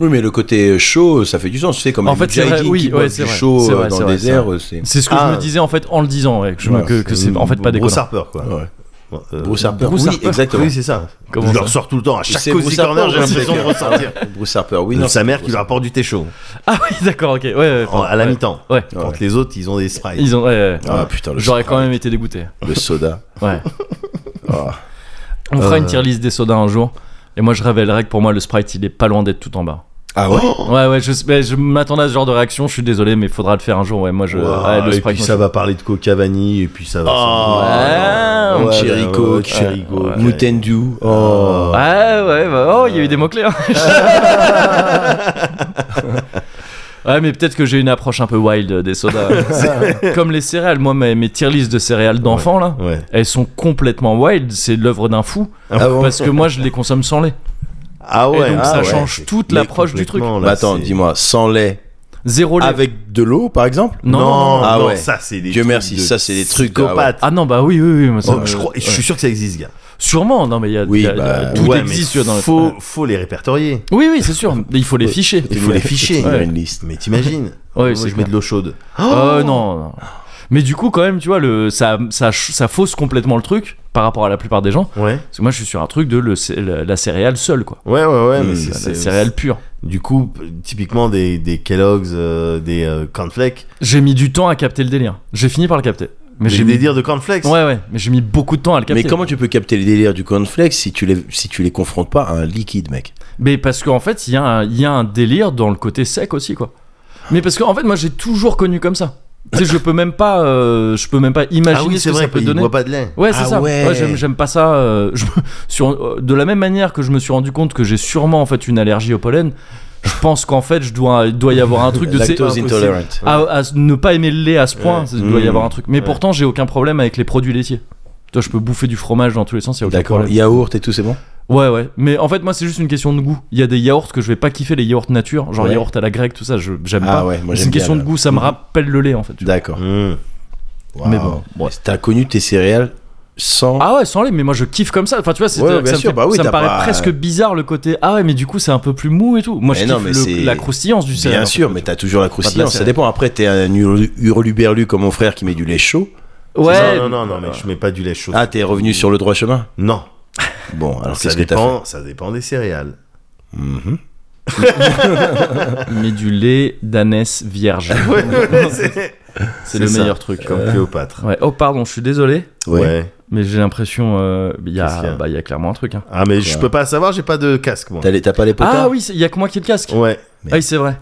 Speaker 2: Oui, mais le côté chaud, ça fait du sens. Tu sais, comme
Speaker 1: En
Speaker 2: les
Speaker 1: fait, c'est vrai,
Speaker 2: Mujahideen
Speaker 1: oui,
Speaker 2: qui
Speaker 1: ouais,
Speaker 2: boivent
Speaker 1: c'est
Speaker 2: du
Speaker 1: vrai,
Speaker 2: chaud
Speaker 1: c'est
Speaker 2: euh,
Speaker 1: vrai,
Speaker 2: dans
Speaker 1: c'est
Speaker 2: le
Speaker 1: vrai,
Speaker 2: désert, euh, c'est.
Speaker 1: C'est ce que je
Speaker 3: Ah.
Speaker 1: me disais en fait en le disant, ouais, que, je me-
Speaker 2: Ouais,
Speaker 1: que, que c'est en fait pas
Speaker 3: Bruce
Speaker 1: déconnant.
Speaker 3: Harper, quoi.
Speaker 2: Ouais.
Speaker 3: Bon, euh,
Speaker 2: Bruce Harper.
Speaker 1: Bruce
Speaker 2: oui,
Speaker 1: Harper.
Speaker 2: exactement.
Speaker 3: Oui, c'est ça.
Speaker 1: Comment
Speaker 3: je
Speaker 1: ça
Speaker 3: le ressors tout le temps. À chaque
Speaker 2: C'est
Speaker 3: Cozy
Speaker 2: Bruce
Speaker 3: Corner,
Speaker 2: Harper,
Speaker 3: j'ai
Speaker 2: ouais,
Speaker 3: l'impression de
Speaker 2: c'est clair.
Speaker 3: ressortir.
Speaker 2: Bruce Harper, oui.
Speaker 3: De
Speaker 2: non,
Speaker 3: sa
Speaker 2: c'est
Speaker 3: mère qui
Speaker 2: Bruce
Speaker 3: lui
Speaker 2: Harper.
Speaker 3: rapporte du thé chaud.
Speaker 1: Ah oui, d'accord, ok. Ouais, ouais,
Speaker 3: En- à la
Speaker 1: ouais.
Speaker 3: mi-temps.
Speaker 1: Ouais.
Speaker 2: Ouais.
Speaker 3: Quand les autres, ils ont des sprites.
Speaker 1: Ils ont, ouais, ouais.
Speaker 2: Ah putain, le
Speaker 1: J'aurais
Speaker 2: soda.
Speaker 1: quand même été dégoûté.
Speaker 2: Le soda.
Speaker 1: Ouais.
Speaker 2: Ah.
Speaker 1: On fera
Speaker 3: Euh.
Speaker 1: une tier list des sodas un jour. Et moi, je révélerai que pour moi, le Sprite, il est pas loin d'être tout en bas.
Speaker 2: Ah ouais
Speaker 1: Ouais, ouais, je, mais je m'attendais à ce genre de réaction. Je suis désolé, mais faudra le faire un jour. Ouais, moi, je.
Speaker 3: Wow,
Speaker 1: ouais, le
Speaker 3: et
Speaker 1: Sprite,
Speaker 3: puis
Speaker 1: moi,
Speaker 3: ça
Speaker 1: je-
Speaker 3: va parler de Coca Vanille, et puis ça va.
Speaker 1: Ah,
Speaker 3: Ouais,
Speaker 2: Un
Speaker 3: ouais,
Speaker 2: Cherry
Speaker 3: ouais,
Speaker 2: Coke,
Speaker 3: ouais, Cherry Coke.
Speaker 2: Mountain Dew. Oh.
Speaker 1: Ouais, ouais, bah, oh, il y a eu des mots-clés. hein. ouais, mais peut-être que j'ai une approche un peu wild des
Speaker 2: Oh.
Speaker 1: sodas. Comme les céréales, moi, mes, mes tier lists de céréales d'enfants, là,
Speaker 3: Ouais.
Speaker 1: elles sont complètement wild, c'est l'œuvre d'un fou.
Speaker 2: Ah bon
Speaker 1: Parce que moi, je les consomme sans lait.
Speaker 3: Ah
Speaker 1: Et
Speaker 3: ouais,
Speaker 1: donc,
Speaker 3: ah
Speaker 1: ça
Speaker 3: ouais.
Speaker 1: change toute
Speaker 3: Mais
Speaker 1: l'approche du truc.
Speaker 3: complètement, là,
Speaker 2: Bah, attends,
Speaker 3: c'est-
Speaker 2: dis-moi, sans lait,
Speaker 1: Zéro lait.
Speaker 2: avec de l'eau, par exemple
Speaker 1: Non, non, non, non.
Speaker 2: Ah
Speaker 3: non,
Speaker 2: ouais.
Speaker 3: ça c'est des
Speaker 2: Dieu
Speaker 3: trucs
Speaker 2: merci,
Speaker 3: de
Speaker 2: ça, c'est des trucs,
Speaker 3: psychopathes.
Speaker 1: Ah non, bah oui, oui, oui. moi, ça
Speaker 3: Oh,
Speaker 1: me-
Speaker 3: je, crois- je
Speaker 1: ouais.
Speaker 3: suis sûr que ça existe, gars.
Speaker 1: Sûrement, non, mais il y a,
Speaker 2: Oui,
Speaker 1: il y a-
Speaker 2: bah,
Speaker 1: tout
Speaker 3: Ouais,
Speaker 1: existe
Speaker 3: mais
Speaker 1: dans le-
Speaker 3: faut, faut les répertorier.
Speaker 1: Oui, oui, c'est sûr. Mais Il faut les ficher.
Speaker 3: Il faut les ficher.
Speaker 2: Il y a une liste.
Speaker 3: Mais t'imagines Moi,
Speaker 1: c'est
Speaker 3: je mets
Speaker 1: clair.
Speaker 3: de l'eau chaude. Oh
Speaker 1: Euh, non, non. Mais du coup, quand même, tu vois, le, ça, ça, ça fausse complètement le truc par rapport à la plupart des gens.
Speaker 3: Ouais.
Speaker 1: Parce que moi, je suis sur un truc de le, cé- la, la céréale seule, quoi.
Speaker 3: Ouais, ouais, ouais. mais
Speaker 2: Hmm.
Speaker 3: c'est-
Speaker 1: La,
Speaker 3: c'est-
Speaker 1: la céréale pure.
Speaker 3: Du coup, typiquement des, des Kellogg's, euh, des euh, cornflakes.
Speaker 1: J'ai mis du temps à capter le délire. J'ai fini par le capter. Mais
Speaker 3: J'ai
Speaker 1: j'ai
Speaker 3: des
Speaker 1: mis...
Speaker 3: dires de cornflakes.
Speaker 1: Ouais, ouais, mais j'ai mis beaucoup de temps à le capter.
Speaker 2: Mais comment tu peux capter les délires du cornflakes si tu les, si tu les confrontes pas à un liquide, mec
Speaker 1: Mais parce qu'en fait, il y, a un- il y a un délire dans le côté sec aussi, quoi. Mais parce qu'en fait, moi, j'ai toujours connu comme ça. tu sais, je peux même pas, euh, je peux même pas imaginer
Speaker 3: Ah oui,
Speaker 1: ce
Speaker 3: c'est
Speaker 1: que
Speaker 3: vrai.
Speaker 1: ça peut
Speaker 3: ils
Speaker 1: donner.
Speaker 3: boivent pas de lait.
Speaker 1: Ouais, c'est
Speaker 2: Ah
Speaker 1: ça.
Speaker 2: ouais.
Speaker 1: j'aime, j'aime pas ça. euh, je me- sur, euh, de la même manière que je me suis rendu compte que j'ai sûrement en fait une allergie au pollen, je pense qu'en fait, je dois, il doit y avoir un truc de c'est
Speaker 2: Lactose
Speaker 1: impossible. Ah,
Speaker 2: intolerant.
Speaker 1: À, à ne pas aimer le lait à ce point,
Speaker 3: Ouais.
Speaker 1: il doit y
Speaker 2: Mmh.
Speaker 1: avoir un truc. Mais pourtant, j'ai aucun problème avec les produits laitiers. Toi, je peux bouffer du fromage dans tous les sens, il y a aucun
Speaker 2: D'accord,
Speaker 1: problème.
Speaker 2: yaourt et tout, c'est bon
Speaker 1: Ouais, ouais. Mais en fait, moi, c'est juste une question de goût. Il y a des yaourts que je vais pas kiffer, les yaourts nature, genre
Speaker 2: Ouais.
Speaker 1: yaourt à la grecque, tout ça, je, j'aime
Speaker 2: Ah
Speaker 1: pas.
Speaker 2: ouais, moi
Speaker 1: c'est
Speaker 2: j'aime
Speaker 1: une
Speaker 2: bien
Speaker 1: question
Speaker 2: le- Mhm.
Speaker 1: de goût, ça me rappelle le lait en fait. tu vois.
Speaker 2: D'accord.
Speaker 3: Hmm.
Speaker 1: Mais bon,
Speaker 2: Ouais. T'as connu tes céréales sans.
Speaker 1: Ah ouais, sans lait, mais moi je kiffe comme ça. Enfin, tu vois, c'est-
Speaker 2: Ouais,
Speaker 1: ça,
Speaker 2: bien
Speaker 1: me
Speaker 2: sûr,
Speaker 1: fait-
Speaker 2: bah oui,
Speaker 1: ça me
Speaker 2: t'as
Speaker 1: paraît
Speaker 2: pas-
Speaker 1: presque bizarre le côté. Ah ouais, mais du coup, c'est un peu plus mou et tout. Moi, je
Speaker 2: Mais non,
Speaker 1: kiffe
Speaker 2: mais
Speaker 1: le-
Speaker 2: c'est-
Speaker 1: la croustillance du céréal.
Speaker 2: Bien sûr, mais t'as toujours la
Speaker 1: Pas de la
Speaker 2: croustillance. Ça
Speaker 1: céréale.
Speaker 2: dépend. Après, t'es un hurlu- hurluberlu comme mon frère qui met du lait chaud.
Speaker 1: Ouais.
Speaker 3: Non, non, non, non, mais je mets pas du lait chaud.
Speaker 2: Ah, t'es revenu sur le droit chemin
Speaker 3: Non.
Speaker 2: Bon, alors
Speaker 3: ça
Speaker 2: qu'est-ce que t'as fait
Speaker 3: dépend, ça dépend des céréales.
Speaker 2: Mhm.
Speaker 1: Mais du lait d'ânesse vierge.
Speaker 3: Ouais, ouais, c'est-
Speaker 1: C'est le
Speaker 3: ça,
Speaker 1: meilleur truc.
Speaker 3: Comme
Speaker 1: Euh,
Speaker 3: Cléopâtre.
Speaker 1: ouais. Oh, pardon, je suis désolé,
Speaker 2: Ouais.
Speaker 1: mais j'ai l'impression. euh, Il y,
Speaker 3: Qu'est-ce qu'il y a
Speaker 1: a... bah, il y a clairement un truc. hein.
Speaker 3: Ah, mais je peux pas savoir, j'ai pas de casque, moi.
Speaker 2: T'as les- T'as pas les potards
Speaker 1: Ah oui, c'est- il y a que moi qui ai le casque.
Speaker 3: Ouais.
Speaker 1: Ah oui, c'est vrai.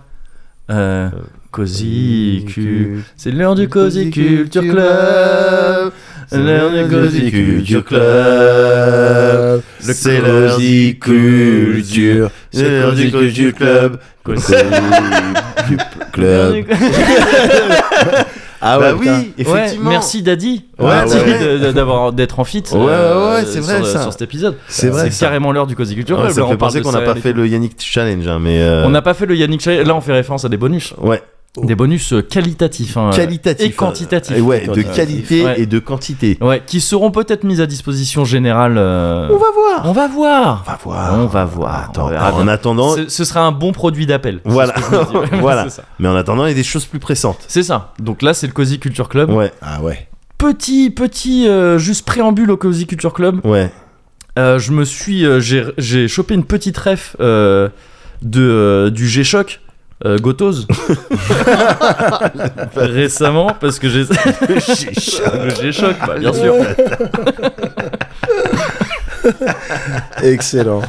Speaker 1: Euh, Cozy Cul- C'est l'heure du Cozy Culture Club. L'heure du Cozy Culture Club.
Speaker 3: Le
Speaker 2: C'est l'heure du culture, c'est l'heure du culture club,
Speaker 1: Cozy-
Speaker 2: c'est l'heure du
Speaker 1: Euh,
Speaker 3: euh,
Speaker 2: club. Ah
Speaker 3: Bah
Speaker 2: ouais,
Speaker 3: oui,
Speaker 2: putain.
Speaker 1: Ouais,
Speaker 3: effectivement.
Speaker 1: merci Daddy
Speaker 3: Ouais,
Speaker 1: Merci
Speaker 3: c'est vrai.
Speaker 1: de- de- d'avoir d'être en fit euh,
Speaker 3: Ouais, ouais, ouais, c'est vrai,
Speaker 1: sur,
Speaker 3: ça.
Speaker 1: sur cet épisode.
Speaker 3: C'est vrai, ça.
Speaker 1: carrément l'heure du Cozy Culture
Speaker 3: Ouais,
Speaker 1: Club.
Speaker 3: ça
Speaker 1: là, on
Speaker 3: fait
Speaker 1: parle
Speaker 3: penser
Speaker 1: de
Speaker 3: qu'on n'a
Speaker 1: ça
Speaker 3: pas
Speaker 1: et
Speaker 3: fait
Speaker 1: tout.
Speaker 3: le Yannick Challenge, hein, mais. euh,
Speaker 1: On n'a pas fait le Yannick Challenge. Là, on fait référence à des bonus.
Speaker 3: Ouais,
Speaker 1: Des bonus euh, qualitatifs. hein,
Speaker 3: qualitatif.
Speaker 1: Et quantitatifs.
Speaker 3: Oh. Et ouais, de
Speaker 2: Quantitatif.
Speaker 3: qualité
Speaker 1: Ouais.
Speaker 3: et de quantité.
Speaker 1: Ouais, qui seront peut-être mis à disposition générale. euh,
Speaker 3: On va voir.
Speaker 1: On va voir.
Speaker 3: On va voir.
Speaker 1: On va voir.
Speaker 3: Attends,
Speaker 1: On verra
Speaker 3: en
Speaker 1: bien.
Speaker 3: attendant,
Speaker 1: Ce, ce sera un bon produit d'appel. C'est
Speaker 3: Voilà.
Speaker 1: ce que je me dis. Ouais,
Speaker 3: Voilà.
Speaker 1: c'est ça.
Speaker 3: mais en attendant, il y a des choses plus pressantes.
Speaker 1: C'est ça. Donc là, c'est le Cozy Culture Club.
Speaker 3: Ouais,
Speaker 2: Ah ouais.
Speaker 1: Petit, petit, euh, juste préambule au Cozy Culture Club.
Speaker 3: ouais.
Speaker 1: Euh, je me suis, euh, j'ai- j'ai chopé une petite ref euh, de euh, du G-Shock. Euh, Gotos récemment parce que j'ai le G-Shock bah, bien sûr
Speaker 2: Excellent.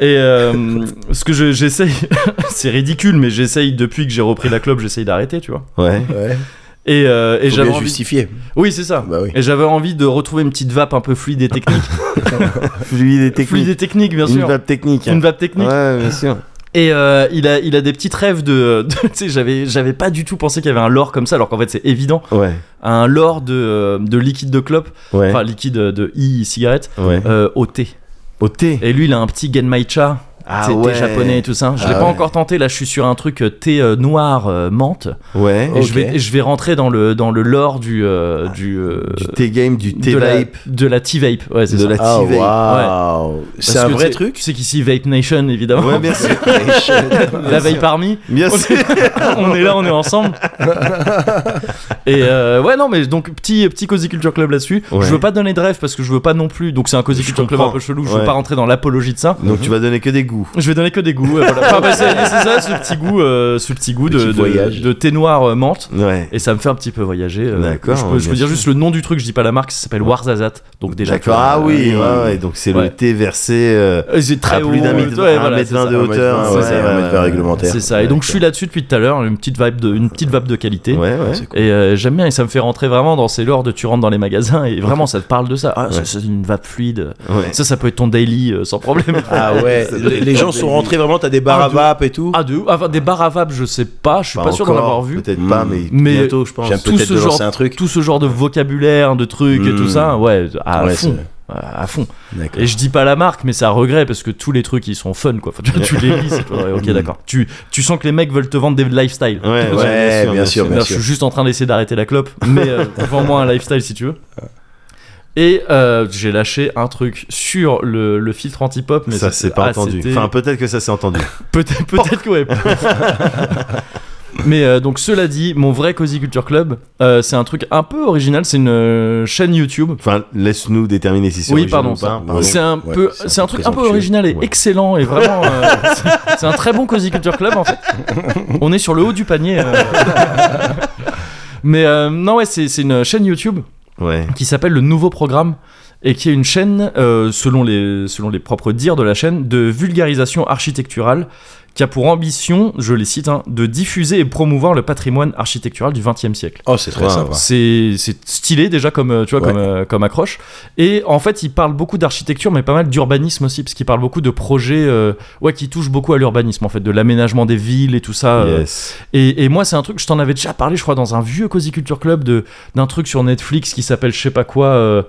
Speaker 1: et euh, ce que je- j'essaye c'est ridicule mais j'essaye depuis que j'ai repris la club j'essaye d'arrêter tu vois
Speaker 3: Ouais.
Speaker 2: Ouais.
Speaker 1: et, euh, et
Speaker 2: Et
Speaker 1: j'avais
Speaker 2: j'avais
Speaker 1: envie
Speaker 2: justifié.
Speaker 1: oui c'est ça
Speaker 2: Bah oui.
Speaker 1: Et j'avais envie de retrouver une petite vape un peu fluide et technique.
Speaker 3: Fluide et technique.
Speaker 1: Fluide et technique, bien
Speaker 3: Une
Speaker 1: sûr.
Speaker 3: vape technique. hein.
Speaker 1: Une vape technique.
Speaker 3: Ouais, bien sûr.
Speaker 1: Et euh, il, a, il a des petites rêves de. de- tu sais, j'avais, j'avais pas du tout pensé qu'il y avait un lore comme ça, alors qu'en fait, c'est évident.
Speaker 3: Ouais,
Speaker 1: Un lore de, euh, de liquide de clope,
Speaker 3: ouais.
Speaker 1: enfin, liquide de e-cigarette,
Speaker 3: ouais.
Speaker 1: euh, au thé.
Speaker 3: Au thé.
Speaker 1: Et lui, il a un petit Genmaicha,
Speaker 3: Ah
Speaker 1: thé japonais et tout ça. Je
Speaker 2: Ah
Speaker 1: l'ai pas
Speaker 2: ouais.
Speaker 1: encore tenté, là, je suis sur un truc euh, thé euh, noir euh, menthe.
Speaker 3: Ouais.
Speaker 1: Et je vais, et je vais rentrer dans le, dans le lore du. euh, du, euh,
Speaker 3: Du thé game, du thé
Speaker 1: de la,
Speaker 3: vape.
Speaker 1: de la tea vape. Ouais, c'est
Speaker 3: De
Speaker 1: ça.
Speaker 3: la
Speaker 2: Ah
Speaker 3: TV.
Speaker 2: waouh. C'est
Speaker 1: Parce
Speaker 2: un
Speaker 1: que
Speaker 2: vrai
Speaker 1: tu-
Speaker 2: truc.
Speaker 1: Tu sais qu'ici, Vape Nation, évidemment.
Speaker 3: Ouais, bien sûr.
Speaker 1: la veille parmi.
Speaker 3: Bien
Speaker 1: On
Speaker 3: sûr.
Speaker 1: est, on est là, on est ensemble. Et euh, ouais, non, mais donc petit, petit Cozy Culture Club là-dessus.
Speaker 3: Ouais.
Speaker 1: Je veux pas donner de rêve parce que je veux pas non plus. Donc c'est un Cozy
Speaker 3: Je
Speaker 1: Culture Club
Speaker 3: comprends.
Speaker 1: un peu chelou. Je
Speaker 3: Ouais.
Speaker 1: veux pas rentrer dans l'apologie de ça.
Speaker 3: Donc tu vas donner que des goûts.
Speaker 1: Je vais donner que des goûts. euh, voilà. Enfin, bah, c'est c'est ça, ce petit goût, euh, ce petit goût
Speaker 2: Petit
Speaker 1: de, de,
Speaker 2: voyage.
Speaker 1: de thé noir euh, menthe.
Speaker 3: Ouais.
Speaker 1: Et ça me fait un petit peu voyager. euh,
Speaker 3: D'accord,
Speaker 1: Je peux, je
Speaker 3: bien
Speaker 1: peux dire
Speaker 3: sûr.
Speaker 1: juste le nom du truc, je dis pas la marque, ça s'appelle Warzazat. Donc déjà. tu
Speaker 3: D'accord.
Speaker 1: vois,
Speaker 3: Ah oui,
Speaker 1: euh,
Speaker 3: ouais, ouais. Donc c'est
Speaker 1: Ouais.
Speaker 3: le thé versé euh,
Speaker 1: euh, C'est très
Speaker 3: à plus d'un
Speaker 1: haut,
Speaker 3: mètre,
Speaker 1: ouais,
Speaker 3: un
Speaker 1: voilà,
Speaker 3: mètre
Speaker 1: c'est
Speaker 3: vingt
Speaker 1: ça.
Speaker 3: de hauteur.
Speaker 1: mètre
Speaker 3: hein,
Speaker 1: vingt,
Speaker 3: ouais,
Speaker 1: c'est
Speaker 2: un
Speaker 3: ouais,
Speaker 2: mètre
Speaker 3: ouais,
Speaker 2: vingt
Speaker 3: ouais.
Speaker 2: réglementaire.
Speaker 1: C'est ça. Et donc je suis là-dessus depuis tout à l'heure, une petite vibe de, une petite vibe de qualité.
Speaker 3: Ouais, ouais.
Speaker 2: C'est cool.
Speaker 1: Et euh, j'aime bien, et ça me fait rentrer vraiment dans ces lords de tu rentres dans les magasins et vraiment ça te parle de ça. Ah, ça,
Speaker 3: Ouais.
Speaker 1: c'est une vape fluide.
Speaker 3: Ouais.
Speaker 1: Ça, ça peut être ton daily euh, sans problème.
Speaker 2: Ah ouais. Les les gens sont rentrés vraiment. T'as des bars
Speaker 1: Ah,
Speaker 2: à
Speaker 1: de-
Speaker 2: vape et tout.
Speaker 1: Ah, de ouf. Enfin, des bars à vape, je sais pas, je suis pas, sûr d'en
Speaker 3: encore,
Speaker 1: avoir vu.
Speaker 3: Peut-être pas, mais,
Speaker 1: Mais
Speaker 3: bientôt, je pense.
Speaker 2: J'aime
Speaker 1: tout
Speaker 2: peut-être
Speaker 1: ce
Speaker 2: de
Speaker 1: genre-
Speaker 2: lancer un truc.
Speaker 1: Tout ce genre de vocabulaire, de trucs et
Speaker 2: Mm.
Speaker 3: Hmm.
Speaker 1: tout ça, ouais, à
Speaker 2: Ouais,
Speaker 1: fond. Euh,
Speaker 2: c'est-
Speaker 1: À fond.
Speaker 2: D'accord.
Speaker 1: Et je dis pas la marque, mais c'est à regret parce que tous les trucs ils sont fun quoi. Enfin, tu, tu les lis, c'est pas vrai, ok, d'accord. Tu, tu sens que les mecs veulent te vendre des lifestyles.
Speaker 3: Hmm. Ouais,
Speaker 1: Tout ça.
Speaker 2: Ouais, bien sûr,
Speaker 1: Alors, je suis juste en train d'essayer d'arrêter la clope, mais euh, vends-moi un lifestyle si tu veux. Et euh, j'ai lâché un truc sur le, le filtre anti-pop, mais
Speaker 3: Ça, c'est pas
Speaker 1: ah,
Speaker 3: entendu.
Speaker 1: c'était-
Speaker 3: Enfin, peut-être que ça s'est entendu.
Speaker 1: peut-être peut-être que ouais. mais euh, donc cela dit, mon vrai Cozy Culture Club, euh, c'est un truc un peu original. C'est une euh, chaîne YouTube.
Speaker 3: Enfin, laisse-nous déterminer si c'est
Speaker 1: Oui,
Speaker 3: original
Speaker 1: pardon,
Speaker 3: ou
Speaker 1: ça.
Speaker 3: pas. Pardon.
Speaker 1: C'est un
Speaker 2: Ouais,
Speaker 1: peu,
Speaker 2: c'est un
Speaker 1: c'est un
Speaker 2: peu
Speaker 1: truc un peu
Speaker 2: présomptueux.
Speaker 1: original et
Speaker 3: Ouais.
Speaker 1: excellent et vraiment, euh, c'est- c'est un très bon cozy culture club en fait. On est sur le haut du panier. euh. Mais euh, non ouais, c'est c'est une chaîne YouTube
Speaker 3: Ouais.
Speaker 1: qui s'appelle le Nouveau Programme et qui est une chaîne, euh, selon les selon les propres dires de la chaîne, de vulgarisation architecturale qui a pour ambition, je les cite, hein, de diffuser et promouvoir le patrimoine architectural du XXe siècle.
Speaker 2: Oh, c'est très
Speaker 3: Wow.
Speaker 2: sympa.
Speaker 1: C'est c'est stylé déjà comme euh, tu vois
Speaker 2: Ouais.
Speaker 1: comme euh, comme accroche. Et en fait, il parle beaucoup d'architecture, mais pas mal d'urbanisme aussi, parce qu'il parle beaucoup de projets euh, ouais qui touchent beaucoup à l'urbanisme en fait, de l'aménagement des villes et tout ça. euh.
Speaker 3: Yes.
Speaker 1: Et, et moi, c'est un truc je t'en avais déjà parlé, je crois, dans un vieux Cozy Culture Club de d'un truc sur Netflix qui s'appelle je sais pas quoi. euh,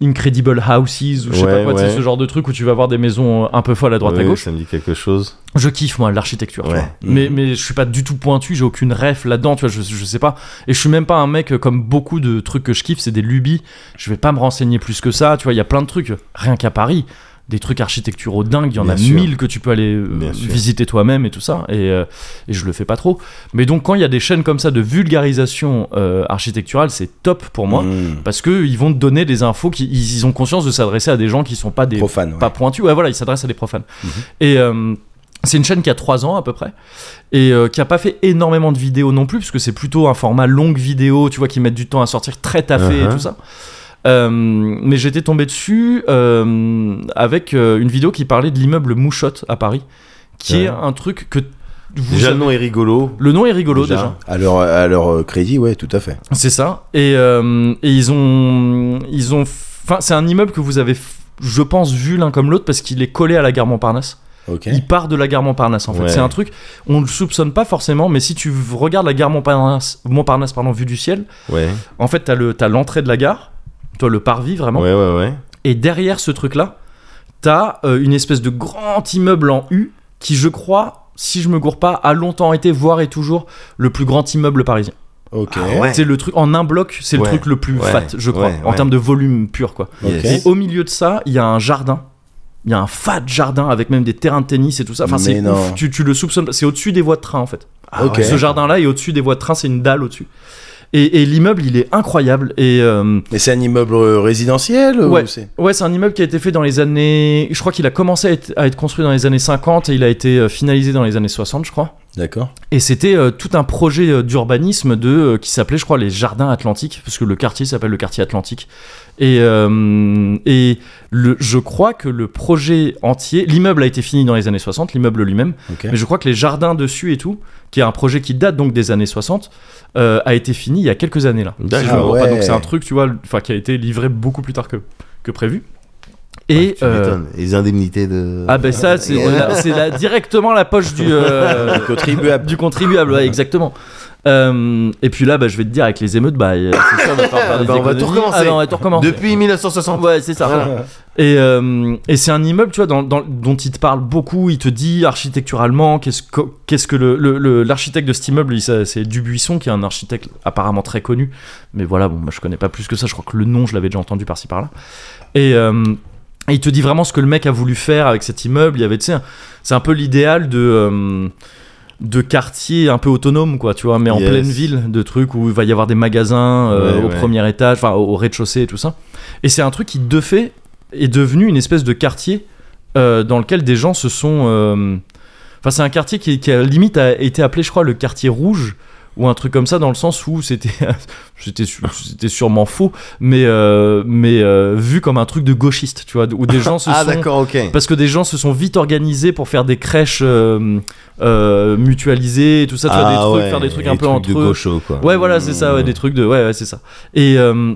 Speaker 1: Incredible Houses ou je sais pas
Speaker 3: Ouais,
Speaker 1: quoi, tu sais,
Speaker 3: ouais.
Speaker 1: ce genre de truc où tu vas voir des maisons euh, un peu folles à droite à
Speaker 3: Ouais,
Speaker 1: gauche.
Speaker 3: Ça me dit quelque chose.
Speaker 1: Je kiffe moi l'architecture, tu
Speaker 3: Ouais. Mm-hmm.
Speaker 1: vois. mais mais je suis pas du tout pointu, j'ai aucune ref là-dedans, tu vois, je, je sais pas. Et je suis même pas un mec euh, comme beaucoup de trucs que je kiffe, c'est des lubies. Je vais pas me renseigner plus que ça, tu vois. Il y a plein de trucs, rien qu'à Paris, des trucs architecturaux dingues. Il y en
Speaker 3: Bien
Speaker 1: a
Speaker 3: sûr.
Speaker 1: mille que tu peux aller euh,
Speaker 3: Bien sûr.
Speaker 1: visiter toi-même et tout ça. Et, euh, et je le fais pas trop. Mais donc quand il y a des chaînes comme ça de vulgarisation euh, architecturale, c'est top pour moi.
Speaker 2: Mm.
Speaker 1: Parce que ils vont te donner des infos, qui, ils, ils ont conscience de s'adresser à des gens qui sont pas des
Speaker 2: Profane. ouais.
Speaker 3: Mhm.
Speaker 1: pas pointu. Ouais, voilà, il s'adresse à des profanes. Et euh, C'est une chaîne qui a 3 ans à peu près et euh, qui a pas fait énormément de vidéos non plus, parce que c'est plutôt un format longue vidéo, tu vois, qui mettent du temps à sortir très taffé et
Speaker 3: Uh-huh.
Speaker 1: tout ça. Euh, mais j'étais tombé dessus euh, avec euh, une vidéo qui parlait de l'immeuble Mouchotte à Paris, qui
Speaker 3: Ouais.
Speaker 1: est un truc que vous
Speaker 3: Déjà, le
Speaker 1: savez-
Speaker 3: nom est rigolo.
Speaker 1: le nom est rigolo
Speaker 3: Déjà.
Speaker 1: déjà.
Speaker 2: Alors, à leur euh, crédit, ouais, tout à fait.
Speaker 1: C'est ça. Et, euh, et ils ont. Ils ont enfin, c'est un immeuble que vous avez, f- je pense, vu l'un comme l'autre parce qu'il est collé à la gare Montparnasse.
Speaker 2: Ok.
Speaker 1: Il part de la gare Montparnasse en fait.
Speaker 3: Ouais.
Speaker 1: C'est un truc, on ne le soupçonne pas forcément, mais si tu v- regardes la gare Montparnasse, Montparnasse pardon, vue du ciel,
Speaker 3: Ouais.
Speaker 1: en fait, t'as le- t'as l'entrée de la gare, toi le parvis vraiment,
Speaker 3: Ouais, ouais, ouais.
Speaker 1: et derrière ce truc-là, t'as euh, une espèce de grand immeuble en U qui, je crois, si je me gourre pas, a longtemps été, voire et toujours, le plus grand immeuble parisien.
Speaker 2: Ok.
Speaker 3: Ah ouais.
Speaker 1: C'est le truc en un bloc, c'est
Speaker 3: Ouais,
Speaker 1: le truc le plus
Speaker 3: ouais,
Speaker 1: fat, je crois,
Speaker 3: ouais,
Speaker 1: en
Speaker 3: ouais.
Speaker 1: termes de volume pur, quoi.
Speaker 2: Ok.
Speaker 1: Et au milieu de ça, il y a un jardin. Il y a un fat jardin avec même des terrains de tennis et tout ça. Enfin, c'est
Speaker 2: Mais non.
Speaker 1: ouf. Tu, tu le soupçonnes. pas. C'est au-dessus des voies de train en fait.
Speaker 3: Ah
Speaker 2: Ok.
Speaker 3: ouais.
Speaker 1: Ce jardin-là est au-dessus des voies de train. C'est une dalle au-dessus. Et, et l'immeuble, il est incroyable. Et euh,
Speaker 2: Mais c'est un immeuble euh, résidentiel ou c'est-
Speaker 1: ouais, c'est un immeuble qui a été fait dans les années. Je crois qu'il a commencé à être, à être construit dans les années 50 et il a été euh, finalisé dans les années 60, je crois.
Speaker 2: D'accord.
Speaker 1: Et c'était euh, tout un projet euh, d'urbanisme de euh, qui s'appelait, je crois, les Jardins Atlantiques, parce que le quartier s'appelle le quartier Atlantique. Et, euh, et le, je crois que le projet entier, l'immeuble a été fini dans les années 60, l'immeuble lui-même,
Speaker 2: Ok.
Speaker 1: mais je crois que les jardins dessus et tout, qui est un projet qui date donc des années 60, euh, a été fini il y a quelques années là. Si je me
Speaker 3: D'accord.
Speaker 1: trompe pas.
Speaker 2: Ah ouais.
Speaker 1: Donc c'est un truc, tu vois, enfin qui a été livré beaucoup plus tard que, que prévu.
Speaker 3: Et
Speaker 1: Et euh,
Speaker 3: les indemnités de.
Speaker 1: ah ben ça c'est la- c'est la- directement la poche du euh,
Speaker 2: Contribuable.
Speaker 1: du contribuable, ouais, exactement. Euh, et puis là, bah, je vais te dire avec les émeutes, bah, euh, c'est ça, on va faire faire
Speaker 3: Ah
Speaker 1: des
Speaker 3: bah, on va
Speaker 1: économies.
Speaker 3: tout recommencer.
Speaker 1: Ah bah, on va tout recommencer.
Speaker 3: Depuis 1960.
Speaker 1: Ouais, c'est ça. Et, euh, et c'est un immeuble, tu vois, dans- dans- dont il te parle beaucoup. Il te dit architecturalement qu'est-ce que, qu'est-ce que le, le- le- l'architecte de cet immeuble, il s'a- c'est Dubuisson, qui est un architecte apparemment très connu. Mais voilà, bon, moi, je connais pas plus que ça. Je crois que le nom, je l'avais déjà entendu par-ci par-là. Et, euh, et il te dit vraiment ce que le mec a voulu faire avec cet immeuble. Il y avait, tu sais, un- c'est un peu l'idéal de. euh, de quartier un peu autonome quoi tu vois mais en
Speaker 3: Yes.
Speaker 1: pleine ville de trucs où il va y avoir des magasins euh,
Speaker 3: Ouais,
Speaker 1: au
Speaker 3: ouais.
Speaker 1: premier étage enfin au, au rez-de-chaussée et tout ça et c'est un truc qui de fait est devenu une espèce de quartier euh, dans lequel des gens se sont. euh, Enfin, c'est un quartier qui, qui a limite a été appelé, je crois, le quartier rouge ou un truc comme ça, dans le sens où c'était, c'était, su- c'était sûrement faux, mais euh, mais euh, vu comme un truc de gauchiste, tu vois, où des gens se
Speaker 3: Ah
Speaker 1: sont
Speaker 3: d'accord, ok.
Speaker 1: parce que des gens se sont vite organisés pour faire des crèches euh, euh, mutualisées et tout ça, tu vois,
Speaker 3: Ah,
Speaker 1: des trucs, faire des trucs un peu entre
Speaker 3: de
Speaker 1: eux.
Speaker 3: gaucho, quoi.
Speaker 1: Ouais, voilà, c'est ça, ouais, des trucs de. Ouais, ouais, c'est ça. Et, euh,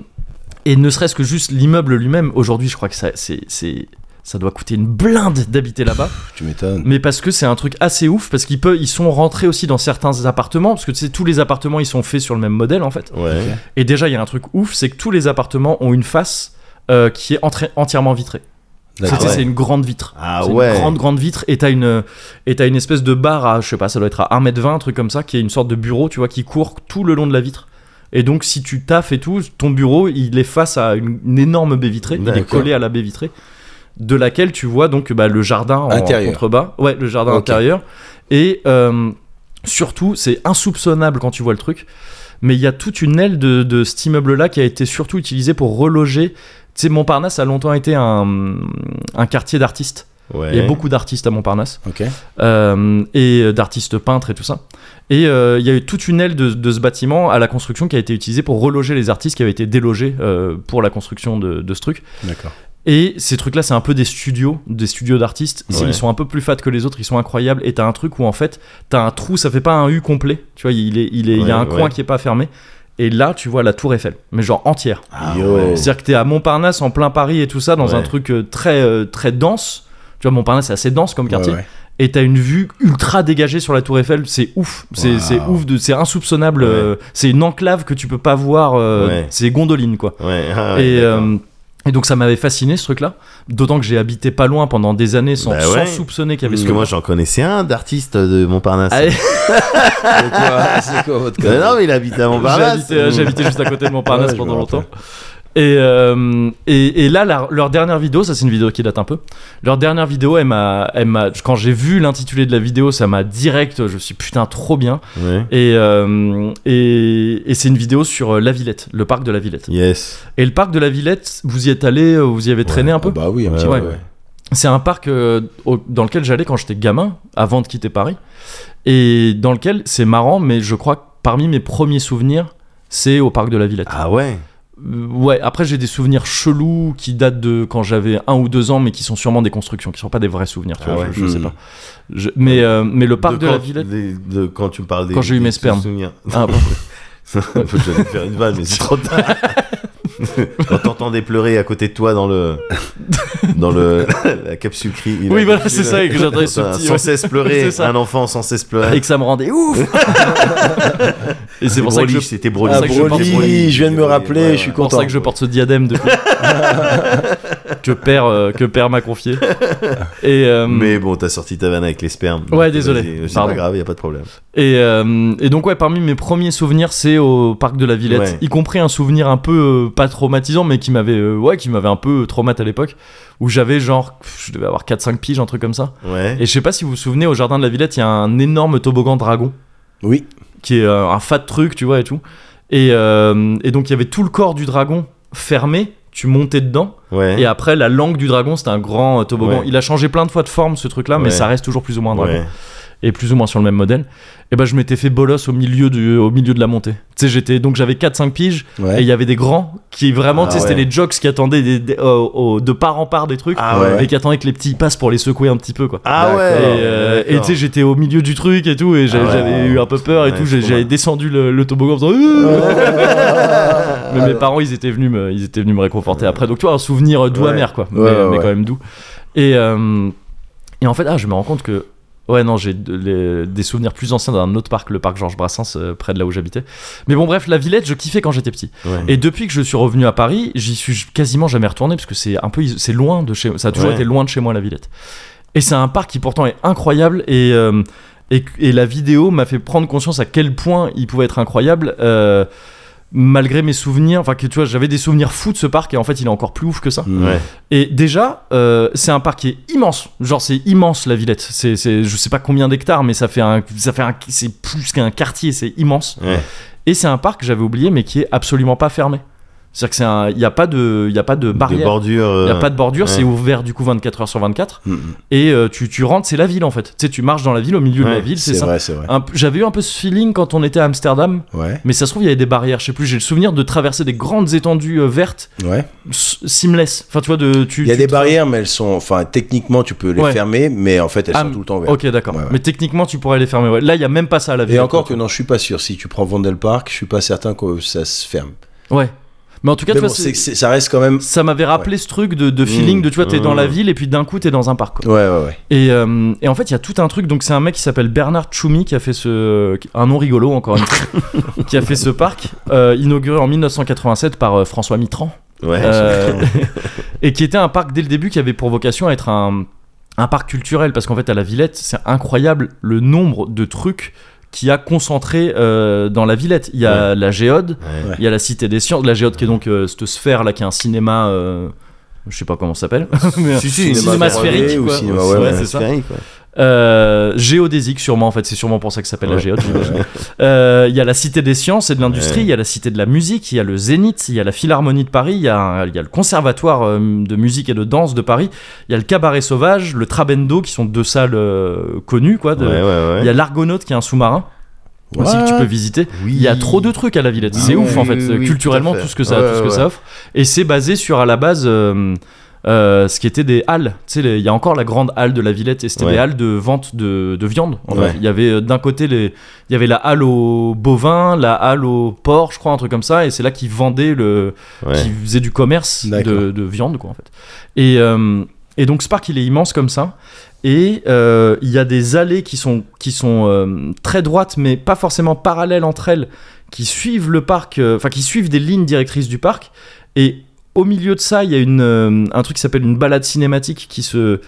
Speaker 1: et ne serait-ce que juste l'immeuble lui-même, aujourd'hui, je crois que ça, c'est, c'est, ça doit coûter une blinde d'habiter là-bas.
Speaker 2: Tu m'étonnes.
Speaker 1: Mais parce que c'est un truc assez ouf, parce qu'ils peuvent, ils sont rentrés aussi dans certains appartements, parce que tu sais, tous les appartements, ils sont faits sur le même modèle, en fait.
Speaker 3: Ouais.
Speaker 1: Et déjà, il y a un truc ouf, c'est que tous les appartements ont une face euh, qui est entra- entièrement vitrée.
Speaker 2: D'accord.
Speaker 1: C'est-
Speaker 3: ouais.
Speaker 1: C'est une grande vitre.
Speaker 3: Ah
Speaker 1: C'est
Speaker 3: ouais.
Speaker 1: Une grande, grande vitre. Et t'as une, et t'as une espèce de barre à, je sais pas, ça doit être à 1m20, un truc comme ça, qui est une sorte de bureau, tu vois, qui court tout le long de la vitre. Et donc, si tu taffes et tout, ton bureau, il est face à une, une énorme baie vitrée. Il est
Speaker 3: D'accord.
Speaker 1: collé à la baie vitrée. De laquelle tu vois donc bah, le jardin en
Speaker 2: Intérieur.
Speaker 1: contrebas. Ouais, le jardin
Speaker 2: Ok.
Speaker 1: intérieur. Et euh, surtout, c'est insoupçonnable quand tu vois le truc. Mais il y a toute une aile de, de cet immeuble-là qui a été surtout utilisée pour reloger. Tu sais, Montparnasse a longtemps été un, un quartier d'artistes.
Speaker 3: Ouais.
Speaker 1: Il y a beaucoup d'artistes à Montparnasse,
Speaker 2: Ok.
Speaker 1: euh, et d'artistes peintres et tout ça. Et euh, il y a eu toute une aile de, de ce bâtiment à la construction qui a été utilisée pour reloger les artistes qui avaient été délogés euh, pour la construction de, de ce truc.
Speaker 2: D'accord.
Speaker 1: Et ces trucs-là, c'est un peu des studios, des studios d'artistes. Ils-
Speaker 3: Ouais.
Speaker 1: Ils sont un peu plus fat que les autres, ils sont incroyables. Et t'as un truc où en fait, t'as un trou, ça fait pas un U complet. Tu vois, il, est, il, est, il y a
Speaker 3: Ouais,
Speaker 1: un
Speaker 3: ouais.
Speaker 1: coin qui est pas fermé. Et là, tu vois la tour Eiffel, mais genre entière.
Speaker 3: Ah
Speaker 2: Yo.
Speaker 3: ouais.
Speaker 1: C'est-à-dire que t'es à Montparnasse en plein Paris et tout ça, dans
Speaker 3: Ouais.
Speaker 1: un truc euh, très, euh, très dense. Tu vois, Montparnasse, c'est assez dense comme quartier.
Speaker 2: Ouais, ouais.
Speaker 1: Et t'as une vue ultra dégagée sur la Tour Eiffel. C'est ouf. C'est
Speaker 2: Wow.
Speaker 1: c'est ouf. de- C'est insoupçonnable. euh, c'est une enclave que tu peux pas voir. euh,
Speaker 3: Ouais.
Speaker 1: C'est gondoline, quoi.
Speaker 3: Ouais. ah ouais,
Speaker 1: et,
Speaker 3: d'accord.
Speaker 1: euh, et donc, ça m'avait fasciné ce truc-là. D'autant que j'ai habité pas loin pendant des années sans,
Speaker 3: Bah
Speaker 1: sans
Speaker 3: ouais.
Speaker 1: soupçonner qu'il y avait
Speaker 3: Parce
Speaker 1: ce
Speaker 3: que moi
Speaker 1: truc.
Speaker 3: j'en connaissais un d'artiste de Montparnasse.
Speaker 1: Ah,
Speaker 2: C'est quoi, c'est quoi votre
Speaker 3: Euh, non mais il habite à
Speaker 1: J'ai
Speaker 3: Montparnasse.
Speaker 1: habité, j'ai habité juste à côté de Montparnasse
Speaker 2: Ouais, je
Speaker 1: pendant
Speaker 2: me
Speaker 1: longtemps. Et, euh, et, et là, la- leur dernière vidéo, ça c'est une vidéo qui date un peu. Leur dernière vidéo, elle m'a, elle m'a- quand j'ai vu l'intitulé de la vidéo, ça m'a direct, je me suis dit, putain trop bien.
Speaker 3: Mm. Ouais.
Speaker 1: Et, euh, et, et c'est une vidéo sur euh, la Villette, le parc de la Villette.
Speaker 3: Yes.
Speaker 1: Et le parc de la Villette, vous y êtes allé, euh, vous y avez traîné un peu
Speaker 2: Bah oui, un
Speaker 1: Ouais,
Speaker 2: petit peu,
Speaker 1: ouais.
Speaker 2: ouais.
Speaker 1: C'est un parc euh, au- dans lequel j'allais quand j'étais gamin, avant de quitter Paris, et dans lequel c'est marrant, mais je crois que parmi mes premiers souvenirs, c'est au parc de la Villette.
Speaker 3: Ah ouais
Speaker 1: Euh, ouais, après j'ai des souvenirs chelous qui datent de quand j'avais un ou deux ans, mais qui sont sûrement des constructions, qui sont pas des vrais souvenirs. Tu
Speaker 3: Ah
Speaker 1: vois,
Speaker 3: ouais.
Speaker 1: je, je sais
Speaker 2: Hmm.
Speaker 1: pas. Je- mais euh, mais le parc de,
Speaker 3: quand,
Speaker 1: la Villette.
Speaker 3: des- de- quand tu me parles des.
Speaker 1: Quand j'ai eu
Speaker 3: des
Speaker 1: mes
Speaker 3: petits
Speaker 1: spermes.
Speaker 3: souvenirs.
Speaker 1: Ah, bon.
Speaker 3: J'allais faire une vanne, mais c'est trop tard. Quand t'entendais pleurer à côté de toi dans le. dans le. la capsule cri. la
Speaker 1: Oui, voilà,
Speaker 3: capsule-
Speaker 1: c'est ça, et que j'entendais ce
Speaker 3: Enfin,
Speaker 1: petit-
Speaker 3: euh, Sans
Speaker 1: ouais.
Speaker 3: cesse pleurer,
Speaker 1: C'est ça.
Speaker 3: un enfant sans cesse
Speaker 1: et
Speaker 3: pleurer.
Speaker 1: que ça me rendait ouf. et c'est pour ça que je
Speaker 3: Broly, c'était Broly.
Speaker 1: Ah,
Speaker 3: C'est pour ça que
Speaker 1: Broly,
Speaker 3: porte-
Speaker 2: je viens de me
Speaker 3: Broly,
Speaker 2: rappeler,
Speaker 3: ouais,
Speaker 2: je suis
Speaker 3: ouais.
Speaker 1: C'est pour ça que je porte ce diadème depuis. que père euh, que père m'a confié. Et euh,
Speaker 3: Mais bon, t'as sorti ta vanne avec les spermes.
Speaker 1: Ouais,
Speaker 3: Donc,
Speaker 1: désolé.
Speaker 3: vas-y, C'est pas
Speaker 1: Pardon.
Speaker 3: grave, y a pas de problème.
Speaker 1: et, euh, et donc ouais, parmi mes premiers souvenirs, c'est au parc de la Villette,
Speaker 3: Ouais.
Speaker 1: y compris un souvenir un peu euh, pas traumatisant, mais qui m'avait euh, ouais, qui m'avait un peu traumatisé à l'époque, où j'avais genre, pff, je devais avoir 4-5 piges, un truc comme ça.
Speaker 3: Ouais.
Speaker 1: Et je sais pas si vous vous souvenez, au jardin de la Villette, il y a un énorme toboggan dragon.
Speaker 2: Oui.
Speaker 1: qui est euh, un fat truc, tu vois, et tout. Et, euh, et donc, il y avait tout le corps du dragon fermé, tu montais dedans,
Speaker 3: Ouais.
Speaker 1: et après, la langue du dragon, c'était un grand euh, toboggan.
Speaker 3: Ouais.
Speaker 1: Il a changé plein de fois de forme, ce truc-là,
Speaker 3: Ouais.
Speaker 1: mais ça reste toujours plus ou moins un dragon,
Speaker 3: Ouais.
Speaker 1: et plus ou moins sur le même modèle. Et ben, je m'étais fait bolos au milieu, du, au milieu de la montée. Tu sais, j'étais, donc j'avais 4-5 piges, et il y avait des grands qui vraiment,
Speaker 3: Ah
Speaker 1: tu sais,
Speaker 3: ouais.
Speaker 1: c'était les jocks qui attendaient des, des- au- au- de part en part des trucs,
Speaker 3: Ah ouais.
Speaker 1: et qui attendaient que les petits ils passent pour les secouer un petit peu, quoi.
Speaker 3: Ah ouais.
Speaker 1: Et, euh, et tu sais, j'étais au milieu du truc et tout, et j'a-
Speaker 3: Ah ouais.
Speaker 1: j'avais eu un peu peur et
Speaker 3: Ouais,
Speaker 1: tout.
Speaker 3: je
Speaker 1: j'ai-
Speaker 3: comprends.
Speaker 1: J'avais descendu le, le toboggan en faisant. Euh mais mes parents, ils étaient venus me, ils étaient venus me réconforter après. Donc, tu vois, un souvenir doux
Speaker 3: Ouais.
Speaker 1: amer, quoi.
Speaker 2: Ouais,
Speaker 1: mais,
Speaker 2: ouais,
Speaker 1: mais
Speaker 2: ouais.
Speaker 1: quand même doux. Et, euh, et en fait, ah, je me rends compte que. Ouais, non, j'ai de- les- des souvenirs plus anciens d'un autre parc, le parc Georges Brassens, euh, près de là où j'habitais. Mais bon, bref, la Villette, je kiffais quand j'étais petit.
Speaker 3: Ouais.
Speaker 1: Et depuis que je suis revenu à Paris, j'y suis quasiment jamais retourné parce que c'est un peu, iso- c'est loin de chez, ça a toujours
Speaker 3: Ouais.
Speaker 1: été loin de chez moi la Villette. Et c'est un parc qui pourtant est incroyable et euh, et, et la vidéo m'a fait prendre conscience à quel point il pouvait être incroyable. euh, Malgré mes souvenirs, enfin que tu vois, j'avais des souvenirs fous de ce parc et en fait il est encore plus ouf que ça.
Speaker 2: Mm.
Speaker 3: Ouais.
Speaker 1: Et déjà, euh, c'est un parc qui est immense, genre c'est immense la Villette. C'est, c'est- je sais pas combien d'hectares, mais ça fait un, ça fait un, c'est plus qu'un quartier, c'est immense.
Speaker 3: Ouais.
Speaker 1: Et c'est un parc que j'avais oublié, mais qui est absolument pas fermé. C'est-à-dire que c'est un, il n'y a pas de, il y a pas de
Speaker 3: De
Speaker 1: barrière,
Speaker 3: bordure.
Speaker 1: il
Speaker 3: euh,
Speaker 1: n'y a pas de bordure,
Speaker 3: ouais.
Speaker 1: c'est ouvert du coup 24 heures sur 24.
Speaker 2: Mm.
Speaker 1: Et euh, tu, tu rentres, c'est la ville en fait. Tu sais, tu marches dans la ville, au milieu de
Speaker 3: Ouais,
Speaker 1: la ville, c'est
Speaker 2: C'est
Speaker 1: ça. Ah.
Speaker 2: vrai, c'est vrai.
Speaker 1: Un p- J'avais eu un peu ce feeling quand on était à Amsterdam,
Speaker 2: Ouais.
Speaker 1: mais ça se trouve il y avait des barrières, je sais plus. J'ai le souvenir de traverser des grandes étendues euh, vertes,
Speaker 2: Ouais.
Speaker 1: s- seamless. Enfin, tu vois, de, tu.
Speaker 2: Il y a
Speaker 1: tu
Speaker 2: des
Speaker 1: te-
Speaker 2: barrières, mais elles sont, enfin, techniquement, tu peux les
Speaker 1: Ouais.
Speaker 2: fermer, mais en fait, elles
Speaker 1: Ah,
Speaker 2: sont tout le temps ouvertes.
Speaker 1: Ok, d'accord.
Speaker 2: Ouais, ouais.
Speaker 1: Mais techniquement, tu pourrais les fermer. ouais. Là, il y a même pas ça à la ville.
Speaker 2: Et encore que non, je suis pas sûr. Si tu prends Vandel Park, je suis pas certain que ça se ferme.
Speaker 1: Ouais. Mais en tout cas,
Speaker 2: Mais
Speaker 1: tu vois,
Speaker 2: bon,
Speaker 1: c'est-
Speaker 2: c'est- c'est- ça reste quand même.
Speaker 1: ça m'avait rappelé ce truc de, de feeling
Speaker 2: Mmh,
Speaker 1: de tu vois, t'es
Speaker 3: mmh.
Speaker 1: dans la ville et puis d'un coup, t'es dans un parc. quoi.
Speaker 2: Ouais, ouais, ouais.
Speaker 1: Et, euh, et en fait, il y a tout un truc. Donc, c'est un mec qui s'appelle Bernard Tchoumi qui a fait ce. Un nom rigolo, encore une fois. qui a fait ce parc, euh, inauguré en 1987 par euh, François Mitterrand.
Speaker 3: Ouais.
Speaker 1: Euh, et qui était un parc dès le début qui avait pour vocation à être un, un parc culturel. Parce qu'en fait, à la Villette, c'est incroyable le nombre de trucs qu'il y a concentré euh, dans la Villette. Il y a la géode,
Speaker 3: Ouais.
Speaker 1: il y a la Cité des Sciences, la géode qui est donc euh, cette sphère là qui est un cinéma. euh, je sais pas comment ça s'appelle. mais-
Speaker 3: Si, si,
Speaker 1: cinéma sphérique,
Speaker 2: ou
Speaker 1: quoi.
Speaker 2: cinéma-
Speaker 1: Ouais,
Speaker 2: ouais, ouais.
Speaker 1: c'est ça.
Speaker 3: Sphérique, ouais.
Speaker 1: Euh, géodésique sûrement en fait c'est sûrement pour ça que ça s'appelle la
Speaker 3: Ouais.
Speaker 1: géode j'imagine. Euh, il y a la cité des sciences et de l'industrie
Speaker 3: Ouais.
Speaker 1: il y a la cité de la musique il y a le zénith il y a la philharmonie de Paris il y a, un- il y a le conservatoire euh, de musique et de danse de Paris il y a le cabaret sauvage le trabendo qui sont deux salles euh, connues quoi de-
Speaker 3: Ouais, ouais, ouais.
Speaker 1: il y a l'argonaute qui est un sous-marin aussi que tu peux visiter il y a trop de trucs à la Villette.
Speaker 3: Oui,
Speaker 1: c'est ouf en
Speaker 3: oui,
Speaker 1: fait,
Speaker 3: oui, oui,
Speaker 1: culturellement
Speaker 3: tout à
Speaker 1: tout,
Speaker 3: fait.
Speaker 1: ce que ça,
Speaker 3: Ouais,
Speaker 1: tout ce que
Speaker 3: ouais.
Speaker 1: ça offre. Et c'est basé sur à la base euh, euh, ce qui était des halles. Tu sais, les- il y a encore la grande halle de la Villette et c'était
Speaker 3: Ouais.
Speaker 1: des halles de vente de, de viande. en fait.
Speaker 3: Ouais.
Speaker 1: Il y avait euh, d'un côté les, il y avait la halle au bovin, la halle au porc, je crois un truc comme ça. Et c'est là qu'ils vendaient le,
Speaker 3: Ouais.
Speaker 1: qui faisait du commerce de,
Speaker 2: D'accord.
Speaker 1: de viande quoi en fait. Et, euh, et donc ce parc il est immense comme ça. Et euh, il y a des allées qui sont, qui sont euh, très droites mais pas forcément parallèles entre elles, qui suivent le parc, euh, enfin qui suivent des lignes directrices du parc. Et au milieu de ça il y a une, euh, un truc qui s'appelle une balade cinématique qui se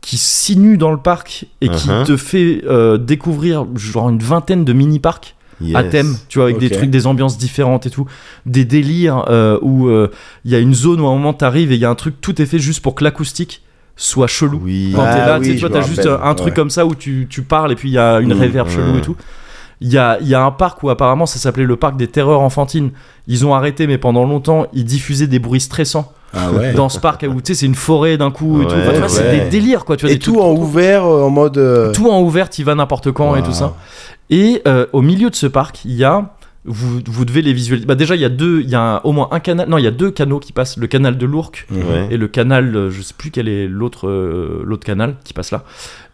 Speaker 1: qui sinue dans le parc et qui
Speaker 3: Mhm.
Speaker 1: te fait euh, découvrir genre une vingtaine de mini-parcs à
Speaker 3: Yes.
Speaker 1: thème, tu vois, avec
Speaker 2: Ok.
Speaker 1: des trucs, des ambiances différentes et tout, des délires euh, où euh, il y a une zone où à un moment t'arrives et il y a un truc, tout est fait juste pour que l'acoustique soit chelou.
Speaker 3: Oui.
Speaker 1: Quand
Speaker 2: Ah
Speaker 1: t'es là,
Speaker 2: oui,
Speaker 1: tu sais,
Speaker 2: je
Speaker 1: toi,
Speaker 2: me
Speaker 1: t'as juste euh,
Speaker 2: rappelle,
Speaker 1: un truc
Speaker 2: ouais.
Speaker 1: comme ça où tu, tu parles et puis il y a une
Speaker 2: Mmh,
Speaker 1: réverb chelou
Speaker 3: ouais.
Speaker 1: et tout. Il y a, il y a un parc où apparemment ça s'appelait le parc des terreurs enfantines. Ils ont arrêté, mais pendant longtemps, ils diffusaient des bruits stressants.
Speaker 2: Ah ouais.
Speaker 1: dans ce parc où tu sais, c'est une forêt d'un coup et tout.
Speaker 3: Ouais,
Speaker 1: Enfin, tu vois, c'est
Speaker 2: ouais.
Speaker 1: des délires quoi. Tu vois,
Speaker 2: Et
Speaker 1: des
Speaker 2: tout
Speaker 1: trucs-
Speaker 2: en ouvert, euh, en mode. euh,
Speaker 1: tout en ouvert, tu vas n'importe quand et tout ça. Et euh, au milieu de ce parc, il y a vous, vous devez les visualiser. Bah déjà, il y a deux, il y a un- au moins un canal. Non, il y a deux canaux qui passent. Le canal de l'Ourcq
Speaker 3: Ouais.
Speaker 1: et le canal, euh, je sais plus quel est l'autre, euh, l'autre canal qui passe là.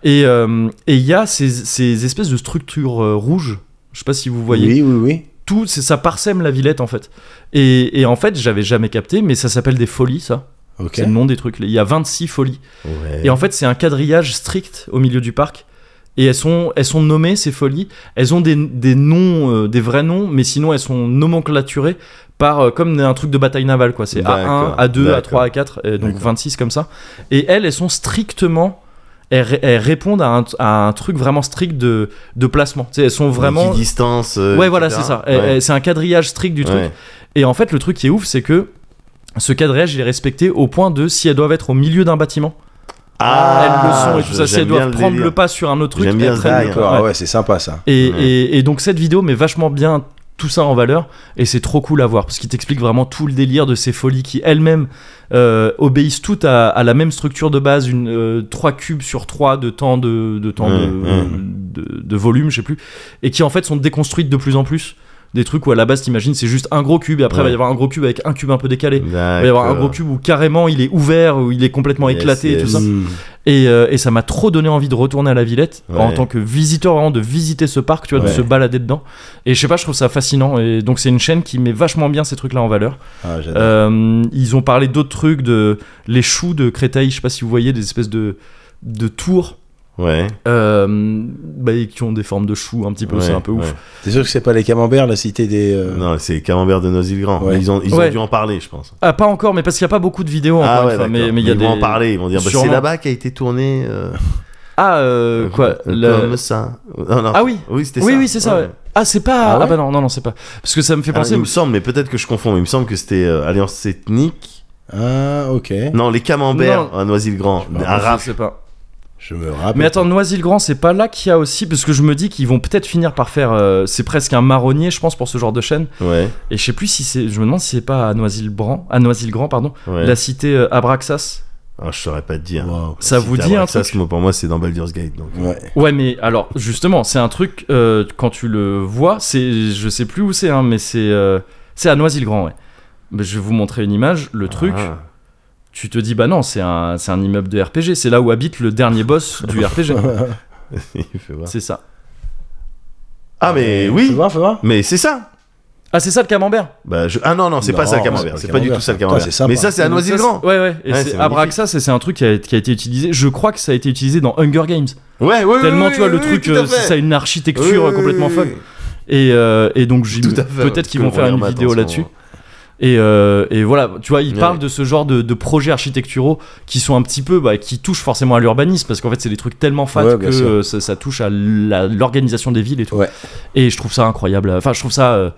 Speaker 1: Et euh, et il y a ces, ces espèces de structures euh, rouges. Je sais pas si vous voyez
Speaker 2: Oui, oui, oui.
Speaker 1: tout, c'est ça parsème la Villette en fait. Et, et en fait, j'avais jamais capté, mais ça s'appelle des folies, ça.
Speaker 2: Ok.
Speaker 1: C'est le nom des trucs. Il y a 26 folies.
Speaker 3: Ouais.
Speaker 1: Et en fait, c'est un quadrillage strict au milieu du parc. Et elles sont, elles sont nommées, ces folies. Elles ont des, des noms, euh, des vrais noms, mais sinon elles sont nomenclaturées par, euh, comme un truc de bataille navale, quoi. C'est A1,
Speaker 3: D'accord,
Speaker 1: A2, A3,
Speaker 3: d'accord.
Speaker 1: A4, et donc 26 comme ça. Et elles, elles sont strictement. Elles, ré- elles répondent à un, à un truc vraiment strict de, de placement. Tu sais, elles sont vraiment.
Speaker 3: Qui distance. euh,
Speaker 1: Ouais, voilà,
Speaker 3: etc.
Speaker 1: c'est ça.
Speaker 3: Ouais.
Speaker 1: Et- et C'est un quadrillage strict du truc.
Speaker 3: Ouais.
Speaker 1: Et en fait, le truc qui est ouf, c'est que ce quadrillage, il est respecté au point de si elles doivent être au milieu d'un bâtiment, elles le sont et tout
Speaker 3: Ah, je-
Speaker 1: ça. Si
Speaker 3: j'aime
Speaker 1: elles
Speaker 3: bien
Speaker 1: doivent prendre
Speaker 3: délire.
Speaker 1: le pas sur un autre truc,
Speaker 3: J'aime bien
Speaker 1: elles
Speaker 3: ce
Speaker 1: prennent le
Speaker 3: délire.
Speaker 1: pas.
Speaker 2: D'accord,
Speaker 1: Ouais.
Speaker 2: ah ouais, c'est sympa ça.
Speaker 1: Et,
Speaker 3: Ouais.
Speaker 1: et- et donc cette vidéo met vachement bien tout ça en valeur et c'est trop cool à voir parce qu'il t'explique vraiment tout le délire de ces folies qui elles-mêmes euh, obéissent toutes à, à la même structure de base, une 3 cubes sur 3 de temps de, de temps de,
Speaker 3: Ouais,
Speaker 1: de- de volume, je sais plus, et qui en fait sont déconstruites de plus en plus. Des trucs où à la base t'imagines c'est juste un gros cube et après il va y
Speaker 3: Ouais.
Speaker 1: avoir un gros cube avec un cube un peu décalé.
Speaker 3: Il
Speaker 1: Il va y avoir un gros cube où carrément il est ouvert, où il est complètement
Speaker 3: Yes,
Speaker 1: éclaté et tout
Speaker 3: yes.
Speaker 1: ça.
Speaker 2: Hmm.
Speaker 1: Et, euh, et ça m'a trop donné envie de retourner à la Villette
Speaker 3: Ouais.
Speaker 1: en tant que visiteur, vraiment de visiter ce parc, tu vois, de
Speaker 2: Ouais.
Speaker 1: se balader dedans. Et je sais pas, je trouve ça fascinant. Et donc c'est une chaîne qui met vachement bien ces trucs-là en valeur.
Speaker 2: Ah, j'adore.
Speaker 1: Euh, ils ont parlé d'autres trucs, de les choux de Créteil, je sais pas si vous voyez, des espèces de, de tours
Speaker 3: Ouais.
Speaker 1: euh, bah, qui ont des formes de choux un petit peu,
Speaker 3: ouais,
Speaker 1: c'est un peu ouf.
Speaker 3: ouais.
Speaker 2: T'es sûr que c'est pas les camemberts, la cité des. euh,
Speaker 3: Non, c'est Camembert de Noisy-le-Grand.
Speaker 2: Ouais.
Speaker 3: Ils ont, ils ont
Speaker 1: Ouais.
Speaker 3: dû en parler, je pense.
Speaker 1: Ah, pas encore, mais parce qu'il n'y a pas beaucoup de vidéos encore
Speaker 3: ah
Speaker 1: une
Speaker 3: ouais,
Speaker 1: fois,
Speaker 3: d'accord.
Speaker 1: mais mais il y a
Speaker 3: ils
Speaker 1: des.
Speaker 3: vont en parler. Ils vont dire bah, c'est
Speaker 1: Sûrement.
Speaker 3: là-bas qu'a été tourné. euh,
Speaker 1: Ah, euh, quoi
Speaker 3: Comme
Speaker 1: la-
Speaker 3: ça. Non, non,
Speaker 1: Ah oui.
Speaker 3: Oui, c'était
Speaker 1: Oui,
Speaker 3: ça.
Speaker 1: oui, c'est ça.
Speaker 3: Ouais.
Speaker 1: ouais. Ah, c'est pas. Ah,
Speaker 3: Ah ouais
Speaker 1: bah non, non, non, c'est pas. Parce que ça me fait
Speaker 3: Ah,
Speaker 1: penser.
Speaker 3: il me semble, mais peut-être que je confonds. mais Il me semble que c'était euh, Alliance Ethnique.
Speaker 2: Ah, ok.
Speaker 3: Non, les Camemberts
Speaker 1: Non.
Speaker 3: à Noisy-le-Grand.
Speaker 2: Je sais
Speaker 3: Un
Speaker 1: Ah, je
Speaker 3: raf.
Speaker 1: sais pas.
Speaker 2: Je me rappelle.
Speaker 1: Mais attends, Noisy-le-Grand, c'est pas là qu'il y a aussi, parce que je me dis qu'ils vont peut-être finir par faire. euh, c'est presque un marronnier, je pense, pour ce genre de chaîne.
Speaker 3: Ouais,
Speaker 1: Et je sais plus si c'est. Je me demande si c'est pas à Noisy-le-Grand, à Noisy-le-Grand, pardon,
Speaker 3: ouais.
Speaker 1: la cité euh, Abraxas.
Speaker 3: Ah, je saurais pas te dire.
Speaker 2: Wow.
Speaker 1: Ça vous dit un
Speaker 3: ça,
Speaker 1: truc
Speaker 3: pour moi, c'est dans Baldur's Gate. Donc.
Speaker 2: Ouais.
Speaker 1: Ouais, mais alors justement, c'est un truc euh, quand tu le vois, c'est. Je sais plus où c'est, hein, mais c'est. euh, c'est à Noisy-le-Grand, ouais. Mais je vais vous montrer une image. Le truc,
Speaker 3: Ah.
Speaker 1: tu te dis, bah non, c'est un, c'est un immeuble de RPG. C'est là où habite le dernier boss du RPG.
Speaker 3: Il fait voir.
Speaker 1: C'est ça.
Speaker 3: Ah, mais
Speaker 2: Fais
Speaker 3: oui.
Speaker 2: voir, fais voir.
Speaker 3: Mais c'est ça.
Speaker 1: Ah, c'est ça le camembert
Speaker 3: Bah, je- Ah non, non, c'est
Speaker 2: Non,
Speaker 3: pas ça le
Speaker 2: c'est
Speaker 3: Camembert.
Speaker 2: pas
Speaker 3: C'est
Speaker 2: le
Speaker 3: pas du
Speaker 2: Camembert.
Speaker 3: tout ça le
Speaker 2: Putain,
Speaker 3: Camembert.
Speaker 2: c'est sympa.
Speaker 3: Mais ça, c'est à
Speaker 1: Donc ça,
Speaker 3: Noisy-le-Grand.
Speaker 1: c'est- Ouais, ouais. Et
Speaker 3: Ouais,
Speaker 1: c'est
Speaker 3: c'est
Speaker 1: Abraxas, et c'est un truc qui a, qui a été utilisé. Je crois que ça a été utilisé dans Hunger Games.
Speaker 3: Ouais, ouais, ouais.
Speaker 1: Tellement,
Speaker 3: ouais,
Speaker 1: tu vois, le
Speaker 3: ouais,
Speaker 1: truc,
Speaker 3: tout à
Speaker 1: euh,
Speaker 3: fait.
Speaker 1: ça a une architecture
Speaker 3: Oui,
Speaker 1: euh, complètement
Speaker 3: oui,
Speaker 1: folle.
Speaker 3: oui.
Speaker 1: Et, euh, et donc, j'im-
Speaker 3: Tout à fait,
Speaker 1: peut-être
Speaker 3: parce
Speaker 1: qu'ils vont
Speaker 3: qu'on
Speaker 1: faire une
Speaker 3: regarde
Speaker 1: vidéo
Speaker 3: maintenant en ce
Speaker 1: là-dessus.
Speaker 3: moment.
Speaker 1: Et, euh, et voilà, tu vois, ils
Speaker 3: Ouais.
Speaker 1: parlent de ce genre de, de projets architecturaux qui sont un petit peu, bah, qui touchent forcément à l'urbanisme, parce qu'en fait, c'est des trucs tellement fat
Speaker 2: Ouais,
Speaker 1: que
Speaker 2: bien sûr.
Speaker 1: euh, ça, ça touche à la- l'organisation des villes et tout.
Speaker 2: Ouais.
Speaker 1: Et je trouve ça incroyable. Enfin, je trouve ça euh,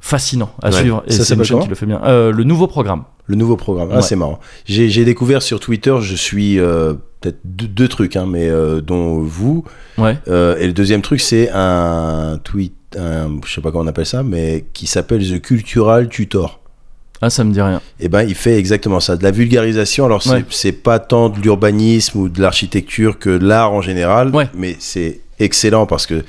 Speaker 1: fascinant à
Speaker 3: Ouais.
Speaker 1: suivre. Et
Speaker 2: Ça
Speaker 1: c'est une
Speaker 2: s'appelle
Speaker 1: chaîne qui
Speaker 2: comment
Speaker 1: le fait bien. Euh, le nouveau programme.
Speaker 2: Le nouveau programme. Ah,
Speaker 1: Ouais.
Speaker 2: c'est marrant. J'ai j'ai découvert sur Twitter, je suis euh, peut-être deux, deux trucs, hein, mais euh, dont vous.
Speaker 1: Ouais.
Speaker 2: Euh, et le deuxième truc, c'est un tweet, un, je sais pas comment on appelle ça, mais qui s'appelle The Cultural Tutor.
Speaker 1: Ah, ça me dit rien.
Speaker 2: Eh ben, il fait exactement ça, de la vulgarisation. Alors, c'est-
Speaker 1: Ouais.
Speaker 2: c'est pas tant de l'urbanisme ou de l'architecture que de l'art en général,
Speaker 1: Ouais.
Speaker 2: mais c'est excellent parce que,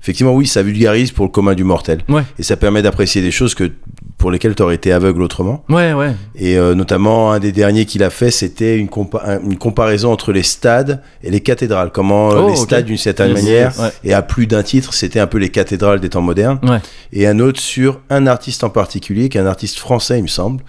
Speaker 2: effectivement, oui, ça vulgarise pour le commun du mortel.
Speaker 1: Ouais.
Speaker 2: Et ça permet d'apprécier des choses que, pour lesquelles tu aurais été aveugle autrement.
Speaker 1: Ouais, ouais.
Speaker 2: Et euh, notamment, un des derniers qu'il a fait, c'était une, compa- un- une comparaison entre les stades et les cathédrales. Comment euh,
Speaker 1: Oh,
Speaker 2: les
Speaker 1: ok.
Speaker 2: stades, d'une certaine
Speaker 1: Yes,
Speaker 2: manière,
Speaker 1: yes, ouais.
Speaker 2: et à plus d'un titre, c'était un peu les cathédrales des temps modernes.
Speaker 1: Ouais.
Speaker 2: Et un autre sur un artiste en particulier, qui est un artiste français, il me semble,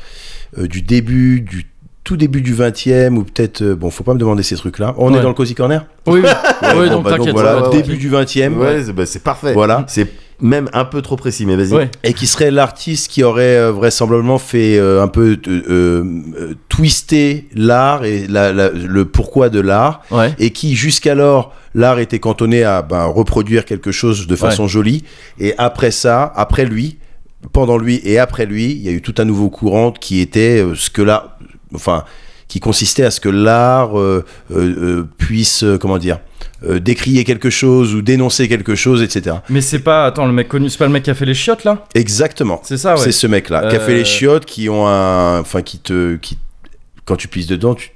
Speaker 2: euh, du début, du tout début du 20e, ou peut-être. euh, bon, faut pas me demander ces trucs-là. On
Speaker 1: Ouais.
Speaker 2: est dans le Cozy Corner
Speaker 1: Oui, oui.
Speaker 2: Ouais,
Speaker 1: Ouais,
Speaker 2: bon,
Speaker 1: donc
Speaker 2: bah,
Speaker 1: t'inquiète.
Speaker 2: voilà,
Speaker 1: ouais, ouais,
Speaker 2: début du 20e.
Speaker 3: Ouais, c'est bah, c'est parfait.
Speaker 2: Voilà.
Speaker 3: C'est même un peu trop précis, mais vas-y.
Speaker 1: ouais. Ouais.
Speaker 2: Et qui serait l'artiste qui aurait euh, vraisemblablement fait euh, un peu euh, euh, euh, twister l'art et la- la- le pourquoi de l'art,
Speaker 1: Ouais.
Speaker 2: et qui jusqu'alors l'art était cantonné à ben, reproduire quelque chose de façon jolie, et après ça, après lui, pendant lui et après lui, il y a eu tout un nouveau courant qui était euh, ce que là, enfin, qui consistait à ce que l'art euh, euh, euh, puisse, euh, comment dire, euh, décrier quelque chose ou dénoncer quelque chose, etc.
Speaker 1: Mais c'est pas, attends, le mec connu, c'est pas le mec qui a fait les chiottes là
Speaker 2: Exactement.
Speaker 1: C'est ça, Ah ouais.
Speaker 2: C'est ce mec-là qui a
Speaker 1: Euh,
Speaker 2: fait les chiottes, qui ont un, enfin qui te, qui quand tu pisses dedans, tu,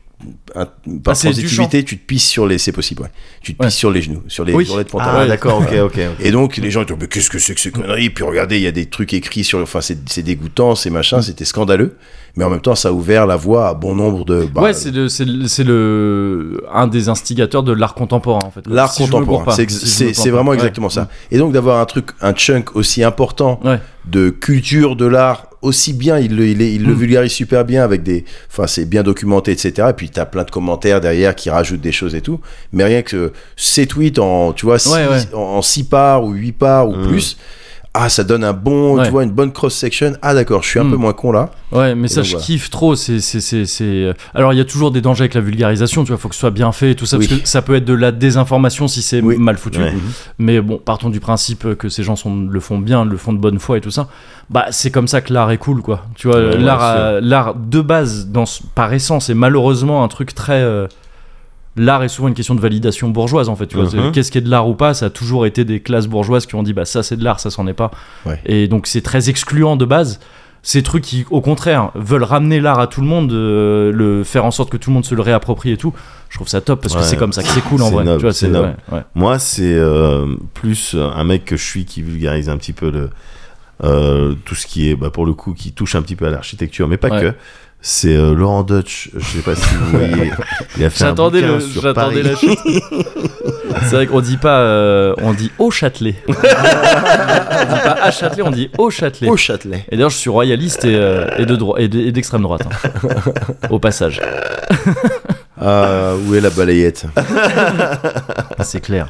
Speaker 2: un- par
Speaker 1: Ah, c'est du
Speaker 2: sensitivité, tu te pisses sur les. C'est possible, ouais. Tu te
Speaker 1: Ouais.
Speaker 2: pisses sur les genoux, sur les
Speaker 1: Oui.
Speaker 2: bourrelets de pantalon.
Speaker 3: Ah,
Speaker 1: ouais.
Speaker 3: d'accord, ok, ok.
Speaker 2: Et donc les gens ils disent mais qu'est-ce que c'est que ces conneries Puis regardez, il y a des trucs écrits sur, enfin c'est c'est dégoûtant, c'est
Speaker 1: Mm.
Speaker 2: machin, c'était scandaleux. Mais en même temps, ça a ouvert la voie à bon nombre de. bah,
Speaker 1: ouais, c'est le, c'est le- c'est le- un des instigateurs de l'art contemporain en fait.
Speaker 2: l'art
Speaker 1: Si je me gourre
Speaker 2: contemporain.
Speaker 1: pas,
Speaker 2: C'est
Speaker 1: si je me
Speaker 2: c'est-
Speaker 1: plante
Speaker 2: c'est
Speaker 1: pas.
Speaker 2: vraiment
Speaker 1: Ouais.
Speaker 2: exactement ça. Et donc d'avoir un truc, un chunk aussi important
Speaker 1: Ouais.
Speaker 2: de culture de l'art aussi bien, il le, il est- il le
Speaker 1: Mm.
Speaker 2: vulgarise super bien avec des, enfin c'est bien documenté, etc. Et puis t'as plein de commentaires derrière qui rajoutent des choses et tout. Mais rien que ces tweets en, tu vois, six-
Speaker 1: Ouais, ouais.
Speaker 2: en- en 6 parts ou 8 parts ou
Speaker 3: Mm.
Speaker 2: plus. Ah, ça donne un bon,
Speaker 1: Ouais.
Speaker 2: tu vois, une bonne cross-section. Ah, d'accord, je suis un
Speaker 1: Mm.
Speaker 2: peu moins con là.
Speaker 1: Ouais, mais
Speaker 2: Et
Speaker 1: ça,
Speaker 2: donc,
Speaker 1: je
Speaker 2: voilà.
Speaker 1: kiffe trop. C'est, c'est, c'est, c'est- Alors, il y a toujours des dangers avec la vulgarisation, tu vois, faut que ce soit bien fait et tout ça,
Speaker 2: Oui.
Speaker 1: parce que ça peut être de la désinformation si c'est
Speaker 2: Oui.
Speaker 1: mal foutu.
Speaker 3: Ouais.
Speaker 1: Mais bon, partons du principe que ces gens sont, le font bien, le font de bonne foi et tout ça. Bah, c'est comme ça que l'art est cool, quoi. Tu vois,
Speaker 3: Ouais,
Speaker 1: l'art,
Speaker 3: ouais,
Speaker 1: a- l'art de base, dans, ce- par essence, est malheureusement un truc très. euh, L'art est souvent une question de validation bourgeoise en fait. Tu vois,
Speaker 3: Mhm.
Speaker 1: C'est- qu'est-ce qui est de l'art ou pas Ça a toujours été des classes bourgeoises qui ont dit bah ça c'est de l'art, ça s'en est pas.
Speaker 2: Ouais.
Speaker 1: Et donc c'est très excluant de base. Ces trucs qui, au contraire, veulent ramener l'art à tout le monde, euh, le faire en sorte que tout le monde se le réapproprie et tout. Je trouve ça top parce
Speaker 3: Ouais.
Speaker 1: que c'est comme ça que c'est cool en
Speaker 3: C'est
Speaker 1: vrai.
Speaker 3: noble,
Speaker 1: tu vois,
Speaker 3: c'est
Speaker 1: c'est
Speaker 3: noble.
Speaker 1: ouais, ouais.
Speaker 3: Moi, c'est euh, plus euh, un mec que je suis qui vulgarise un petit peu le, euh, tout ce qui est, bah, pour le coup, qui touche un petit peu à l'architecture, mais pas
Speaker 1: Ouais.
Speaker 3: que. C'est euh, Laurent Dutch, je sais pas si vous voyez. Il a fait un
Speaker 1: J'attendais
Speaker 3: bouquin
Speaker 1: le,
Speaker 3: sur
Speaker 1: j'attendais
Speaker 3: Paris.
Speaker 1: la chute. C'est vrai qu'on dit pas, euh, on dit au Châtelet. on dit pas à Châtelet, on dit au Châtelet.
Speaker 2: Au Châtelet.
Speaker 1: Et d'ailleurs, je suis royaliste et, euh, et de droite et de- et d'extrême droite. hein. Au passage,
Speaker 2: Ah, où est la balayette
Speaker 1: c'est clair.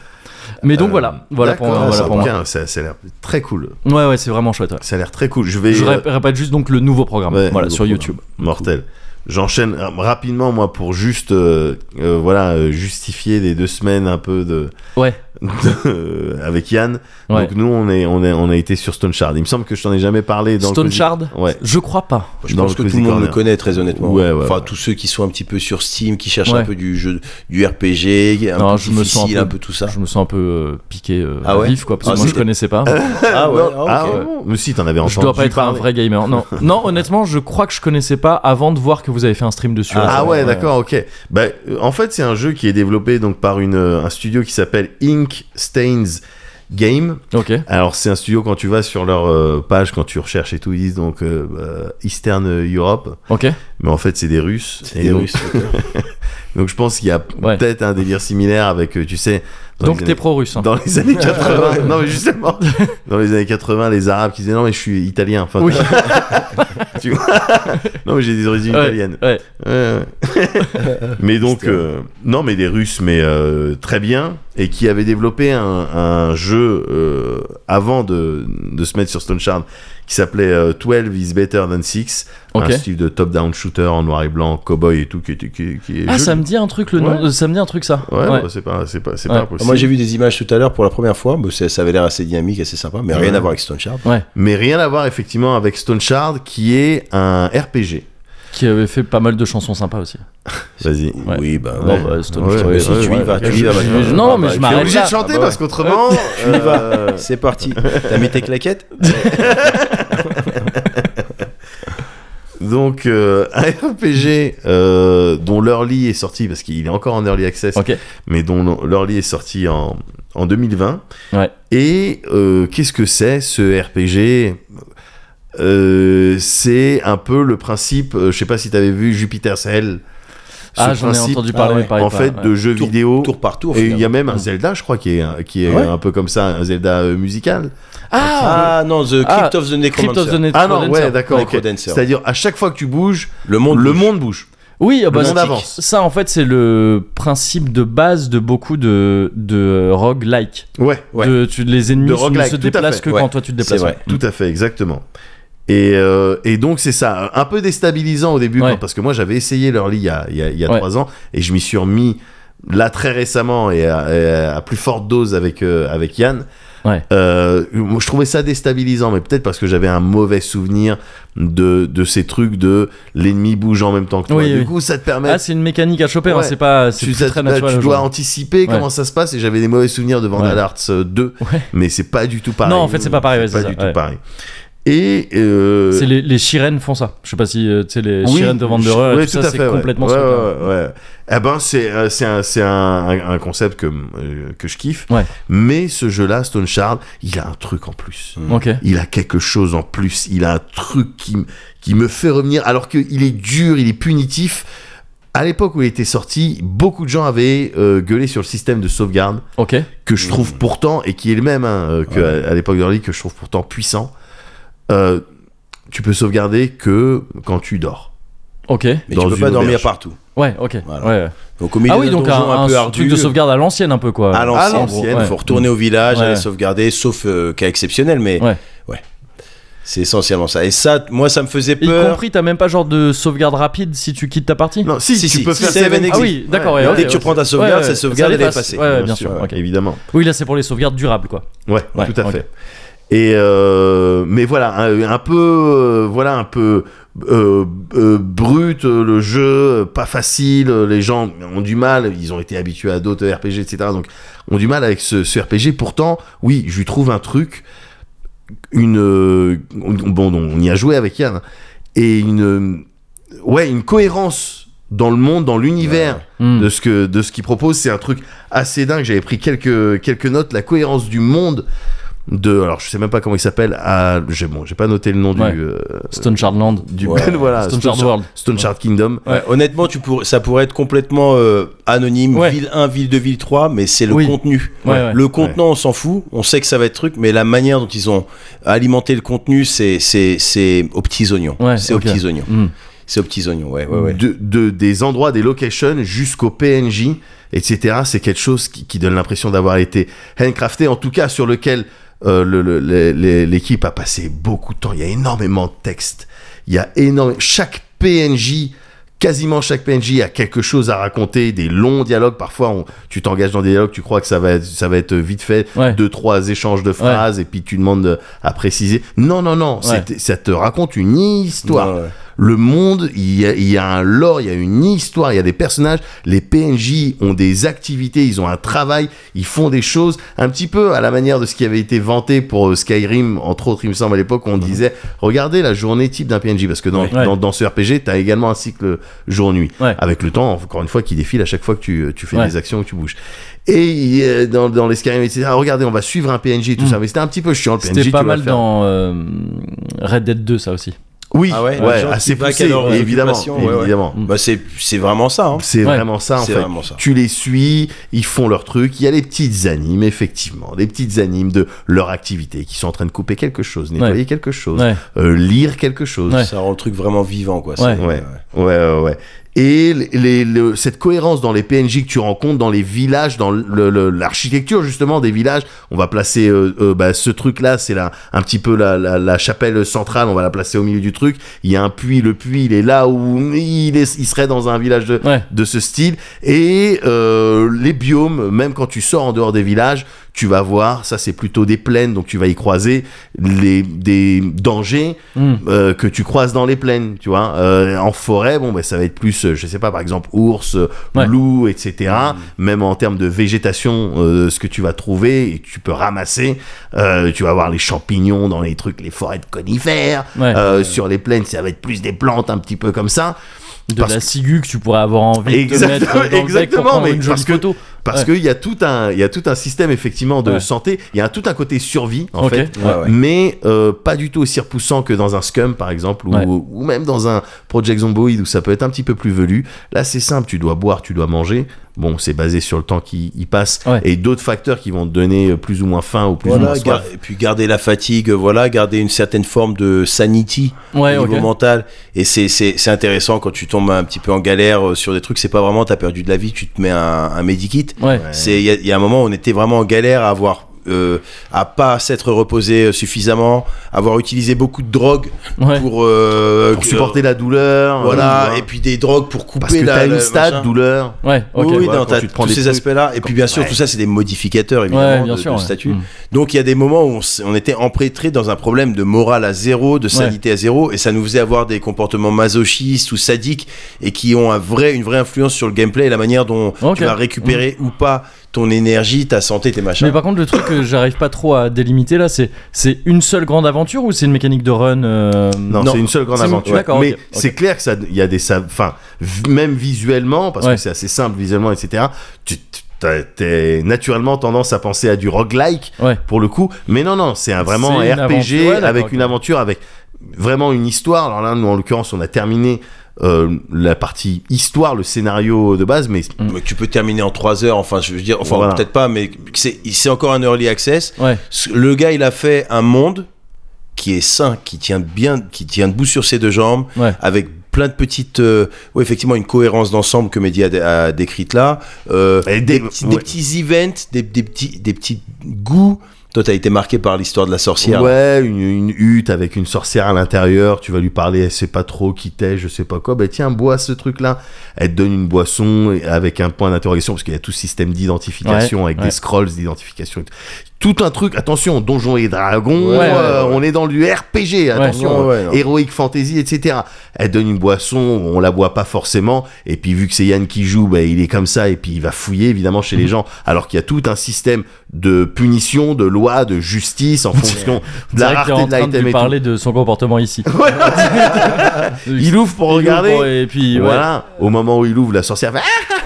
Speaker 1: Mais donc
Speaker 3: Euh,
Speaker 1: voilà, voilà pour,
Speaker 3: D'accord,
Speaker 1: voilà
Speaker 3: c'est
Speaker 1: pour
Speaker 3: un
Speaker 1: moi.
Speaker 3: bouquin, Ça, ça a l'air très cool.
Speaker 1: Ouais, ouais, c'est vraiment chouette. ouais.
Speaker 3: Ça a l'air très cool. Je vais.
Speaker 1: Je
Speaker 3: euh,
Speaker 1: rép- répète juste donc le nouveau programme,
Speaker 3: Ouais,
Speaker 1: voilà,
Speaker 3: nouveau
Speaker 1: sur
Speaker 3: programme.
Speaker 1: YouTube.
Speaker 3: Mortel. J'enchaîne euh, rapidement moi pour juste euh, euh, voilà euh, justifier les deux semaines un peu de,
Speaker 1: Ouais.
Speaker 3: de- avec Yann.
Speaker 1: Ouais.
Speaker 3: Donc nous on est on est on a été sur Stone Shard. Il me semble que je t'en ai jamais parlé dans
Speaker 1: Stone
Speaker 3: le Cozy-
Speaker 1: Shard
Speaker 3: Ouais.
Speaker 1: Je crois pas.
Speaker 2: Je
Speaker 3: Dans
Speaker 2: pense
Speaker 3: le
Speaker 2: que tout
Speaker 3: Cozy
Speaker 2: le monde
Speaker 3: Corner.
Speaker 2: le connaît très honnêtement.
Speaker 3: Ouais, ouais,
Speaker 2: enfin,
Speaker 3: ouais.
Speaker 2: tous ceux qui sont un petit peu sur Steam, qui cherchent
Speaker 1: Ouais.
Speaker 2: un peu du jeu, du RPG, un
Speaker 1: Non,
Speaker 2: peu
Speaker 1: je me sens un
Speaker 2: difficile,
Speaker 1: peu-
Speaker 2: un peu tout ça.
Speaker 1: Je me sens un peu euh, piqué euh,
Speaker 2: Ah ouais
Speaker 1: vif quoi, parce que
Speaker 2: Ah,
Speaker 1: moi je
Speaker 2: c'était-
Speaker 1: connaissais pas.
Speaker 2: Ah ouais,
Speaker 3: Non, ah, bon mais si t'en avais entendu
Speaker 1: Je dois pas être
Speaker 3: parler.
Speaker 1: un vrai gamer. Non, non, honnêtement, je crois que je connaissais pas avant de voir que vous avez fait un stream dessus.
Speaker 3: Ah ouais, d'accord, ok. Bah, euh, en fait, c'est un jeu qui est développé donc par une, euh, un studio qui s'appelle Ink Stains Game.
Speaker 1: Ok.
Speaker 3: Alors c'est un studio quand tu vas sur leur euh, page, quand tu recherches et tout, ils disent donc euh, euh, Eastern Europe,
Speaker 1: Ok.
Speaker 3: mais en fait c'est des Russes.
Speaker 2: C'est
Speaker 3: Et
Speaker 2: des
Speaker 3: donc,
Speaker 2: Russes, ok.
Speaker 3: donc je pense qu'il y a
Speaker 1: Ouais.
Speaker 3: peut-être un délire similaire avec, euh, tu sais, dans
Speaker 1: Donc
Speaker 3: les
Speaker 1: t'es
Speaker 3: années-
Speaker 1: pro-russe. hein.
Speaker 3: dans les années 80, non mais justement, dans les années 80, les Arabes qui disaient non mais je suis italien, enfin,
Speaker 1: Oui.
Speaker 3: tu vois, non mais j'ai des origines
Speaker 1: Ouais,
Speaker 3: italiennes.
Speaker 1: ouais.
Speaker 3: Ouais, ouais. mais donc, euh, non, mais des Russes, mais euh, très bien, et qui avaient développé un, un jeu euh, avant de, de se mettre sur Stone Shard qui s'appelait euh, 12 is Better Than 6,
Speaker 1: Ok.
Speaker 3: un style de top-down shooter en noir et blanc, cowboy et tout, qui, était- qui, qui est.
Speaker 1: Ah,
Speaker 3: joli.
Speaker 1: ça me dit un truc le nom.
Speaker 3: Ouais.
Speaker 1: Ça me dit un truc ça.
Speaker 3: Ouais,
Speaker 1: Ouais.
Speaker 3: bah, c'est pas, c'est pas, c'est
Speaker 1: Ouais.
Speaker 3: pas impossible.
Speaker 2: Moi j'ai vu des images tout à l'heure pour la première fois, mais ça ça avait l'air assez dynamique, assez sympa, mais rien
Speaker 3: Ouais.
Speaker 2: à voir avec Stone Shard.
Speaker 3: Mais rien à voir effectivement avec Stone Shard qui est un RPG.
Speaker 1: Qui avait fait pas mal de chansons sympas aussi.
Speaker 3: Vas-y.
Speaker 1: Ouais.
Speaker 2: Oui, bah,
Speaker 1: Bon,
Speaker 2: non,
Speaker 1: bah, Stone
Speaker 3: Ouais,
Speaker 1: Shard.
Speaker 3: ouais,
Speaker 2: si,
Speaker 3: ouais,
Speaker 2: tu y
Speaker 3: ouais.
Speaker 2: vas, tu
Speaker 3: Je-
Speaker 2: y vas,
Speaker 3: je-
Speaker 2: maintenant.
Speaker 3: je-
Speaker 1: Non,
Speaker 2: Ah,
Speaker 1: mais
Speaker 2: bah,
Speaker 1: je
Speaker 2: tu
Speaker 1: m'arrête
Speaker 2: es
Speaker 3: obligé
Speaker 1: là.
Speaker 3: de chanter
Speaker 2: Ah, bah
Speaker 3: parce
Speaker 2: ouais.
Speaker 3: qu'autrement.
Speaker 2: Tu y vas.
Speaker 3: euh,
Speaker 2: C'est parti. T'as mis tes claquettes
Speaker 3: Donc euh, un RPG euh, dont l'early est sorti parce qu'il est encore en early access,
Speaker 1: Ok.
Speaker 3: mais dont l'early est sorti en, en 2020.
Speaker 1: Ouais.
Speaker 3: Et euh, qu'est-ce que c'est ce RPG Euh, C'est un peu le principe. euh, je sais pas si t'avais vu Jupiter's Hell. Ce
Speaker 1: Ah, j'en ai
Speaker 3: principe,
Speaker 1: entendu parler.
Speaker 2: Ah ouais.
Speaker 1: mais pareil,
Speaker 3: en
Speaker 1: pas-
Speaker 3: fait,
Speaker 1: ouais.
Speaker 3: de jeux
Speaker 2: Tour-
Speaker 3: vidéo.
Speaker 2: Tour par tour.
Speaker 3: et il y a
Speaker 2: finalement.
Speaker 3: même un Zelda, je crois, qui est, qui est
Speaker 2: Ah ouais
Speaker 3: un peu comme ça, un Zelda euh, musical.
Speaker 1: Ah.
Speaker 2: Ah non, The
Speaker 1: Ah,
Speaker 2: Crypt of the
Speaker 1: Crypt of the
Speaker 2: Necromancer.
Speaker 3: Ah non,
Speaker 1: Necrodancer.
Speaker 3: ouais, d'accord. ok.
Speaker 2: Necrodancer.
Speaker 3: C'est-à-dire, à chaque fois que tu bouges,
Speaker 2: Le monde.
Speaker 3: le
Speaker 2: bouge.
Speaker 3: monde bouge.
Speaker 1: Oui, ah bah,
Speaker 3: monde
Speaker 1: c'est-
Speaker 3: avance.
Speaker 1: Ça, en fait, c'est le principe de base de beaucoup de de roguelike.
Speaker 3: Ouais.
Speaker 2: Ouais.
Speaker 1: De, tu, les ennemis
Speaker 3: De
Speaker 1: ne
Speaker 3: roguelike,
Speaker 1: se
Speaker 3: tout à
Speaker 1: déplacent
Speaker 3: fait.
Speaker 1: que
Speaker 2: Ouais.
Speaker 1: quand toi tu te
Speaker 2: C'est
Speaker 1: déplaces.
Speaker 2: vrai.
Speaker 3: Tout à fait, exactement. Et, euh, et donc c'est ça, un peu déstabilisant au début,
Speaker 1: Ouais.
Speaker 3: quand- parce que moi j'avais essayé leur lit il y a, il y a- il y a
Speaker 1: Ouais.
Speaker 3: trois ans, et je m'y suis remis là très récemment et à, et à plus forte dose avec, euh, avec Yann.
Speaker 1: Ouais.
Speaker 3: Euh, moi, je trouvais ça déstabilisant, mais peut-être parce que j'avais un mauvais souvenir de, de ces trucs de l'ennemi bouge en même temps que toi.
Speaker 1: Oui,
Speaker 3: du
Speaker 1: oui.
Speaker 3: coup, ça te permet
Speaker 1: Ah, c'est une mécanique à choper. hein,
Speaker 3: Ouais.
Speaker 1: C'est pas. C'est
Speaker 3: tu,
Speaker 1: plus
Speaker 3: ça-
Speaker 1: très
Speaker 3: bah, tu
Speaker 1: naturel.
Speaker 3: dois
Speaker 1: aujourd'hui.
Speaker 3: anticiper comment ça se passe et j'avais des mauvais souvenirs de Vandal
Speaker 1: Ouais.
Speaker 3: Arts euh, 2
Speaker 1: Ouais.
Speaker 3: mais c'est pas du tout pareil
Speaker 1: Non, en fait, c'est pas pareil, ouais,
Speaker 3: pas
Speaker 1: c'est
Speaker 3: du
Speaker 1: ça,
Speaker 3: tout
Speaker 1: ouais.
Speaker 3: pareil Et euh,
Speaker 1: C'est les, les sirènes font ça. Je sais pas si euh, tu sais les
Speaker 3: oui,
Speaker 1: sirènes de
Speaker 3: je-
Speaker 1: Wanderer,
Speaker 3: ouais,
Speaker 1: et tout ça, c'est
Speaker 3: ouais.
Speaker 1: complètement
Speaker 3: Ouais,
Speaker 1: ce truc-là.
Speaker 3: ouais, ouais. Eh ben, c'est euh, c'est un, c'est un, un- un concept que, euh, que je kiffe.
Speaker 1: Ouais.
Speaker 3: Mais ce jeu-là, Stone Shard, il a un truc en plus.
Speaker 1: Ok.
Speaker 3: Il a quelque chose en plus. Il a un truc qui, m- qui me fait revenir. Alors qu'il est dur, il est punitif. À l'époque où il était sorti, beaucoup de gens avaient euh, gueulé sur le système de sauvegarde
Speaker 1: Ok.
Speaker 3: que je trouve pourtant et qui est le même hein, euh, que à, à l'époque d'Orly que je trouve pourtant puissant. Euh, tu peux sauvegarder que quand tu dors.
Speaker 1: Ok.
Speaker 2: Mais
Speaker 3: Dans
Speaker 2: tu peux
Speaker 3: une
Speaker 2: pas dormir
Speaker 3: auberge.
Speaker 2: partout.
Speaker 1: Ouais. Ok.
Speaker 2: Voilà.
Speaker 1: Ouais.
Speaker 2: Donc au milieu
Speaker 1: Ah oui,
Speaker 2: d'un
Speaker 1: donc un,
Speaker 2: donjon
Speaker 1: un
Speaker 2: peu
Speaker 1: truc
Speaker 2: ardu,
Speaker 1: de sauvegarde à l'ancienne un peu quoi.
Speaker 2: à
Speaker 3: À
Speaker 2: l'ancienne,
Speaker 3: l'ancienne,
Speaker 1: Ah, ouais.
Speaker 2: faut retourner au village,
Speaker 1: Ouais.
Speaker 2: aller sauvegarder, sauf euh, cas exceptionnel, mais
Speaker 1: Ouais.
Speaker 2: ouais, c'est essentiellement ça. Et ça, t- moi, ça me faisait
Speaker 1: Y
Speaker 2: peur.
Speaker 1: compris, t'as même pas genre de sauvegarde rapide si tu quittes ta partie.
Speaker 3: Non, si,
Speaker 2: Si,
Speaker 3: tu
Speaker 2: si,
Speaker 3: peux
Speaker 2: si,
Speaker 3: faire
Speaker 2: Seven
Speaker 3: Seven
Speaker 1: Ah
Speaker 3: Exit.
Speaker 1: oui, d'accord. Ouais,
Speaker 2: Dès
Speaker 1: ok,
Speaker 2: que tu
Speaker 1: ok.
Speaker 2: prends ta sauvegarde,
Speaker 1: Ouais, ouais,
Speaker 2: cette sauvegarde,
Speaker 1: ça
Speaker 2: elle est
Speaker 1: l'efface.
Speaker 2: passée.
Speaker 1: Ouais, ouais,
Speaker 2: Bien
Speaker 1: bien
Speaker 2: sûr,
Speaker 1: sûr.
Speaker 2: ouais.
Speaker 1: ok.
Speaker 3: euh, Évidemment.
Speaker 1: Oui, là c'est pour les sauvegardes durables quoi.
Speaker 3: Ouais,
Speaker 1: Ouais,
Speaker 3: tout à
Speaker 1: ok.
Speaker 3: fait. Et euh, mais voilà, un, un peu, euh, voilà, un peu euh, euh, brut euh, le jeu, euh, pas facile. euh, Les gens ont du mal, ils ont été habitués à d'autres RPG, etc. Donc ont du mal avec ce, ce RPG. Pourtant, oui, je lui trouve un truc, une, euh, bon, on y a joué avec Yann et une, euh, ouais, une cohérence dans le monde, dans l'univers
Speaker 1: Hmm.
Speaker 3: de ce que de ce qu'il propose c'est un truc assez dingue j'avais pris quelques quelques notes la cohérence du monde de alors je sais même pas comment il s'appelle à j'ai bon j'ai pas noté le nom
Speaker 1: Ouais.
Speaker 3: du euh,
Speaker 1: Stone Shardland.
Speaker 3: du
Speaker 2: Ouais.
Speaker 3: voilà
Speaker 1: Stone Shard
Speaker 3: Shard-
Speaker 1: World.
Speaker 3: Stone Shard Kingdom
Speaker 2: Ouais, Honnêtement, tu pourrais- ça pourrait être complètement euh, anonyme,
Speaker 1: Ouais.
Speaker 2: ville 1, ville 2, ville 3, mais c'est le
Speaker 1: Oui.
Speaker 2: contenu.
Speaker 1: Ouais, ouais.
Speaker 2: Le contenant, on s'en fout, on sait que ça va être truc, mais la manière dont ils ont alimenté le contenu, c'est c'est- c'est aux petits oignons.
Speaker 1: Ouais,
Speaker 2: c'est
Speaker 1: ok.
Speaker 2: aux petits oignons.
Speaker 1: Hmm.
Speaker 2: C'est aux petits oignons, ouais, ouais, ouais.
Speaker 3: De, de- des endroits, des locations jusqu'au PNJ, etc. C'est quelque chose qui, qui donne l'impression d'avoir été handcrafté, en tout cas sur lequel euh, le- le- le- le- l'équipe a passé beaucoup de temps. Il y a énormément de textes. Il y a énormément. Chaque PNJ, quasiment chaque PNJ a quelque chose à raconter, des longs dialogues. Parfois, on- tu t'engages dans des dialogues, tu crois que ça va être, ça va être vite fait,
Speaker 1: Ouais.
Speaker 3: deux, trois échanges de phrases, et puis tu demandes de- à préciser. Non, non, non, c'est- ça te raconte une histoire.
Speaker 2: Ouais, ouais.
Speaker 3: Le monde, il y, a, il y a un lore, il y a une histoire, il y a des personnages. Les PNJ ont des activités, ils ont un travail, ils font des choses un petit peu à la manière de ce qui avait été vanté pour euh, Skyrim, entre autres, il me semble à l'époque, où on disait regardez la journée type d'un PNJ, parce que dans,
Speaker 1: Mhm. Ouais.
Speaker 3: dans, dans ce RPG, t'as également un cycle jour-nuit,
Speaker 1: Ouais.
Speaker 3: avec le temps, encore une fois, qui défile à chaque fois que tu, euh, tu fais
Speaker 1: Ouais.
Speaker 3: des actions, que tu bouges. Et il y a dans, dans les Skyrim, etc., regardez, on va suivre un PNJ, et tout ça, mais c'était un petit peu chiant le PNJ.
Speaker 1: Mhm. C'était
Speaker 3: tu
Speaker 1: pas
Speaker 3: dois
Speaker 1: mal
Speaker 3: le faire.
Speaker 1: dans euh, Red Dead 2 ça aussi.
Speaker 3: Oui,
Speaker 2: Ah ouais,
Speaker 3: ouais,
Speaker 2: les gens qui
Speaker 3: assez
Speaker 2: vaquent à
Speaker 3: poussé,
Speaker 2: leur, euh,
Speaker 3: évidemment.
Speaker 2: occupation, ouais, ouais.
Speaker 3: évidemment.
Speaker 2: Bah, c'est c'est vraiment ça. hein.
Speaker 3: C'est
Speaker 1: Ouais.
Speaker 3: vraiment ça en
Speaker 2: C'est
Speaker 3: fait.
Speaker 2: vraiment ça.
Speaker 3: Tu les suis, ils font leur truc. Il y a les petites animes, effectivement, des petites animes de leur activité qui sont en train de couper quelque chose, nettoyer
Speaker 1: Ouais.
Speaker 3: quelque chose,
Speaker 1: Ouais.
Speaker 3: euh, lire quelque chose.
Speaker 1: Ouais.
Speaker 2: Ça rend le truc vraiment vivant, quoi.
Speaker 1: Ouais.
Speaker 2: C'est-
Speaker 3: Ouais. Ouais, ouais, ouais. Et les- les- le- cette cohérence dans les PNJ que tu rencontres, dans les villages, dans le- le- l'architecture justement des villages, on va placer euh, euh, bah, ce truc-là, c'est la- un petit peu la, la- la chapelle centrale, on va la placer au milieu du truc. Il y a un puits, le puits, il est là où il, est- il serait dans un village de,
Speaker 1: Ouais.
Speaker 3: de ce style. Et euh, les biomes, même quand tu sors en dehors des villages, tu vas voir, ça c'est plutôt des plaines, donc tu vas y croiser les, des dangers
Speaker 1: Hmm.
Speaker 3: euh, que tu croises dans les plaines, tu vois. Euh, en forêt, bon, bah, ça va être plus, euh, je sais pas, par exemple, ours, euh,
Speaker 1: Ouais. Mmh.
Speaker 3: loup, etc. Même en termes de végétation, euh, ce que tu vas trouver, et tu peux ramasser. Euh, tu vas voir les champignons dans les trucs, les forêts de conifères.
Speaker 1: Ouais.
Speaker 3: Euh, Sur les plaines, ça va être plus des plantes un petit peu comme ça.
Speaker 1: De
Speaker 3: parce
Speaker 1: la ciguë que tu pourrais avoir envie de te
Speaker 3: Exactement,
Speaker 1: mettre dans le bec pour
Speaker 3: exactement,
Speaker 1: prendre
Speaker 3: mais
Speaker 1: une jolie
Speaker 3: parce que-
Speaker 1: photo.
Speaker 3: Parce
Speaker 1: Ouais.
Speaker 3: qu'il y a tout un, il y a tout un système effectivement de
Speaker 1: Ouais.
Speaker 3: santé. Il y a un- tout un côté survie en
Speaker 1: Ok.
Speaker 3: fait.
Speaker 2: Ouais, ouais.
Speaker 3: mais euh, pas du tout aussi repoussant que dans un Scum par exemple ou,
Speaker 1: Ouais.
Speaker 3: ou même dans un Project Zomboid où ça peut être un petit peu plus velu. Là c'est simple, tu dois boire, tu dois manger. Bon, c'est basé sur le temps qui y passe
Speaker 1: Ouais.
Speaker 3: et d'autres facteurs qui vont te donner euh, plus ou moins faim ou plus ou
Speaker 2: Voilà,
Speaker 3: moins
Speaker 2: gar-
Speaker 3: soif.
Speaker 2: et puis garder la fatigue, voilà, garder une certaine forme de sanity
Speaker 1: Ouais,
Speaker 2: au niveau
Speaker 1: ok.
Speaker 2: mental. Et c'est- c'est c'est intéressant quand tu tombes un petit peu en galère euh, sur des trucs, c'est pas vraiment t'as perdu de la vie, tu te mets un, un medikit.
Speaker 1: Ouais.
Speaker 2: C'est il y, a- il y a un moment où on était vraiment en galère à avoir euh, à pas s'être reposé euh, suffisamment, avoir utilisé beaucoup de drogues
Speaker 1: Ouais.
Speaker 2: pour, euh,
Speaker 3: Pour
Speaker 2: que-
Speaker 3: supporter la douleur.
Speaker 2: voilà,
Speaker 3: euh,
Speaker 2: et puis des drogues pour couper
Speaker 3: parce que
Speaker 2: la,
Speaker 3: t'as
Speaker 2: la-
Speaker 3: une stade
Speaker 2: machin.
Speaker 3: douleur.
Speaker 1: Ouais, ok.
Speaker 2: oui, oui,
Speaker 3: voilà,
Speaker 2: non,
Speaker 3: quand
Speaker 2: t'as
Speaker 3: tu te prends
Speaker 2: tous
Speaker 3: des
Speaker 2: ces
Speaker 3: trucs-
Speaker 2: aspects-là. Et puis, bien sûr,
Speaker 3: Ouais.
Speaker 2: tout ça, c'est des modificateurs, évidemment,
Speaker 1: bien
Speaker 2: de,
Speaker 1: sûr,
Speaker 2: de
Speaker 1: ouais.
Speaker 2: statut.
Speaker 1: Mm.
Speaker 2: Donc, il y a des moments où on, s- on était empêtré dans un problème de morale à zéro, de sanité à zéro, et ça nous faisait avoir des comportements masochistes ou sadiques, et qui ont un vrai, une vraie influence sur le gameplay et la manière dont
Speaker 1: Ok.
Speaker 2: tu vas récupérer ou pas ton énergie, ta santé, tes machins.
Speaker 1: Mais par contre, le truc que j'arrive pas trop à délimiter là, c'est c'est une seule grande aventure ou c'est une mécanique de run euh,
Speaker 3: Non, c'est une seule grande
Speaker 1: C'est une-
Speaker 3: aventure.
Speaker 1: D'accord,
Speaker 3: mais
Speaker 1: ok, ok.
Speaker 3: c'est clair que ça, il y a des, sa- enfin, v- même visuellement, parce
Speaker 1: Ouais.
Speaker 3: que c'est assez simple visuellement, etc. Tu t'as- t'es naturellement tendance à penser à du roguelike
Speaker 1: Ouais.
Speaker 3: pour le coup, mais non, non, c'est un, vraiment
Speaker 1: C'est
Speaker 3: un
Speaker 1: une aventure,
Speaker 3: RPG
Speaker 1: ouais, d'accord,
Speaker 3: avec
Speaker 1: ok.
Speaker 3: une aventure, avec vraiment une histoire. Alors là, nous en l'occurrence, on a terminé euh, la partie histoire, le scénario de base, mais
Speaker 2: Mais tu peux terminer en 3 heures, enfin, je veux dire, enfin,
Speaker 3: Voilà.
Speaker 2: peut-être pas, mais c'est c'est encore un early access.
Speaker 1: Ouais.
Speaker 2: Le gars, il a fait un monde qui est sain, qui tient bien, qui tient debout sur ses deux jambes,
Speaker 1: Ouais.
Speaker 2: avec plein de petites, euh, ouais, effectivement, une cohérence d'ensemble que Mehdi a, dé- a décrite là, euh,
Speaker 3: Et
Speaker 2: des,
Speaker 3: des-
Speaker 2: petits,
Speaker 3: ouais.
Speaker 2: des petits events, des, des petits, des petits goûts. Toi, t'as été marqué par l'histoire de la sorcière.
Speaker 3: Ouais, une, une hutte avec une sorcière à l'intérieur, tu vas lui parler, elle sait pas trop qui t'es, je sais pas quoi, bah tiens, bois ce truc-là. Elle te donne une boisson et- avec un point d'interrogation, parce qu'il y a tout ce système d'identification
Speaker 1: Ouais,
Speaker 3: avec
Speaker 1: ouais.
Speaker 3: des scrolls d'identification. et tout. Tout un truc, attention, Donjons et Dragons,
Speaker 1: Ouais, ouais,
Speaker 3: euh,
Speaker 2: ouais.
Speaker 3: on est dans du RPG, attention,
Speaker 2: Ouais, ouais, ouais.
Speaker 3: Heroic Fantasy, etc. Elle donne une boisson, on la boit pas forcément, et puis vu que c'est Yann qui joue, bah, il est comme ça, et puis il va fouiller évidemment chez
Speaker 2: Mhm.
Speaker 3: les gens, alors qu'il y a tout un système de punition, de loi, de justice en fonction de la
Speaker 1: C'est vrai qu'il est
Speaker 3: rareté
Speaker 1: en
Speaker 3: de
Speaker 1: train de
Speaker 3: l'item
Speaker 1: lui
Speaker 3: et tout.
Speaker 1: parler de son comportement ici.
Speaker 3: Il ouvre pour
Speaker 1: ouvre
Speaker 3: regarder.
Speaker 1: et puis ouais.
Speaker 3: Voilà, au moment où il ouvre, la sorcière fait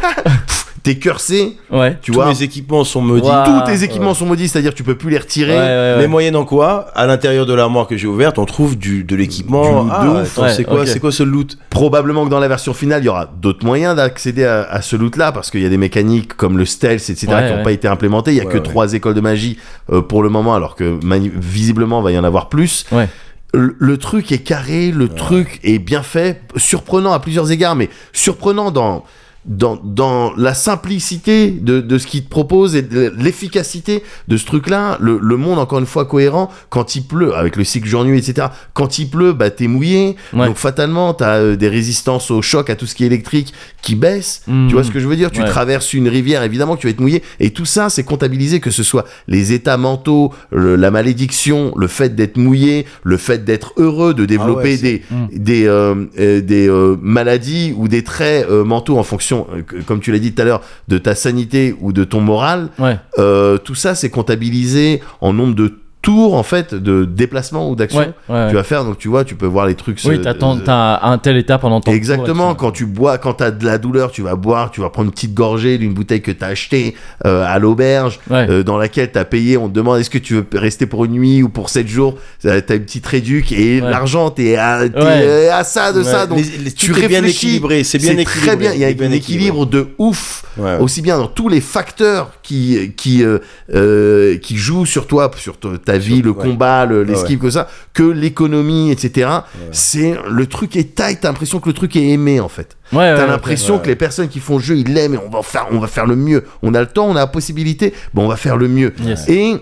Speaker 3: ah, Pff, t'es cursé,
Speaker 1: Ouais.
Speaker 3: tu
Speaker 2: Tous
Speaker 3: vois.
Speaker 2: mes équipements sont maudits.
Speaker 1: Waouh.
Speaker 3: Tous tes équipements sont maudits, c'est-à-dire tu peux plus les
Speaker 1: Ouais,
Speaker 3: retirer.
Speaker 1: Ah, ouais, ouais.
Speaker 2: Mais moyennant quoi, à l'intérieur de l'armoire que j'ai ouverte, on trouve du, de l'équipement.
Speaker 3: Du loot de
Speaker 2: Ah,
Speaker 3: ouf.
Speaker 2: attends,
Speaker 1: Ouais,
Speaker 2: c'est quoi,
Speaker 1: ok.
Speaker 2: c'est quoi ce loot
Speaker 3: Probablement que dans la version finale, il y aura d'autres moyens d'accéder à, à ce loot-là, parce qu'il y a des mécaniques comme le stealth, etc.,
Speaker 1: Ouais,
Speaker 3: qui n'ont
Speaker 1: ouais.
Speaker 3: pas été implémentées. Il y a
Speaker 2: Ouais,
Speaker 3: que
Speaker 2: ouais.
Speaker 3: trois écoles de magie euh, pour le moment, alors que mani- visiblement, il va y en avoir plus.
Speaker 1: Ouais.
Speaker 3: Le, le truc est carré, le truc est bien fait, surprenant à plusieurs égards, mais surprenant dans dans, dans la simplicité de, de ce qu'il te propose et de l'efficacité de ce truc-là, le, le monde encore une fois cohérent, quand il pleut, avec le cycle jour-nuit, etc., quand il pleut, bah t'es mouillé,
Speaker 1: Ouais.
Speaker 3: donc fatalement t'as euh, des résistances au choc, à tout ce qui est électrique qui baisse,
Speaker 1: Mhm.
Speaker 3: tu vois ce que je veux dire, tu
Speaker 1: Ouais.
Speaker 3: traverses une rivière, évidemment que tu vas être mouillé, et tout ça c'est comptabilisé, que ce soit les états mentaux, le- la malédiction, le fait d'être mouillé, le fait d'être heureux, de développer
Speaker 2: Ah ouais, c'est- hmm.
Speaker 3: des,
Speaker 1: Mm.
Speaker 3: des, euh, euh, des euh, maladies ou des traits euh, mentaux en fonction, euh, que- comme tu l'as dit tout à l'heure, de ta sanité ou de ton moral,
Speaker 1: Ouais.
Speaker 3: euh, tout ça c'est comptabilisé en nombre de tours en fait, de déplacements ou d'actions
Speaker 1: Ouais, ouais.
Speaker 3: tu vas faire. Donc tu vois, tu peux voir les trucs. se-
Speaker 1: Oui, t'attends,
Speaker 3: se-
Speaker 1: t'as un tel état pendant tant de temps,
Speaker 3: euh, Exactement,
Speaker 1: ouais,
Speaker 3: quand tu bois, quand t'as de la douleur, tu vas boire, tu vas prendre une petite gorgée d'une bouteille que t'as achetée euh, à l'auberge,
Speaker 1: Ouais.
Speaker 3: euh, dans laquelle t'as payé, on te demande est-ce que tu veux rester pour une nuit ou pour 7 jours, Euh, t'as une petite réduque et
Speaker 1: Ouais.
Speaker 3: l'argent, t'es à, t'es,
Speaker 1: Ouais.
Speaker 3: euh, à ça de
Speaker 2: Ouais,
Speaker 3: ça, donc
Speaker 2: les- les-
Speaker 3: tu
Speaker 2: tout est bien
Speaker 3: réfléchis.
Speaker 2: équilibré, c'est bien
Speaker 3: très
Speaker 2: équilibré,
Speaker 3: bien, il y a
Speaker 2: c'est bien
Speaker 3: un équilibre de ouf,
Speaker 2: Ouais, ouais.
Speaker 3: aussi bien dans tous les facteurs qui, qui, euh, euh, qui jouent sur toi, sur ta- ta vie, le
Speaker 2: ouais.
Speaker 3: combat, le- l'esquive,
Speaker 2: ouais.
Speaker 3: que ça, que l'économie, etc. C'est le truc est tight, t'as l'impression que le truc est aimé en fait.
Speaker 1: Ouais, ouais,
Speaker 3: T'as
Speaker 1: Euh, ouais,
Speaker 3: l'impression
Speaker 2: ouais.
Speaker 3: que les personnes qui font le jeu, ils l'aiment et on va faire, on va faire le mieux. On a le temps, on a la possibilité, bon, on va faire le mieux.
Speaker 1: Yes.
Speaker 3: Et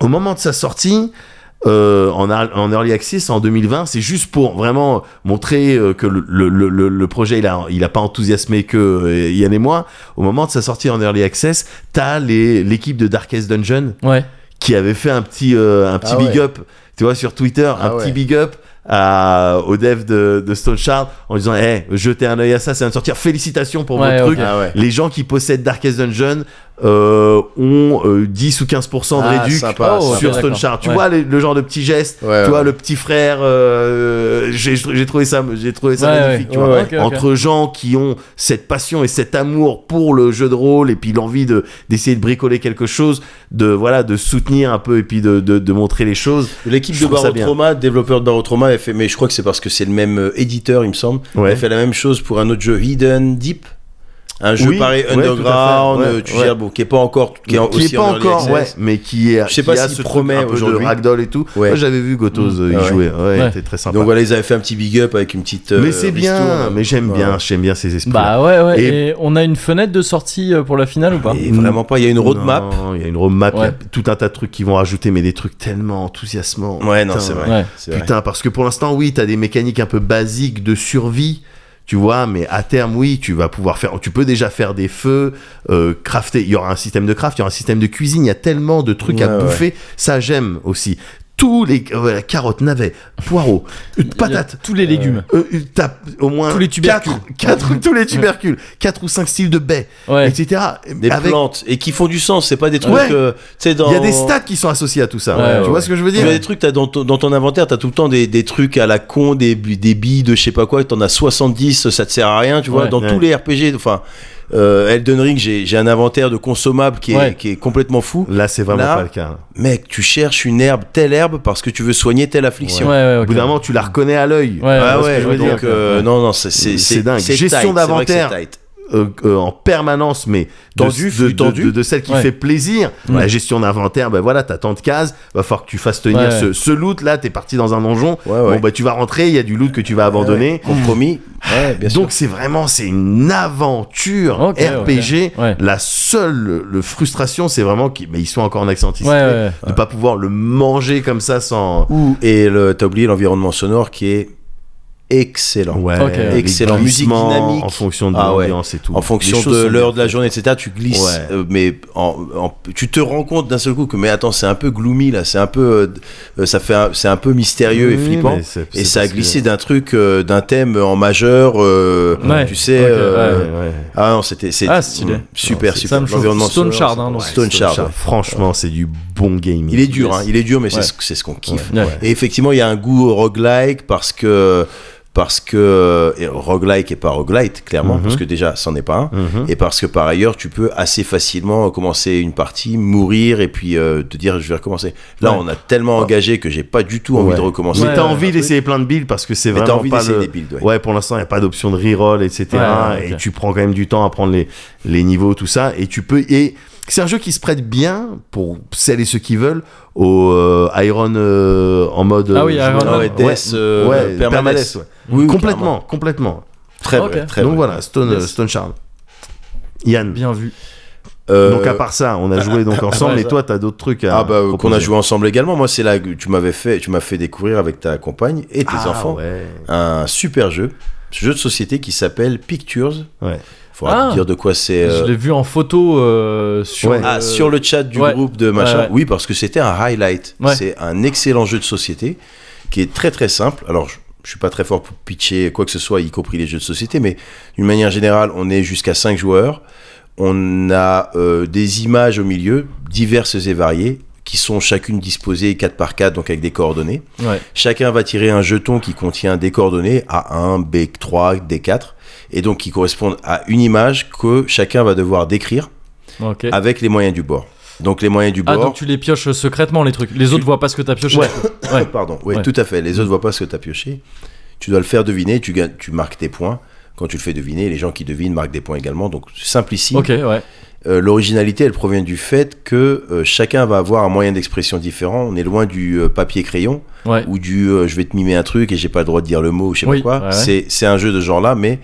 Speaker 3: au moment de sa sortie, euh, en, ar- en early access en 2020, c'est juste pour vraiment montrer euh, que le, le- le- le- le projet il a, il a pas enthousiasmé que euh, Yann et moi. Au moment de sa sortie en early access, t'as les- l'équipe de Darkest Dungeon
Speaker 1: Ouais.
Speaker 3: qui avait fait un petit, euh, un petit
Speaker 2: Ah
Speaker 3: big
Speaker 2: ouais. Ah
Speaker 3: up, tu vois, sur Twitter, un
Speaker 2: ouais.
Speaker 3: petit big up à, au dev de, de Stone Shard en disant, hey, jetez un œil à ça, ça vient de sortir, félicitations pour
Speaker 1: Ouais,
Speaker 3: votre truc.
Speaker 1: ok.
Speaker 2: Ah ouais.
Speaker 3: Les gens qui possèdent Darkest Dungeon euh, ont euh, 10 ou 15% de
Speaker 2: Ah,
Speaker 3: réduc
Speaker 2: sympa,
Speaker 1: Oh, sympa.
Speaker 3: sur
Speaker 1: ok,
Speaker 3: Stone
Speaker 1: d'accord.
Speaker 3: Shard. Tu
Speaker 1: Ouais.
Speaker 3: vois le, le genre de petit geste,
Speaker 2: Ouais,
Speaker 3: tu vois
Speaker 2: ouais.
Speaker 3: le petit frère, euh, j'ai j'ai trouvé ça, j'ai trouvé ça
Speaker 1: Ouais,
Speaker 3: magnifique.
Speaker 1: ouais.
Speaker 3: tu vois.
Speaker 1: Ouais, ouais.
Speaker 3: Entre gens qui ont cette passion et cet amour pour le jeu de rôle et puis l'envie de d'essayer de bricoler quelque chose, de voilà, de soutenir un peu et puis de, de, de montrer les choses.
Speaker 2: L'équipe
Speaker 3: Je
Speaker 2: de
Speaker 3: trouve ça
Speaker 2: Barreau
Speaker 3: bien.
Speaker 2: Trauma, développeur de Barreau Trauma, elle fait, mais je crois que c'est parce que c'est le même euh, éditeur, il me semble.
Speaker 3: Ouais.
Speaker 2: Elle fait la même chose pour un autre jeu, Hidden Deep. Un jeu
Speaker 3: Oui,
Speaker 2: pareil,
Speaker 3: ouais,
Speaker 2: underground,
Speaker 3: tout à fait, ouais,
Speaker 2: euh, tu
Speaker 3: ouais.
Speaker 2: gères, bon, qui est pas encore, qui est, en-
Speaker 3: qui
Speaker 2: aussi
Speaker 3: est pas
Speaker 2: en early
Speaker 3: encore, ouais,
Speaker 2: access.
Speaker 3: mais qui est,
Speaker 2: Je sais
Speaker 3: qui
Speaker 2: pas
Speaker 3: a
Speaker 2: s'il
Speaker 3: ce truc
Speaker 2: promet
Speaker 3: un peu de
Speaker 2: aujourd'hui.
Speaker 3: ragdoll et tout.
Speaker 2: Ouais.
Speaker 3: Moi, j'avais vu Gotos euh, y
Speaker 2: Ah ouais.
Speaker 3: jouer, ouais,
Speaker 1: Ouais.
Speaker 3: c'était très sympa.
Speaker 2: Donc voilà, ils avaient fait un petit big up avec une petite. euh,
Speaker 3: mais c'est bien,
Speaker 2: ristourne.
Speaker 3: mais j'aime
Speaker 2: Ouais.
Speaker 3: bien, j'aime bien ces esprits.
Speaker 1: Bah ouais, ouais.
Speaker 3: Et-
Speaker 1: Et... on a une fenêtre de sortie euh, pour la finale ou pas
Speaker 3: Mm.
Speaker 2: Et vraiment pas, il y a une roadmap.
Speaker 3: Il y a une roadmap, il y a
Speaker 1: Ouais.
Speaker 3: tout un tas de trucs qui vont rajouter, mais des trucs tellement enthousiasmants.
Speaker 2: Ouais, non,
Speaker 3: Putain,
Speaker 2: c'est vrai.
Speaker 1: Ouais.
Speaker 2: c'est vrai.
Speaker 3: Putain, parce que pour l'instant, oui, t'as des mécaniques un peu basiques de survie, tu vois, mais à terme, oui, tu vas pouvoir faire, tu peux déjà faire des feux, euh, crafter. Il y aura un système de craft, il y aura un système de cuisine, il y a tellement de trucs à
Speaker 2: Ouais, ouais.
Speaker 3: bouffer. Ça, j'aime aussi. tous les euh, voilà, carottes, navets, poireaux, une patate.
Speaker 1: tous les légumes.
Speaker 3: Euh, une tape, au moins
Speaker 1: Tous les tubercules.
Speaker 3: quatre- quatre- tous les tubercules, quatre ou cinq styles de baies,
Speaker 1: Ouais.
Speaker 3: etc.
Speaker 2: Des
Speaker 3: Avec-
Speaker 2: plantes et qui font du sens. C'est pas des trucs.
Speaker 3: Ouais.
Speaker 2: euh, tu sais, dans.
Speaker 3: Il y a des stats qui sont associés à tout ça.
Speaker 1: Ouais,
Speaker 3: tu
Speaker 1: ouais,
Speaker 3: vois
Speaker 1: ouais.
Speaker 3: ce que je veux
Speaker 2: Il y
Speaker 3: dire
Speaker 2: a des trucs t'as dans, ton- dans ton inventaire, t'as tout le temps des, des trucs à la con, des, bu- des billes de je sais pas quoi, t'en as 70, ça te sert à rien, tu vois.
Speaker 1: Ouais.
Speaker 2: dans
Speaker 3: Ouais.
Speaker 2: tous les RPG, enfin, euh, Elden Ring, j'ai j'ai un inventaire de consommables qui est,
Speaker 1: Ouais.
Speaker 2: qui est complètement fou.
Speaker 3: Là, c'est vraiment
Speaker 2: Là,
Speaker 3: pas le cas.
Speaker 2: Mec, tu cherches une herbe, telle herbe, parce que tu veux soigner telle affliction.
Speaker 1: Ouais, ouais,
Speaker 3: Au
Speaker 1: ok.
Speaker 3: bout d'un moment, tu la reconnais à l'œil.
Speaker 1: Ouais,
Speaker 2: Ah
Speaker 3: Tu vois ce
Speaker 2: ouais,
Speaker 3: que je veux
Speaker 2: donc,
Speaker 3: dire.
Speaker 2: euh, non, non, c'est- c'est
Speaker 3: C'est dingue.
Speaker 2: c'est
Speaker 3: Gestion
Speaker 2: tight, c'est vrai que c'est
Speaker 3: d'inventaire.
Speaker 2: tight.
Speaker 3: Euh, euh, en permanence, mais de-
Speaker 2: Tendu,
Speaker 3: de,
Speaker 2: flux
Speaker 3: de,
Speaker 2: tendu.
Speaker 3: de- de celle qui
Speaker 1: Ouais.
Speaker 3: fait plaisir. La gestion d'inventaire, ben voilà, t'as tant de cases, va falloir que tu fasses tenir
Speaker 1: Ouais,
Speaker 3: ce,
Speaker 1: ouais.
Speaker 3: ce loot là. T'es parti dans un donjon.
Speaker 2: Ouais, ouais.
Speaker 3: Bon bah tu vas rentrer, il y a du loot que tu vas abandonner.
Speaker 2: Compromis. Ouais, bien sûr.
Speaker 3: Donc c'est vraiment c'est une aventure
Speaker 1: Ok, ok.
Speaker 3: RPG.
Speaker 1: Ouais.
Speaker 3: La seule le frustration, c'est vraiment qu'ils mais ils sont encore en accent anticipé,
Speaker 1: Ouais, ouais,
Speaker 3: de pas pouvoir le manger comme ça sans.
Speaker 2: Ou- et le, t'as oublié l'environnement sonore qui est excellent.
Speaker 3: Ouais,
Speaker 1: Ok.
Speaker 3: les
Speaker 2: Excellent. Musique
Speaker 3: glissements
Speaker 2: dynamique.
Speaker 3: en fonction de
Speaker 2: Ah ouais.
Speaker 3: l'ambiance et tout.
Speaker 2: En
Speaker 3: Les
Speaker 2: fonction
Speaker 3: choses
Speaker 2: de
Speaker 3: sont
Speaker 2: l'heure de
Speaker 3: bien
Speaker 2: la journée, etc., tu glisses.
Speaker 3: Ouais.
Speaker 2: euh, mais en- en- tu te rends compte d'un seul coup que, mais attends, c'est un peu gloomy là, c'est un peu, euh, ça fait, un- c'est un peu mystérieux et
Speaker 3: Oui,
Speaker 2: flippant.
Speaker 3: mais c'est-
Speaker 2: Et
Speaker 3: c'est
Speaker 2: ça a
Speaker 3: parce que-
Speaker 2: glissé d'un truc, euh, d'un thème en majeur, euh,
Speaker 1: Ouais.
Speaker 2: tu sais.
Speaker 1: Ok,
Speaker 2: euh,
Speaker 1: ouais.
Speaker 3: Ouais, ouais.
Speaker 2: Ah non, c'était, c'est Mm,
Speaker 1: Ah, stylé.
Speaker 2: super,
Speaker 1: Non, c'est- ça
Speaker 2: super.
Speaker 1: me chauffe.
Speaker 2: L'environnement
Speaker 1: Stone
Speaker 2: sonore,
Speaker 1: Shard, hein, donc.
Speaker 2: ouais, Stone Shard. ouais.
Speaker 3: Franchement, c'est du bon gaming.
Speaker 2: Il est dur,
Speaker 1: Yes.
Speaker 2: hein, il est dur, mais
Speaker 1: Ouais.
Speaker 2: c'est ce, c'est ce qu'on kiffe.
Speaker 1: Ouais.
Speaker 2: Et effectivement, il y a un goût au roguelike parce que parce que et roguelike et pas roguelite
Speaker 1: Mhm.
Speaker 2: clairement parce que déjà c'en est pas
Speaker 3: Mhm.
Speaker 2: un et parce que par ailleurs tu peux assez facilement commencer une partie mourir et puis euh, te dire je vais recommencer là
Speaker 1: Ouais.
Speaker 2: on a tellement engagé que j'ai pas du tout envie
Speaker 3: Oh. Ouais.
Speaker 2: de recommencer
Speaker 3: Mais
Speaker 1: Ouais,
Speaker 3: t'as
Speaker 1: ouais,
Speaker 3: envie d'essayer plein de builds parce que c'est
Speaker 2: Mais t'as
Speaker 3: vraiment
Speaker 2: envie
Speaker 3: pas
Speaker 2: d'essayer
Speaker 3: le...
Speaker 2: des builds, ouais.
Speaker 3: pour l'instant, il n'y a pas d'option de reroll, etc.
Speaker 1: Ouais, ouais,
Speaker 3: Et
Speaker 1: ok.
Speaker 3: tu prends quand même du temps à prendre les, les niveaux, tout ça. Et tu peux. Et c'est un jeu qui se prête bien pour celles et ceux qui veulent au euh, Iron euh, en mode.
Speaker 1: Ah oui,
Speaker 3: euh,
Speaker 1: Iron
Speaker 3: je-
Speaker 2: Ah ouais,
Speaker 1: Ouais.
Speaker 2: Death, euh,
Speaker 3: Ouais,
Speaker 2: Permanence.
Speaker 3: Permanence, ouais.
Speaker 2: Oui, oui,
Speaker 3: complètement,
Speaker 2: clairement.
Speaker 3: complètement.
Speaker 2: très
Speaker 1: Ok.
Speaker 2: vrai, très
Speaker 3: Donc
Speaker 2: vrai.
Speaker 3: voilà, Stone,
Speaker 1: Yes.
Speaker 3: euh, Stone Shard. Yann.
Speaker 1: Bien vu.
Speaker 2: Euh,
Speaker 3: Donc à part ça, on a joué donc ensemble,
Speaker 1: ouais,
Speaker 3: et
Speaker 1: ça-
Speaker 3: toi, t'as d'autres trucs à.
Speaker 2: ah bah euh, qu'on a
Speaker 3: proposer.
Speaker 2: joué ensemble également moi c'est là que tu m'avais fait tu m'as fait découvrir avec ta compagne et tes
Speaker 3: Ah,
Speaker 2: enfants
Speaker 3: ouais.
Speaker 2: un super jeu, ce jeu de société qui s'appelle Pictures.
Speaker 3: Ouais.
Speaker 2: Faudra
Speaker 1: Ah.
Speaker 2: me dire de quoi c'est. euh,
Speaker 1: Je l'ai vu en photo euh, sur.
Speaker 3: Ouais.
Speaker 1: le-
Speaker 2: Ah, sur le chat du
Speaker 1: ouais.
Speaker 2: groupe de machin.
Speaker 1: Ouais, ouais.
Speaker 2: Oui, parce que c'était un highlight.
Speaker 1: Ouais.
Speaker 2: C'est un excellent jeu de société qui est très très simple. Alors, je, je suis pas très fort pour pitcher quoi que ce soit, y compris les jeux de société, mais d'une manière générale, on est jusqu'à 5 joueurs. On a euh, des images au milieu, diverses et variées, qui sont chacune disposées 4 par 4, donc avec des coordonnées.
Speaker 1: Ouais.
Speaker 2: Chacun va tirer un jeton qui contient des coordonnées A1, B3, D4, et donc qui correspondent à une image que chacun va devoir décrire
Speaker 1: Ok.
Speaker 2: avec les moyens du bord. Donc les moyens du
Speaker 1: Ah,
Speaker 2: bord.
Speaker 1: donc tu les pioches secrètement les trucs. Les autres voient pas ce que t'as pioché.
Speaker 2: Ouais.
Speaker 1: Ouais.
Speaker 2: Pardon, oui,
Speaker 1: Ouais.
Speaker 2: tout à fait. Les autres voient pas ce que tu as pioché. Tu dois le faire deviner, tu, gagnes- tu marques tes points. Quand tu le fais deviner, les gens qui devinent marquent des points également. Donc simplicité.
Speaker 1: Ok, ouais.
Speaker 2: Euh, L'originalité, elle provient du fait que euh, chacun va avoir un moyen d'expression différent. On est loin du euh, papier-crayon.
Speaker 1: Ouais.
Speaker 2: ou du euh, je vais te mimer un truc et j'ai pas le droit de dire le mot ou je sais
Speaker 1: Oui,
Speaker 2: pas
Speaker 1: ouais,
Speaker 2: quoi.
Speaker 1: ouais.
Speaker 2: C'est, c'est un jeu de genre là, mais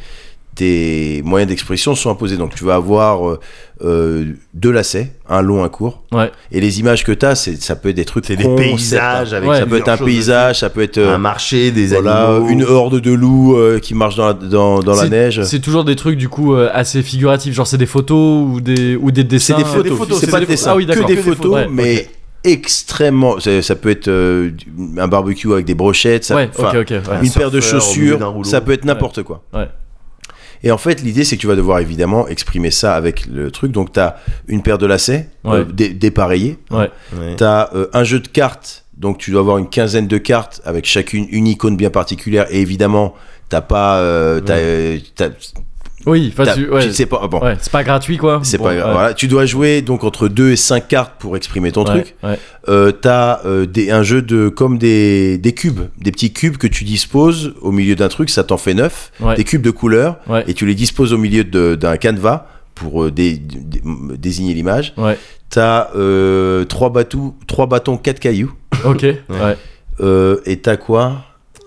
Speaker 2: tes moyens d'expression sont imposés. Donc tu vas avoir euh, euh, deux lacets, un long, un court.
Speaker 1: Ouais.
Speaker 2: Et les images que tu as, c'est, ça peut être des trucs.
Speaker 3: C'est des
Speaker 2: concepts,
Speaker 3: paysages
Speaker 2: hein.
Speaker 3: avec
Speaker 1: Ouais.
Speaker 2: Ça peut être un
Speaker 3: plusieurs choses
Speaker 2: paysage, ça peut être
Speaker 3: dessus,
Speaker 2: euh,
Speaker 3: un marché, des
Speaker 2: voilà,
Speaker 3: animaux,
Speaker 2: une horde de loups euh, qui marche dans la, dans, dans la
Speaker 1: C'est-
Speaker 2: neige.
Speaker 1: C'est toujours des trucs du coup euh, assez figuratifs, genre c'est des photos ou des ou hein. des dessins.
Speaker 2: C'est des photos, c'est pas des dessins,
Speaker 1: Ah oui,
Speaker 2: que
Speaker 1: d'accord.
Speaker 2: des photos,
Speaker 1: Ouais,
Speaker 2: mais
Speaker 1: ok.
Speaker 2: extrêmement. Ça, ça peut être euh, un barbecue avec des brochettes, ça,
Speaker 1: Ouais,
Speaker 2: enfin,
Speaker 1: ok, ok. ouais.
Speaker 3: un
Speaker 2: une paire de
Speaker 3: surfeur au milieu d'un
Speaker 2: chaussures,
Speaker 3: rouleau.
Speaker 2: ça peut être n'importe quoi.
Speaker 1: Ouais.
Speaker 2: Et en fait, l'idée, c'est que tu vas devoir évidemment exprimer ça avec le truc. Donc, tu as une paire de lacets
Speaker 1: Ouais.
Speaker 2: euh, dé- dépareillés.
Speaker 1: Ouais.
Speaker 3: Ouais.
Speaker 2: Tu as un jeu de cartes. Donc, tu dois avoir une quinzaine de cartes avec chacune une icône bien particulière. Et évidemment, t'as pas. euh, t'as, euh, t'as-
Speaker 1: Oui, enfin,
Speaker 2: t'as-
Speaker 1: tu- ouais.
Speaker 2: tu sais pas. Bon,
Speaker 1: Ouais, c'est pas gratuit quoi.
Speaker 2: c'est
Speaker 1: Bon,
Speaker 2: pas grave.
Speaker 1: ouais.
Speaker 2: Voilà. Tu dois jouer donc entre deux et cinq cartes pour exprimer ton
Speaker 1: Ouais,
Speaker 2: truc.
Speaker 1: ouais.
Speaker 2: Euh, t'as euh, des, un jeu de comme des, des cubes, des petits cubes que tu disposes au milieu d'un truc, ça t'en fait neuf,
Speaker 1: Ouais.
Speaker 2: des cubes de couleurs,
Speaker 1: Ouais.
Speaker 2: et tu les disposes au milieu de- d'un canevas pour euh, dé- dé- désigner l'image.
Speaker 1: Ouais.
Speaker 2: T'as euh, trois, batous, trois bâtons, quatre cailloux,
Speaker 1: Ok. Ouais.
Speaker 2: Euh, et t'as quoi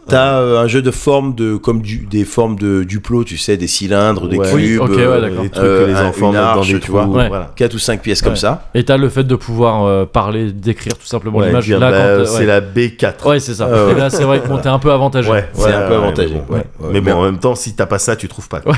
Speaker 2: T'as euh, un jeu de formes de comme du, des formes de duplo, tu sais, des cylindres, des
Speaker 3: Ouais.
Speaker 2: cubes,
Speaker 1: Oui, ok, ouais,
Speaker 2: euh,
Speaker 1: d'accord.
Speaker 3: les trucs
Speaker 2: Euh,
Speaker 3: que les
Speaker 2: un-
Speaker 3: enfants
Speaker 2: une
Speaker 3: mettent
Speaker 2: arche,
Speaker 3: dans
Speaker 2: tu
Speaker 3: des trous,
Speaker 2: vois.
Speaker 1: Ouais.
Speaker 3: voilà.
Speaker 2: quatre ou cinq pièces
Speaker 1: Ouais.
Speaker 2: comme ça.
Speaker 1: Et t'as le fait de pouvoir euh, parler, décrire tout simplement
Speaker 3: Ouais,
Speaker 1: l'image.
Speaker 3: dire,
Speaker 1: Là,
Speaker 3: bah,
Speaker 1: quand, euh,
Speaker 3: c'est
Speaker 1: ouais.
Speaker 3: la B4.
Speaker 1: Ouais, c'est ça.
Speaker 2: Euh,
Speaker 1: Et là, c'est vrai qu'on t'es un peu avantagé.
Speaker 2: C'est un peu avantagé,
Speaker 3: Mais bon,
Speaker 2: ouais. Ouais,
Speaker 3: mais bon,
Speaker 2: bien.
Speaker 3: en même temps, si t'as pas ça, tu trouves pas. quoi.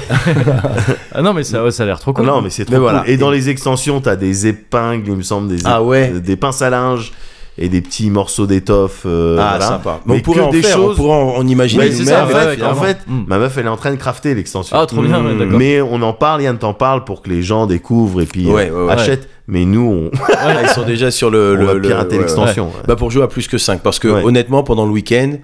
Speaker 1: Ah non, mais ça, ouais, ça a l'air trop cool.
Speaker 3: Non, mais c'est trop
Speaker 2: Mais voilà.
Speaker 3: cool. Et dans les extensions, t'as des épingles, il me semble, des, ép-
Speaker 2: Ah ouais.
Speaker 3: des pinces à linge, et des petits morceaux d'étoffe. euh,
Speaker 2: Ah,
Speaker 3: voilà.
Speaker 2: sympa. Mais
Speaker 3: Mais
Speaker 2: on pourrait
Speaker 3: que
Speaker 2: en
Speaker 3: des
Speaker 2: faire,
Speaker 3: choses.
Speaker 2: on pourrait en, en
Speaker 3: Mais
Speaker 2: imaginer
Speaker 1: Ouais, c'est
Speaker 3: mais
Speaker 2: nous-mêmes,
Speaker 1: ça,
Speaker 3: en
Speaker 1: ouais,
Speaker 3: fait,
Speaker 1: ouais,
Speaker 3: en
Speaker 1: clairement.
Speaker 3: fait,
Speaker 1: Mm.
Speaker 3: ma meuf, elle est en train de crafter l'extension.
Speaker 1: Ah, trop bien, ouais,
Speaker 2: Mm.
Speaker 1: d'accord.
Speaker 3: mais on en parle, Yann t'en parle pour que les gens découvrent et puis euh,
Speaker 2: Ouais, ouais, ouais.
Speaker 3: achètent. Mais nous, on,
Speaker 2: Ah, ils sont déjà sur le,
Speaker 3: on
Speaker 2: le-
Speaker 3: va
Speaker 2: le-
Speaker 3: pirater
Speaker 2: ouais, ouais.
Speaker 3: l'extension. ouais.
Speaker 2: Bah pour jouer à plus que 5 parce que
Speaker 3: Ouais.
Speaker 2: honnêtement pendant le week-end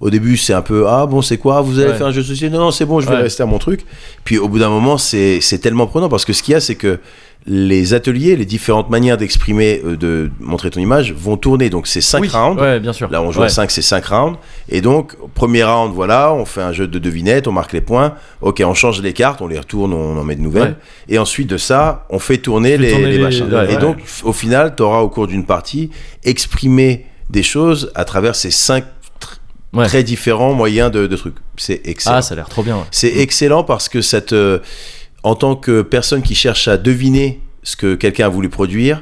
Speaker 2: au début c'est un peu ah bon c'est quoi vous allez
Speaker 1: Ouais.
Speaker 2: faire un jeu de société non non c'est bon je vais
Speaker 1: Ouais.
Speaker 2: rester à mon truc puis au bout d'un moment c'est c'est tellement prenant parce que ce qu'il y a c'est que les ateliers les différentes manières d'exprimer euh, de montrer ton image vont tourner donc c'est 5
Speaker 1: Oui,
Speaker 2: rounds
Speaker 1: Ouais, bien sûr.
Speaker 2: Là, on joue
Speaker 1: Ouais.
Speaker 2: à 5, c'est 5 rounds. Et donc, premier round, voilà, on fait un jeu de devinettes, on marque les points. Ok, on change les cartes, on les retourne, on en met de nouvelles.
Speaker 1: Ouais.
Speaker 2: Et ensuite de ça, on fait tourner,
Speaker 1: fait
Speaker 2: les,
Speaker 1: tourner
Speaker 2: les
Speaker 1: les-
Speaker 2: machins.
Speaker 1: ouais,
Speaker 2: et
Speaker 1: ouais.
Speaker 2: donc, f- au final, tu auras au cours d'une partie exprimé des choses à travers ces 5
Speaker 1: Ouais.
Speaker 2: très différents moyens de, de trucs. C'est excellent.
Speaker 1: Ah, ça a l'air trop bien. ouais.
Speaker 2: C'est excellent parce que ça te, en tant que personne qui cherche à deviner ce que quelqu'un a voulu produire,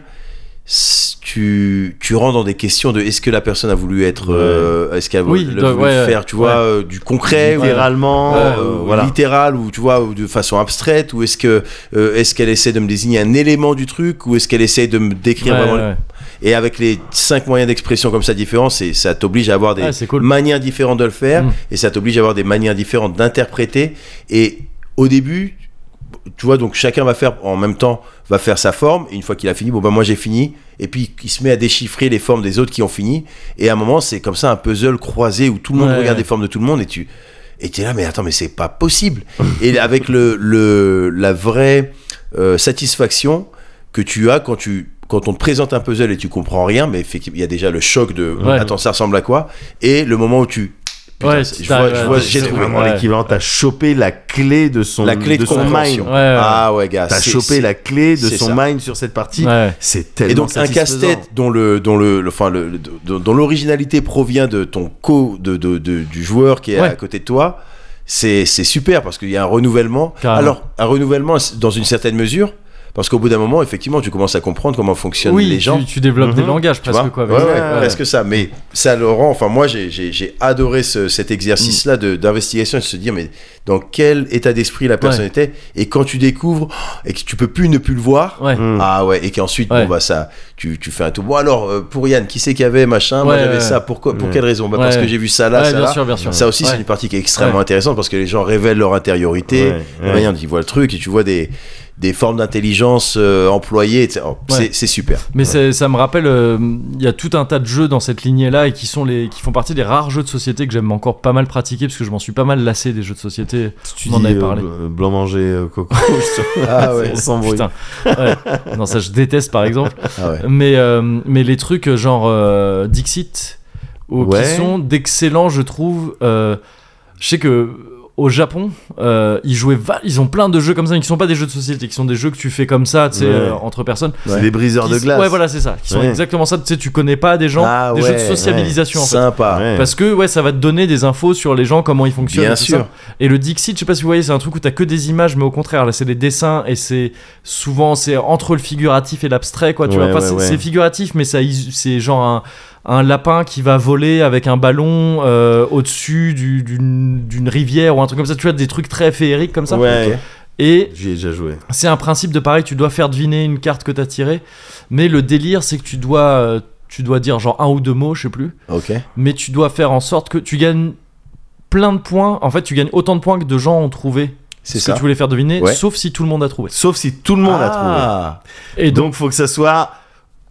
Speaker 2: s- tu, tu rentres dans des questions de est-ce que la personne a voulu être, euh, est-ce qu'elle a
Speaker 1: Oui,
Speaker 2: voulu
Speaker 1: doit- ouais,
Speaker 2: faire,
Speaker 1: ouais.
Speaker 2: tu vois,
Speaker 1: Ouais.
Speaker 2: euh, du concret, ou,
Speaker 3: Littéralement,
Speaker 2: euh,
Speaker 3: euh,
Speaker 2: ou
Speaker 3: voilà.
Speaker 2: littéral ou tu vois ou de façon abstraite ou est-ce que euh, est-ce qu'elle essaie de me désigner un élément du truc ou est-ce qu'elle essaie de me décrire
Speaker 1: Ouais,
Speaker 2: vraiment
Speaker 1: ouais, ouais.
Speaker 2: et avec les cinq moyens d'expression comme ça différents, c'est- ça t'oblige à avoir des
Speaker 1: Ah, c'est cool.
Speaker 2: manières différentes de le faire
Speaker 1: Mm.
Speaker 2: et ça t'oblige à avoir des manières différentes d'interpréter. Et au début, tu vois, donc chacun va faire en même temps, va faire sa forme. Et une fois qu'il a fini, bon, bah moi j'ai fini. Et puis il se met à déchiffrer les formes des autres qui ont fini. Et à un moment, c'est comme ça un puzzle croisé où tout le monde
Speaker 1: Ouais,
Speaker 2: regarde
Speaker 1: ouais.
Speaker 2: les formes de tout le monde et tu. Et t'es là, mais attends, mais c'est pas possible. et avec le, le, la vraie euh, satisfaction, que tu as quand tu quand on te présente un puzzle et tu comprends rien, mais effectivement, il y a déjà le choc de
Speaker 1: Ouais.
Speaker 2: attends, ça ressemble à quoi Et le moment où tu putain,
Speaker 1: Ouais,
Speaker 2: c'est- je
Speaker 1: t'as-
Speaker 2: vois, je
Speaker 1: ouais,
Speaker 2: vois,
Speaker 1: t'as-
Speaker 2: j'ai
Speaker 3: C'est
Speaker 2: trouvé.
Speaker 3: vraiment
Speaker 1: Ouais.
Speaker 3: l'équivalent. T'as chopé la clé de son,
Speaker 2: La clé de,
Speaker 3: son mind.
Speaker 2: compréhension.
Speaker 1: Ouais, ouais.
Speaker 2: Ah ouais, gars.
Speaker 3: T'as
Speaker 2: c'est-
Speaker 3: chopé
Speaker 2: c'est-
Speaker 3: la clé de
Speaker 2: c'est
Speaker 3: son
Speaker 2: ça.
Speaker 3: mind sur cette partie.
Speaker 1: Ouais.
Speaker 3: C'est tellement
Speaker 2: Et donc un
Speaker 3: satisfaisant.
Speaker 2: casse-tête dont le dont le le- enfin le, le- dont, dont l'originalité provient de ton co de, de- de- du joueur qui est
Speaker 1: Ouais.
Speaker 2: à côté de toi. C'est c'est super parce qu'il y a un renouvellement.
Speaker 1: Carrément.
Speaker 2: Alors un renouvellement dans une certaine mesure parce qu'au bout d'un moment effectivement tu commences à comprendre comment fonctionnent
Speaker 1: Oui,
Speaker 2: les gens.
Speaker 1: Tu, tu développes des
Speaker 3: Mhm.
Speaker 1: langages
Speaker 2: Tu
Speaker 1: presque
Speaker 2: vois
Speaker 1: quoi. avec
Speaker 2: Ouais,
Speaker 1: ça.
Speaker 2: ouais,
Speaker 1: Ouais.
Speaker 2: presque ça. Mais ça le rend. Enfin, moi, j'ai- j'ai j'ai adoré ce- cet exercice-là de- d'investigation et de se dire, mais dans quel état d'esprit la personne
Speaker 1: Ouais.
Speaker 2: était. Et quand tu découvres oh, et que tu peux plus ne plus le voir.
Speaker 1: Ouais.
Speaker 3: Mm.
Speaker 2: Ah ouais, et qu'ensuite,
Speaker 1: Ouais.
Speaker 2: bon, bah, ça, tu, tu fais un tour. Bon, alors, euh, pour Yann, qui c'est qu'il y avait, machin Moi,
Speaker 1: Ouais,
Speaker 2: j'avais
Speaker 1: ouais. Mmh.
Speaker 2: ça. Pourquoi, pour
Speaker 3: Ouais.
Speaker 2: quelle raison bah,
Speaker 1: Ouais.
Speaker 2: Parce que j'ai vu ça là,
Speaker 1: Ouais,
Speaker 2: ça
Speaker 1: bien
Speaker 2: là.
Speaker 1: sûr, bien sûr.
Speaker 2: Ça aussi,
Speaker 1: Ouais.
Speaker 2: c'est une partie qui est extrêmement
Speaker 1: Ouais.
Speaker 2: intéressante parce que les gens révèlent leur intériorité.
Speaker 3: Ouais,
Speaker 2: La
Speaker 3: ouais.
Speaker 2: manière dont ils voient le truc, et tu vois des, des formes d'intelligence euh, employées. etc. Oh,
Speaker 1: Ouais.
Speaker 2: c'est- C'est super.
Speaker 1: Mais c'est- ça me rappelle, euh, il y a tout un tas de jeux dans cette lignée-là et qui sont les, qui font partie des rares jeux de société que j'aime encore pas mal pratiquer parce que je m'en suis pas mal lassé des jeux de société.
Speaker 3: Tu
Speaker 1: On en
Speaker 3: dis,
Speaker 1: avait
Speaker 3: euh,
Speaker 1: parlé.
Speaker 3: bl- blanc manger euh, coco.
Speaker 2: Ah ouais.
Speaker 3: on s'embrouille.
Speaker 1: Putain. Ouais. non, ça je déteste par exemple.
Speaker 2: Ah ouais.
Speaker 1: Mais euh, mais les trucs euh, genre euh, Dixit, ou-
Speaker 3: Ouais.
Speaker 1: qui sont d'excellents, je trouve. euh, je sais que au Japon, euh, ils jouaient, va- ils ont plein de jeux comme ça, mais qui sont pas des jeux de société, qui sont des jeux que tu fais comme ça, tu sais,
Speaker 3: Ouais.
Speaker 1: euh, entre personnes.
Speaker 3: C'est des briseurs
Speaker 1: Qui
Speaker 3: de
Speaker 1: s-
Speaker 3: glace.
Speaker 1: Ouais, voilà, c'est ça. Qui sont
Speaker 3: Ouais.
Speaker 1: exactement ça. Tu sais, tu connais pas des gens,
Speaker 2: Ah
Speaker 1: des jeux de
Speaker 2: ouais,
Speaker 1: sociabilisation en fait.
Speaker 2: Sympa.
Speaker 3: Ouais.
Speaker 1: Parce que ouais, ça va te donner des infos sur les gens, comment ils fonctionnent.
Speaker 2: Bien
Speaker 1: et tout
Speaker 2: sûr.
Speaker 1: ça. Et le Dixit, je sais pas si vous voyez, c'est un truc où t'as que des images, mais au contraire, là, c'est des dessins et c'est souvent c'est entre le figuratif et l'abstrait, quoi. Tu
Speaker 3: Ouais,
Speaker 1: vois, Enfin,
Speaker 3: ouais,
Speaker 1: c'est-
Speaker 3: ouais.
Speaker 1: c'est figuratif, mais ça, is- c'est genre un, un lapin qui va voler avec un ballon euh, au-dessus du- d'une d'une rivière ou un truc comme ça. Tu vois, des trucs très féeriques comme ça.
Speaker 3: Ouais.
Speaker 1: Et
Speaker 3: J'y ai déjà joué.
Speaker 1: c'est un principe de pareil, tu dois faire deviner une carte que t'as tirée, mais le délire, c'est que tu dois, euh, tu dois dire genre un ou deux mots, je sais plus
Speaker 2: Ok.
Speaker 1: mais tu dois faire en sorte que tu gagnes plein de points. En fait, tu gagnes autant de points que de gens ont trouvé
Speaker 2: C'est
Speaker 1: ce
Speaker 2: ça.
Speaker 1: que tu voulais faire deviner,
Speaker 2: Ouais.
Speaker 1: sauf si tout le monde a trouvé.
Speaker 3: Sauf si tout le monde a trouvé.
Speaker 2: Ah.
Speaker 1: Et donc,
Speaker 3: Donc faut que ça soit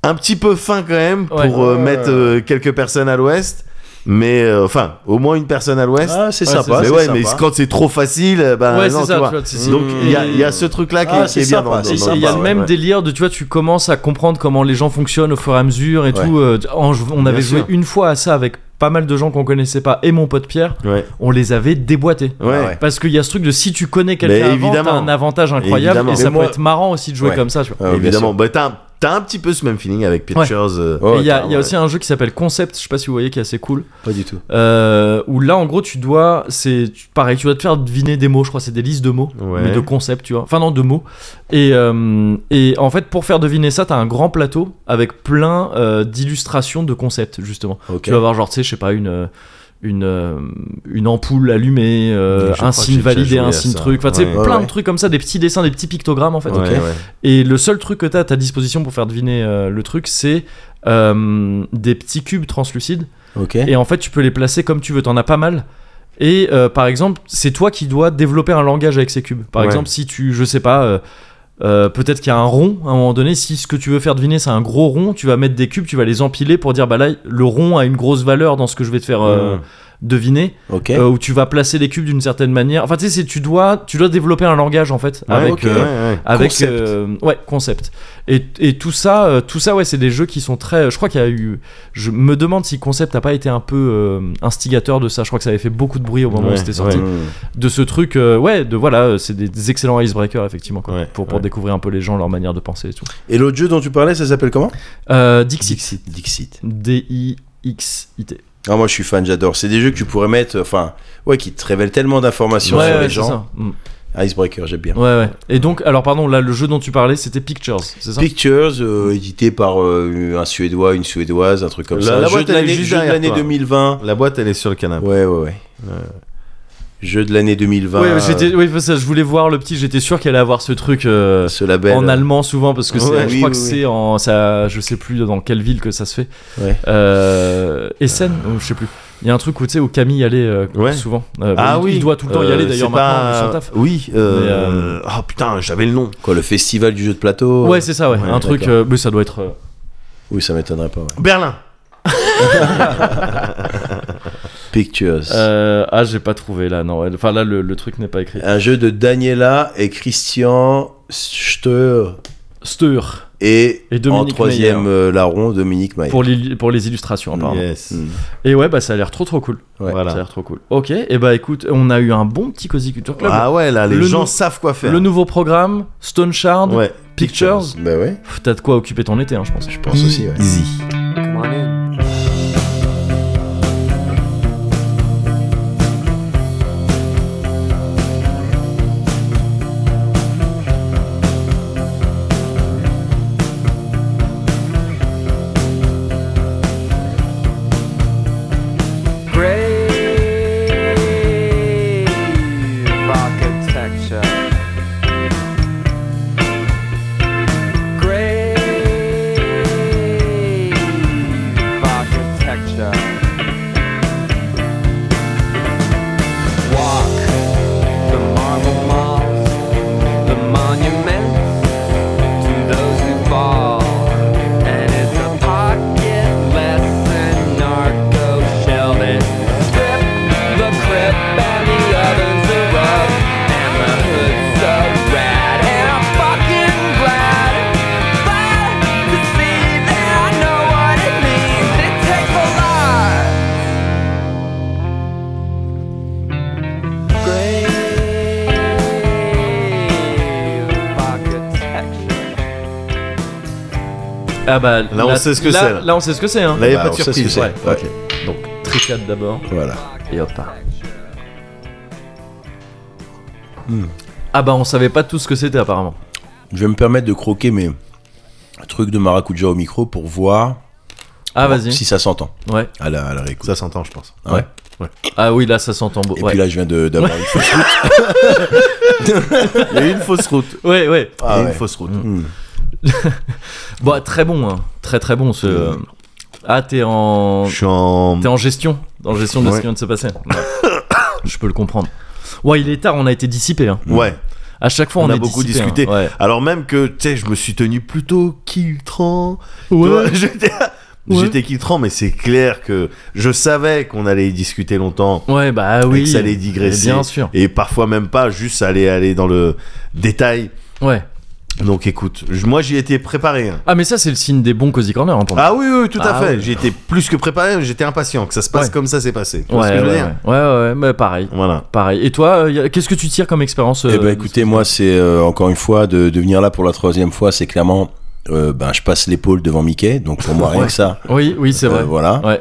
Speaker 3: un petit peu fin quand même pour
Speaker 1: Ouais.
Speaker 3: euh,
Speaker 2: Ouais.
Speaker 3: mettre euh, quelques personnes à l'ouest, mais euh, enfin au moins une personne à l'ouest.
Speaker 2: Ah, c'est
Speaker 1: Ouais,
Speaker 2: sympa.
Speaker 3: mais
Speaker 2: c'est
Speaker 3: ouais,
Speaker 2: sympa.
Speaker 3: mais quand c'est trop facile, euh, bah
Speaker 1: ouais,
Speaker 3: non,
Speaker 1: c'est
Speaker 3: tu
Speaker 1: ça.
Speaker 3: vois.
Speaker 1: tu vois, c'est- c'est-
Speaker 3: Donc il y, a-
Speaker 1: et-
Speaker 3: il y a ce truc là qui,
Speaker 2: Ah,
Speaker 3: est- qui
Speaker 2: c'est
Speaker 3: est bien
Speaker 2: sympa,
Speaker 3: dans,
Speaker 2: c'est
Speaker 1: et
Speaker 3: dans- dans-
Speaker 1: il y a
Speaker 2: sympa,
Speaker 1: le
Speaker 2: ouais,
Speaker 1: même
Speaker 3: ouais.
Speaker 1: délire de tu vois tu commences à comprendre comment les gens fonctionnent au fur et à mesure et
Speaker 2: Ouais.
Speaker 1: tout euh, en- on
Speaker 3: Bien
Speaker 1: avait joué
Speaker 3: sûr.
Speaker 1: une fois à ça avec pas mal de gens qu'on connaissait pas et mon pote Pierre
Speaker 3: Ouais.
Speaker 1: on les avait déboîtés
Speaker 3: Ouais.
Speaker 2: Ah ouais.
Speaker 1: parce qu'il y a ce truc de si tu connais quelqu'un
Speaker 3: Mais
Speaker 1: avant t'as
Speaker 3: évidemment.
Speaker 1: un avantage incroyable
Speaker 3: Évidemment.
Speaker 1: et ça
Speaker 2: Mais
Speaker 1: peut
Speaker 2: moi-
Speaker 1: être marrant aussi de jouer
Speaker 2: Ouais.
Speaker 1: comme ça tu vois
Speaker 2: Ah, ouais, bien
Speaker 3: Évidemment,
Speaker 2: sûr. Oh,
Speaker 3: bah t'as un- t'as un petit peu ce même feeling avec Pictures. euh,
Speaker 2: Ouais,
Speaker 1: et il y a, il y a
Speaker 2: carrément,
Speaker 1: aussi un jeu qui s'appelle Concept je sais pas si vous voyez qui est assez cool
Speaker 2: Pas du tout.
Speaker 1: Euh, où là en gros tu dois c'est tu- pareil tu dois te faire deviner des mots je crois c'est des listes de mots
Speaker 3: Ouais.
Speaker 1: mais de concepts tu vois enfin non de mots et, euh, et en fait pour faire deviner ça t'as un grand plateau avec plein euh, d'illustrations de concepts justement
Speaker 2: Ok.
Speaker 1: tu vas avoir genre tu sais je sais pas une euh, une, euh, une ampoule allumée, euh,
Speaker 3: Je crois
Speaker 1: un
Speaker 3: que j'ai
Speaker 1: signe
Speaker 3: déjà
Speaker 1: valide et
Speaker 3: joué
Speaker 1: un
Speaker 3: à
Speaker 1: signe
Speaker 3: ça.
Speaker 1: truc. Enfin, tu sais,
Speaker 3: Ouais,
Speaker 1: plein
Speaker 2: ouais.
Speaker 1: de trucs comme ça, des petits dessins, des petits pictogrammes en fait.
Speaker 3: Ouais, ouais.
Speaker 1: Et le seul truc que tu as à ta disposition pour faire deviner euh, le truc, c'est euh, des petits cubes translucides.
Speaker 2: Ok.
Speaker 1: Et en fait, tu peux les placer comme tu veux. T'en as pas mal. Et euh, par exemple, c'est toi qui dois développer un langage avec ces cubes. Par
Speaker 3: Ouais.
Speaker 1: exemple, si tu, je sais pas, euh, euh, peut-être qu'il y a un rond à un moment donné. Si ce que tu veux faire deviner, c'est un gros rond, tu vas mettre des cubes, tu vas les empiler pour dire bah là, le rond a une grosse valeur dans ce que je vais te faire euh,
Speaker 3: Mhm.
Speaker 1: deviner.
Speaker 2: Ok.
Speaker 1: Euh, où tu vas placer les cubes d'une certaine manière. Enfin, tu sais, c'est- tu dois, tu dois développer un langage en fait avec.
Speaker 3: ok,
Speaker 1: euh,
Speaker 3: ouais, ouais.
Speaker 1: avec
Speaker 2: Concept.
Speaker 1: euh, ouais concept et, et tout ça euh, tout ça ouais c'est des jeux qui sont très je crois qu'il y a eu je me demande si concept n'a pas été un peu euh, instigateur de ça je crois que ça avait fait beaucoup de bruit au moment où
Speaker 3: Ouais,
Speaker 1: c'était sorti
Speaker 3: ouais.
Speaker 1: de ce truc euh, ouais de voilà euh, c'est des, des excellents icebreakers effectivement quoi,
Speaker 3: Ouais,
Speaker 1: pour pour
Speaker 3: ouais.
Speaker 1: découvrir un peu les gens leur manière de penser et tout
Speaker 2: Et l'autre jeu dont tu parlais, ça s'appelle comment
Speaker 1: euh, Dixit
Speaker 2: Dixit.
Speaker 1: D I X I T
Speaker 2: Ah, moi, je suis fan, j'adore. C'est des jeux que tu pourrais mettre, euh, enfin, ouais, qui te révèlent tellement d'informations sur les
Speaker 1: c'est
Speaker 2: gens.
Speaker 1: ça. Mm.
Speaker 2: Icebreaker, j'aime bien.
Speaker 1: ouais ouais et donc alors pardon là le jeu dont tu parlais c'était Pictures c'est ça
Speaker 2: Pictures, euh, édité par euh, un Suédois, une Suédoise, un truc comme
Speaker 3: La-
Speaker 2: ça.
Speaker 3: la
Speaker 2: jeu
Speaker 3: boîte,
Speaker 2: de
Speaker 3: elle est
Speaker 2: l'année-
Speaker 3: juste
Speaker 2: jeu de
Speaker 3: derrière
Speaker 2: l'année
Speaker 3: toi.
Speaker 2: 2020.
Speaker 3: La boîte, elle est sur le canapé.
Speaker 2: Ouais, ouais, ouais. Jeu de l'année 2020.
Speaker 1: Ouais, j'étais, oui, ça, je voulais voir le petit, j'étais sûr qu'elle allait avoir ce truc euh,
Speaker 2: euh, ce label.
Speaker 1: en allemand souvent parce que c'est-
Speaker 2: Ouais,
Speaker 1: je
Speaker 2: oui,
Speaker 1: crois
Speaker 2: oui,
Speaker 1: que
Speaker 2: oui.
Speaker 1: c'est en ça je sais plus dans quelle ville que ça se fait
Speaker 2: Ouais.
Speaker 1: euh, Essen ou je sais plus il y a un truc où tu sais où Camille allait euh,
Speaker 3: Ouais.
Speaker 1: souvent Euh,
Speaker 3: Ah
Speaker 1: il,
Speaker 3: oui,
Speaker 1: il doit tout le temps y
Speaker 3: Euh,
Speaker 1: aller d'ailleurs
Speaker 3: c'est
Speaker 1: maintenant
Speaker 3: pas-
Speaker 1: de son taf.
Speaker 3: Oui. euh,
Speaker 1: Mais,
Speaker 3: Ah putain, j'avais le nom.
Speaker 2: Quoi, le festival du jeu de plateau
Speaker 1: ouais c'est ça ouais,
Speaker 2: Oh. Ouais,
Speaker 1: un truc
Speaker 2: d'accord.
Speaker 1: euh, mais ça doit être euh,
Speaker 2: Oui, ça m'étonnerait pas. ouais.
Speaker 3: Berlin.
Speaker 2: Pictures.
Speaker 1: euh, ah j'ai pas trouvé là non ouais. enfin là le, le truc n'est pas écrit
Speaker 2: Un jeu de Daniela et Christian Steur
Speaker 1: Steur
Speaker 2: et,
Speaker 1: Et
Speaker 2: en
Speaker 1: Dominique
Speaker 2: troisième euh, larron, Dominique Maillard.
Speaker 1: pour les pour les illustrations apparemment
Speaker 3: Yes.
Speaker 2: Mm.
Speaker 1: et ouais bah ça a l'air trop trop cool
Speaker 2: Ouais.
Speaker 1: ça a
Speaker 3: Voilà.
Speaker 1: l'air trop cool ok et bah écoute on a eu un bon petit cozy culture club
Speaker 3: Ah ouais, là, les
Speaker 1: Le
Speaker 3: gens
Speaker 1: nou-
Speaker 3: savent quoi faire.
Speaker 1: le nouveau programme Stone Shard
Speaker 3: ouais.
Speaker 1: Pictures,
Speaker 2: Bah ouais,
Speaker 1: Pff, t'as de quoi occuper ton été hein, je pense
Speaker 2: je pense aussi. ouais.
Speaker 3: Easy.
Speaker 6: Come on in. Brave architecture. Grave architecture. Walk the marble malls, the monuments to those who fall. And it's a pocket lesson, narco sheltered. Strip the crib and the ovens are up. And the hood's so rad. And I'm fucking glad, glad to see that I know what it means. It takes a lot. Grave architecture.
Speaker 1: Ah bah
Speaker 3: Là, on sait ce que
Speaker 1: là-
Speaker 3: c'est, là.
Speaker 1: Là on sait ce que c'est hein.
Speaker 3: Là, il n'y a
Speaker 2: Bah,
Speaker 3: pas de
Speaker 2: on sait ce que
Speaker 3: surprise.
Speaker 2: c'est.
Speaker 3: Ouais.
Speaker 2: Ouais.
Speaker 1: Donc tricade d'abord
Speaker 2: Voilà.
Speaker 1: et hop. Ah bah on savait pas tout ce que c'était apparemment.
Speaker 2: Je vais me permettre de croquer mes trucs de maracuja au micro pour voir
Speaker 1: Ah vas-y.
Speaker 2: si ça s'entend
Speaker 1: Ouais.
Speaker 2: à la, à la réécoute.
Speaker 3: Ça s'entend, je pense.
Speaker 2: Ouais.
Speaker 1: Ah oui là ça s'entend beau.
Speaker 2: Et
Speaker 1: Ouais.
Speaker 2: puis là, je viens de- d'avoir une fausse route.
Speaker 3: Il y a eu une fausse route.
Speaker 1: ouais ouais.
Speaker 3: Il y a eu
Speaker 2: Ah ouais. Mm.
Speaker 3: une fausse route.
Speaker 1: Bon très bon hein. Très très bon ce.
Speaker 2: Hmm.
Speaker 1: euh, Ah t'es en
Speaker 3: Je suis en.
Speaker 1: t'es en gestion. En gestion de ce
Speaker 3: Ouais.
Speaker 1: qui vient de se passer. Ouais. Je peux le comprendre. Ouais il est tard on a été dissipé. Hein.
Speaker 3: Ouais.
Speaker 1: À chaque fois on,
Speaker 3: On a
Speaker 1: est
Speaker 3: beaucoup
Speaker 1: dissipé, hein.
Speaker 3: discuté.
Speaker 1: Ouais.
Speaker 3: Alors même que, tu sais, je me suis tenu plutôt kiltran. Tu vois, J'étais.
Speaker 1: Ouais.
Speaker 3: J'étais kiltran, mais c'est clair que je savais qu'on allait y discuter longtemps.
Speaker 1: Ouais bah
Speaker 3: et
Speaker 1: oui.
Speaker 3: que ça allait digresser.
Speaker 1: Bien sûr.
Speaker 3: Et parfois même pas, juste aller, aller dans le détail.
Speaker 1: Ouais.
Speaker 3: Donc écoute, je- moi j'y étais préparé. hein.
Speaker 1: Ah mais ça c'est le signe des bons cozy corner hein, pour moi.
Speaker 3: Ah oui, oui, tout
Speaker 1: Ah
Speaker 3: à fait.
Speaker 1: ouais.
Speaker 3: J'y étais plus que préparé, mais j'étais impatient que ça se passe
Speaker 1: Ouais.
Speaker 3: comme ça s'est passé. Tu
Speaker 1: ouais,
Speaker 3: vois ce que je veux
Speaker 1: ouais,
Speaker 3: dire
Speaker 1: ouais. Ouais, ouais, mais pareil.
Speaker 3: Voilà.
Speaker 1: Pareil. Et toi, euh, y a- qu'est-ce que tu tires comme expérience euh,
Speaker 2: Eh ben, écoutez, moi, c'est euh, encore une fois de, de venir là pour la troisième fois. C'est clairement, euh, ben, je passe l'épaule devant Mickey, donc pour moi, rien que ça.
Speaker 1: Oui, oui, c'est
Speaker 2: euh,
Speaker 1: vrai.
Speaker 2: voilà.
Speaker 1: Ouais.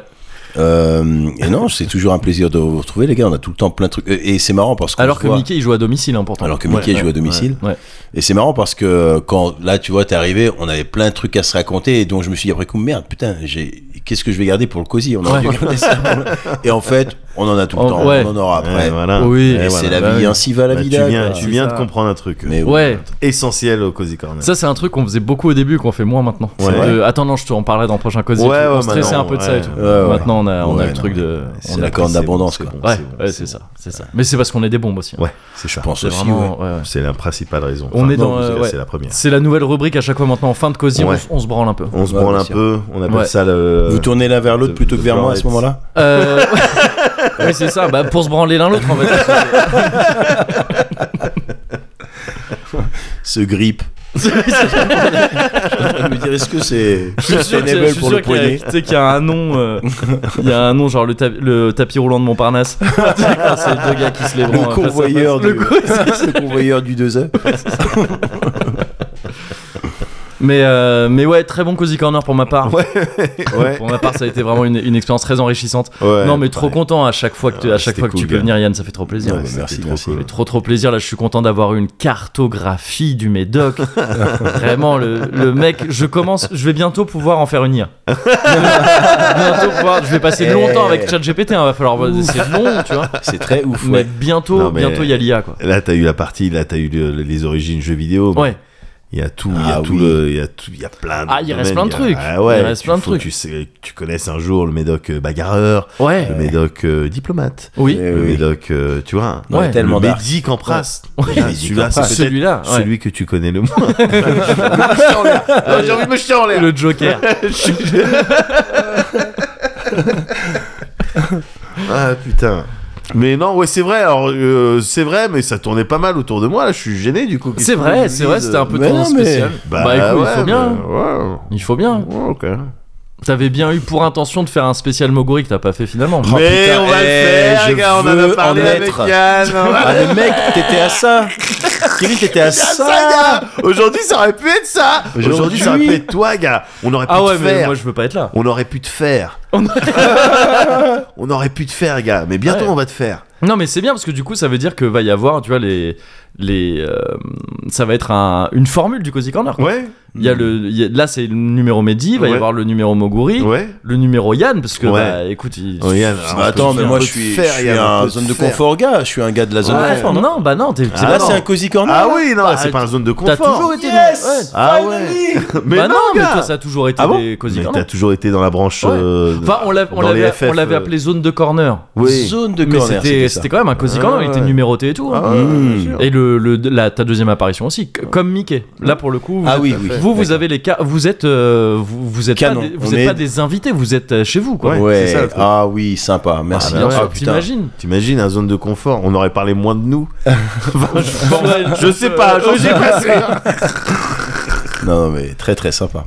Speaker 2: Euh, et non, c'est toujours un plaisir de vous retrouver, les gars. On a tout le temps plein de trucs. Euh, Et c'est marrant parce qu'on
Speaker 1: Alors
Speaker 2: se
Speaker 1: que
Speaker 2: voit-
Speaker 1: Mickey, il joue à domicile, hein, pourtant.
Speaker 2: Alors que Mickey
Speaker 3: Ouais,
Speaker 2: joue à
Speaker 3: ouais,
Speaker 2: domicile.
Speaker 1: ouais, ouais.
Speaker 2: Et c'est marrant parce que euh, quand là, tu vois, t'es arrivé, on avait plein de trucs à se raconter et donc je me suis dit après coup, merde, putain, j'ai qu'est-ce que je vais garder pour le cosy On aurait dû
Speaker 1: Ouais.
Speaker 2: garder ça. Et en fait, On en a tout le
Speaker 1: Oh,
Speaker 2: temps,
Speaker 1: ouais.
Speaker 2: on en aura après.
Speaker 3: Ouais, voilà.
Speaker 1: Oui.
Speaker 2: Et
Speaker 1: Et
Speaker 3: Ouais,
Speaker 2: c'est
Speaker 3: hein. voilà.
Speaker 2: la vie,
Speaker 3: Bah,
Speaker 2: ainsi va la
Speaker 3: bah,
Speaker 2: vie.
Speaker 3: tu viens, tu
Speaker 1: c'est
Speaker 3: viens de
Speaker 1: ça.
Speaker 3: comprendre un truc euh,
Speaker 2: Mais
Speaker 1: hein. Ouais.
Speaker 3: essentiel au Cozy Corner.
Speaker 1: Ça, c'est un truc qu'on faisait beaucoup au début, qu'on fait moins maintenant.
Speaker 3: Ouais.
Speaker 1: C'est
Speaker 3: Ouais.
Speaker 1: de, Attends, non, je te en parlerai dans le prochain cause.
Speaker 3: Ouais, ouais,
Speaker 1: on stressait
Speaker 3: maintenant,
Speaker 1: un peu de ça et
Speaker 3: ouais.
Speaker 1: tout.
Speaker 2: Ouais, ouais.
Speaker 1: Maintenant, on a, on a
Speaker 2: Ouais,
Speaker 1: le
Speaker 2: non,
Speaker 1: truc de.
Speaker 3: Euh,
Speaker 2: c'est
Speaker 1: on a-
Speaker 2: la corde
Speaker 3: c'est bon,
Speaker 2: d'abondance,
Speaker 3: c'est
Speaker 2: quoi.
Speaker 3: bon,
Speaker 1: Ouais,
Speaker 3: bon,
Speaker 1: ouais, c'est ça, c'est ça. Mais c'est parce qu'on est des bombes aussi. hein.
Speaker 3: Ouais, c'est
Speaker 2: Je
Speaker 3: ça.
Speaker 2: pense
Speaker 1: C'est
Speaker 2: aussi, ouais.
Speaker 1: vraiment. ouais, ouais.
Speaker 3: C'est la principale raison.
Speaker 1: On est dans,
Speaker 3: non,
Speaker 1: euh,
Speaker 3: c'est-
Speaker 1: ouais.
Speaker 3: C'est la première.
Speaker 1: C'est la nouvelle rubrique à chaque fois maintenant. En fin de causer,
Speaker 3: Ouais.
Speaker 1: on s- on, se branle un peu.
Speaker 3: On se
Speaker 2: Ouais,
Speaker 3: branle
Speaker 2: bien
Speaker 3: un
Speaker 2: sûr.
Speaker 3: peu, on appelle
Speaker 1: Ouais.
Speaker 3: ça le.
Speaker 2: Vous tournez l'un vers l'autre
Speaker 3: de-
Speaker 2: plutôt que
Speaker 3: de
Speaker 2: vers moi à ce
Speaker 3: Florence.
Speaker 2: moment-là
Speaker 1: Euh, ouais, c'est ça. Bah, pour se branler l'un l'autre, en fait.
Speaker 2: Ce grip. Je me dire, est-ce que c'est
Speaker 1: Je suis sûr qu'il y a- je
Speaker 2: sustainable
Speaker 1: suis
Speaker 2: pour le
Speaker 1: sûr qu'il y a-
Speaker 2: poignet
Speaker 1: tu sais qu'il y a un nom. euh, Il y a un nom, genre le, ta- le tapis roulant de Montparnasse. Tu sais, quand c'est deux gars qui se les branlent
Speaker 2: Le
Speaker 1: face à face.
Speaker 2: convoyeur du
Speaker 1: Le co-
Speaker 2: le convoyeur du 2
Speaker 1: mais, euh, mais ouais, très bon Cozy Corner pour ma part.
Speaker 3: Ouais.
Speaker 1: Pour ma part, ça a été vraiment une, une expérience très enrichissante.
Speaker 3: Ouais.
Speaker 1: non, mais trop content à chaque fois que, tu- à
Speaker 3: Ouais,
Speaker 1: chaque
Speaker 3: c'était
Speaker 1: fois que tu
Speaker 3: cool,
Speaker 1: peux
Speaker 3: gars.
Speaker 1: venir, Yann, ça fait trop plaisir.
Speaker 3: Ouais,
Speaker 2: bah,
Speaker 3: c'était
Speaker 2: merci,
Speaker 3: trop
Speaker 2: merci.
Speaker 3: cool.
Speaker 1: Ça fait trop trop plaisir. Là, je suis content d'avoir une cartographie du Médoc. Vraiment, le, le mec, je commence, je vais bientôt pouvoir en faire une IA. bientôt pouvoir, je vais passer
Speaker 2: Eh.
Speaker 1: longtemps avec ChatGPT. Hein, va falloir, c'est long, tu vois.
Speaker 2: C'est très ouf,
Speaker 1: Mais
Speaker 2: ouais.
Speaker 1: bientôt,
Speaker 3: Non, mais-
Speaker 1: bientôt, il y a l'IA, quoi.
Speaker 3: Là, t'as eu la partie, là, t'as eu le- les origines jeux vidéo. mais
Speaker 1: Ouais.
Speaker 3: Il y a tout, il y a
Speaker 2: Ah
Speaker 3: tout
Speaker 2: oui.
Speaker 3: le, il y a tout, il y a plein de
Speaker 1: Ah, il reste
Speaker 3: domaines,
Speaker 1: plein de
Speaker 3: y a-
Speaker 1: trucs.
Speaker 3: Ah ouais,
Speaker 1: Il reste
Speaker 3: tu-
Speaker 1: plein de
Speaker 3: faut
Speaker 1: trucs.
Speaker 3: que Tu sais, que tu connaisses un jour le médoc euh, bagarreur,
Speaker 1: Ouais.
Speaker 3: le médoc euh, diplomate,
Speaker 1: Oui.
Speaker 2: Eh
Speaker 3: le
Speaker 2: oui.
Speaker 3: médoc, euh, tu vois.
Speaker 2: Non,
Speaker 1: Ouais.
Speaker 2: mais tellement
Speaker 3: le
Speaker 2: d'art.
Speaker 3: médic en prasse.
Speaker 1: Ouais.
Speaker 3: Déjà,
Speaker 2: Le Médic en
Speaker 3: Celui-là, c'est
Speaker 2: prasse.
Speaker 3: peut-être
Speaker 1: Ah, Celui-là. ouais.
Speaker 3: celui que tu connais le moins. J'ai envie de me jeter en l'air.
Speaker 1: Le Joker.
Speaker 3: Ah putain. Mais non, ouais, c'est vrai. Alors, euh, c'est vrai, mais ça tournait pas mal autour de moi. Là, je suis gêné du coup. Qu'est-ce
Speaker 1: C'est
Speaker 3: que
Speaker 1: vrai,
Speaker 3: vous
Speaker 1: c'est vrai,
Speaker 3: dites
Speaker 1: c'était un peu
Speaker 2: Mais
Speaker 1: trop
Speaker 2: non, mais-
Speaker 1: spécial. Bah, écoute, il
Speaker 3: ouais,
Speaker 1: faut bien. Oh,
Speaker 3: mais- ouais.
Speaker 1: Il faut bien. hein.
Speaker 3: Ouais, ok.
Speaker 1: T'avais bien eu pour intention de faire un spécial Moguri que t'as pas fait finalement.
Speaker 2: Oh,
Speaker 3: mais
Speaker 2: putain,
Speaker 3: on va
Speaker 2: eh,
Speaker 3: le faire,
Speaker 2: je
Speaker 3: gars, on en
Speaker 2: veux
Speaker 3: a parlé
Speaker 2: en
Speaker 3: avec
Speaker 2: être.
Speaker 3: Yann. on va-
Speaker 2: Ah, le mec, t'étais à ça Kevin, t'étais à ça
Speaker 3: Aujourd'hui, ça aurait pu être ça.
Speaker 2: Aujourd'hui.
Speaker 3: Aujourd'hui, ça aurait pu être toi, gars. On aurait pu
Speaker 1: Ah
Speaker 3: te
Speaker 1: ouais, mais
Speaker 3: faire.
Speaker 1: moi je veux pas être là.
Speaker 3: On aurait pu te faire. on aurait pu te faire, gars. Mais bientôt,
Speaker 1: Ouais.
Speaker 3: on va te faire.
Speaker 1: Non mais c'est bien parce que du coup ça veut dire que va y avoir tu vois les les euh, ça va être un- une formule du Cozy Corner. quoi.
Speaker 3: Ouais.
Speaker 1: Il y a le il y a- là c'est le numéro Mehdi, il va y
Speaker 3: Ouais.
Speaker 1: avoir le numéro Moguri,
Speaker 3: Ouais.
Speaker 1: le numéro Yann parce que
Speaker 3: Ouais.
Speaker 1: bah écoute il-
Speaker 3: Oh, Yann,
Speaker 2: Bah, Attends, mais moi je suis, je suis un zone de confort, gars. Je suis un gars de la zone
Speaker 1: Ouais,
Speaker 2: de confort.
Speaker 1: non,
Speaker 2: non
Speaker 1: bah non t'es- t'es
Speaker 3: Ah,
Speaker 1: là,
Speaker 2: Là,
Speaker 3: non.
Speaker 2: c'est un cozy corner.
Speaker 3: Ah oui, non,
Speaker 1: Bah,
Speaker 3: c'est pas une zone de
Speaker 1: t'as
Speaker 3: confort.
Speaker 1: toujours été dans ouais.
Speaker 3: Ah ouais. Mais
Speaker 1: Bah non, mais
Speaker 3: gars.
Speaker 1: toi ça a toujours été
Speaker 3: Ah bon
Speaker 1: des Cozy
Speaker 3: Mais
Speaker 1: Corner.
Speaker 3: t'as toujours été dans la branche.
Speaker 1: Ouais.
Speaker 3: euh,
Speaker 1: Enfin on l'a- on
Speaker 3: dans les
Speaker 1: l'avait
Speaker 3: FF,
Speaker 1: on l'avait
Speaker 3: euh,
Speaker 1: appelé zone de corner.
Speaker 3: Oui.
Speaker 2: Zone de
Speaker 1: Mais
Speaker 2: corner.
Speaker 1: c'était
Speaker 2: ça.
Speaker 1: c'était quand même un Cozy Corner, il était
Speaker 3: Ah, ouais.
Speaker 1: numéroté et tout. hein.
Speaker 3: Ah, ouais,
Speaker 2: Mmh.
Speaker 3: bien sûr.
Speaker 1: Et le, le- la, ta deuxième apparition aussi, c- comme Mickey. Là pour le coup, vous
Speaker 2: Ah
Speaker 1: êtes-
Speaker 2: oui, oui.
Speaker 1: vous vous avez les cas, vous êtes euh, vous, vous êtes
Speaker 2: Canon.
Speaker 1: pas des, vous
Speaker 2: On
Speaker 1: êtes
Speaker 2: est-
Speaker 1: pas des invités, vous êtes euh, chez vous quoi.
Speaker 3: Ouais, c'est ça, le
Speaker 2: Ouais.
Speaker 3: truc.
Speaker 2: Ah oui, sympa. Merci.
Speaker 3: Ah bah ouais.
Speaker 2: Ah, putain.
Speaker 1: T'imagines
Speaker 3: T'imagines, un zone de confort, on aurait parlé moins de nous. Enfin, je, bon,
Speaker 1: Ouais,
Speaker 3: je sais pas, je sais pas. c'est-
Speaker 2: Non, non, mais très très sympa.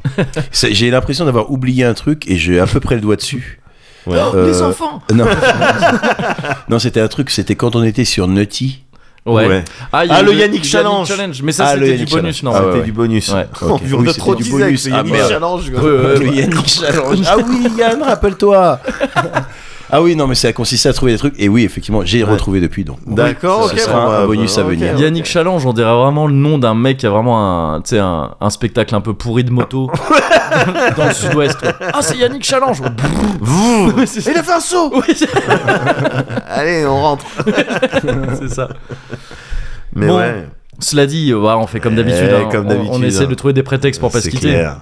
Speaker 2: C'est- J'ai l'impression d'avoir oublié un truc et j'ai à peu près le doigt dessus.
Speaker 3: Ouais.
Speaker 2: Euh,
Speaker 1: Oh, Les enfants.
Speaker 2: Non, non c'était un truc, c'était quand on était sur Nutty.
Speaker 1: Ouais.
Speaker 3: Ouais.
Speaker 1: Ah, il y a
Speaker 3: Ah, le Yannick Challenge.
Speaker 1: Mais ça
Speaker 2: Ah, le
Speaker 1: c'était du
Speaker 2: Yannick
Speaker 1: bonus,
Speaker 2: Challenge.
Speaker 1: non
Speaker 2: Ah,
Speaker 3: C'était
Speaker 2: ouais.
Speaker 3: du bonus.
Speaker 1: Ouais,
Speaker 3: On
Speaker 2: ok.
Speaker 3: vient
Speaker 2: Oui,
Speaker 3: de
Speaker 2: c'était
Speaker 3: trop
Speaker 2: du
Speaker 3: teaser
Speaker 2: bonus.
Speaker 3: avec ce
Speaker 2: Ah,
Speaker 3: Yannick
Speaker 2: merde.
Speaker 3: Challenge. quoi.
Speaker 1: Ouais, ouais,
Speaker 2: le
Speaker 1: ouais.
Speaker 2: Yannick Challenge. Ah oui, Yann, rappelle-toi. Ah oui, non, mais ça consistait à trouver des trucs. Et oui, effectivement, j'ai retrouvé depuis. Donc, bon.
Speaker 3: D'accord,
Speaker 2: Ce
Speaker 3: ok.
Speaker 2: sera
Speaker 3: bon,
Speaker 2: un
Speaker 3: bah,
Speaker 2: bonus
Speaker 3: bah,
Speaker 2: à
Speaker 3: ok,
Speaker 2: venir.
Speaker 3: ouais.
Speaker 1: Ah, Yannick Challenge, on dirait vraiment le nom d'un mec qui a vraiment un, tu sais, un, un spectacle un peu pourri de moto dans le sud-ouest. quoi. Ah, c'est Yannick Challenge Ouais, c'est ça.
Speaker 3: Il a fait un saut
Speaker 1: Ouais, c'est-
Speaker 3: Allez, on rentre.
Speaker 1: c'est ça.
Speaker 3: Mais
Speaker 1: Bon,
Speaker 3: ouais,
Speaker 1: Cela dit, euh, voilà, on fait comme d'habitude.
Speaker 3: Eh,
Speaker 1: hein.
Speaker 3: comme
Speaker 1: On-
Speaker 3: d'habitude,
Speaker 1: on, essaie
Speaker 3: hein.
Speaker 1: de trouver des prétextes pour pas se
Speaker 3: c'est
Speaker 1: quitter.
Speaker 3: clair.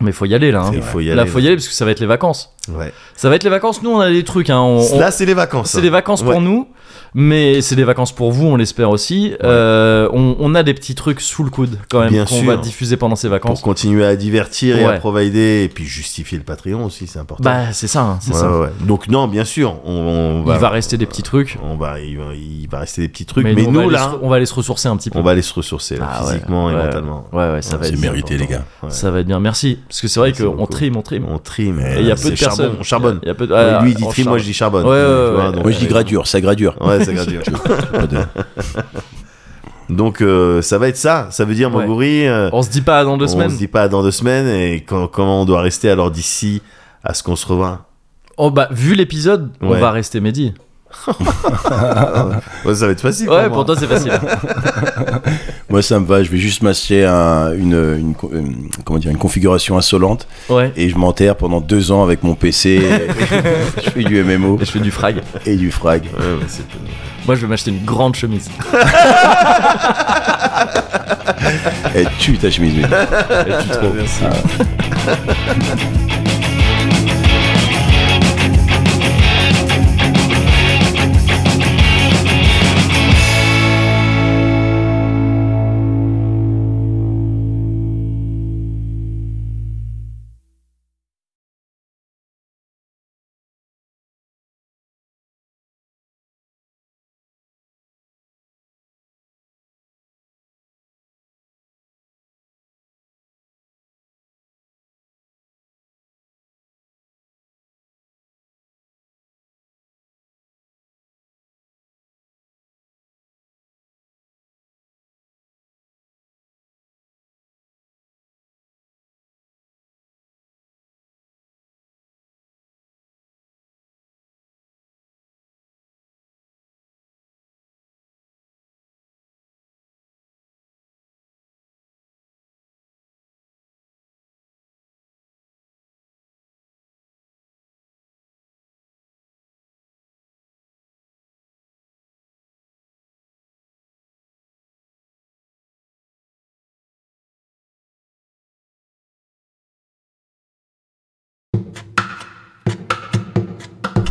Speaker 1: Mais faut y aller là. hein.
Speaker 3: Il faut y
Speaker 1: là,
Speaker 3: aller.
Speaker 1: faut y aller parce que ça va être les vacances.
Speaker 3: Ouais.
Speaker 1: Ça va être les vacances. Nous, on a des trucs. hein. On- on-
Speaker 3: Là, c'est les vacances.
Speaker 1: c'est des vacances
Speaker 3: Ouais.
Speaker 1: pour nous, mais c'est des vacances pour vous, on l'espère aussi. Euh, on, on a des petits trucs sous le coude quand même
Speaker 3: Bien
Speaker 1: qu'on
Speaker 3: sûr.
Speaker 1: va diffuser pendant ces
Speaker 3: Pour
Speaker 1: vacances.
Speaker 3: continuer à divertir et
Speaker 1: Ouais.
Speaker 3: à provider, et puis justifier le Patreon aussi, c'est important.
Speaker 1: Bah, c'est ça, hein, c'est
Speaker 3: Ouais,
Speaker 1: ça.
Speaker 3: ouais. Donc non, bien sûr, on, on va,
Speaker 1: Il va rester des petits trucs.
Speaker 3: on va, il va, il va rester des petits trucs.
Speaker 1: mais
Speaker 3: Mais,
Speaker 1: on va
Speaker 3: nous
Speaker 1: aller
Speaker 3: là,
Speaker 1: se- on va aller se ressourcer un petit peu.
Speaker 3: on va aller se ressourcer là,
Speaker 1: Ah ouais,
Speaker 3: physiquement et
Speaker 1: ouais.
Speaker 3: mentalement.
Speaker 1: Ouais, ouais, ça va
Speaker 2: C'est
Speaker 1: être bien.
Speaker 2: mérité, les gars.
Speaker 3: Ouais.
Speaker 1: Ça va être bien, merci. Parce que c'est vrai
Speaker 3: Merci
Speaker 1: qu'on
Speaker 3: beaucoup.
Speaker 1: trime, on trime.
Speaker 3: On trim.
Speaker 1: Et il y a peu
Speaker 3: c'est
Speaker 1: de personnes.
Speaker 3: charbon, On charbonne.
Speaker 1: Il y a peu de- Ah,
Speaker 3: Ouais, lui il dit
Speaker 1: on
Speaker 3: trim, moi je dis charbonne.
Speaker 1: Ouais, ouais,
Speaker 3: Tu vois,
Speaker 1: ouais.
Speaker 3: donc,
Speaker 2: Moi, je dis
Speaker 3: euh,
Speaker 2: gradure, ça gradure.
Speaker 3: Ouais, c'est gradure. donc euh, ça va être ça. Ça veut dire
Speaker 1: Ouais.
Speaker 3: Moguri. euh,
Speaker 1: On se dit pas dans deux
Speaker 3: on
Speaker 1: semaines.
Speaker 3: se dit pas dans deux semaines et quand- comment on doit rester alors d'ici à ce qu'on se revoit.
Speaker 1: Oh bah vu l'épisode, on
Speaker 3: Ouais.
Speaker 1: va rester Mehdi.
Speaker 3: Ouais, ça va être facile.
Speaker 1: Ouais,
Speaker 3: pour
Speaker 1: pour toi
Speaker 3: moi.
Speaker 1: c'est facile.
Speaker 2: Moi, ça me va. Je vais juste m'acheter un- une, une co- une- comment dire, une configuration insolente
Speaker 1: Ouais.
Speaker 2: et je m'enterre pendant deux ans avec mon PC. je fais du MMO
Speaker 1: Et je fais du frag.
Speaker 2: et du frag.
Speaker 3: Ouais, ouais, c'est-
Speaker 1: Moi, je vais m'acheter une grande chemise.
Speaker 2: Et tue ta chemise. mec.
Speaker 1: Elle tue trop.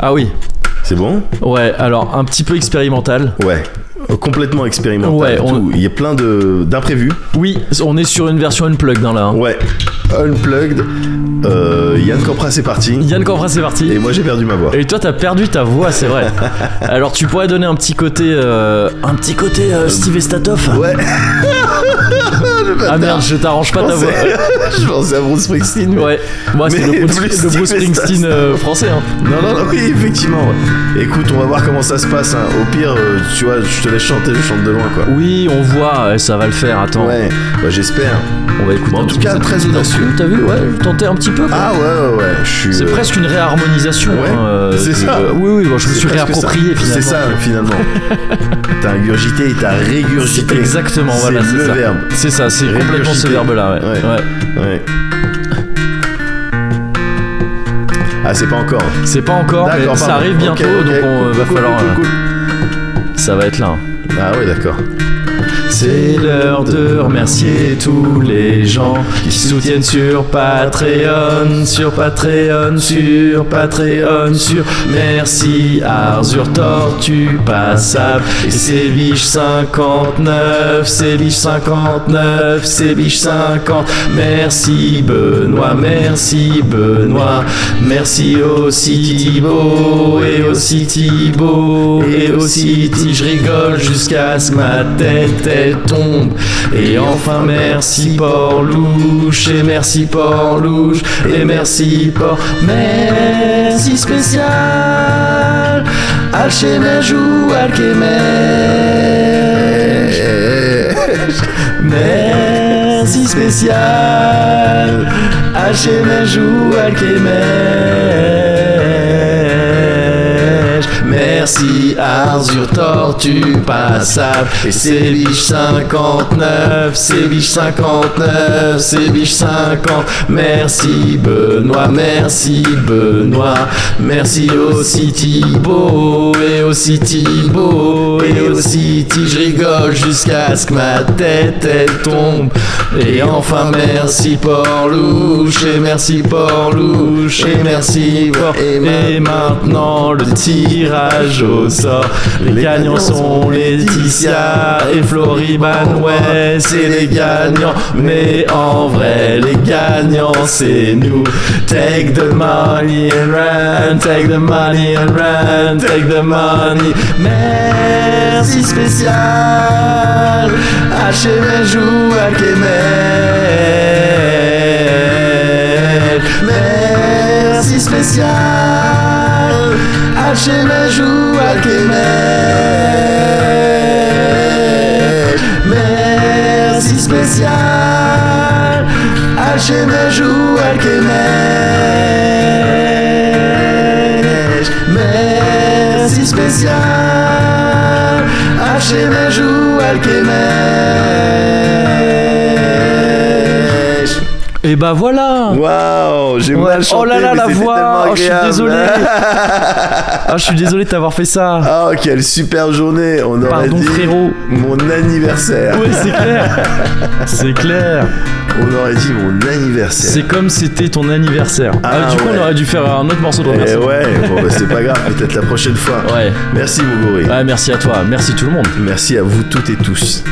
Speaker 1: Ah oui.
Speaker 3: C'est bon
Speaker 1: Ouais, alors un petit peu expérimental.
Speaker 3: Ouais. Euh, Complètement expérimental.
Speaker 1: Ouais,
Speaker 3: et
Speaker 1: on-
Speaker 3: tout. Il y a plein de- d'imprévus.
Speaker 1: Oui, on est sur une version unplugged hein, là. hein.
Speaker 3: Ouais. Unplugged. Euh, Yann Copra, c'est parti.
Speaker 1: Yann Campra, c'est parti.
Speaker 3: Et moi, j'ai perdu ma voix.
Speaker 1: Et toi, t'as perdu ta voix, c'est vrai. Alors, tu pourrais donner un petit côté, euh, un petit côté euh, Steve Estatoff.
Speaker 3: Ouais.
Speaker 1: ah merde, je t'arrange pas ta voix.
Speaker 3: Je pensais à Bruce Springsteen. mais-
Speaker 1: Ouais, moi c'est
Speaker 3: Mais
Speaker 1: le, Bruce-
Speaker 3: plus
Speaker 1: le
Speaker 3: Steve
Speaker 1: Bruce Springsteen
Speaker 3: Estatoff.
Speaker 1: euh, français. Hein.
Speaker 3: Non, non, non, oui, effectivement. ouais. Écoute, on va voir comment ça se passe. hein. Au pire, euh, tu vois, je te laisse chanter, je chante de loin, quoi.
Speaker 1: Oui, on voit, ouais, ça va le faire. Attends,
Speaker 3: Ouais, bah, j'espère.
Speaker 1: on va écouter.
Speaker 3: Bon, en
Speaker 1: un
Speaker 3: tout
Speaker 1: petit
Speaker 3: cas,
Speaker 1: peu ça.
Speaker 3: très audacieux.
Speaker 1: T'as vu, ouais, je tentais un petit peu. quoi.
Speaker 3: Ah ouais, ouais, ouais, je suis.
Speaker 1: c'est
Speaker 3: euh,
Speaker 1: presque une réharmonisation.
Speaker 3: ouais,
Speaker 1: hein, euh,
Speaker 3: c'est
Speaker 1: de-
Speaker 3: ça.
Speaker 1: euh, oui, oui, bon, je me
Speaker 3: c'est
Speaker 1: suis
Speaker 3: presque ça.
Speaker 1: réapproprié finalement.
Speaker 3: C'est ça, finalement. t'as ingurgité et t'as régurgité.
Speaker 1: Exactement,
Speaker 3: C'est
Speaker 1: voilà, c'est
Speaker 3: le
Speaker 1: ça.
Speaker 3: verbe.
Speaker 1: C'est ça, c'est complètement ce
Speaker 3: Régurgiter.
Speaker 1: verbe-là, ouais.
Speaker 3: Ouais.
Speaker 1: Ouais.
Speaker 3: Ouais. Ah, c'est pas encore.
Speaker 1: C'est pas encore, mais
Speaker 3: D'accord,
Speaker 1: ça
Speaker 3: pardon.
Speaker 1: arrive bientôt,
Speaker 3: Ok, ok,
Speaker 1: donc on
Speaker 3: cool,
Speaker 1: va
Speaker 3: cool,
Speaker 1: falloir.
Speaker 3: cool,
Speaker 1: euh,
Speaker 3: cool.
Speaker 1: Ça va être là. hein.
Speaker 3: Ah ouais, d'accord.
Speaker 1: C'est l'heure de remercier tous les gens qui soutiennent sur Patreon, sur Patreon, sur Patreon, sur Merci Arzur Tortue Passable et Sébiche 59, Sébiche 59, Sébiche 50. Merci Benoît, merci Benoît, merci aussi Thibaut et aussi Thibaut et aussi Thibaut. Je rigole jusqu'à ce que ma tête elle tombe. Et enfin merci Porlouche et merci Porlouche et merci Port. Merci spécial Alchemajou Alchemège. Merci spécial Alchemajou Alchemège. Merci Arzur Tortue Passable Et Cébiche 59 Cébiche 59 Cébiche 50 Merci Benoît Merci Benoît Merci aussi Thibaut Et aussi Thibaut Et aussi Thibaut Je rigole jusqu'à ce que ma tête elle tombe Et enfin merci Porlouche Et merci Porlouche Et merci Port
Speaker 3: Et ma-
Speaker 1: Et maintenant le tirage au sort. Les, gagnants sont Laetitia et Floriban ouais, c'est les gagnants. Mais en vrai, les gagnants, c'est nous. Take the money and run, take the money and run, take the money. Merci spécial. HM joue à Québec. Merci spécial. HM joue à Québec. Merci spécial. HM joue à Québec. Merci
Speaker 3: si spécial. HM joue Alkemèche.
Speaker 1: Et bah voilà
Speaker 3: Waouh, j'ai
Speaker 1: Ouais.
Speaker 3: mal chanté.
Speaker 1: Oh là là,
Speaker 3: mais
Speaker 1: la
Speaker 3: c'était
Speaker 1: voix.
Speaker 3: tellement
Speaker 1: Oh, je suis
Speaker 3: agréable.
Speaker 1: désolé. Ah, je suis désolé de t'avoir fait ça.
Speaker 3: Ah, quelle super journée. On aurait
Speaker 1: Pardon
Speaker 3: dit
Speaker 1: frérot.
Speaker 3: mon anniversaire.
Speaker 1: Ouais, c'est clair. C'est clair.
Speaker 3: On aurait dit mon anniversaire.
Speaker 1: C'est comme c'était ton anniversaire.
Speaker 3: Ah,
Speaker 1: Ah, du coup,
Speaker 3: ouais.
Speaker 1: on aurait dû faire un autre morceau de
Speaker 3: Eh
Speaker 1: remerciement.
Speaker 3: ouais, bon, bah, c'est pas grave, peut-être la prochaine fois.
Speaker 1: Ouais. Ah,
Speaker 3: Merci Mogori.
Speaker 1: Ouais, merci à toi. Merci tout le monde.
Speaker 3: Merci à vous toutes et tous.